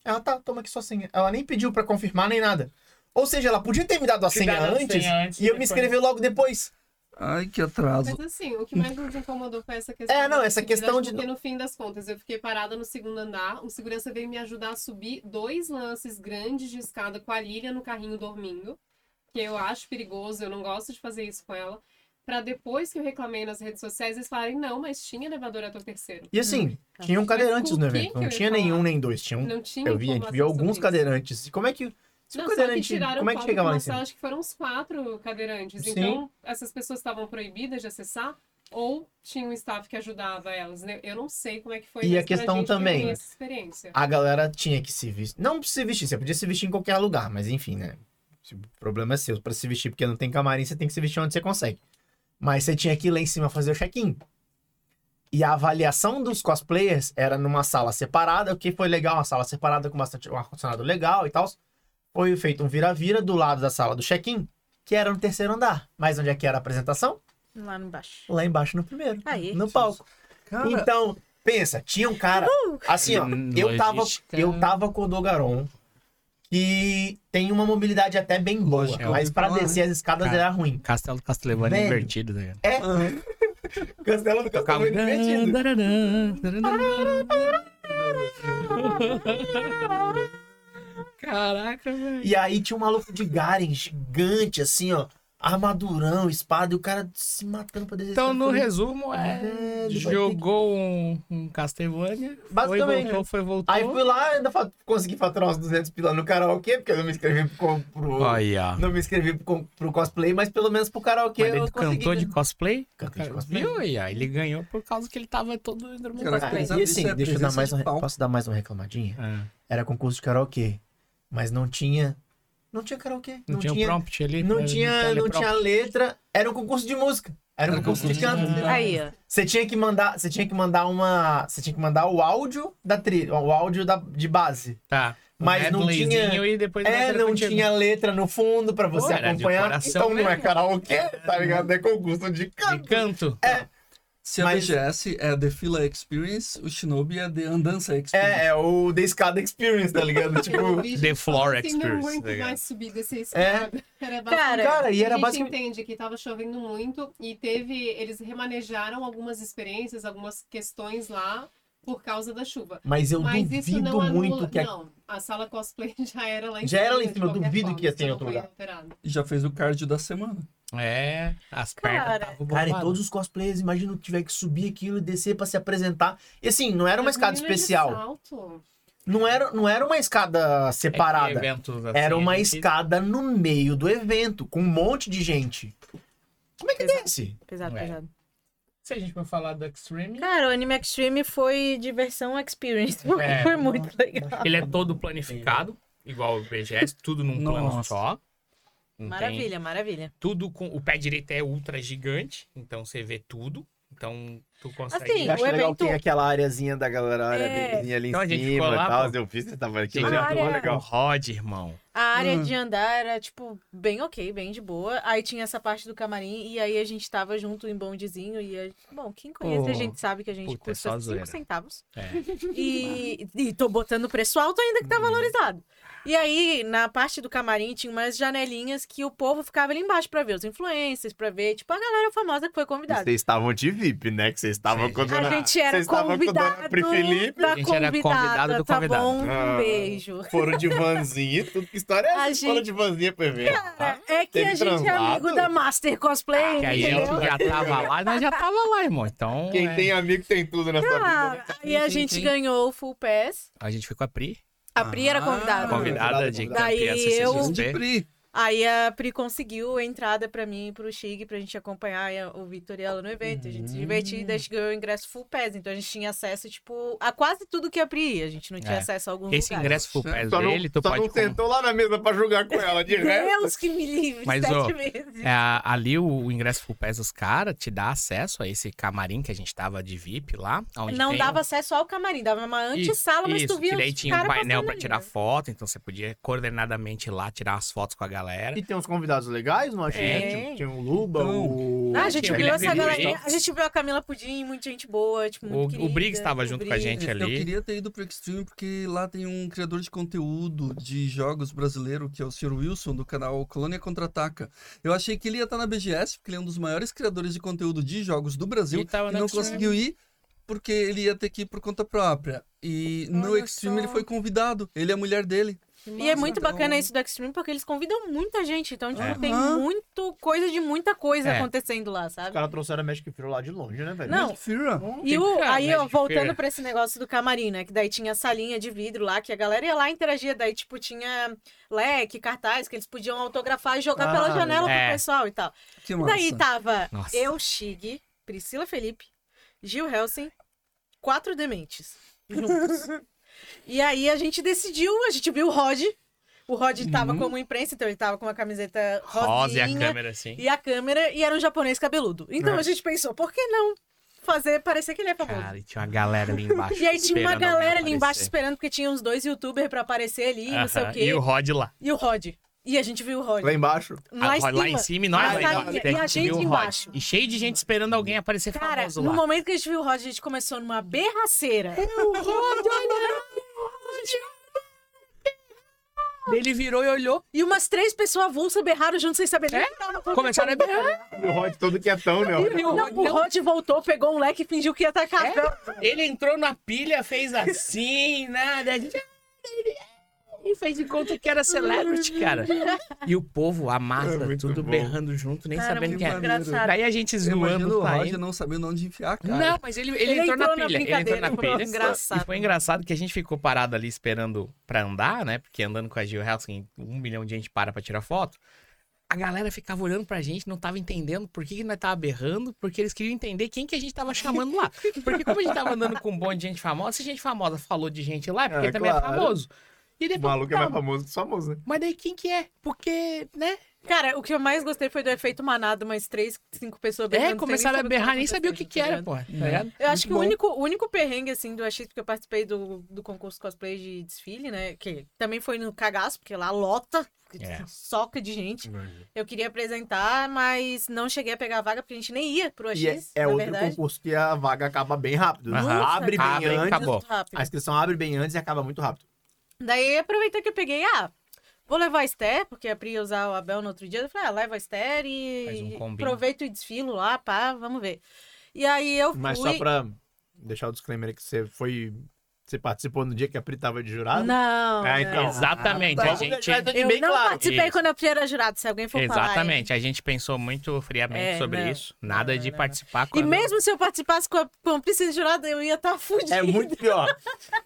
S2: Ela, tá, toma aqui sua senha. Ela nem pediu pra confirmar nem nada. Ou seja, ela podia ter me dado a
S1: Te
S2: senha
S1: dado a
S2: antes,
S1: senha antes
S2: e eu me
S1: depois.
S2: inscrevi logo depois.
S4: Ai, que atraso.
S5: Mas assim, o que mais nos incomodou foi essa questão.
S2: É, não,
S5: da
S2: essa questão
S5: acessibilidade,
S2: de-
S5: Porque no fim das contas, eu fiquei parada no segundo andar, um segurança veio me ajudar a subir dois lances grandes de escada com a Lilia no carrinho dormindo, que eu acho perigoso, eu não gosto de fazer isso com ela. Pra depois que eu reclamei nas redes sociais, eles falarem, não, mas tinha elevador até o terceiro.
S2: E assim,
S3: Tá.
S2: tinham cadeirantes
S5: Hum, com
S2: no
S5: quem
S2: evento.
S5: que
S2: Não
S5: eu ia
S2: tinha
S5: falar?
S2: nenhum nem dois. Tinha um.
S5: Não tinha
S2: Eu vi, a gente viu
S5: informação sobre
S2: alguns
S5: isso.
S2: cadeirantes. E como é que. Se o
S5: Não, só que
S2: cadeirante.
S5: tiraram
S2: Como é que
S5: foto
S2: chegava
S5: com
S2: lá
S5: uma
S2: em cima?
S5: sala, Acho que foram uns quatro cadeirantes.
S2: Sim.
S5: Então, essas pessoas estavam proibidas de acessar ou tinha um staff que ajudava elas, né? Eu não sei como é que foi.
S2: E a
S5: mas pra
S2: questão
S5: gente foi
S2: também.
S5: ruim Essa experiência.
S2: A galera tinha que se vestir. Não se vestir, você podia se vestir em qualquer lugar, mas enfim, né? Se O problema é seu. Pra se vestir porque não tem camarim, você tem que se vestir onde você consegue. Mas você tinha que ir lá em cima fazer o check-in. E a avaliação dos cosplayers era numa sala separada, o que foi legal, uma sala separada com bastante um ar-condicionado legal e tal. Foi feito um vira-vira do lado da sala do check-in, que era no terceiro andar. Mas onde é que era a apresentação?
S3: Lá embaixo.
S2: Lá embaixo no primeiro.
S3: Aí.
S2: No palco.
S4: Cara,
S2: Então, pensa, tinha um cara.
S1: Uh!
S2: Assim, ó, eu tava,
S1: Logística.
S2: eu tava com o Dogaron, que tem uma mobilidade até bem boa,
S4: Lógico, eu
S2: mas
S4: ouvi
S2: pra
S4: falar,
S2: descer as escadas
S1: Cara.
S2: era ruim.
S1: Castelo do Castlevania
S2: Velho.
S1: invertido, tá ligado?
S4: ah,
S2: Castelo do
S1: Tocava-
S2: Castelo Tá divertido.
S1: Caraca, velho.
S2: E aí tinha um maluco de Garen gigante, assim, ó, armadurão, espada, e o cara se matando pra descer.
S1: Então, no
S2: Eu falei,
S1: resumo, é.
S2: "Velho, vai ter que-"
S1: Jogou um, um Castlevania. Foi,
S2: Basicamente.
S1: voltou, foi, voltou.
S2: Aí fui lá, ainda fa- consegui faturar uns 200 pila no karaokê, porque eu não me inscrevi pro, pro-
S1: Aí, ó.
S2: não me inscrevi pro, pro cosplay, mas pelo menos pro karaokê
S1: Mas ele
S2: eu consegui.
S1: cantou de cosplay?
S2: Cantei de cosplay.
S1: Viu? E aí ele ganhou por causa que ele tava todo
S4: Cara,
S1: endormido.
S3: Caraca.
S2: Ah,
S4: coisa
S2: e assim,
S4: isso é
S2: deixa eu dar
S4: presença
S2: mais
S4: de
S2: uma,
S4: palco.
S2: posso dar mais uma reclamadinha?
S1: É.
S2: Era concurso de karaokê, mas não tinha não tinha karaokê,
S1: Não, tinha, um prompt ali?
S2: não
S1: né,
S2: tinha, não
S1: teleprompter.
S2: tinha letra, era um concurso de música. Era um
S1: Era
S2: concurso de
S1: concurso de
S2: canto.
S1: música.
S3: Aí, ó.
S2: Você tinha que mandar, você tinha que mandar uma, você tinha que mandar o áudio da trilha, o áudio da, de base.
S1: Tá.
S2: Mas não
S1: medleyzinho
S2: tinha-
S1: E depois
S2: É,
S1: era
S2: não
S1: contigo.
S2: tinha letra no fundo pra
S1: Pô,
S2: você
S1: era de
S2: acompanhar.
S1: coração
S2: Então não é
S1: mesmo.
S2: karaokê, tá ligado? É concurso de
S1: De
S2: canto.
S1: canto.
S4: se a
S2: mas-
S4: BGS é a Defila Experience, o Shinobi é a de Andança Experience.
S2: É, é o The Escada Experience, tá ligado? tipo,
S1: The Floor
S5: assim, Não
S1: Experience.
S5: aguento
S1: tá ligado?
S5: mais subir desse
S2: É.
S5: escada. Era bastante-
S2: cara, e
S5: a
S2: era
S5: gente
S2: basicamente
S5: entende que tava chovendo muito e teve. Eles remanejaram algumas experiências, algumas questões lá por causa da chuva.
S2: Mas eu
S5: Mas isso
S2: duvido
S5: não anula.
S2: muito que a...
S5: Não, a sala cosplay já era lá em
S2: Já
S5: cima.
S2: era lá em
S5: de
S2: cima, eu
S5: qualquer
S2: duvido
S5: forma,
S2: que ia
S5: isso
S2: ter em
S5: não
S2: outro
S5: foi
S2: lugar.
S5: alterado.
S2: É.
S4: E já fez o cardio da semana.
S1: É, as
S3: Cara,
S1: pernas É estavam
S2: Cara, e
S1: bombadas.
S2: todos os cosplayers, imagina que tiver que subir aquilo e descer pra se apresentar. E assim, não era uma
S3: É
S5: Mas
S2: escada
S5: menina de
S2: especial.
S5: salto.
S2: Não era, não era uma escada
S1: É que
S2: separada.
S1: eventos assim,
S2: Era
S1: a
S2: uma
S1: gente-
S2: escada no meio do evento, com um monte de gente. Como é que
S3: Exato.
S2: desce?
S3: Pesado,
S1: Ué.
S3: pesado.
S1: Se a gente for falar do Extreme,
S3: Cara, o Anime Extreme foi diversão experience. Porque
S1: É.
S3: foi muito legal.
S1: ele é todo planificado, igual o BGS, tudo num plano
S4: Nossa.
S1: só. Não tem-
S3: Maravilha, maravilha.
S1: Tudo com. O pé direito é ultra gigante, então você vê tudo. Então tu consegue.
S3: Assim,
S2: Eu acho
S3: O
S2: legal
S3: evento- É.
S2: que tem aquela areazinha da galera, a areazinha ali em
S1: Então a gente
S2: cima
S1: ficou lá,
S2: e tal.
S1: pô.
S2: Eu fiz, você tava aqui.
S1: Gente, é
S3: A
S2: olhando.
S1: muito
S3: área-
S1: legal. Rod, irmão.
S3: A área
S4: Hum.
S3: de
S2: Uhum.
S3: andar era, tipo, bem ok, bem de boa. Aí tinha essa parte do camarim e aí a gente tava junto em bondezinho e... a- Bom, quem conhece
S4: Pô.
S3: a gente sabe que a gente
S1: Puta, é só
S3: custa 5
S1: zoeira.
S3: centavos.
S1: É.
S3: E, e tô botando preço alto ainda
S2: Uhum.
S3: que tá valorizado. E aí, na parte do camarim, tinha umas janelinhas que o povo ficava ali embaixo pra ver os influencers, pra ver, tipo, a galera famosa que foi convidada.
S2: Vocês estavam de VIP, né? Que vocês estavam
S1: Sim.
S2: com a
S3: A
S2: dona...
S3: gente era
S2: vocês estavam com o Dona
S3: convidado
S2: Pri Felipe?
S1: A
S3: da
S1: gente era convidado
S3: convidada,
S1: do
S3: tá
S1: convidado.
S3: bom?
S2: Ah.
S3: Um beijo.
S2: Foram de vanzinha e tudo. Que história é essa?
S3: A
S2: Gente... Foram
S3: gente-
S2: de vanzinha pro evento.
S3: Cara, é que
S2: Teve
S3: a gente é amigo
S2: translado?
S3: da Master Cosplay,
S1: Tá? Que aí é
S3: entendeu?
S1: eu já tava lá, nós já tava lá, irmão. Então.
S2: Quem
S1: é,
S2: tem amigo tem tudo nessa vida, né?
S3: Cara, aí a
S4: Quem, quem,
S3: gente
S4: quem?
S3: ganhou o Full Pass.
S1: A gente foi com a Pri,
S3: A Pri era convidada.
S2: Convidada.
S1: Ah, convidada de
S2: convidada.
S1: campeã
S3: Daí eu-
S1: CCXP.
S4: Ah. Pri.
S3: Aí a Pri conseguiu a entrada pra mim e pro Chig pra gente acompanhar e a- o Vitor e ela no evento. A gente se
S1: Hum.
S3: divertiu e daí a gente ganhou o ingresso full pass. Então a gente tinha acesso, tipo, a quase tudo que a Pri ia. A gente não tinha
S1: É.
S3: acesso a alguns
S1: Esse
S3: lugares.
S1: ingresso full pass
S2: Só não,
S1: dele, tu
S2: só
S1: pode.
S2: não
S1: com-
S2: sentou lá na mesa pra jogar com ela, de resto.
S3: Deus que me livre,
S1: Mas,
S3: sete
S1: ó,
S3: meses.
S1: É, ali o, o ingresso full pass dos caras te dá acesso a esse camarim que a gente tava de VIP lá. Onde
S3: Não
S1: tem- um
S3: dava acesso ao camarim, dava uma
S1: Isso,
S3: antessala, mas
S1: Isso,
S3: tu via
S1: que daí
S3: os
S1: tinha um
S3: cara
S1: painel
S3: passando
S1: pra
S3: ali,
S1: tirar
S3: né?
S1: foto, então você podia coordenadamente ir lá tirar as fotos com a galera.
S2: E tem uns convidados legais, não achei?
S1: É.
S2: Tipo, tinha o Luba,
S4: Então-
S2: o.
S3: Ah, a gente
S1: o
S3: viu
S1: Guilherme
S3: essa
S1: Briggs,
S3: galerinha.
S1: tá?
S3: A gente viu a Camila Pudim, muita gente boa, tipo, muito
S1: O- o
S3: querida,
S1: Briggs tava junto com a
S3: Briggs.
S1: gente.
S4: Eu
S1: ali.
S4: queria ter ido pro Extreme porque lá tem um criador de conteúdo de jogos brasileiro, que é o Sr. Wilson, do canal Colônia Contra-Ataca. Eu achei que ele ia estar na BGS, porque ele é um dos maiores criadores de conteúdo de jogos do Brasil,
S1: Ele tava
S4: e
S1: no
S4: não
S1: Extreme.
S4: conseguiu ir porque ele ia ter que ir por conta própria. E no
S3: Olha
S4: Extreme
S3: só.
S4: ele foi convidado, ele é a mulher dele.
S3: E é muito
S4: Então,
S3: bacana isso do Extreme, porque eles convidam muita gente. Então, tipo,
S1: É.
S3: tem
S4: Aham.
S3: muito coisa de muita coisa
S1: É.
S3: acontecendo lá,
S2: Os
S3: sabe?
S2: caras trouxeram a Magic Firo lá de longe, né, velho?
S3: Não.
S4: Magic Fira.
S3: E o,
S1: Cara,
S3: aí,
S1: Magic
S3: ó,
S1: Fair.
S3: voltando pra esse negócio do camarim, né? Que daí tinha a salinha de vidro lá, que a galera ia lá e interagia. Daí, tipo, tinha leque, cartaz, que eles podiam autografar e jogar
S2: Ah,
S3: pela janela
S1: é.
S3: pro pessoal e tal.
S4: Que
S3: E
S4: massa.
S3: daí tava
S1: Nossa.
S3: eu, Chig, Priscila Felipe, Gil Helsen, quatro dementes juntos. e aí a gente decidiu, a gente viu o Rod. O Rod tava como imprensa, então ele tava com uma camiseta
S1: Uhum. Rosa e
S3: rosinha
S1: a câmera, assim.
S3: e a câmera, e era um japonês cabeludo. Então
S2: É.
S3: a gente pensou, por que não fazer parecer que ele é famoso?
S1: Cara, e tinha uma galera ali embaixo.
S3: E aí tinha uma
S1: esperando alguém
S3: galera ali embaixo
S1: aparecer.
S3: esperando, porque tinha uns dois youtubers pra aparecer ali, não sei
S1: Aham,
S3: o quê.
S1: E o Rod lá.
S3: Rod. E a gente viu o Rod.
S2: Lá embaixo.
S1: Ah, Rod lá em cima e nós
S3: Mas
S1: lá
S3: tá-
S1: embaixo.
S3: e
S1: Tem
S3: a
S1: que
S3: gente
S1: ver o Rod.
S3: embaixo.
S1: E cheio de gente esperando alguém aparecer
S3: Cara,
S1: famoso
S3: no
S1: lá. É,
S3: momento que a gente viu o Rod, a gente começou numa berraceira.
S1: Ele virou e olhou.
S3: E umas três pessoas avulsas berraram junto sem saber nem o que tava acontecendo.
S1: É? Começaram a berrar.
S2: E o Rod todo quietão, né?
S3: Não, o Rod voltou, pegou um leque e fingiu que ia
S1: É?
S3: atacar.
S1: Ele entrou na pilha, fez assim, nada. a gente- "Ah, E fez de conta que era celebrity, cara. E o povo, a
S2: É
S1: massa,
S2: muito
S1: tudo
S2: bom.
S1: berrando junto, nem
S3: Cara,
S1: sabendo
S3: muito
S1: quem era.
S3: engraçado.
S1: Daí a gente
S4: Eu imagino
S1: zoando,
S4: o Roger
S1: saindo.
S4: não sabendo onde enfiar a cara.
S1: Não, mas ele, ele, entrou, na pilha. Ele entrou na
S3: brincadeira,
S1: pilha.
S3: foi engraçado.
S1: E foi engraçado que a gente ficou parado ali esperando pra andar, né? Porque andando com a Gil Helsing, um milhão de gente para pra tirar foto. A galera ficava olhando pra gente, não tava entendendo por que, que nós tava berrando, porque eles queriam entender quem que a gente tava chamando lá. Porque como a gente tava andando com um monte de gente famosa, se gente famosa falou de gente lá, é porque
S2: É,
S1: também
S2: claro.
S1: é famoso. E
S2: O
S1: depois,
S2: maluco é
S1: tá,
S2: mais famoso que os famosos, né?
S1: mas daí quem que é? Porque, né?
S3: Cara, o que eu mais gostei foi do efeito manado, umas três, cinco pessoas
S1: É,
S3: berrando.
S1: começaram a berrar, nem sabia o que que era, pô. Tá ligado?
S3: Eu acho
S4: Muito
S3: que o
S4: bom.
S3: único, o único perrengue, assim, do Achei, porque eu participei do, do concurso cosplay de desfile, né? Que também foi no cagaço, porque lá lota,
S1: É.
S3: soca de gente.
S2: né?
S3: Eu queria apresentar, mas não cheguei a pegar a vaga, porque a gente nem ia pro AX,
S2: E é, é
S3: na
S2: outro
S3: verdade.
S2: concurso que a vaga acaba bem rápido.
S1: Aham.
S2: Abre bem
S1: Abre,
S2: antes.
S1: acabou.
S3: Muito rápido.
S2: A inscrição abre bem antes e acaba muito rápido.
S3: Daí aproveitei que eu peguei, ah, vou levar a Esther, porque a Pri ia usar o Abel no outro dia. Eu falei, ah, leva a Esther
S1: Faz um
S3: e
S1: combinho.
S3: aproveito e desfilo lá, pá, vamos ver. E aí eu fui.
S2: Mas só pra deixar o disclaimer aí que você foi. Você participou no dia que a Pri tava de jurado?
S3: Não.
S2: Ah,
S3: não.
S2: então.
S1: Exatamente, a
S2: Vamos
S1: gente...
S2: deixar isso aqui
S3: Eu
S2: bem
S3: não
S2: claro.
S3: participei
S1: Isso.
S3: quando eu era jurado, se alguém for falar. hein?
S1: Exatamente, a gente pensou muito friamente
S3: É,
S1: sobre
S3: não.
S1: isso. Nada
S3: Não,
S1: de
S3: não, não.
S1: participar
S3: E
S1: quando-
S3: mesmo se eu participasse com a Pampista jurada, eu ia estar tá fudido.
S2: É muito pior.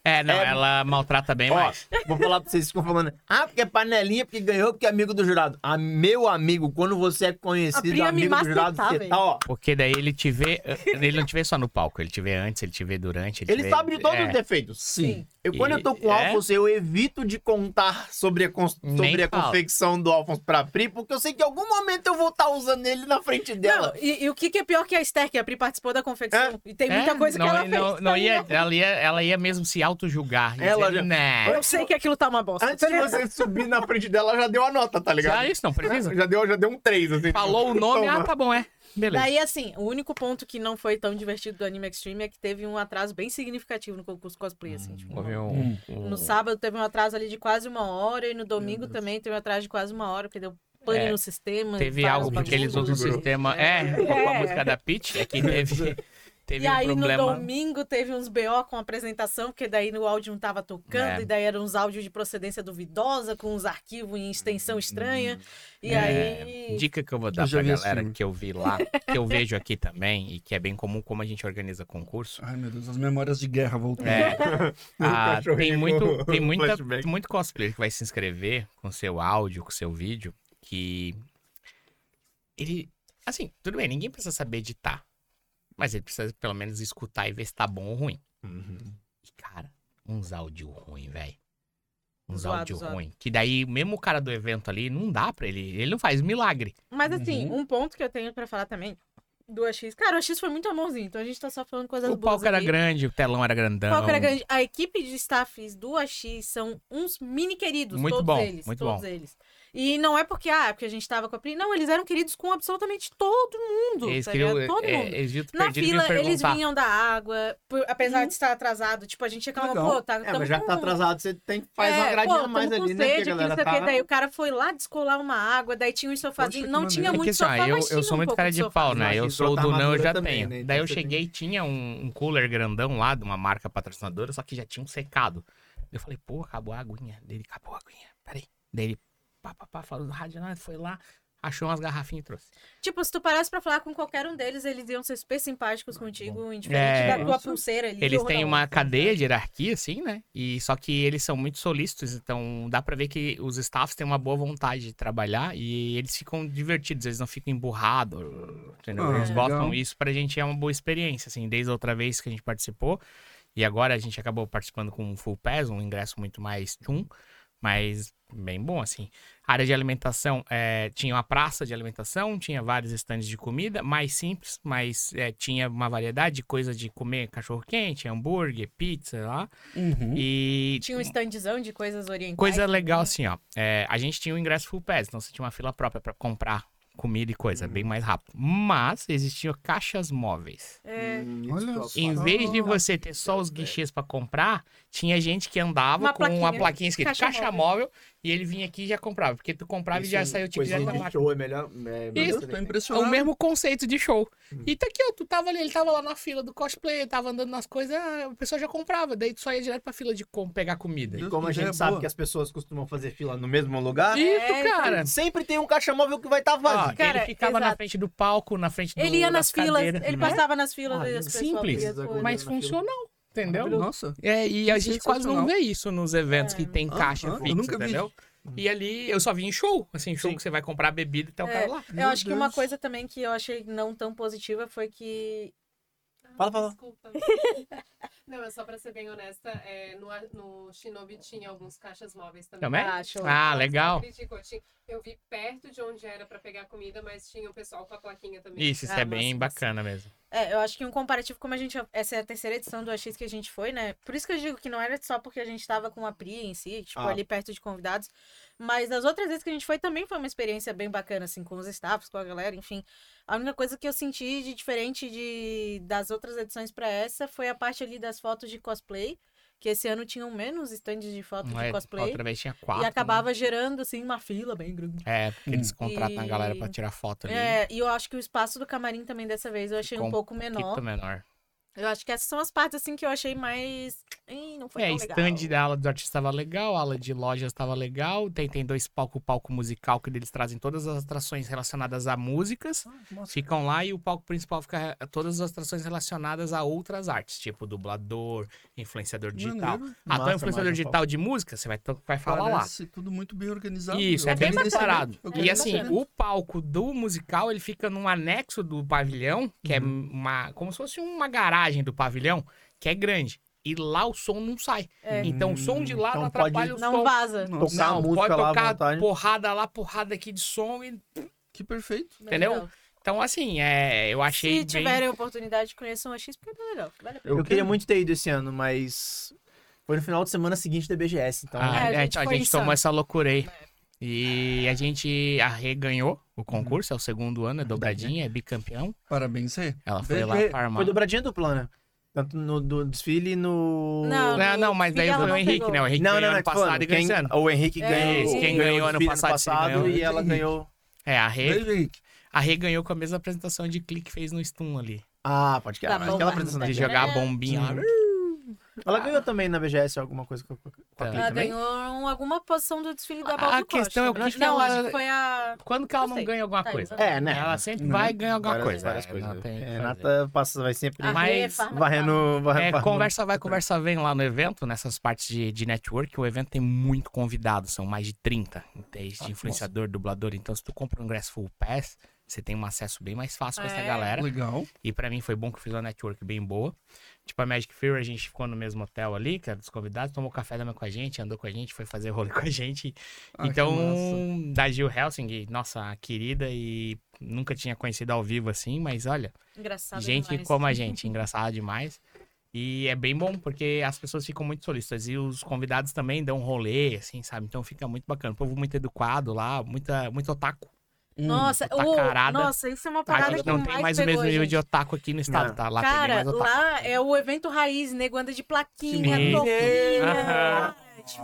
S1: É, não,
S2: é-
S1: ela maltrata bem
S2: Ó,
S1: mais.
S2: vou falar pra vocês que ficam falando. Ah, porque é panelinha, porque ganhou, porque é amigo do jurado. Ah, meu amigo, quando você é
S3: A Pri
S2: conhecido,
S3: ia me
S2: amigo do jurado,
S3: macetar,
S2: você
S3: velho.
S2: tá, ó.
S1: Porque daí ele te vê. eh, Ele não te vê só no palco, ele te vê antes, ele te vê durante. Ele,
S2: Ele
S1: te vê-
S2: sabe de todos
S1: é,
S2: os defeitos.
S4: Sim.
S2: Eu,
S1: E-
S2: quando eu tô com o
S1: é?
S2: Alphonse, eu evito de contar sobre a, cons-
S1: Nem
S2: sobre a
S1: fala.
S2: confecção do Alphonse pra Pri, porque eu sei que em algum momento eu vou estar usando ele na frente dela.
S3: Não, e, e o que, que é pior que a Esther, que a Pri participou da confecção? E tem muita
S1: é,
S3: coisa
S1: não,
S3: que ela
S1: não,
S3: fez. tá
S1: não
S3: também.
S1: ia, ela, ia, ela ia mesmo se auto-julgar. e
S2: né? Ela
S1: dizer,
S2: já-
S1: "Né,
S3: Eu sei que aquilo tá uma bosta.
S2: Antes de você subir na frente dela, ela já deu a nota, tá ligado?
S1: já é isso não precisa.
S2: Já deu, já deu um 3, assim.
S1: Falou o nome,
S2: Toma.
S1: ah, tá bom, é. Beleza.
S3: Daí, assim, o único ponto que não foi tão divertido do Anime Extreme é que teve um atraso bem significativo no concurso cosplay, assim. tipo,
S1: Houve um- um-
S3: No sábado teve um atraso ali de quase uma hora e no domingo também teve um atraso de quase uma hora, porque deu pane
S1: É,
S3: no sistema.
S1: Teve
S3: várias
S1: algo porque eles
S3: bagunças.
S1: usam o sistema. É, com a música da Pitch, é que teve, teve
S3: E
S1: um
S3: aí no
S1: problema.
S3: domingo teve uns BO com apresentação, porque daí no áudio não tava tocando,
S1: É.
S3: e daí eram uns áudios de procedência duvidosa, com uns arquivos em extensão estranha. E
S1: Hum, É,
S3: aí.
S1: Dica que eu vou dar
S4: Eu já
S1: pra
S4: vi esse
S1: galera
S4: filme.
S1: que eu vi lá, que eu vejo aqui também, e que é bem comum como a gente organiza concurso.
S4: Ai, meu Deus, as memórias de guerra voltando.
S1: É, ah, tem
S2: cachorrinho
S1: muito,
S2: com
S1: tem muita,
S2: flashback.
S1: muito cosplayer que vai se inscrever com seu áudio, com seu vídeo, que ele, assim, tudo bem, ninguém precisa saber editar, mas ele precisa pelo menos escutar e ver se tá bom ou ruim. E, cara, uns áudio ruim, velho. Uns
S3: Zoado,
S1: áudio
S3: zoado.
S1: ruim. Que daí, mesmo o cara do evento ali, não dá pra ele. Ele não faz milagre.
S3: Mas assim,
S1: Uhum.
S3: um ponto que eu tenho pra falar também do AX. Cara, o AX foi muito amorzinho, então a gente tá só falando coisas
S1: O é
S3: boas.
S1: palco era
S3: aqui.
S1: grande, o telão era grandão. É
S3: Qual que era grande? A equipe de staffs do AX são uns mini queridos,
S1: Muito
S3: todos
S1: bom,
S3: eles.
S1: muito
S3: todos
S1: bom.
S3: eles. E não é porque, ah, é porque a gente tava com a Pri. Não, eles eram queridos com absolutamente todo mundo.
S1: Eles
S3: tá
S1: queriam.
S3: ligado? Todo
S1: é,
S3: mundo.
S1: eles viam
S3: Na
S1: perdido e
S3: fila,
S1: vinham
S3: eles
S1: perguntar.
S3: vinham da água, por- apesar de estar atrasado. Tipo, a gente reclamou,
S4: Legal.
S3: pô, tá,
S2: Uhum. É,
S3: tamo
S2: mas já que
S3: com...
S2: tá atrasado, você tem que fazer
S3: É,
S2: uma gradinha
S3: pô,
S2: a mais
S3: tamo com
S2: ali, né? Porque
S3: sede,
S2: a
S3: aqui, não
S2: galera
S3: sei o quê.
S2: tá...
S3: Daí o cara foi lá descolar uma água, daí tinha um sofazinho.
S4: Poxa,
S3: Não
S4: que
S3: tinha
S4: maneiro.
S1: É
S3: muito
S1: que assim, ó,
S3: sofá,
S1: eu,
S3: mas
S1: eu
S3: tinha
S1: sou
S3: um
S1: muito
S3: pouco
S1: cara
S3: de
S1: de
S3: sofá.
S1: pau, né?
S2: mas
S1: Eu
S2: isso
S1: sou
S2: tá
S1: do não, eu
S2: madura
S1: já
S2: também,
S1: tenho.
S2: né? Então
S1: Daí eu
S2: você tem-
S1: cheguei tinha um, um cooler grandão lá, de uma marca patrocinadora, só que já tinha um secado. Eu falei, pô, acabou a aguinha. Dele, acabou a aguinha. Peraí. Daí ele, pá, pá, pá, falou do rádio, não, foi lá, achou umas garrafinhas e trouxe.
S3: Tipo, se tu parasse pra falar com qualquer um deles, eles iam ser super simpáticos contigo, indiferente
S1: É,
S3: da tua
S4: nossa.
S3: pulseira ali.
S1: Eles
S3: ou
S1: têm
S3: da
S1: uma
S3: outra.
S1: cadeia de hierarquia, assim, né? E só que eles são muito solícitos, então dá pra ver que os staffs têm uma boa vontade de trabalhar e eles ficam divertidos, eles não ficam emburrados, entendeu?
S4: Ah,
S1: eles
S4: legal.
S1: gostam, isso pra gente é uma boa experiência, assim, desde a outra vez que a gente participou e agora a gente acabou participando com um full pass, um ingresso muito mais tchum, mas bem bom, assim. A área de alimentação é, tinha uma praça de alimentação, tinha vários estandes de comida, mais simples, mas é, tinha uma variedade de coisas de comer cachorro quente, hambúrguer, pizza lá.
S4: Uhum.
S1: E
S3: Tinha um standzão de coisas orientais.
S1: coisa legal assim, ó. é, a gente tinha o ingresso full pass, então você tinha uma fila própria pra comprar comida e coisa, bem mais rápido. Mas existiam caixas móveis.
S3: É,
S2: Hum,
S4: Olha
S2: Olha
S4: só.
S1: Em vez de você ter só os guichês pra comprar, tinha gente que andava
S3: Uma
S1: com uma
S3: plaquinha.
S1: plaquinha escrita caixa,
S3: Caixa
S1: móvel. e ele vinha aqui e já comprava, porque tu
S2: Ah,
S1: comprava e já saiu tipo direto da máquina.
S2: show, é melhor... É,
S1: Isso.
S4: Eu tô
S1: É o
S4: impressionado.
S1: mesmo conceito de show. E tá aqui, ó, tu tava ali, ele tava lá na fila do cosplay, tava andando nas coisas, ah, o pessoal já comprava, daí tu só ia direto pra fila de com, pegar comida.
S4: Deus,
S2: Como a
S4: que
S2: gente
S1: né?
S4: ideia
S2: sabe
S4: boa.
S2: que as pessoas costumam fazer fila no mesmo lugar,
S1: Isso, cara. Ah,
S2: sempre tem um caixa móvel que vai estar
S1: Ó,
S2: vazio.
S3: Cara,
S1: ele ficava na
S3: exato.
S1: frente do palco, na frente do
S3: Ele ia nas
S1: das
S3: filas,
S1: cadeiras.
S3: ele
S1: É,
S3: passava nas filas das pessoas.
S1: simples,
S3: fazia coisa.
S1: mas
S2: na fila.
S1: funcional, entendeu?
S4: Nossa.
S1: É, e a
S4: Que
S1: gente quase não
S4: sensacional.
S1: vê isso nos eventos
S3: É.
S1: que tem
S4: Ah,
S1: caixa
S4: ah, eu
S1: fixa,
S4: nunca vi.
S1: entendeu? E ali eu só vi em show, assim, show
S2: Sim.
S1: que você vai comprar bebida e tá o
S3: É.
S1: cara lá.
S3: Eu
S4: Meu
S3: acho que uma
S4: Deus.
S3: coisa também que eu achei não tão positiva foi que.
S2: Fala, fala.
S5: Ah, Desculpa. Não, é só pra ser bem honesta, é, no, a- no Shinobi tinha alguns caixas móveis também.
S1: Também?
S3: Ah, show.
S1: Ah,
S5: Eu
S1: legal.
S5: critico, eu tinha- Eu vi perto de onde era pra pegar comida, mas tinha o pessoal com a plaquinha também.
S1: Isso, isso
S3: Ah,
S1: é bem
S3: massa,
S1: bacana mesmo.
S3: É, eu acho que um comparativo, como a gente. Essa é a terceira edição do X que a gente foi, né? Por isso que eu digo que não era só porque a gente tava com a Pri em si, tipo,
S2: Ah.
S3: ali perto de convidados. Mas das outras vezes que a gente foi também foi uma experiência bem bacana, assim, com os staffs, com a galera, enfim. A única coisa que eu senti de diferente de, das outras edições pra essa foi a parte ali das fotos de cosplay. Que esse ano tinham menos stands de fotos
S1: Mas
S3: de cosplay.
S1: é, Outra vez tinha quatro.
S3: e
S1: né?
S3: acabava gerando, assim, uma fila bem grande.
S1: É, porque eles contratam a galera
S3: E-
S1: pra tirar foto ali.
S3: É, e eu acho que o espaço do camarim também dessa vez eu achei
S1: Ficou
S3: um
S1: um
S3: pouco
S1: Quito
S3: menor.
S1: menor.
S3: Eu acho que essas são as partes assim que eu achei mais. Ih, não foi
S1: é,
S3: tão
S1: stand
S3: legal.
S1: da ala do artista tava legal, a ala de lojas tava legal. Tem, tem dois palco, o palco musical, que eles trazem todas as atrações relacionadas a músicas. Ficam lá e o palco principal fica eh, todas as atrações relacionadas a outras artes, tipo dublador, influenciador digital.
S4: Maneiro.
S1: Ah, tu é
S2: Massa,
S1: influenciador
S2: massa,
S1: digital de música, você vai, to- vai falar lá.
S4: Parece tudo muito bem organizado.
S1: Isso,
S4: Eu
S1: é bem
S4: quero nesse
S1: preparado.
S4: evento. Eu quero
S1: E
S3: bem
S4: nesse
S1: assim,
S4: evento.
S1: o palco do musical, ele fica num anexo do pavilhão, que é uma, como se fosse uma garagem do pavilhão, que é grande. E lá o som não sai.
S3: É.
S1: Então o som de lá
S2: Então
S1: não
S2: pode-
S1: atrapalha o
S3: Não
S1: som.
S3: vaza.
S4: Nossa,
S2: Tocar a música
S1: pode
S2: lá à
S1: tocar
S2: vontade.
S1: porrada lá, porrada aqui de som. e-
S4: que perfeito.
S1: Entendeu?
S3: é Legal.
S1: Então, assim, é, eu achei
S3: Se
S1: bem...
S3: tiverem a oportunidade, conheçam a X, porque é legal. Vale a pena.
S2: Eu, queria muito ter ido esse ano, mas foi no final de semana seguinte da BGS, então.
S1: Ah,
S3: É, a
S1: é,
S3: gente
S1: a
S3: foi
S1: gente
S3: insano.
S1: tomou essa loucura aí. E a gente, a Rê ganhou o concurso, é o segundo ano, é dobradinha, é bicampeão.
S4: Parabéns, Rê.
S1: Ela foi
S4: Bem,
S1: lá
S2: Uhum. foi,
S1: farmar.
S2: foi dobradinha dupla, né? Tanto no do desfile e no.
S3: Não,
S1: Não, Ah, não, mas daí
S3: Miguel
S1: foi o
S3: Ah, não
S1: Henrique,
S3: pegou.
S1: né? O Henrique
S2: não,
S1: ganhou
S2: não,
S1: ano
S2: não, que falando,
S1: passado e ganhou
S2: quem-
S1: esse ano.
S2: O Henrique
S3: É,
S2: ganhou.
S3: isso, quem
S1: ganhou
S2: o
S1: ano
S2: desfile
S1: passado, sim, ganhou.
S2: e ela ganhou.
S1: É, a Rê,
S4: Beijo, Henrique.
S1: a Rê ganhou com a mesma apresentação de clique que fez no Stun ali.
S2: Ah, pode que
S3: Tá
S2: mas
S3: bom,
S2: aquela
S3: vai,
S2: apresentação
S3: vai.
S1: De
S2: daquela-
S1: jogar a bombinha. lá.
S2: Ela ganhou também na BGS alguma coisa com, com, com né? a
S1: Tá.
S2: Clique
S3: Ela
S2: também?
S3: ganhou um, alguma posição do desfile da
S1: A-
S3: Bola
S1: a
S3: do Costa.
S1: questão é o que que
S3: Não,
S1: ela-
S3: acho que foi a.
S1: Quando que ela não
S3: Gostei.
S1: ganha alguma
S3: Tá,
S1: coisa?
S3: eu-
S2: É, né?
S1: Ela sempre
S4: Né?
S1: vai ganhar alguma
S2: Várias-
S1: coisa.
S2: várias
S1: é, não tem o que fazer.
S2: Renata passa, vai sempre
S3: a
S1: Mas-
S3: Rê, Farma,
S2: varrendo. varrendo-
S1: É,
S2: varrendo-
S1: conversa
S4: tá?
S1: vai, conversa vem lá no evento, nessas partes de, de network. O evento tem muito convidado, são mais de 30.
S4: Ah,
S1: Desde influenciador, dublador. Então, se tu compra um ingresso full pass, você tem um acesso bem mais fácil com essa
S3: É.
S1: galera.
S4: Legal.
S1: E pra mim foi bom que eu fiz uma network bem boa. Tipo, a Magic Fury, a gente ficou no mesmo hotel ali, que era dos convidados, tomou café da manhã com a gente, andou com a gente, foi fazer rolê com a gente.
S4: Ah, que
S1: então,
S4: massa.
S1: da Gil Helsing, nossa querida e nunca tinha conhecido ao vivo assim, mas olha,
S3: Engraçado.
S1: gente
S3: demais.
S1: como a gente, engraçada demais. E é bem bom, porque as pessoas ficam muito solistas. E os convidados também dão um rolê, assim, sabe? Então fica muito bacana. O povo muito educado lá, muita, muito otaku. é
S4: Hum.
S1: um
S3: Nossa,
S1: puta
S3: o-
S1: carada.
S3: nossa, isso é uma
S1: Tá? A
S3: parada
S1: gente
S3: que
S1: não tem mais o
S3: pegou,
S1: mesmo nível de
S3: gente.
S1: otaku aqui no estado,
S2: Não.
S1: tá? Lá tem
S3: Cara,
S1: bem mais otaku.
S3: lá é o evento raiz, nego anda de plaquinha,
S1: Sim.
S3: toquinha.
S1: Aham.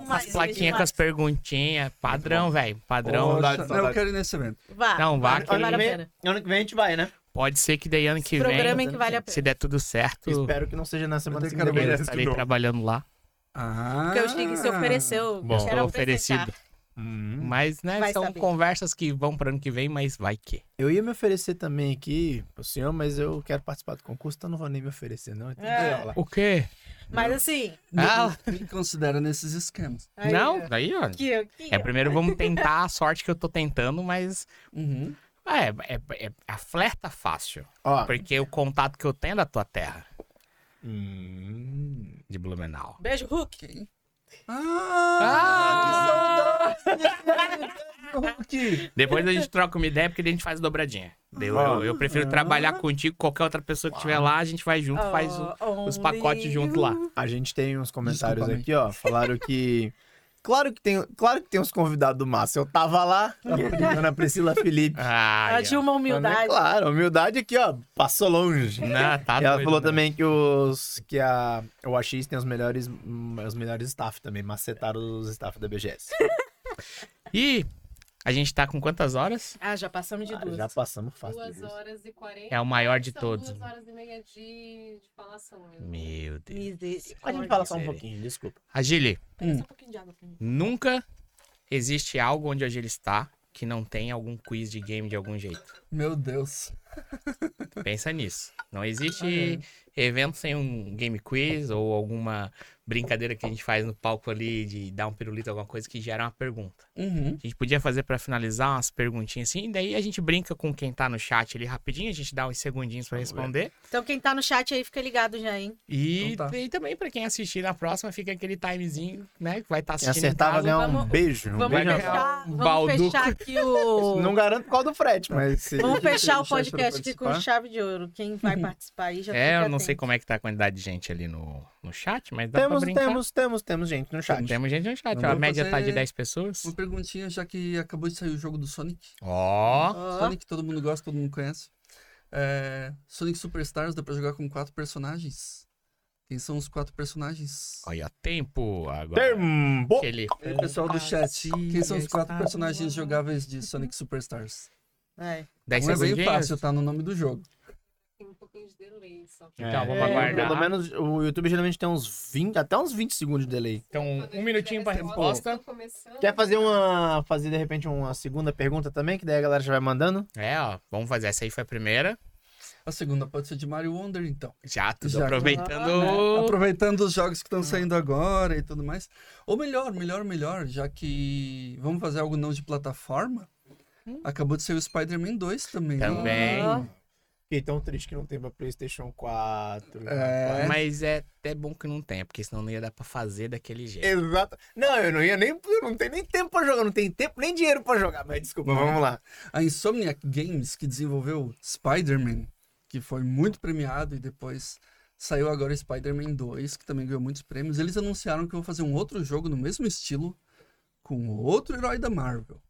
S3: demais,
S1: As plaquinhas com
S3: demais.
S1: as perguntinhas. Padrão, velho. Padrão.
S4: Poxa,
S6: Saudade,
S4: não, eu
S6: saudade.
S4: quero ir nesse evento.
S3: Vá,
S1: Não, vá que-
S2: ano,
S3: vale a
S2: que vem,
S3: pena.
S2: ano que vem a gente vai, né?
S1: Pode ser que daí ano que vem,
S3: Programem que vale a pena.
S1: se der tudo certo,
S2: Espero que não seja na semana
S4: Mas eu
S2: seguinte.
S4: quero
S1: eu
S6: merece
S1: estarei
S6: tudo.
S1: trabalhando lá.
S4: Ah,
S3: Porque o Stig se ofereceu.
S1: Bom,
S3: eu quero
S1: oferecido.
S3: apresentar.
S1: Mas, né,
S3: Vai
S1: são
S3: saber.
S1: conversas que vão pro ano que vem, mas vai que.
S2: Eu ia me oferecer também aqui pro senhor, mas eu quero participar do concurso, então não vou nem me oferecer, não. Então,
S3: É.
S2: olha lá.
S1: O quê?
S3: Mas assim.
S4: Me,
S1: Ah.
S4: me considera nesses esquemas.
S3: aí, é.
S1: não,
S3: ó,
S1: daí, ó.
S3: Aqui, aqui.
S1: É, primeiro vamos tentar a sorte que eu tô tentando, mas
S4: Uhum.
S1: é, é, é, a flerta fácil.
S2: Ó.
S1: Porque o contato que eu tenho é da tua terra,
S2: Hum.
S1: de Blumenau.
S3: Beijo, Hulk.
S4: Quem? Ah, que saudade! Hulk!
S1: Depois a gente troca uma ideia, porque daí a gente faz dobradinha. Daí Eu, eu, eu prefiro trabalhar contigo, qualquer outra pessoa que estiver lá, a gente vai junto, faz o-
S3: Oh,
S1: os pacotes
S3: only
S1: junto lá.
S2: A gente tem uns comentários
S4: Desculpa,
S2: aqui, ó. Falaram que. Claro que tem, claro que tem uns convidados do massa. Eu tava lá, Tá a dona Priscila Felipe. né?
S1: Ah,
S3: Ela tinha uma humildade.
S2: Claro, humildade aqui, ó. Passou longe.
S1: Não, tá
S2: E ela
S1: doido,
S2: falou
S1: né?
S2: também que os que a o AX tem os melhores hum, os melhores staff também, macetaram os staff da BGS.
S1: E a gente tá com quantas horas?
S3: Ah, já passamos de
S2: Ah,
S3: duas.
S2: já passamos fácil.
S5: Duas
S2: disso.
S5: horas e quarenta.
S1: É o maior de
S5: São
S1: todos.
S5: Duas horas e meia de, de falação. mesmo.
S1: Meu Deus.
S2: A
S3: Misericórdia.
S2: gente fala só um
S1: Sério.
S2: pouquinho, desculpa.
S1: Agile,
S5: Pega só um pouquinho de água pra mim.
S1: nunca existe algo onde a Agile está que não tem algum quiz de game de algum jeito.
S4: Meu Deus.
S1: Pensa nisso. Não existe evento sem um game quiz ou alguma brincadeira que a gente faz no palco ali de dar um pirulito, alguma coisa que gera uma pergunta.
S4: Uhum.
S1: A gente podia fazer pra finalizar umas perguntinhas assim, e daí a gente brinca com quem tá no chat ali rapidinho, a gente dá uns segundinhos pra responder.
S3: Então quem tá no chat aí, fica ligado já, hein?
S1: E,
S4: Então tá.
S1: e também pra quem assistir na próxima, fica aquele timezinho, né? Que vai estar
S2: Quem
S1: assistindo. em
S2: acertar vai
S1: casa.
S2: ganhar um
S3: vamos-
S2: beijo. Um
S3: Vamos
S1: beijo,
S3: fechar,
S1: Rafael.
S3: vamos
S1: Balduco.
S3: fechar aqui o...
S2: Não garanto por causa do frete, mas se-
S3: Vamos fechar o
S2: se deixar
S3: podcast
S2: pra
S3: aqui com
S2: participar.
S3: chave de ouro. Quem vai participar aí já
S1: É,
S3: fica
S1: eu não sei
S3: atento.
S1: como é que tá a quantidade de gente ali no, no chat, mas dá
S2: Temos,
S1: pra brincar.
S2: temos, temos, temos gente no chat.
S1: Temos gente no chat.
S4: Vamos
S1: ó, a média tá de
S4: fazer-
S1: 10 pessoas.
S4: Uma perguntinha, já que acabou de sair o jogo do Sonic.
S1: Ó.
S3: Ó.
S4: Sonic todo mundo gosta, todo mundo conhece. É, Sonic Superstars dá pra jogar com quatro personagens. Quem são os quatro personagens?
S1: Olha, tempo agora.
S2: Tempo.
S1: Aquele...
S4: E aí, pessoal do chat, quem são os quatro personagens jogáveis de Sonic Superstars?
S3: É.
S1: 10
S4: Um é bem
S1: segundinhos.
S4: fácil, tá no nome do jogo.
S5: Tem um pouquinho de delay só.
S1: Então, vamos
S3: É,
S1: aguardar.
S2: Pelo menos o YouTube geralmente tem uns 20, até uns 20 segundos de delay.
S1: Então,
S5: Quando eu
S1: um minutinho pra
S5: tiver essa
S1: resposta.
S5: foto, tô começando.
S2: Quer fazer um? uma. fazer de repente uma segunda pergunta também, que daí a galera já vai mandando?
S1: É, ó. Vamos fazer. Essa aí foi a primeira.
S4: A segunda pode ser de Mario Wonder, então.
S1: Já, tudo
S4: Já.
S1: aproveitando.
S4: né? Aproveitando os jogos que estão saindo agora e tudo mais. Ou melhor, melhor, melhor, já que vamos fazer algo não de plataforma. Acabou de sair o Spider-Man 2 também. né?
S1: Também.
S2: Fiquei tão triste que não tem pra PlayStation 4.
S4: É.
S2: rapaz.
S1: Mas é até bom que não tenha, porque senão não ia dar pra fazer daquele jeito.
S2: Exato. Não, eu não ia nem. Eu não tenho nem tempo pra jogar, não tenho tempo nem dinheiro pra jogar, mas desculpa, vamos lá.
S4: A Insomniac Games, que desenvolveu Spider-Man, que foi muito premiado e depois saiu agora Spider-Man 2, que também ganhou muitos prêmios. Eles anunciaram que vão fazer um outro jogo no mesmo estilo com outro herói da Marvel.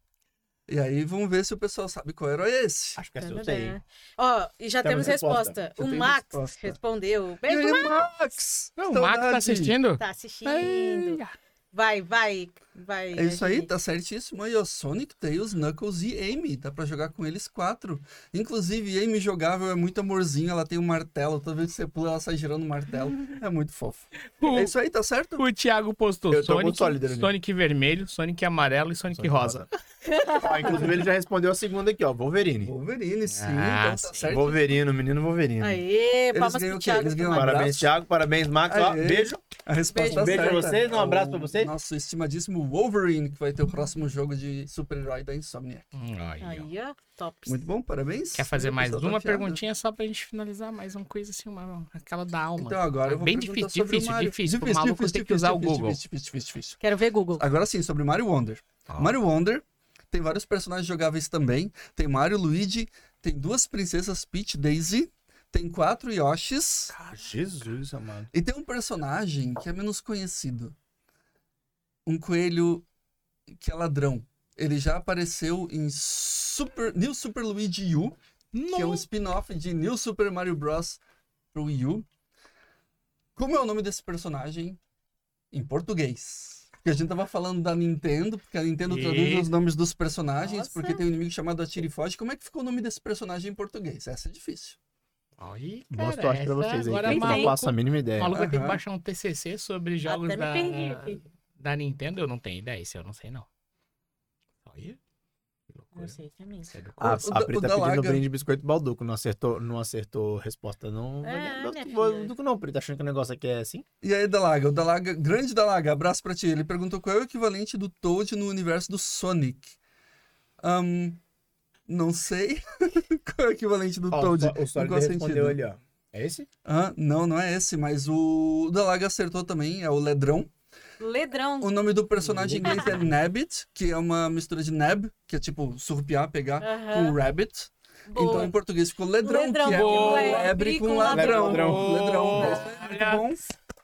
S4: E aí vamos ver se o pessoal sabe qual herói é esse.
S2: Acho que essa eu sei.
S3: Tadadá. Ó, e já
S2: Temos
S3: temos,
S2: resposta.
S3: resposta.
S4: Já
S3: O
S4: tem
S3: Max
S4: resposta.
S3: respondeu.
S4: E
S3: Beijo,
S4: aí,
S3: Max.
S4: Max!
S1: Não, o Max tá
S4: Saudade!
S1: assistindo?
S3: Tá assistindo. Vai, vai, vai.
S4: É isso aí,
S3: Agile.
S4: tá certíssimo. Aí, ó, Sonic, Tails, Knuckles e Amy. Dá pra jogar com eles quatro. Inclusive, Amy jogável é muito amorzinho. Ela tem um martelo. Toda vez que você pula, ela sai girando o martelo. É muito fofo. É
S1: O,
S4: isso aí, tá certo?
S1: o Thiago postou
S2: Eu tô muito
S1: Sonic,
S2: sólido ali.
S1: Sonic vermelho, Sonic amarelo e Sonic, rosa.
S2: Ó, inclusive, ele já respondeu a segunda aqui, ó. Wolverine.
S4: Wolverine, sim.
S1: Ah,
S4: então tá
S1: sim.
S4: certo.
S2: Wolverine, o menino Wolverine.
S3: Aê,
S4: Eles
S3: palmas
S4: ganham
S3: pro
S4: o quê?
S3: Thiago.
S4: Eles ganham
S3: também.
S4: agora.
S2: Parabéns,
S4: abraço.
S2: Thiago. Parabéns, Max. Ó,
S4: Aê.
S2: beijo.
S4: A resposta
S3: Beijo.
S4: tá
S2: Beijo pra
S4: certa.
S2: vocês, um abraço pra
S4: O
S2: vocês.
S4: Nosso estimadíssimo Wolverine, que vai ter o próximo jogo de super-herói da Insomniac.
S1: Hum, olha.
S3: Aí, ó, top.
S4: Muito bom, parabéns.
S1: Quer fazer
S4: O
S1: mais
S4: pessoal tá
S1: uma
S4: afiado.
S1: perguntinha só pra gente finalizar mais uma coisa assim, uma, aquela da alma. É
S4: Então agora eu vou
S1: Bem
S4: perguntar
S1: difícil,
S4: sobre o
S1: difícil,
S4: Mario.
S1: difícil. Pro maluco tem que usar o
S4: difícil,
S1: Google.
S4: Difícil, difícil, difícil.
S3: Quero ver Google.
S4: Agora sim, sobre Mario Wonder.
S1: Ah.
S4: Mario Wonder tem vários personagens jogáveis também. Tem Mario, Luigi, tem duas princesas Peach, Daisy, Tem quatro Yoshis.
S2: Ah, Jesus, amado.
S4: E tem um personagem que é menos conhecido. Um coelho que é ladrão. Ele já apareceu em Super, New Super Luigi U, que é um spin-off de New Super Mario Bros. pro Wii U. Como é o nome desse personagem em português? Porque a gente tava falando da Nintendo, porque a Nintendo
S1: E-
S4: traduz os nomes dos personagens,
S3: Nossa.
S4: porque tem um inimigo chamado Atire e Foge. Como é que ficou o nome desse personagem em português? Essa é difícil.
S1: Ai,
S6: Boas
S1: cara,
S6: sorte pra
S1: essa
S6: vocês aí. que eu
S1: Agora é
S3: Bem
S6: não
S1: maluco.
S3: feito.
S6: faço a mínima
S1: O
S6: ideia.
S1: maluco vai ter que
S4: Aham.
S1: baixar um TCC sobre jogos
S3: Até me
S1: da,
S3: perdi aqui.
S1: da Nintendo. Eu não tenho ideia, isso eu não sei, não. Olha. Que loucura.
S3: Não sei também.
S1: Isso é do
S6: A,
S1: corpo.
S4: O
S6: a
S4: da-
S6: Pri
S4: o
S6: tá
S4: da
S6: pedindo
S4: Laga.
S6: brinde de biscoito balduco. Não acertou, não acertou resposta, não.
S3: É,
S6: Vai-
S3: minha
S6: não, não,
S3: filha.
S6: Balduco não, Pri. Tá achando que o negócio aqui é assim?
S4: E aí, Dalaga, o Dalaga, grande Dalaga, abraço pra ti. Ele perguntou qual é o equivalente do Toad no universo do Sonic. Ahn, não sei qual é o equivalente do Toad. não faz sentido.
S6: ali, ó. É esse?
S4: Ahn, não, não é esse, mas o Dalaga acertou também, é o Ledrão.
S3: Ledrão.
S4: O nome do personagem em inglês é Nabbit, que é uma mistura de Nab, que é tipo surrupiar, pegar, com
S3: Aham.
S4: Rabbit. Então
S3: Boa.
S4: em português ficou Ledrão,
S3: Ledrão,
S4: que é
S1: boa.
S4: lebre com ladrão.
S6: Ladrão.
S4: Ledrão.
S1: Olha.
S4: Muito bom.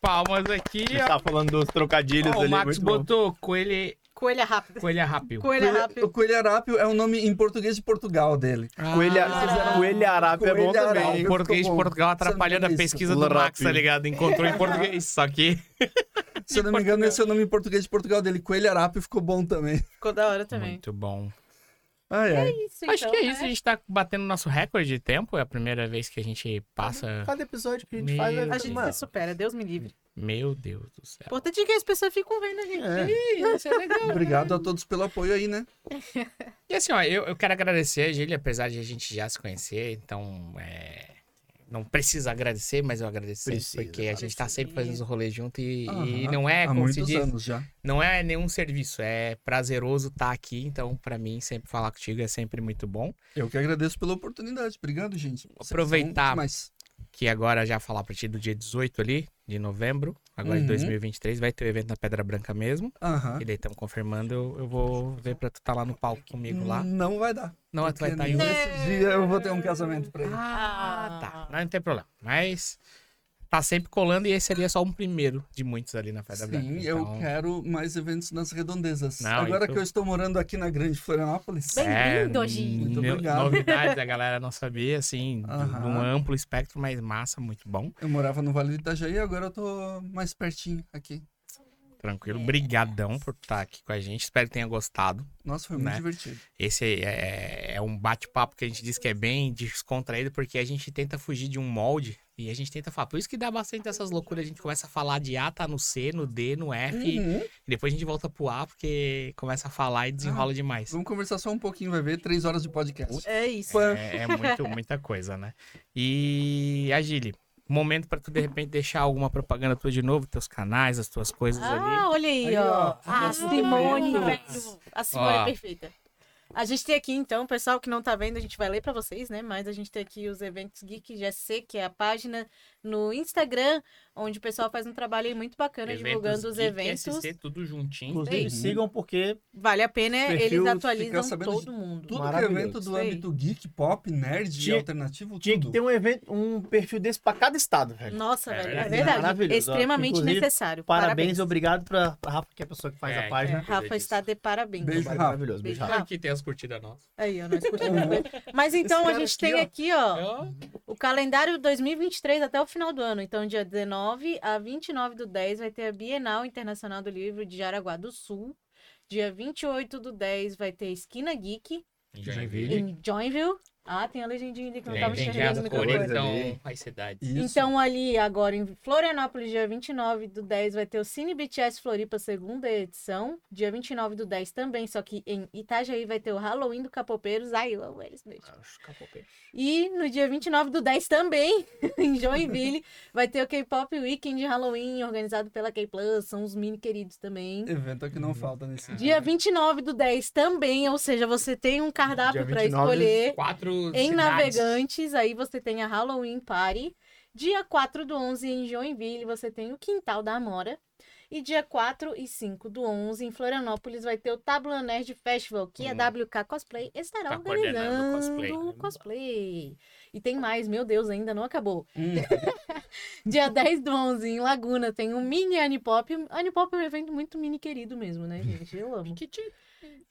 S1: Palmas aqui,
S6: Você
S1: ó.
S6: tava falando dos trocadilhos
S1: Ó, o
S6: ali.
S1: Max
S6: muito bom.
S1: botou coelho,
S3: Coelha rápida.
S1: coelha rápido.
S3: Coelha
S4: O
S3: rápida.
S4: Coelho Arápio é o nome em português de Portugal dele.
S6: Coelha,
S3: Ah.
S6: coelha Arábia é bom
S4: Coelha
S6: também.
S1: Ah,
S4: Arábia.
S1: o português de
S4: Ficou bom.
S1: Portugal atrapalhando a
S4: Sabe
S1: pesquisa
S6: isso?
S1: do Max,
S6: Rápido.
S1: tá ligado? Encontrou em português, só que...
S4: Se eu não me engano, esse é o nome em português de Portugal dele. Coelho Arápio ficou bom também.
S3: Ficou da hora também.
S1: Muito bom.
S4: Ai, ai.
S3: Isso,
S1: Acho
S3: então,
S1: que é isso,
S3: né?
S1: a gente tá batendo nosso recorde de tempo, é a primeira vez que a gente passa...
S2: Cada episódio que a gente
S1: Meu
S2: faz, vai
S3: A
S1: Deus.
S3: gente tá
S2: Mano,
S3: se supera, Deus me
S4: Então.
S3: livre.
S1: Meu Deus do céu.
S3: O importante é que as pessoas ficam vendo a gente.
S6: É.
S1: Ih, isso é legal.
S4: Obrigado a todos pelo apoio aí, né?
S1: E assim, ó, eu, eu quero agradecer a Gília, apesar de a gente já se conhecer, então é, não precisa agradecer, mas eu agradeço sempre,
S6: Precisa,
S1: porque a gente tá sempre fazendo os rolês junto e, e
S4: Aham.
S1: não é,
S4: Ah, Há
S1: como se
S4: muitos
S1: diz,
S4: anos já.
S1: não é nenhum serviço, é prazeroso estar aqui, então pra mim sempre falar contigo é sempre muito bom.
S4: Eu que agradeço pela oportunidade. Obrigado, gente. Vocês
S1: Aproveitar.
S4: são demais.
S1: que agora já falar a partir do dia 18 ali, de novembro, agora em
S4: Uhum.
S1: 2023, vai ter o evento na Pedra Branca mesmo.
S4: Aham.
S1: E daí estamos confirmando, eu, eu vou ver pra tu tá lá no palco comigo lá.
S4: Não vai dar.
S1: Não, tu vai estar
S4: porque
S1: em outro.
S4: Nesse
S3: É.
S4: dia eu vou ter um casamento pra ele.
S1: Ah, tá. Não, não tem problema. Mas tá sempre colando e esse ali é só um primeiro de muitos ali na Pedra Branca.
S4: Sim, eu
S1: Então,
S4: quero mais eventos nas redondezas.
S1: Não,
S4: Agora
S1: isso-
S4: que eu estou morando aqui na Grande Florianópolis.
S3: Bem- Bem-vindo,
S1: é,
S3: Gi.
S4: Muito
S1: no-
S4: obrigado.
S1: Novidades, a galera não sabia, assim, de
S4: Aham.
S1: um amplo espectro, mas massa, muito bom.
S4: Eu morava no Vale do Itajaí, agora eu tô mais pertinho aqui.
S1: Tranquilo.
S4: É.
S1: Brigadão por estar aqui com a gente. Espero que tenha gostado.
S4: Nossa, foi muito
S1: Né?
S4: divertido.
S1: Esse é, é um bate-papo que a gente diz que é bem descontraído, porque a gente tenta fugir de um molde e a gente tenta falar. Por isso que dá bastante essas loucuras. A gente começa a falar de A, tá no C, no D, no F, e
S4: Uhum.
S1: depois a gente volta pro A, porque começa a falar e desenrola
S3: Ah.
S1: demais.
S4: Vamos conversar só um pouquinho, vai ver. Três horas de podcast.
S3: É isso.
S1: É, é muito, muita coisa, né? E a Gili, momento pra tu de repente deixar alguma propaganda tua de novo, teus canais, as tuas coisas ali.
S3: Ah, olha aí,
S4: Aí,
S3: ó.
S4: ó.
S3: A
S4: Nossa,
S3: Simone,
S4: meu
S3: velho. A Simone
S1: Ó.
S3: é perfeita. A gente tem aqui, então, pessoal que não tá vendo, a gente vai ler pra vocês, né? Mas a gente tem aqui os eventos Geek GSC, que é a página no Instagram, onde o pessoal faz um trabalho aí muito bacana divulgando os
S1: Geek,
S3: eventos.
S1: SC, tudo juntinho.
S6: Inclusive,
S4: Uhum.
S6: sigam porque
S3: Vale a pena,
S6: Esse perfil
S3: eles
S6: fica
S3: atualizam
S4: sabendo de
S3: todo mundo.
S4: Tudo que é
S6: Maravilhoso.
S4: evento do
S3: Isso aí.
S4: âmbito geek, pop, nerd,
S6: Tinha-
S4: alternativo,
S2: tinha que
S4: tudo.
S2: ter um evento, um perfil desse pra cada estado, velho.
S3: Nossa,
S1: É
S3: velho, é
S1: verdade.
S3: verdade.
S2: Maravilhoso, ó.
S3: Extremamente
S2: Inclusive,
S3: necessário.
S2: Parabéns, obrigado pra pra Rafa, que é a pessoa que faz
S1: É,
S2: a página.
S1: que
S3: Rafa está de parabéns.
S4: Beijo,
S6: Trabalho
S4: Rafa.
S6: maravilhoso. Beijo,
S3: Beijo,
S6: Rafa.
S3: Rafa.
S1: Aqui tem as curtidas nossas.
S3: Aí, ó, nós curtimos. Mas
S4: Esse
S3: então a
S4: cara
S3: gente
S4: aqui,
S3: tem
S4: ó.
S3: aqui, ó.
S1: Ó.
S3: O calendário 2023 até o final do ano. Então, dia 19 a 29 do 10 vai ter a Bienal Internacional do Livro de Jaraguá do Sul. Dia 28 do 10 vai ter Esquina Geek
S1: Joinville.
S3: em Joinville. Ah, tem a legendinha ali que não
S1: Tem,
S3: estava
S1: É, tem
S3: enxergando
S1: as
S3: o
S1: cores,
S3: microfone.
S6: coisa
S1: então,
S6: ali.
S1: as cidades.
S4: Isso.
S3: Então, ali agora em Florianópolis, dia 29 do 10, vai ter o Cine BTS Floripa, segunda edição. Dia 29 do 10 também, só que em Itajaí vai ter o Halloween do Capopeiros. Ai, eu amo eles, beijo. E no dia 29 do 10 também, em Joinville, vai ter o K-Pop Weekend de Halloween, organizado pela K-Plus, são os mini queridos
S1: um
S3: também.
S4: Evento é que
S1: Uhum.
S4: não falta nesse
S3: Dia 29 do 10 também, ou seja, você tem um
S6: Dia
S3: cardápio para
S6: 29
S3: escolher.
S1: Quatro
S3: Em
S1: cidades.
S3: Navegantes, aí você tem a Halloween Party. Dia 4 do 11 em Joinville, você tem o Quintal da Amora. E dia 4 e 5 do 11, em Florianópolis, vai ter o Tabula Nerd Festival, que a WK Cosplay estará
S1: Hum. Tá coordenando o cosplay. né?
S3: organizando o cosplay. E tem mais, meu Deus, ainda não acabou.
S4: Hum,
S3: Dia 10 do 11, em Laguna, tem um mini Anipop. Anipop é um evento muito mini querido mesmo, né, gente? Eu amo.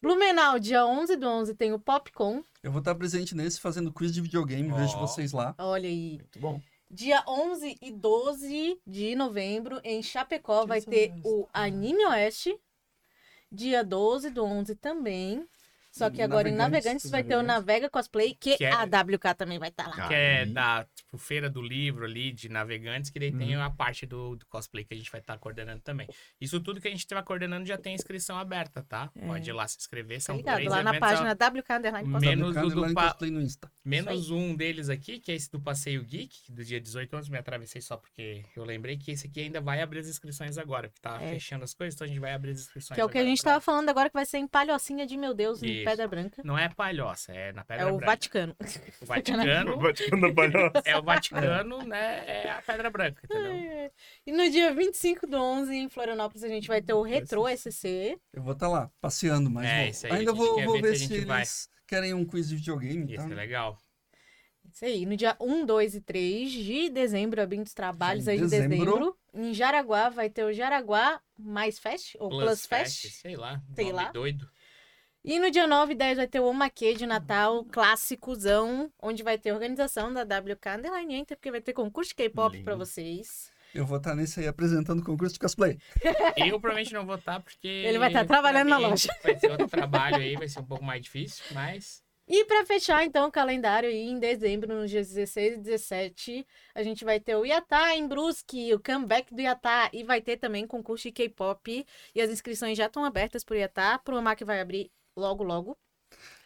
S3: Blumenau, dia 11 do 11, tem o Popcom.
S4: Eu vou estar presente nesse fazendo quiz de videogame.
S1: Ó.
S4: Vejo vocês lá.
S3: Olha aí.
S2: Muito bom.
S3: Dia 11 e 12 de novembro, em Chapecó, vai ter o Anime Oeste. Dia 12 do 11 também. Só que agora em
S4: Navegantes,
S3: Navegantes vai ter o
S4: Navegantes.
S3: Navega Cosplay, que,
S1: Que é-
S3: a WK também vai estar lá.
S1: Que é
S6: Aí.
S1: da tipo, feira do livro ali, de navegantes, que daí tem a parte do, do cosplay que a gente vai estar coordenando também. Isso tudo que a gente estava coordenando já tem inscrição aberta, tá? Pode ir lá se inscrever,
S3: Tá
S1: são
S3: ligado?
S1: três
S3: É. Lá na
S1: eventos, é
S3: página WK Underline Cosplay.
S1: Menos
S4: Tá no
S1: o
S4: Candyland
S1: do pa-
S4: Cosplay no Insta.
S1: Menos um deles aqui, que é esse do Passeio Geek, do dia 18 11, me atravessei só porque eu lembrei que esse aqui ainda vai abrir as inscrições agora, porque tá
S3: É.
S1: fechando as coisas, então a gente vai abrir as inscrições
S3: Que é o que a
S1: agora
S3: gente
S1: pra-
S3: tava falando agora, que vai ser em Palhocinha de Meu Deus,
S1: Isso.
S3: em Pedra Branca.
S1: Não é palhoça, é na Pedra
S3: é o
S1: Branca.
S3: Vaticano.
S1: O Vaticano. é o Vaticano, né? É a Pedra Branca, entendeu?
S3: E no dia 25 do 11, em Florianópolis, a gente vai ter o Retro SC.
S4: Eu vou estar lá, passeando, mas
S1: É,
S4: vou-
S1: isso aí,
S4: ainda
S1: a gente
S4: vou,
S1: quer
S4: vou
S1: ver
S4: ver
S1: se a
S4: se,
S1: gente
S4: eles
S1: vai.
S4: querem um quiz de videogame,
S1: Isso
S4: tá?
S1: é legal.
S3: Isso aí. No dia 1, 2 e 3 de dezembro, abrindo os trabalhos aí de
S4: Dezembro.
S3: dezembro. Em Jaraguá vai ter o Jaraguá Mais Fest, ou Plus, Fest.
S1: Sei lá.
S3: Sei
S1: nome
S3: lá.
S1: Doido.
S3: E no dia 9 e 10 vai ter o Omaquê de Natal, clássicozão, onde vai ter organização da WK Underline Enter, porque vai ter concurso de K-pop pra vocês.
S4: Eu vou estar nesse aí apresentando o concurso de cosplay.
S1: Eu provavelhando não vou estar porque.
S3: Ele vai tá trabalhando na
S1: pra mim,
S3: loja.
S1: Vai ser outro trabalho aí, vai ser um pouco mais difícil, mas.
S3: E pra fechar, então, o calendário aí, em dezembro, nos dias 16 e 17, a gente vai ter o Iatá em Brusque, o comeback do Iatá, e vai ter também concurso de K-pop, e as inscrições já estão abertas pro Iatá, pro Omar que vai abrir logo, logo.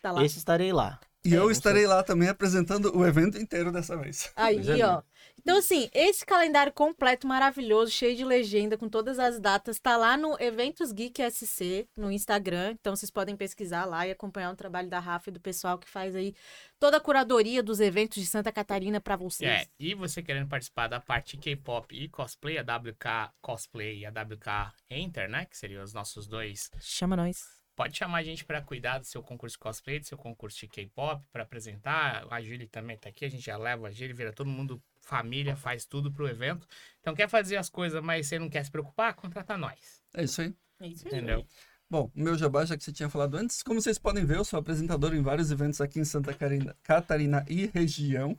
S3: Tá lá.
S2: Esse estarei lá.
S4: E
S1: É,
S4: eu
S2: não
S4: estarei lá também apresentando o evento inteiro dessa vez.
S3: Aí,
S4: Pois é,
S1: né?
S3: ó. Então, assim, esse calendário completo, maravilhoso, cheio de legenda, com todas as datas, tá lá no Eventos Geek SC, no Instagram. Então, vocês podem pesquisar lá e acompanhar o trabalho da Rafa e do pessoal que faz aí toda a curadoria dos eventos de Santa Catarina pra vocês.
S1: É, e você querendo participar da parte K-pop e cosplay, a WK Cosplay e a WK Enter, né? Que seriam os nossos dois.
S3: Chama nós.
S1: Pode chamar a gente pra cuidar do seu concurso de cosplay, do seu concurso de K-pop, pra apresentar. A Julie também tá aqui, a gente já leva a Julie, vira todo mundo família, faz tudo pro evento. Então quer fazer as coisas, mas você não quer se preocupar? Contrata nós.
S4: É isso aí.
S3: É isso aí.
S1: Entendeu?
S4: Bom, o meu jabá, já que você tinha falado antes, como vocês podem ver, eu sou apresentador em vários eventos aqui em Santa Carina- Catarina e região.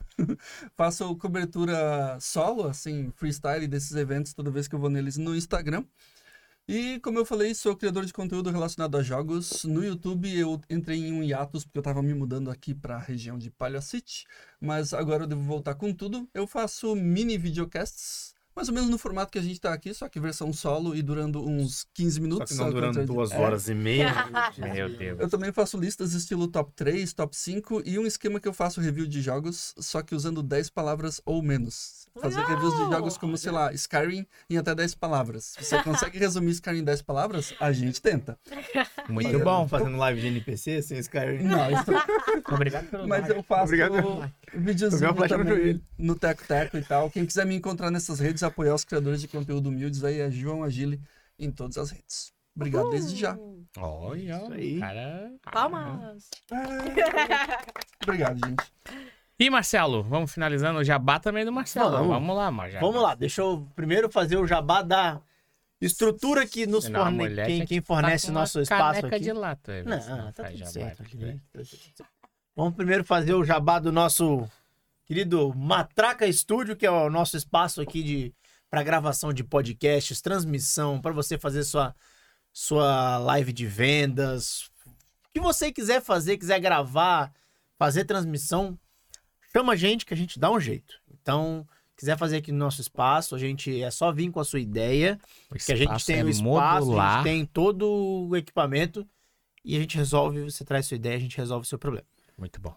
S4: Faço cobertura solo, assim, freestyle desses eventos toda vez que eu vou neles no Instagram. E, como eu falei, sou criador de conteúdo relacionado a jogos. No YouTube eu entrei em um hiatus porque eu tava me mudando aqui para a região de Palhacite, mas agora eu devo voltar com tudo. Eu faço mini videocasts, mais ou menos no formato que a gente tá aqui, só que versão solo e durando uns 15
S6: Só
S4: minutos.
S6: que não
S4: ao
S6: durando
S4: contrário de-
S6: duas
S4: É.
S6: horas e meia. né?
S1: Meu Deus.
S4: Eu também faço listas estilo top 3, top 5 e um esquema que eu faço review de jogos, só que usando 10 palavras ou menos. Fazer
S3: Legal!
S4: reviews de jogos como, sei lá, Skyrim em até 10 palavras. Você consegue resumir Skyrim em 10 palavras? A gente tenta.
S6: Muito bom, fazendo live de NPC sem Skyrim.
S4: Não, isso
S1: Obrigado pelo
S4: Mas
S1: like.
S4: eu faço
S6: Obrigado. Tomei
S4: videozinho
S6: uma flecha no
S4: também
S6: joelho.
S4: no, Teco Teco e tal. Quem quiser me encontrar nessas redes, apoiar os criadores de conteúdo humildes aí é João Agile em todas as redes. Obrigado desde já.
S1: Olha,
S6: Isso aí.
S1: cara.
S3: Palmas.
S4: Obrigado, gente.
S1: E Marcelo, vamos finalizando o jabá também do Marcelo.
S2: Vamos.
S1: Vamos lá, Marcelo.
S2: Vamos lá, deixa eu primeiro fazer o jabá da estrutura que nos
S1: Senão a
S2: fornece,
S1: mulher
S2: quem,
S1: tinha
S2: quem
S1: Tá com
S2: fornece o
S1: uma
S2: nosso espaço
S1: caneca
S2: aqui.
S1: de lata. Everson,
S2: Não, tá
S1: faz
S2: tudo
S1: jabá, né?
S2: certo.
S1: porque-
S2: Lili, tá tudo certo. Vamos primeiro fazer o jabá do nosso querido Matraca Estúdio, que é o nosso espaço aqui de para gravação de podcasts, transmissão, para você fazer sua sua live de vendas, o que você quiser fazer, quiser gravar, fazer transmissão, chama a gente que a gente dá um jeito. Então, quiser fazer aqui no nosso espaço, a gente é só vir com a sua ideia
S1: O
S2: que a gente
S1: espaço
S2: tem
S1: é
S2: o espaço, a
S1: modular.
S2: gente tem todo o equipamento e a gente resolve, você traz sua ideia, a gente resolve o seu problema.
S1: Muito bom.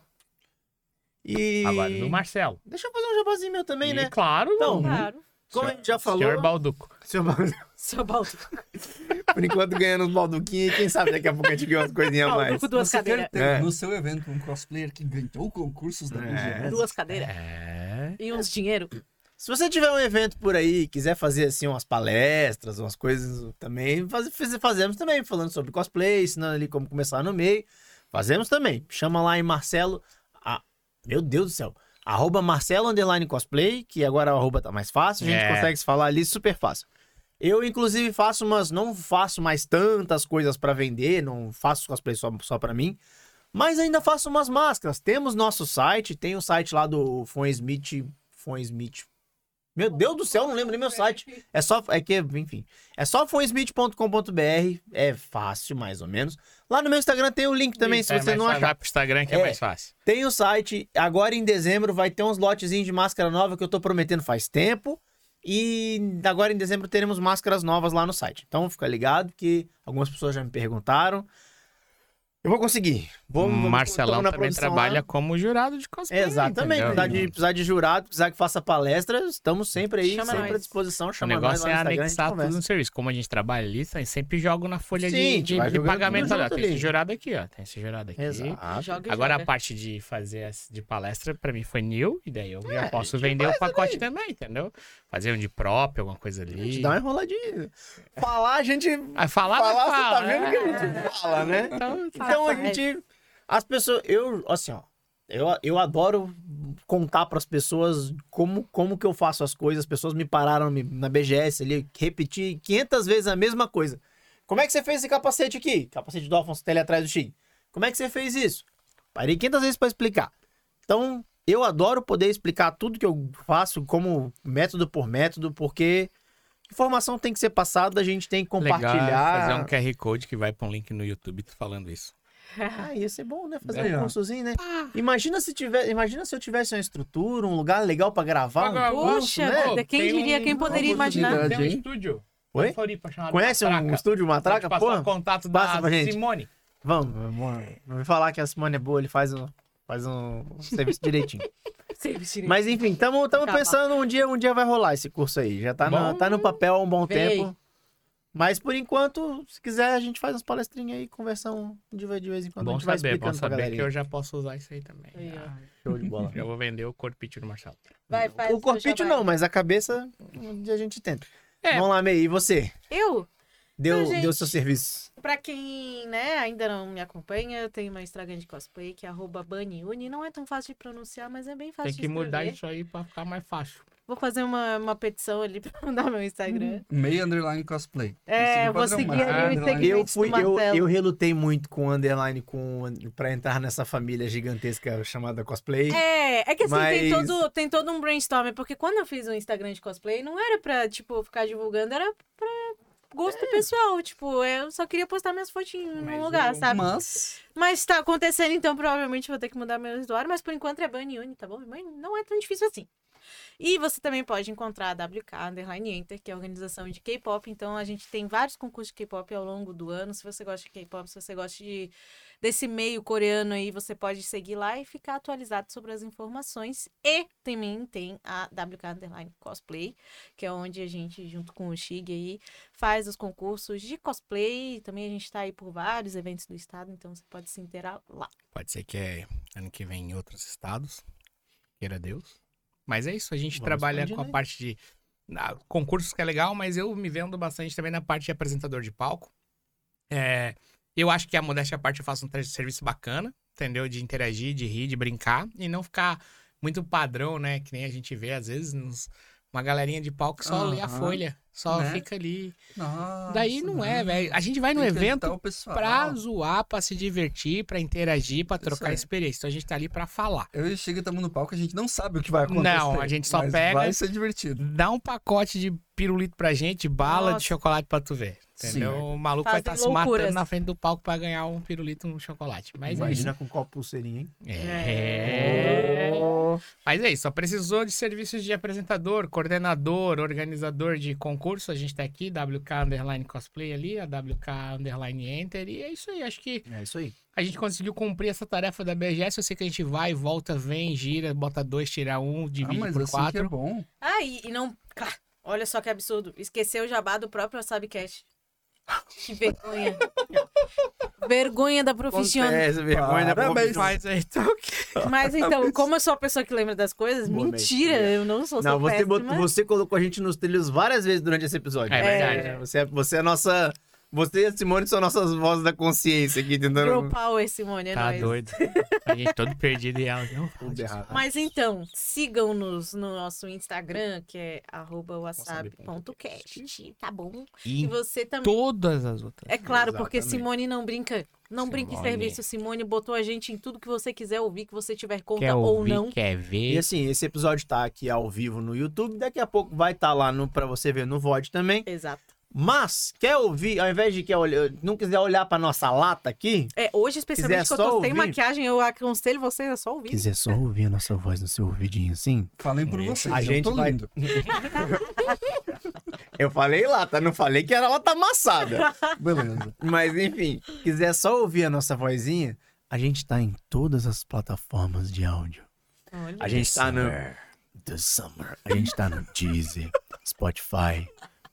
S2: E
S1: Agora, do Marcelo.
S2: deixa eu fazer um jabazinho meu também,
S1: E,
S2: né?
S1: Claro.
S2: Então,
S3: Claro.
S2: como a gente já falou,
S1: Senhor Balduco.
S2: Senhor Baldu-
S3: Seu Baldo.
S6: Por enquanto ganhando os balduquinhos, quem sabe daqui a pouco a gente ganha umas
S2: É
S6: coisinhas a mais.
S3: Balduco, duas
S4: Você
S3: cadeiras.
S4: quer ter
S6: É.
S4: no seu evento um cosplayer que ganhou concursos da
S6: É.
S4: BGS?
S3: Duas cadeiras.
S1: É.
S3: E uns dinheiro.
S2: Se você tiver um evento por aí e quiser fazer assim umas palestras, umas coisas também, faz- faz- fazemos também, falando sobre cosplay, ensinando ali como começar no meio. Fazemos também. Chama lá em Marcelo. ah, meu Deus do céu. Arroba Marcelo Underline Cosplay, que agora o arroba tá mais fácil, a gente
S1: É.
S2: consegue se falar ali super fácil. Eu, inclusive, faço umas. Não faço mais tantas coisas pra vender, não faço cosplay só, só para mim. Mas ainda faço umas máscaras. Temos nosso site, tem o site lá do Fon Smith. Fon Smith. Meu Deus do céu, eu não lembro nem meu site. É só. É que, enfim. É só fonsmith.com.br. É fácil, mais ou menos. Lá no meu Instagram tem o link também, se
S1: É,
S2: você
S1: mas
S2: não
S1: vai-
S2: achar.
S1: Vai pro Instagram que é,
S2: É.
S1: mais fácil.
S2: Tem o site. Agora em dezembro vai ter uns lotezinhos de máscara nova que eu tô prometendo faz tempo. E agora em dezembro teremos máscaras novas lá no site. Então fica ligado que algumas pessoas já me perguntaram. Eu vou conseguir. Vou, vamos-
S1: Marcelão
S2: tamo na
S1: também
S2: produção lá.
S1: trabalha como jurado de cosplay.
S2: Exatamente.
S1: entendeu?
S2: Precisar de, precisar de jurado, precisar que faça palestra, estamos sempre aí,
S3: Chama
S2: sempre
S3: nós.
S2: à disposição.
S1: O
S2: Chama nós
S1: negócio é
S2: lá no Instagram, a gente
S1: anexar tudo
S2: conversa.
S1: no serviço. Como a gente trabalha ali, tá, sempre joga na folha de-
S2: Sim,
S1: de,
S2: vai
S1: de
S2: jogando tudo
S1: pagamento. ali, ó.
S2: junto
S1: Tem esse
S2: ali.
S1: jurado aqui, ó. Tem esse jurado aqui.
S2: Exato.
S3: Joga,
S1: Agora a
S3: joga.
S1: parte de fazer as- de palestra, pra mim foi new, e daí eu
S2: É,
S1: já posso vender o pacote também, entendeu? Fazer um de próprio, alguma coisa
S2: A gente
S1: ali.
S2: dá uma enroladinha. Falar, a gente.
S1: Aí falar,
S2: Falar,
S1: mas fala,
S2: você tá vendo
S1: né?
S2: que a gente fala, né?
S1: Então, tá.
S2: Então a
S3: Rapaz.
S2: gente. As pessoas. Eu, assim, ó. Eu, eu adoro contar pras pessoas como, como que eu faço as coisas. As pessoas me pararam me- na BGS ali, repeti 500 vezes a mesma coisa. Como é que você fez esse capacete aqui? Capacete do Alfonso Tele atrás do Xing. Como é que você fez isso? Parei 500 vezes pra explicar. Então, eu adoro poder explicar tudo que eu faço, como método por método, porque informação tem que ser passada, a gente tem que compartilhar.
S1: Legal, fazer um QR Code que vai pra um link no YouTube tu falando isso.
S2: Ah, ia ser bom, né? Fazer
S4: Aí,
S2: um
S4: ó.
S2: cursozinho, né? Imagina se tiver, imagina se eu tivesse uma estrutura, um lugar legal pra gravar. um-
S3: Puxa,
S1: Pô,
S3: vida, quem
S1: tem
S3: diria,
S1: um-
S3: quem poderia imaginar?
S1: Tem um
S4: hein?
S1: estúdio.
S2: Oi?
S1: em Floripa, chamado
S2: Conhece um
S1: Matraca.
S2: estúdio Matraca?
S1: Vou te passar
S2: Porra,
S1: o contato
S2: Passa
S1: da
S2: pra gente.
S1: Simone.
S2: vamos, vamos. Vou falar que a Simone é boa, ele faz um, faz um serviço direitinho. Mas enfim, estamos
S3: Acaba.
S2: pensando um dia, um dia vai rolar esse curso aí. Já tá, na-
S1: Bom.
S2: tá no papel há um bom
S3: Vem
S2: tempo. Mas por enquanto, se quiser, a gente faz umas palestrinhas aí, conversamos de vez de vez em quando. a
S1: Bom
S2: gente vai
S1: saber, bom
S2: explicando pra
S1: saber
S2: galera.
S1: que eu já posso usar isso aí também.
S3: Aí, ó.
S1: Ah,
S2: Show de bola.
S1: Já vou vender o corpite do Marcelo.
S3: Vai, faz
S2: O
S3: seu
S2: corpite
S3: jabá.
S2: não, mas a cabeça um dia a gente tenta.
S1: É.
S2: Vamos lá, Mei, e você?
S3: Eu,
S2: Deu,
S3: Então,
S2: deu
S3: gente-
S2: seu serviço.
S3: pra quem né, ainda não me acompanha, eu tenho uma Instagram de cosplay que é arroba baniuni. Não é tão fácil de pronunciar, mas é bem fácil
S1: Tem
S3: de
S1: que mudar
S3: escrever.
S1: isso aí pra ficar mais fácil.
S3: Vou fazer uma, uma petição ali pra mudar meu Instagram.
S4: Meia underline cosplay.
S3: É,
S4: Consigo
S3: vou
S4: fazer um
S3: seguir
S4: mais
S1: ali o
S4: underline.
S3: segmento.
S2: Eu
S3: Gente,
S2: fui,
S3: do
S2: eu,
S3: Marcelo.
S2: eu relutei muito com o underline com para entrar nessa família gigantesca chamada
S1: Uhum.
S2: cosplay.
S3: É, é que assim, tem,
S2: Mas-
S3: todo, tem todo um brainstorm, porque quando eu fiz um Instagram de cosplay, não era pra, tipo, ficar divulgando, era pra gosto pessoal, tipo, eu só queria postar minhas fotinhas
S1: É. Mas
S3: num lugar,
S1: o-
S3: sabe?
S4: Mas
S3: Mas tá acontecendo, então provavelmente vou ter que mudar meu usuário, mas por enquanto é Bunny Uni, tá bom? Mas não é tão difícil assim. E você também pode encontrar a WK Underline Enter, que é a organização de K-pop. Então a gente tem vários concursos de K-pop ao longo do ano. Se você gosta de K-pop, se você gosta de, desse meio coreano aí, você pode seguir lá e ficar atualizado sobre as informações. E também tem a WK Underline Cosplay, que é onde a gente, junto com o Shig aí, faz os concursos de cosplay. Também a gente tá aí por vários eventos do estado, então você pode se inteirar lá.
S1: Pode ser que é ano que vem em outros estados. Queira Deus. Mas é isso, a gente
S2: Vamos
S1: trabalha
S2: expandir,
S1: com a
S2: né?
S1: parte de na- concursos que é legal, mas eu me vendo bastante também na parte de apresentador de palco. É, eu acho que a modéstia à parte eu faço um tra- serviço bacana, entendeu? De interagir, de rir, de brincar e não ficar muito padrão, né? Que nem a gente vê às vezes nos- uma galerinha de palco que só lê a
S4: Aham.
S1: folha, só
S4: Né?
S1: fica ali.
S4: Nossa, né?
S1: Daí não é, velho. A gente vai
S4: Tem
S1: no
S4: que
S1: evento
S4: ajudar o pessoal.
S1: pra zoar, pra se divertir, pra interagir, pra trocar
S4: aí.
S1: experiência. Então a gente tá ali pra falar.
S4: Eu e o Chega estamos no palco, a gente não sabe o que vai acontecer.
S1: Não, a gente só
S4: mas
S1: pega-
S4: Vai ser divertido.
S1: Dá um pacote de pirulito pra gente, bala
S3: Nossa.
S1: de chocolate pra tu ver. Entendeu?
S4: Sim.
S1: O maluco
S3: Fazem
S1: vai estar se
S3: loucuras.
S1: matando na frente do palco pra ganhar um pirulito e um chocolate. Mas
S2: Imagina com qual pulseirinha, hein?
S1: é isso. É.
S4: Ah,
S1: Mas é isso, só precisou de serviços de apresentador, coordenador, organizador de concurso. A gente tá aqui, WK Underline Cosplay ali, a WK Underline Enter. E é isso aí, acho que
S2: É isso aí.
S1: A gente conseguiu cumprir essa tarefa da BGS. Eu sei que a gente vai, volta, vem, gira, bota dois, tira um,
S4: Ah,
S1: divide
S4: mas
S1: por
S4: assim que é
S1: quatro.
S4: bom.
S3: Ah, e, e não. Claro, olha só que absurdo. Esqueceu o jabá do próprio Sabcast. Que vergonha. vergonha da profissão.
S2: Acontece, vergonha da
S4: Parabéns.
S2: profissão.
S1: Mas aí, então, que-
S3: Mas então, como eu sou a pessoa que lembra das coisas,
S2: Boa,
S3: mentira,
S2: mestre.
S3: eu não sou,
S2: Não,
S3: sou
S2: você, botou-
S3: péssima.
S2: você colocou a gente nos trilhos várias vezes durante esse episódio.
S1: É verdade.
S2: Você, é- você é a nossa. Você e a Simone são nossas vozes da consciência aqui
S3: Girl
S2: tentando.
S3: power, Simone, é
S1: Tá
S3: nóis.
S1: doido. A gente todo perdido e ela. Não, fala
S2: Tudo
S1: disso.
S2: errado.
S3: Mas então, sigam-nos no nosso Instagram, que é arroba wasabi.cast, tá bom? E
S1: E
S3: você também.
S1: todas as outras.
S3: É claro, porque
S2: Exatamente.
S3: Simone não brinca. Não brinca em
S1: Simone.
S3: serviço. Simone botou a gente em tudo que você quiser ouvir, que você tiver conta
S1: Quer
S3: ou
S1: ouvir,
S3: não.
S1: quer
S2: E
S1: ver.
S2: assim, esse episódio tá aqui ao vivo no YouTube. Daqui a pouco vai estar lá no, pra você ver no VOD também.
S3: Exato.
S2: Mas, quer ouvir, ao invés de quer olhar, não quiser olhar pra nossa lata aqui,
S3: É, hoje, especialmente
S2: Quiser
S3: que eu tô
S2: só
S3: sem
S2: ouvir?
S3: maquiagem, eu aconselho vocês a só ouvir.
S2: quiser só ouvir a nossa voz no seu ouvidinho assim,
S4: Falem por vocês,
S2: A
S4: eu
S2: gente
S4: tô
S2: vai-
S4: lindo.
S2: Eu falei lata, não falei que era lata amassada.
S4: Beleza.
S2: Mas enfim, quiser só ouvir a nossa vozinha, a gente tá em todas as plataformas de áudio.
S3: Olha.
S2: A gente tá no The Summer, a gente tá no Deezer, Spotify,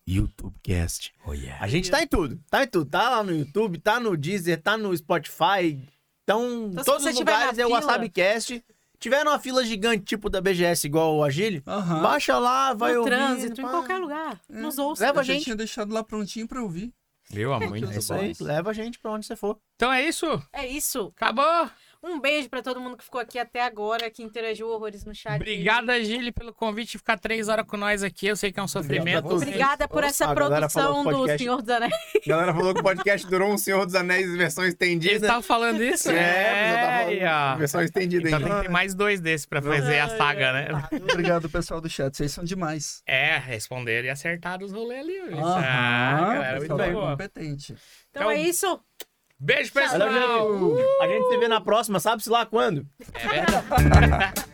S2: YouTubecast.
S1: Oh, yeah.
S2: A gente tá em tudo, tá em tudo, tá lá no YouTube, tá no Deezer, tá no Spotify. Então,
S3: Então, se
S2: todos
S3: você
S2: os
S3: tiver
S2: lugares
S3: na
S2: é o
S3: fila-
S2: WasabiCast. Tiver numa fila gigante tipo da BGS igual o Agile,
S4: Aham. É.
S2: baixa lá, vai
S3: Ah. no
S2: ouvindo,
S3: trânsito, em
S2: pá. É.
S3: qualquer lugar. Nos ouça.
S2: Leva a
S4: Eu já
S2: gente.
S4: tinha deixado lá prontinho pra ouvir.
S1: Viu? Há muito
S2: É isso aí,
S1: bom.
S2: leva a gente pra onde você for.
S1: Então é isso.
S3: É isso.
S1: Acabou.
S3: Um beijo pra todo mundo que ficou aqui até agora, que interagiu horrores no chat.
S1: Obrigada, Gili, pelo convite e ficar três horas com nós aqui. Eu sei que é um
S2: Obrigado
S1: sofrimento.
S2: a todos.
S3: Obrigada por
S2: Nossa,
S3: essa
S2: a galera falou
S3: produção
S2: que o
S3: do
S2: podcast-
S3: Senhor dos Anéis.
S2: A galera falou que o podcast durou um Senhor dos Anéis versão
S1: Ele
S2: estendida.
S1: tava falando isso?
S2: É,
S1: aí, ó.
S2: versão estendida
S1: Então tem que
S2: ainda.
S1: ter mais dois desses pra fazer a saga, né?
S4: Obrigado, pessoal do chat. Vocês são demais.
S1: É, responderam e acertaram os rolês ali. gente.
S4: Aham,
S1: Ah, galera, muito
S4: pessoal
S1: boa.
S4: competente.
S3: Então,
S1: Então,
S3: é isso.
S1: Beijo, pessoal.
S2: A gente se vê na próxima, sabe-se lá quando?
S1: É verdade.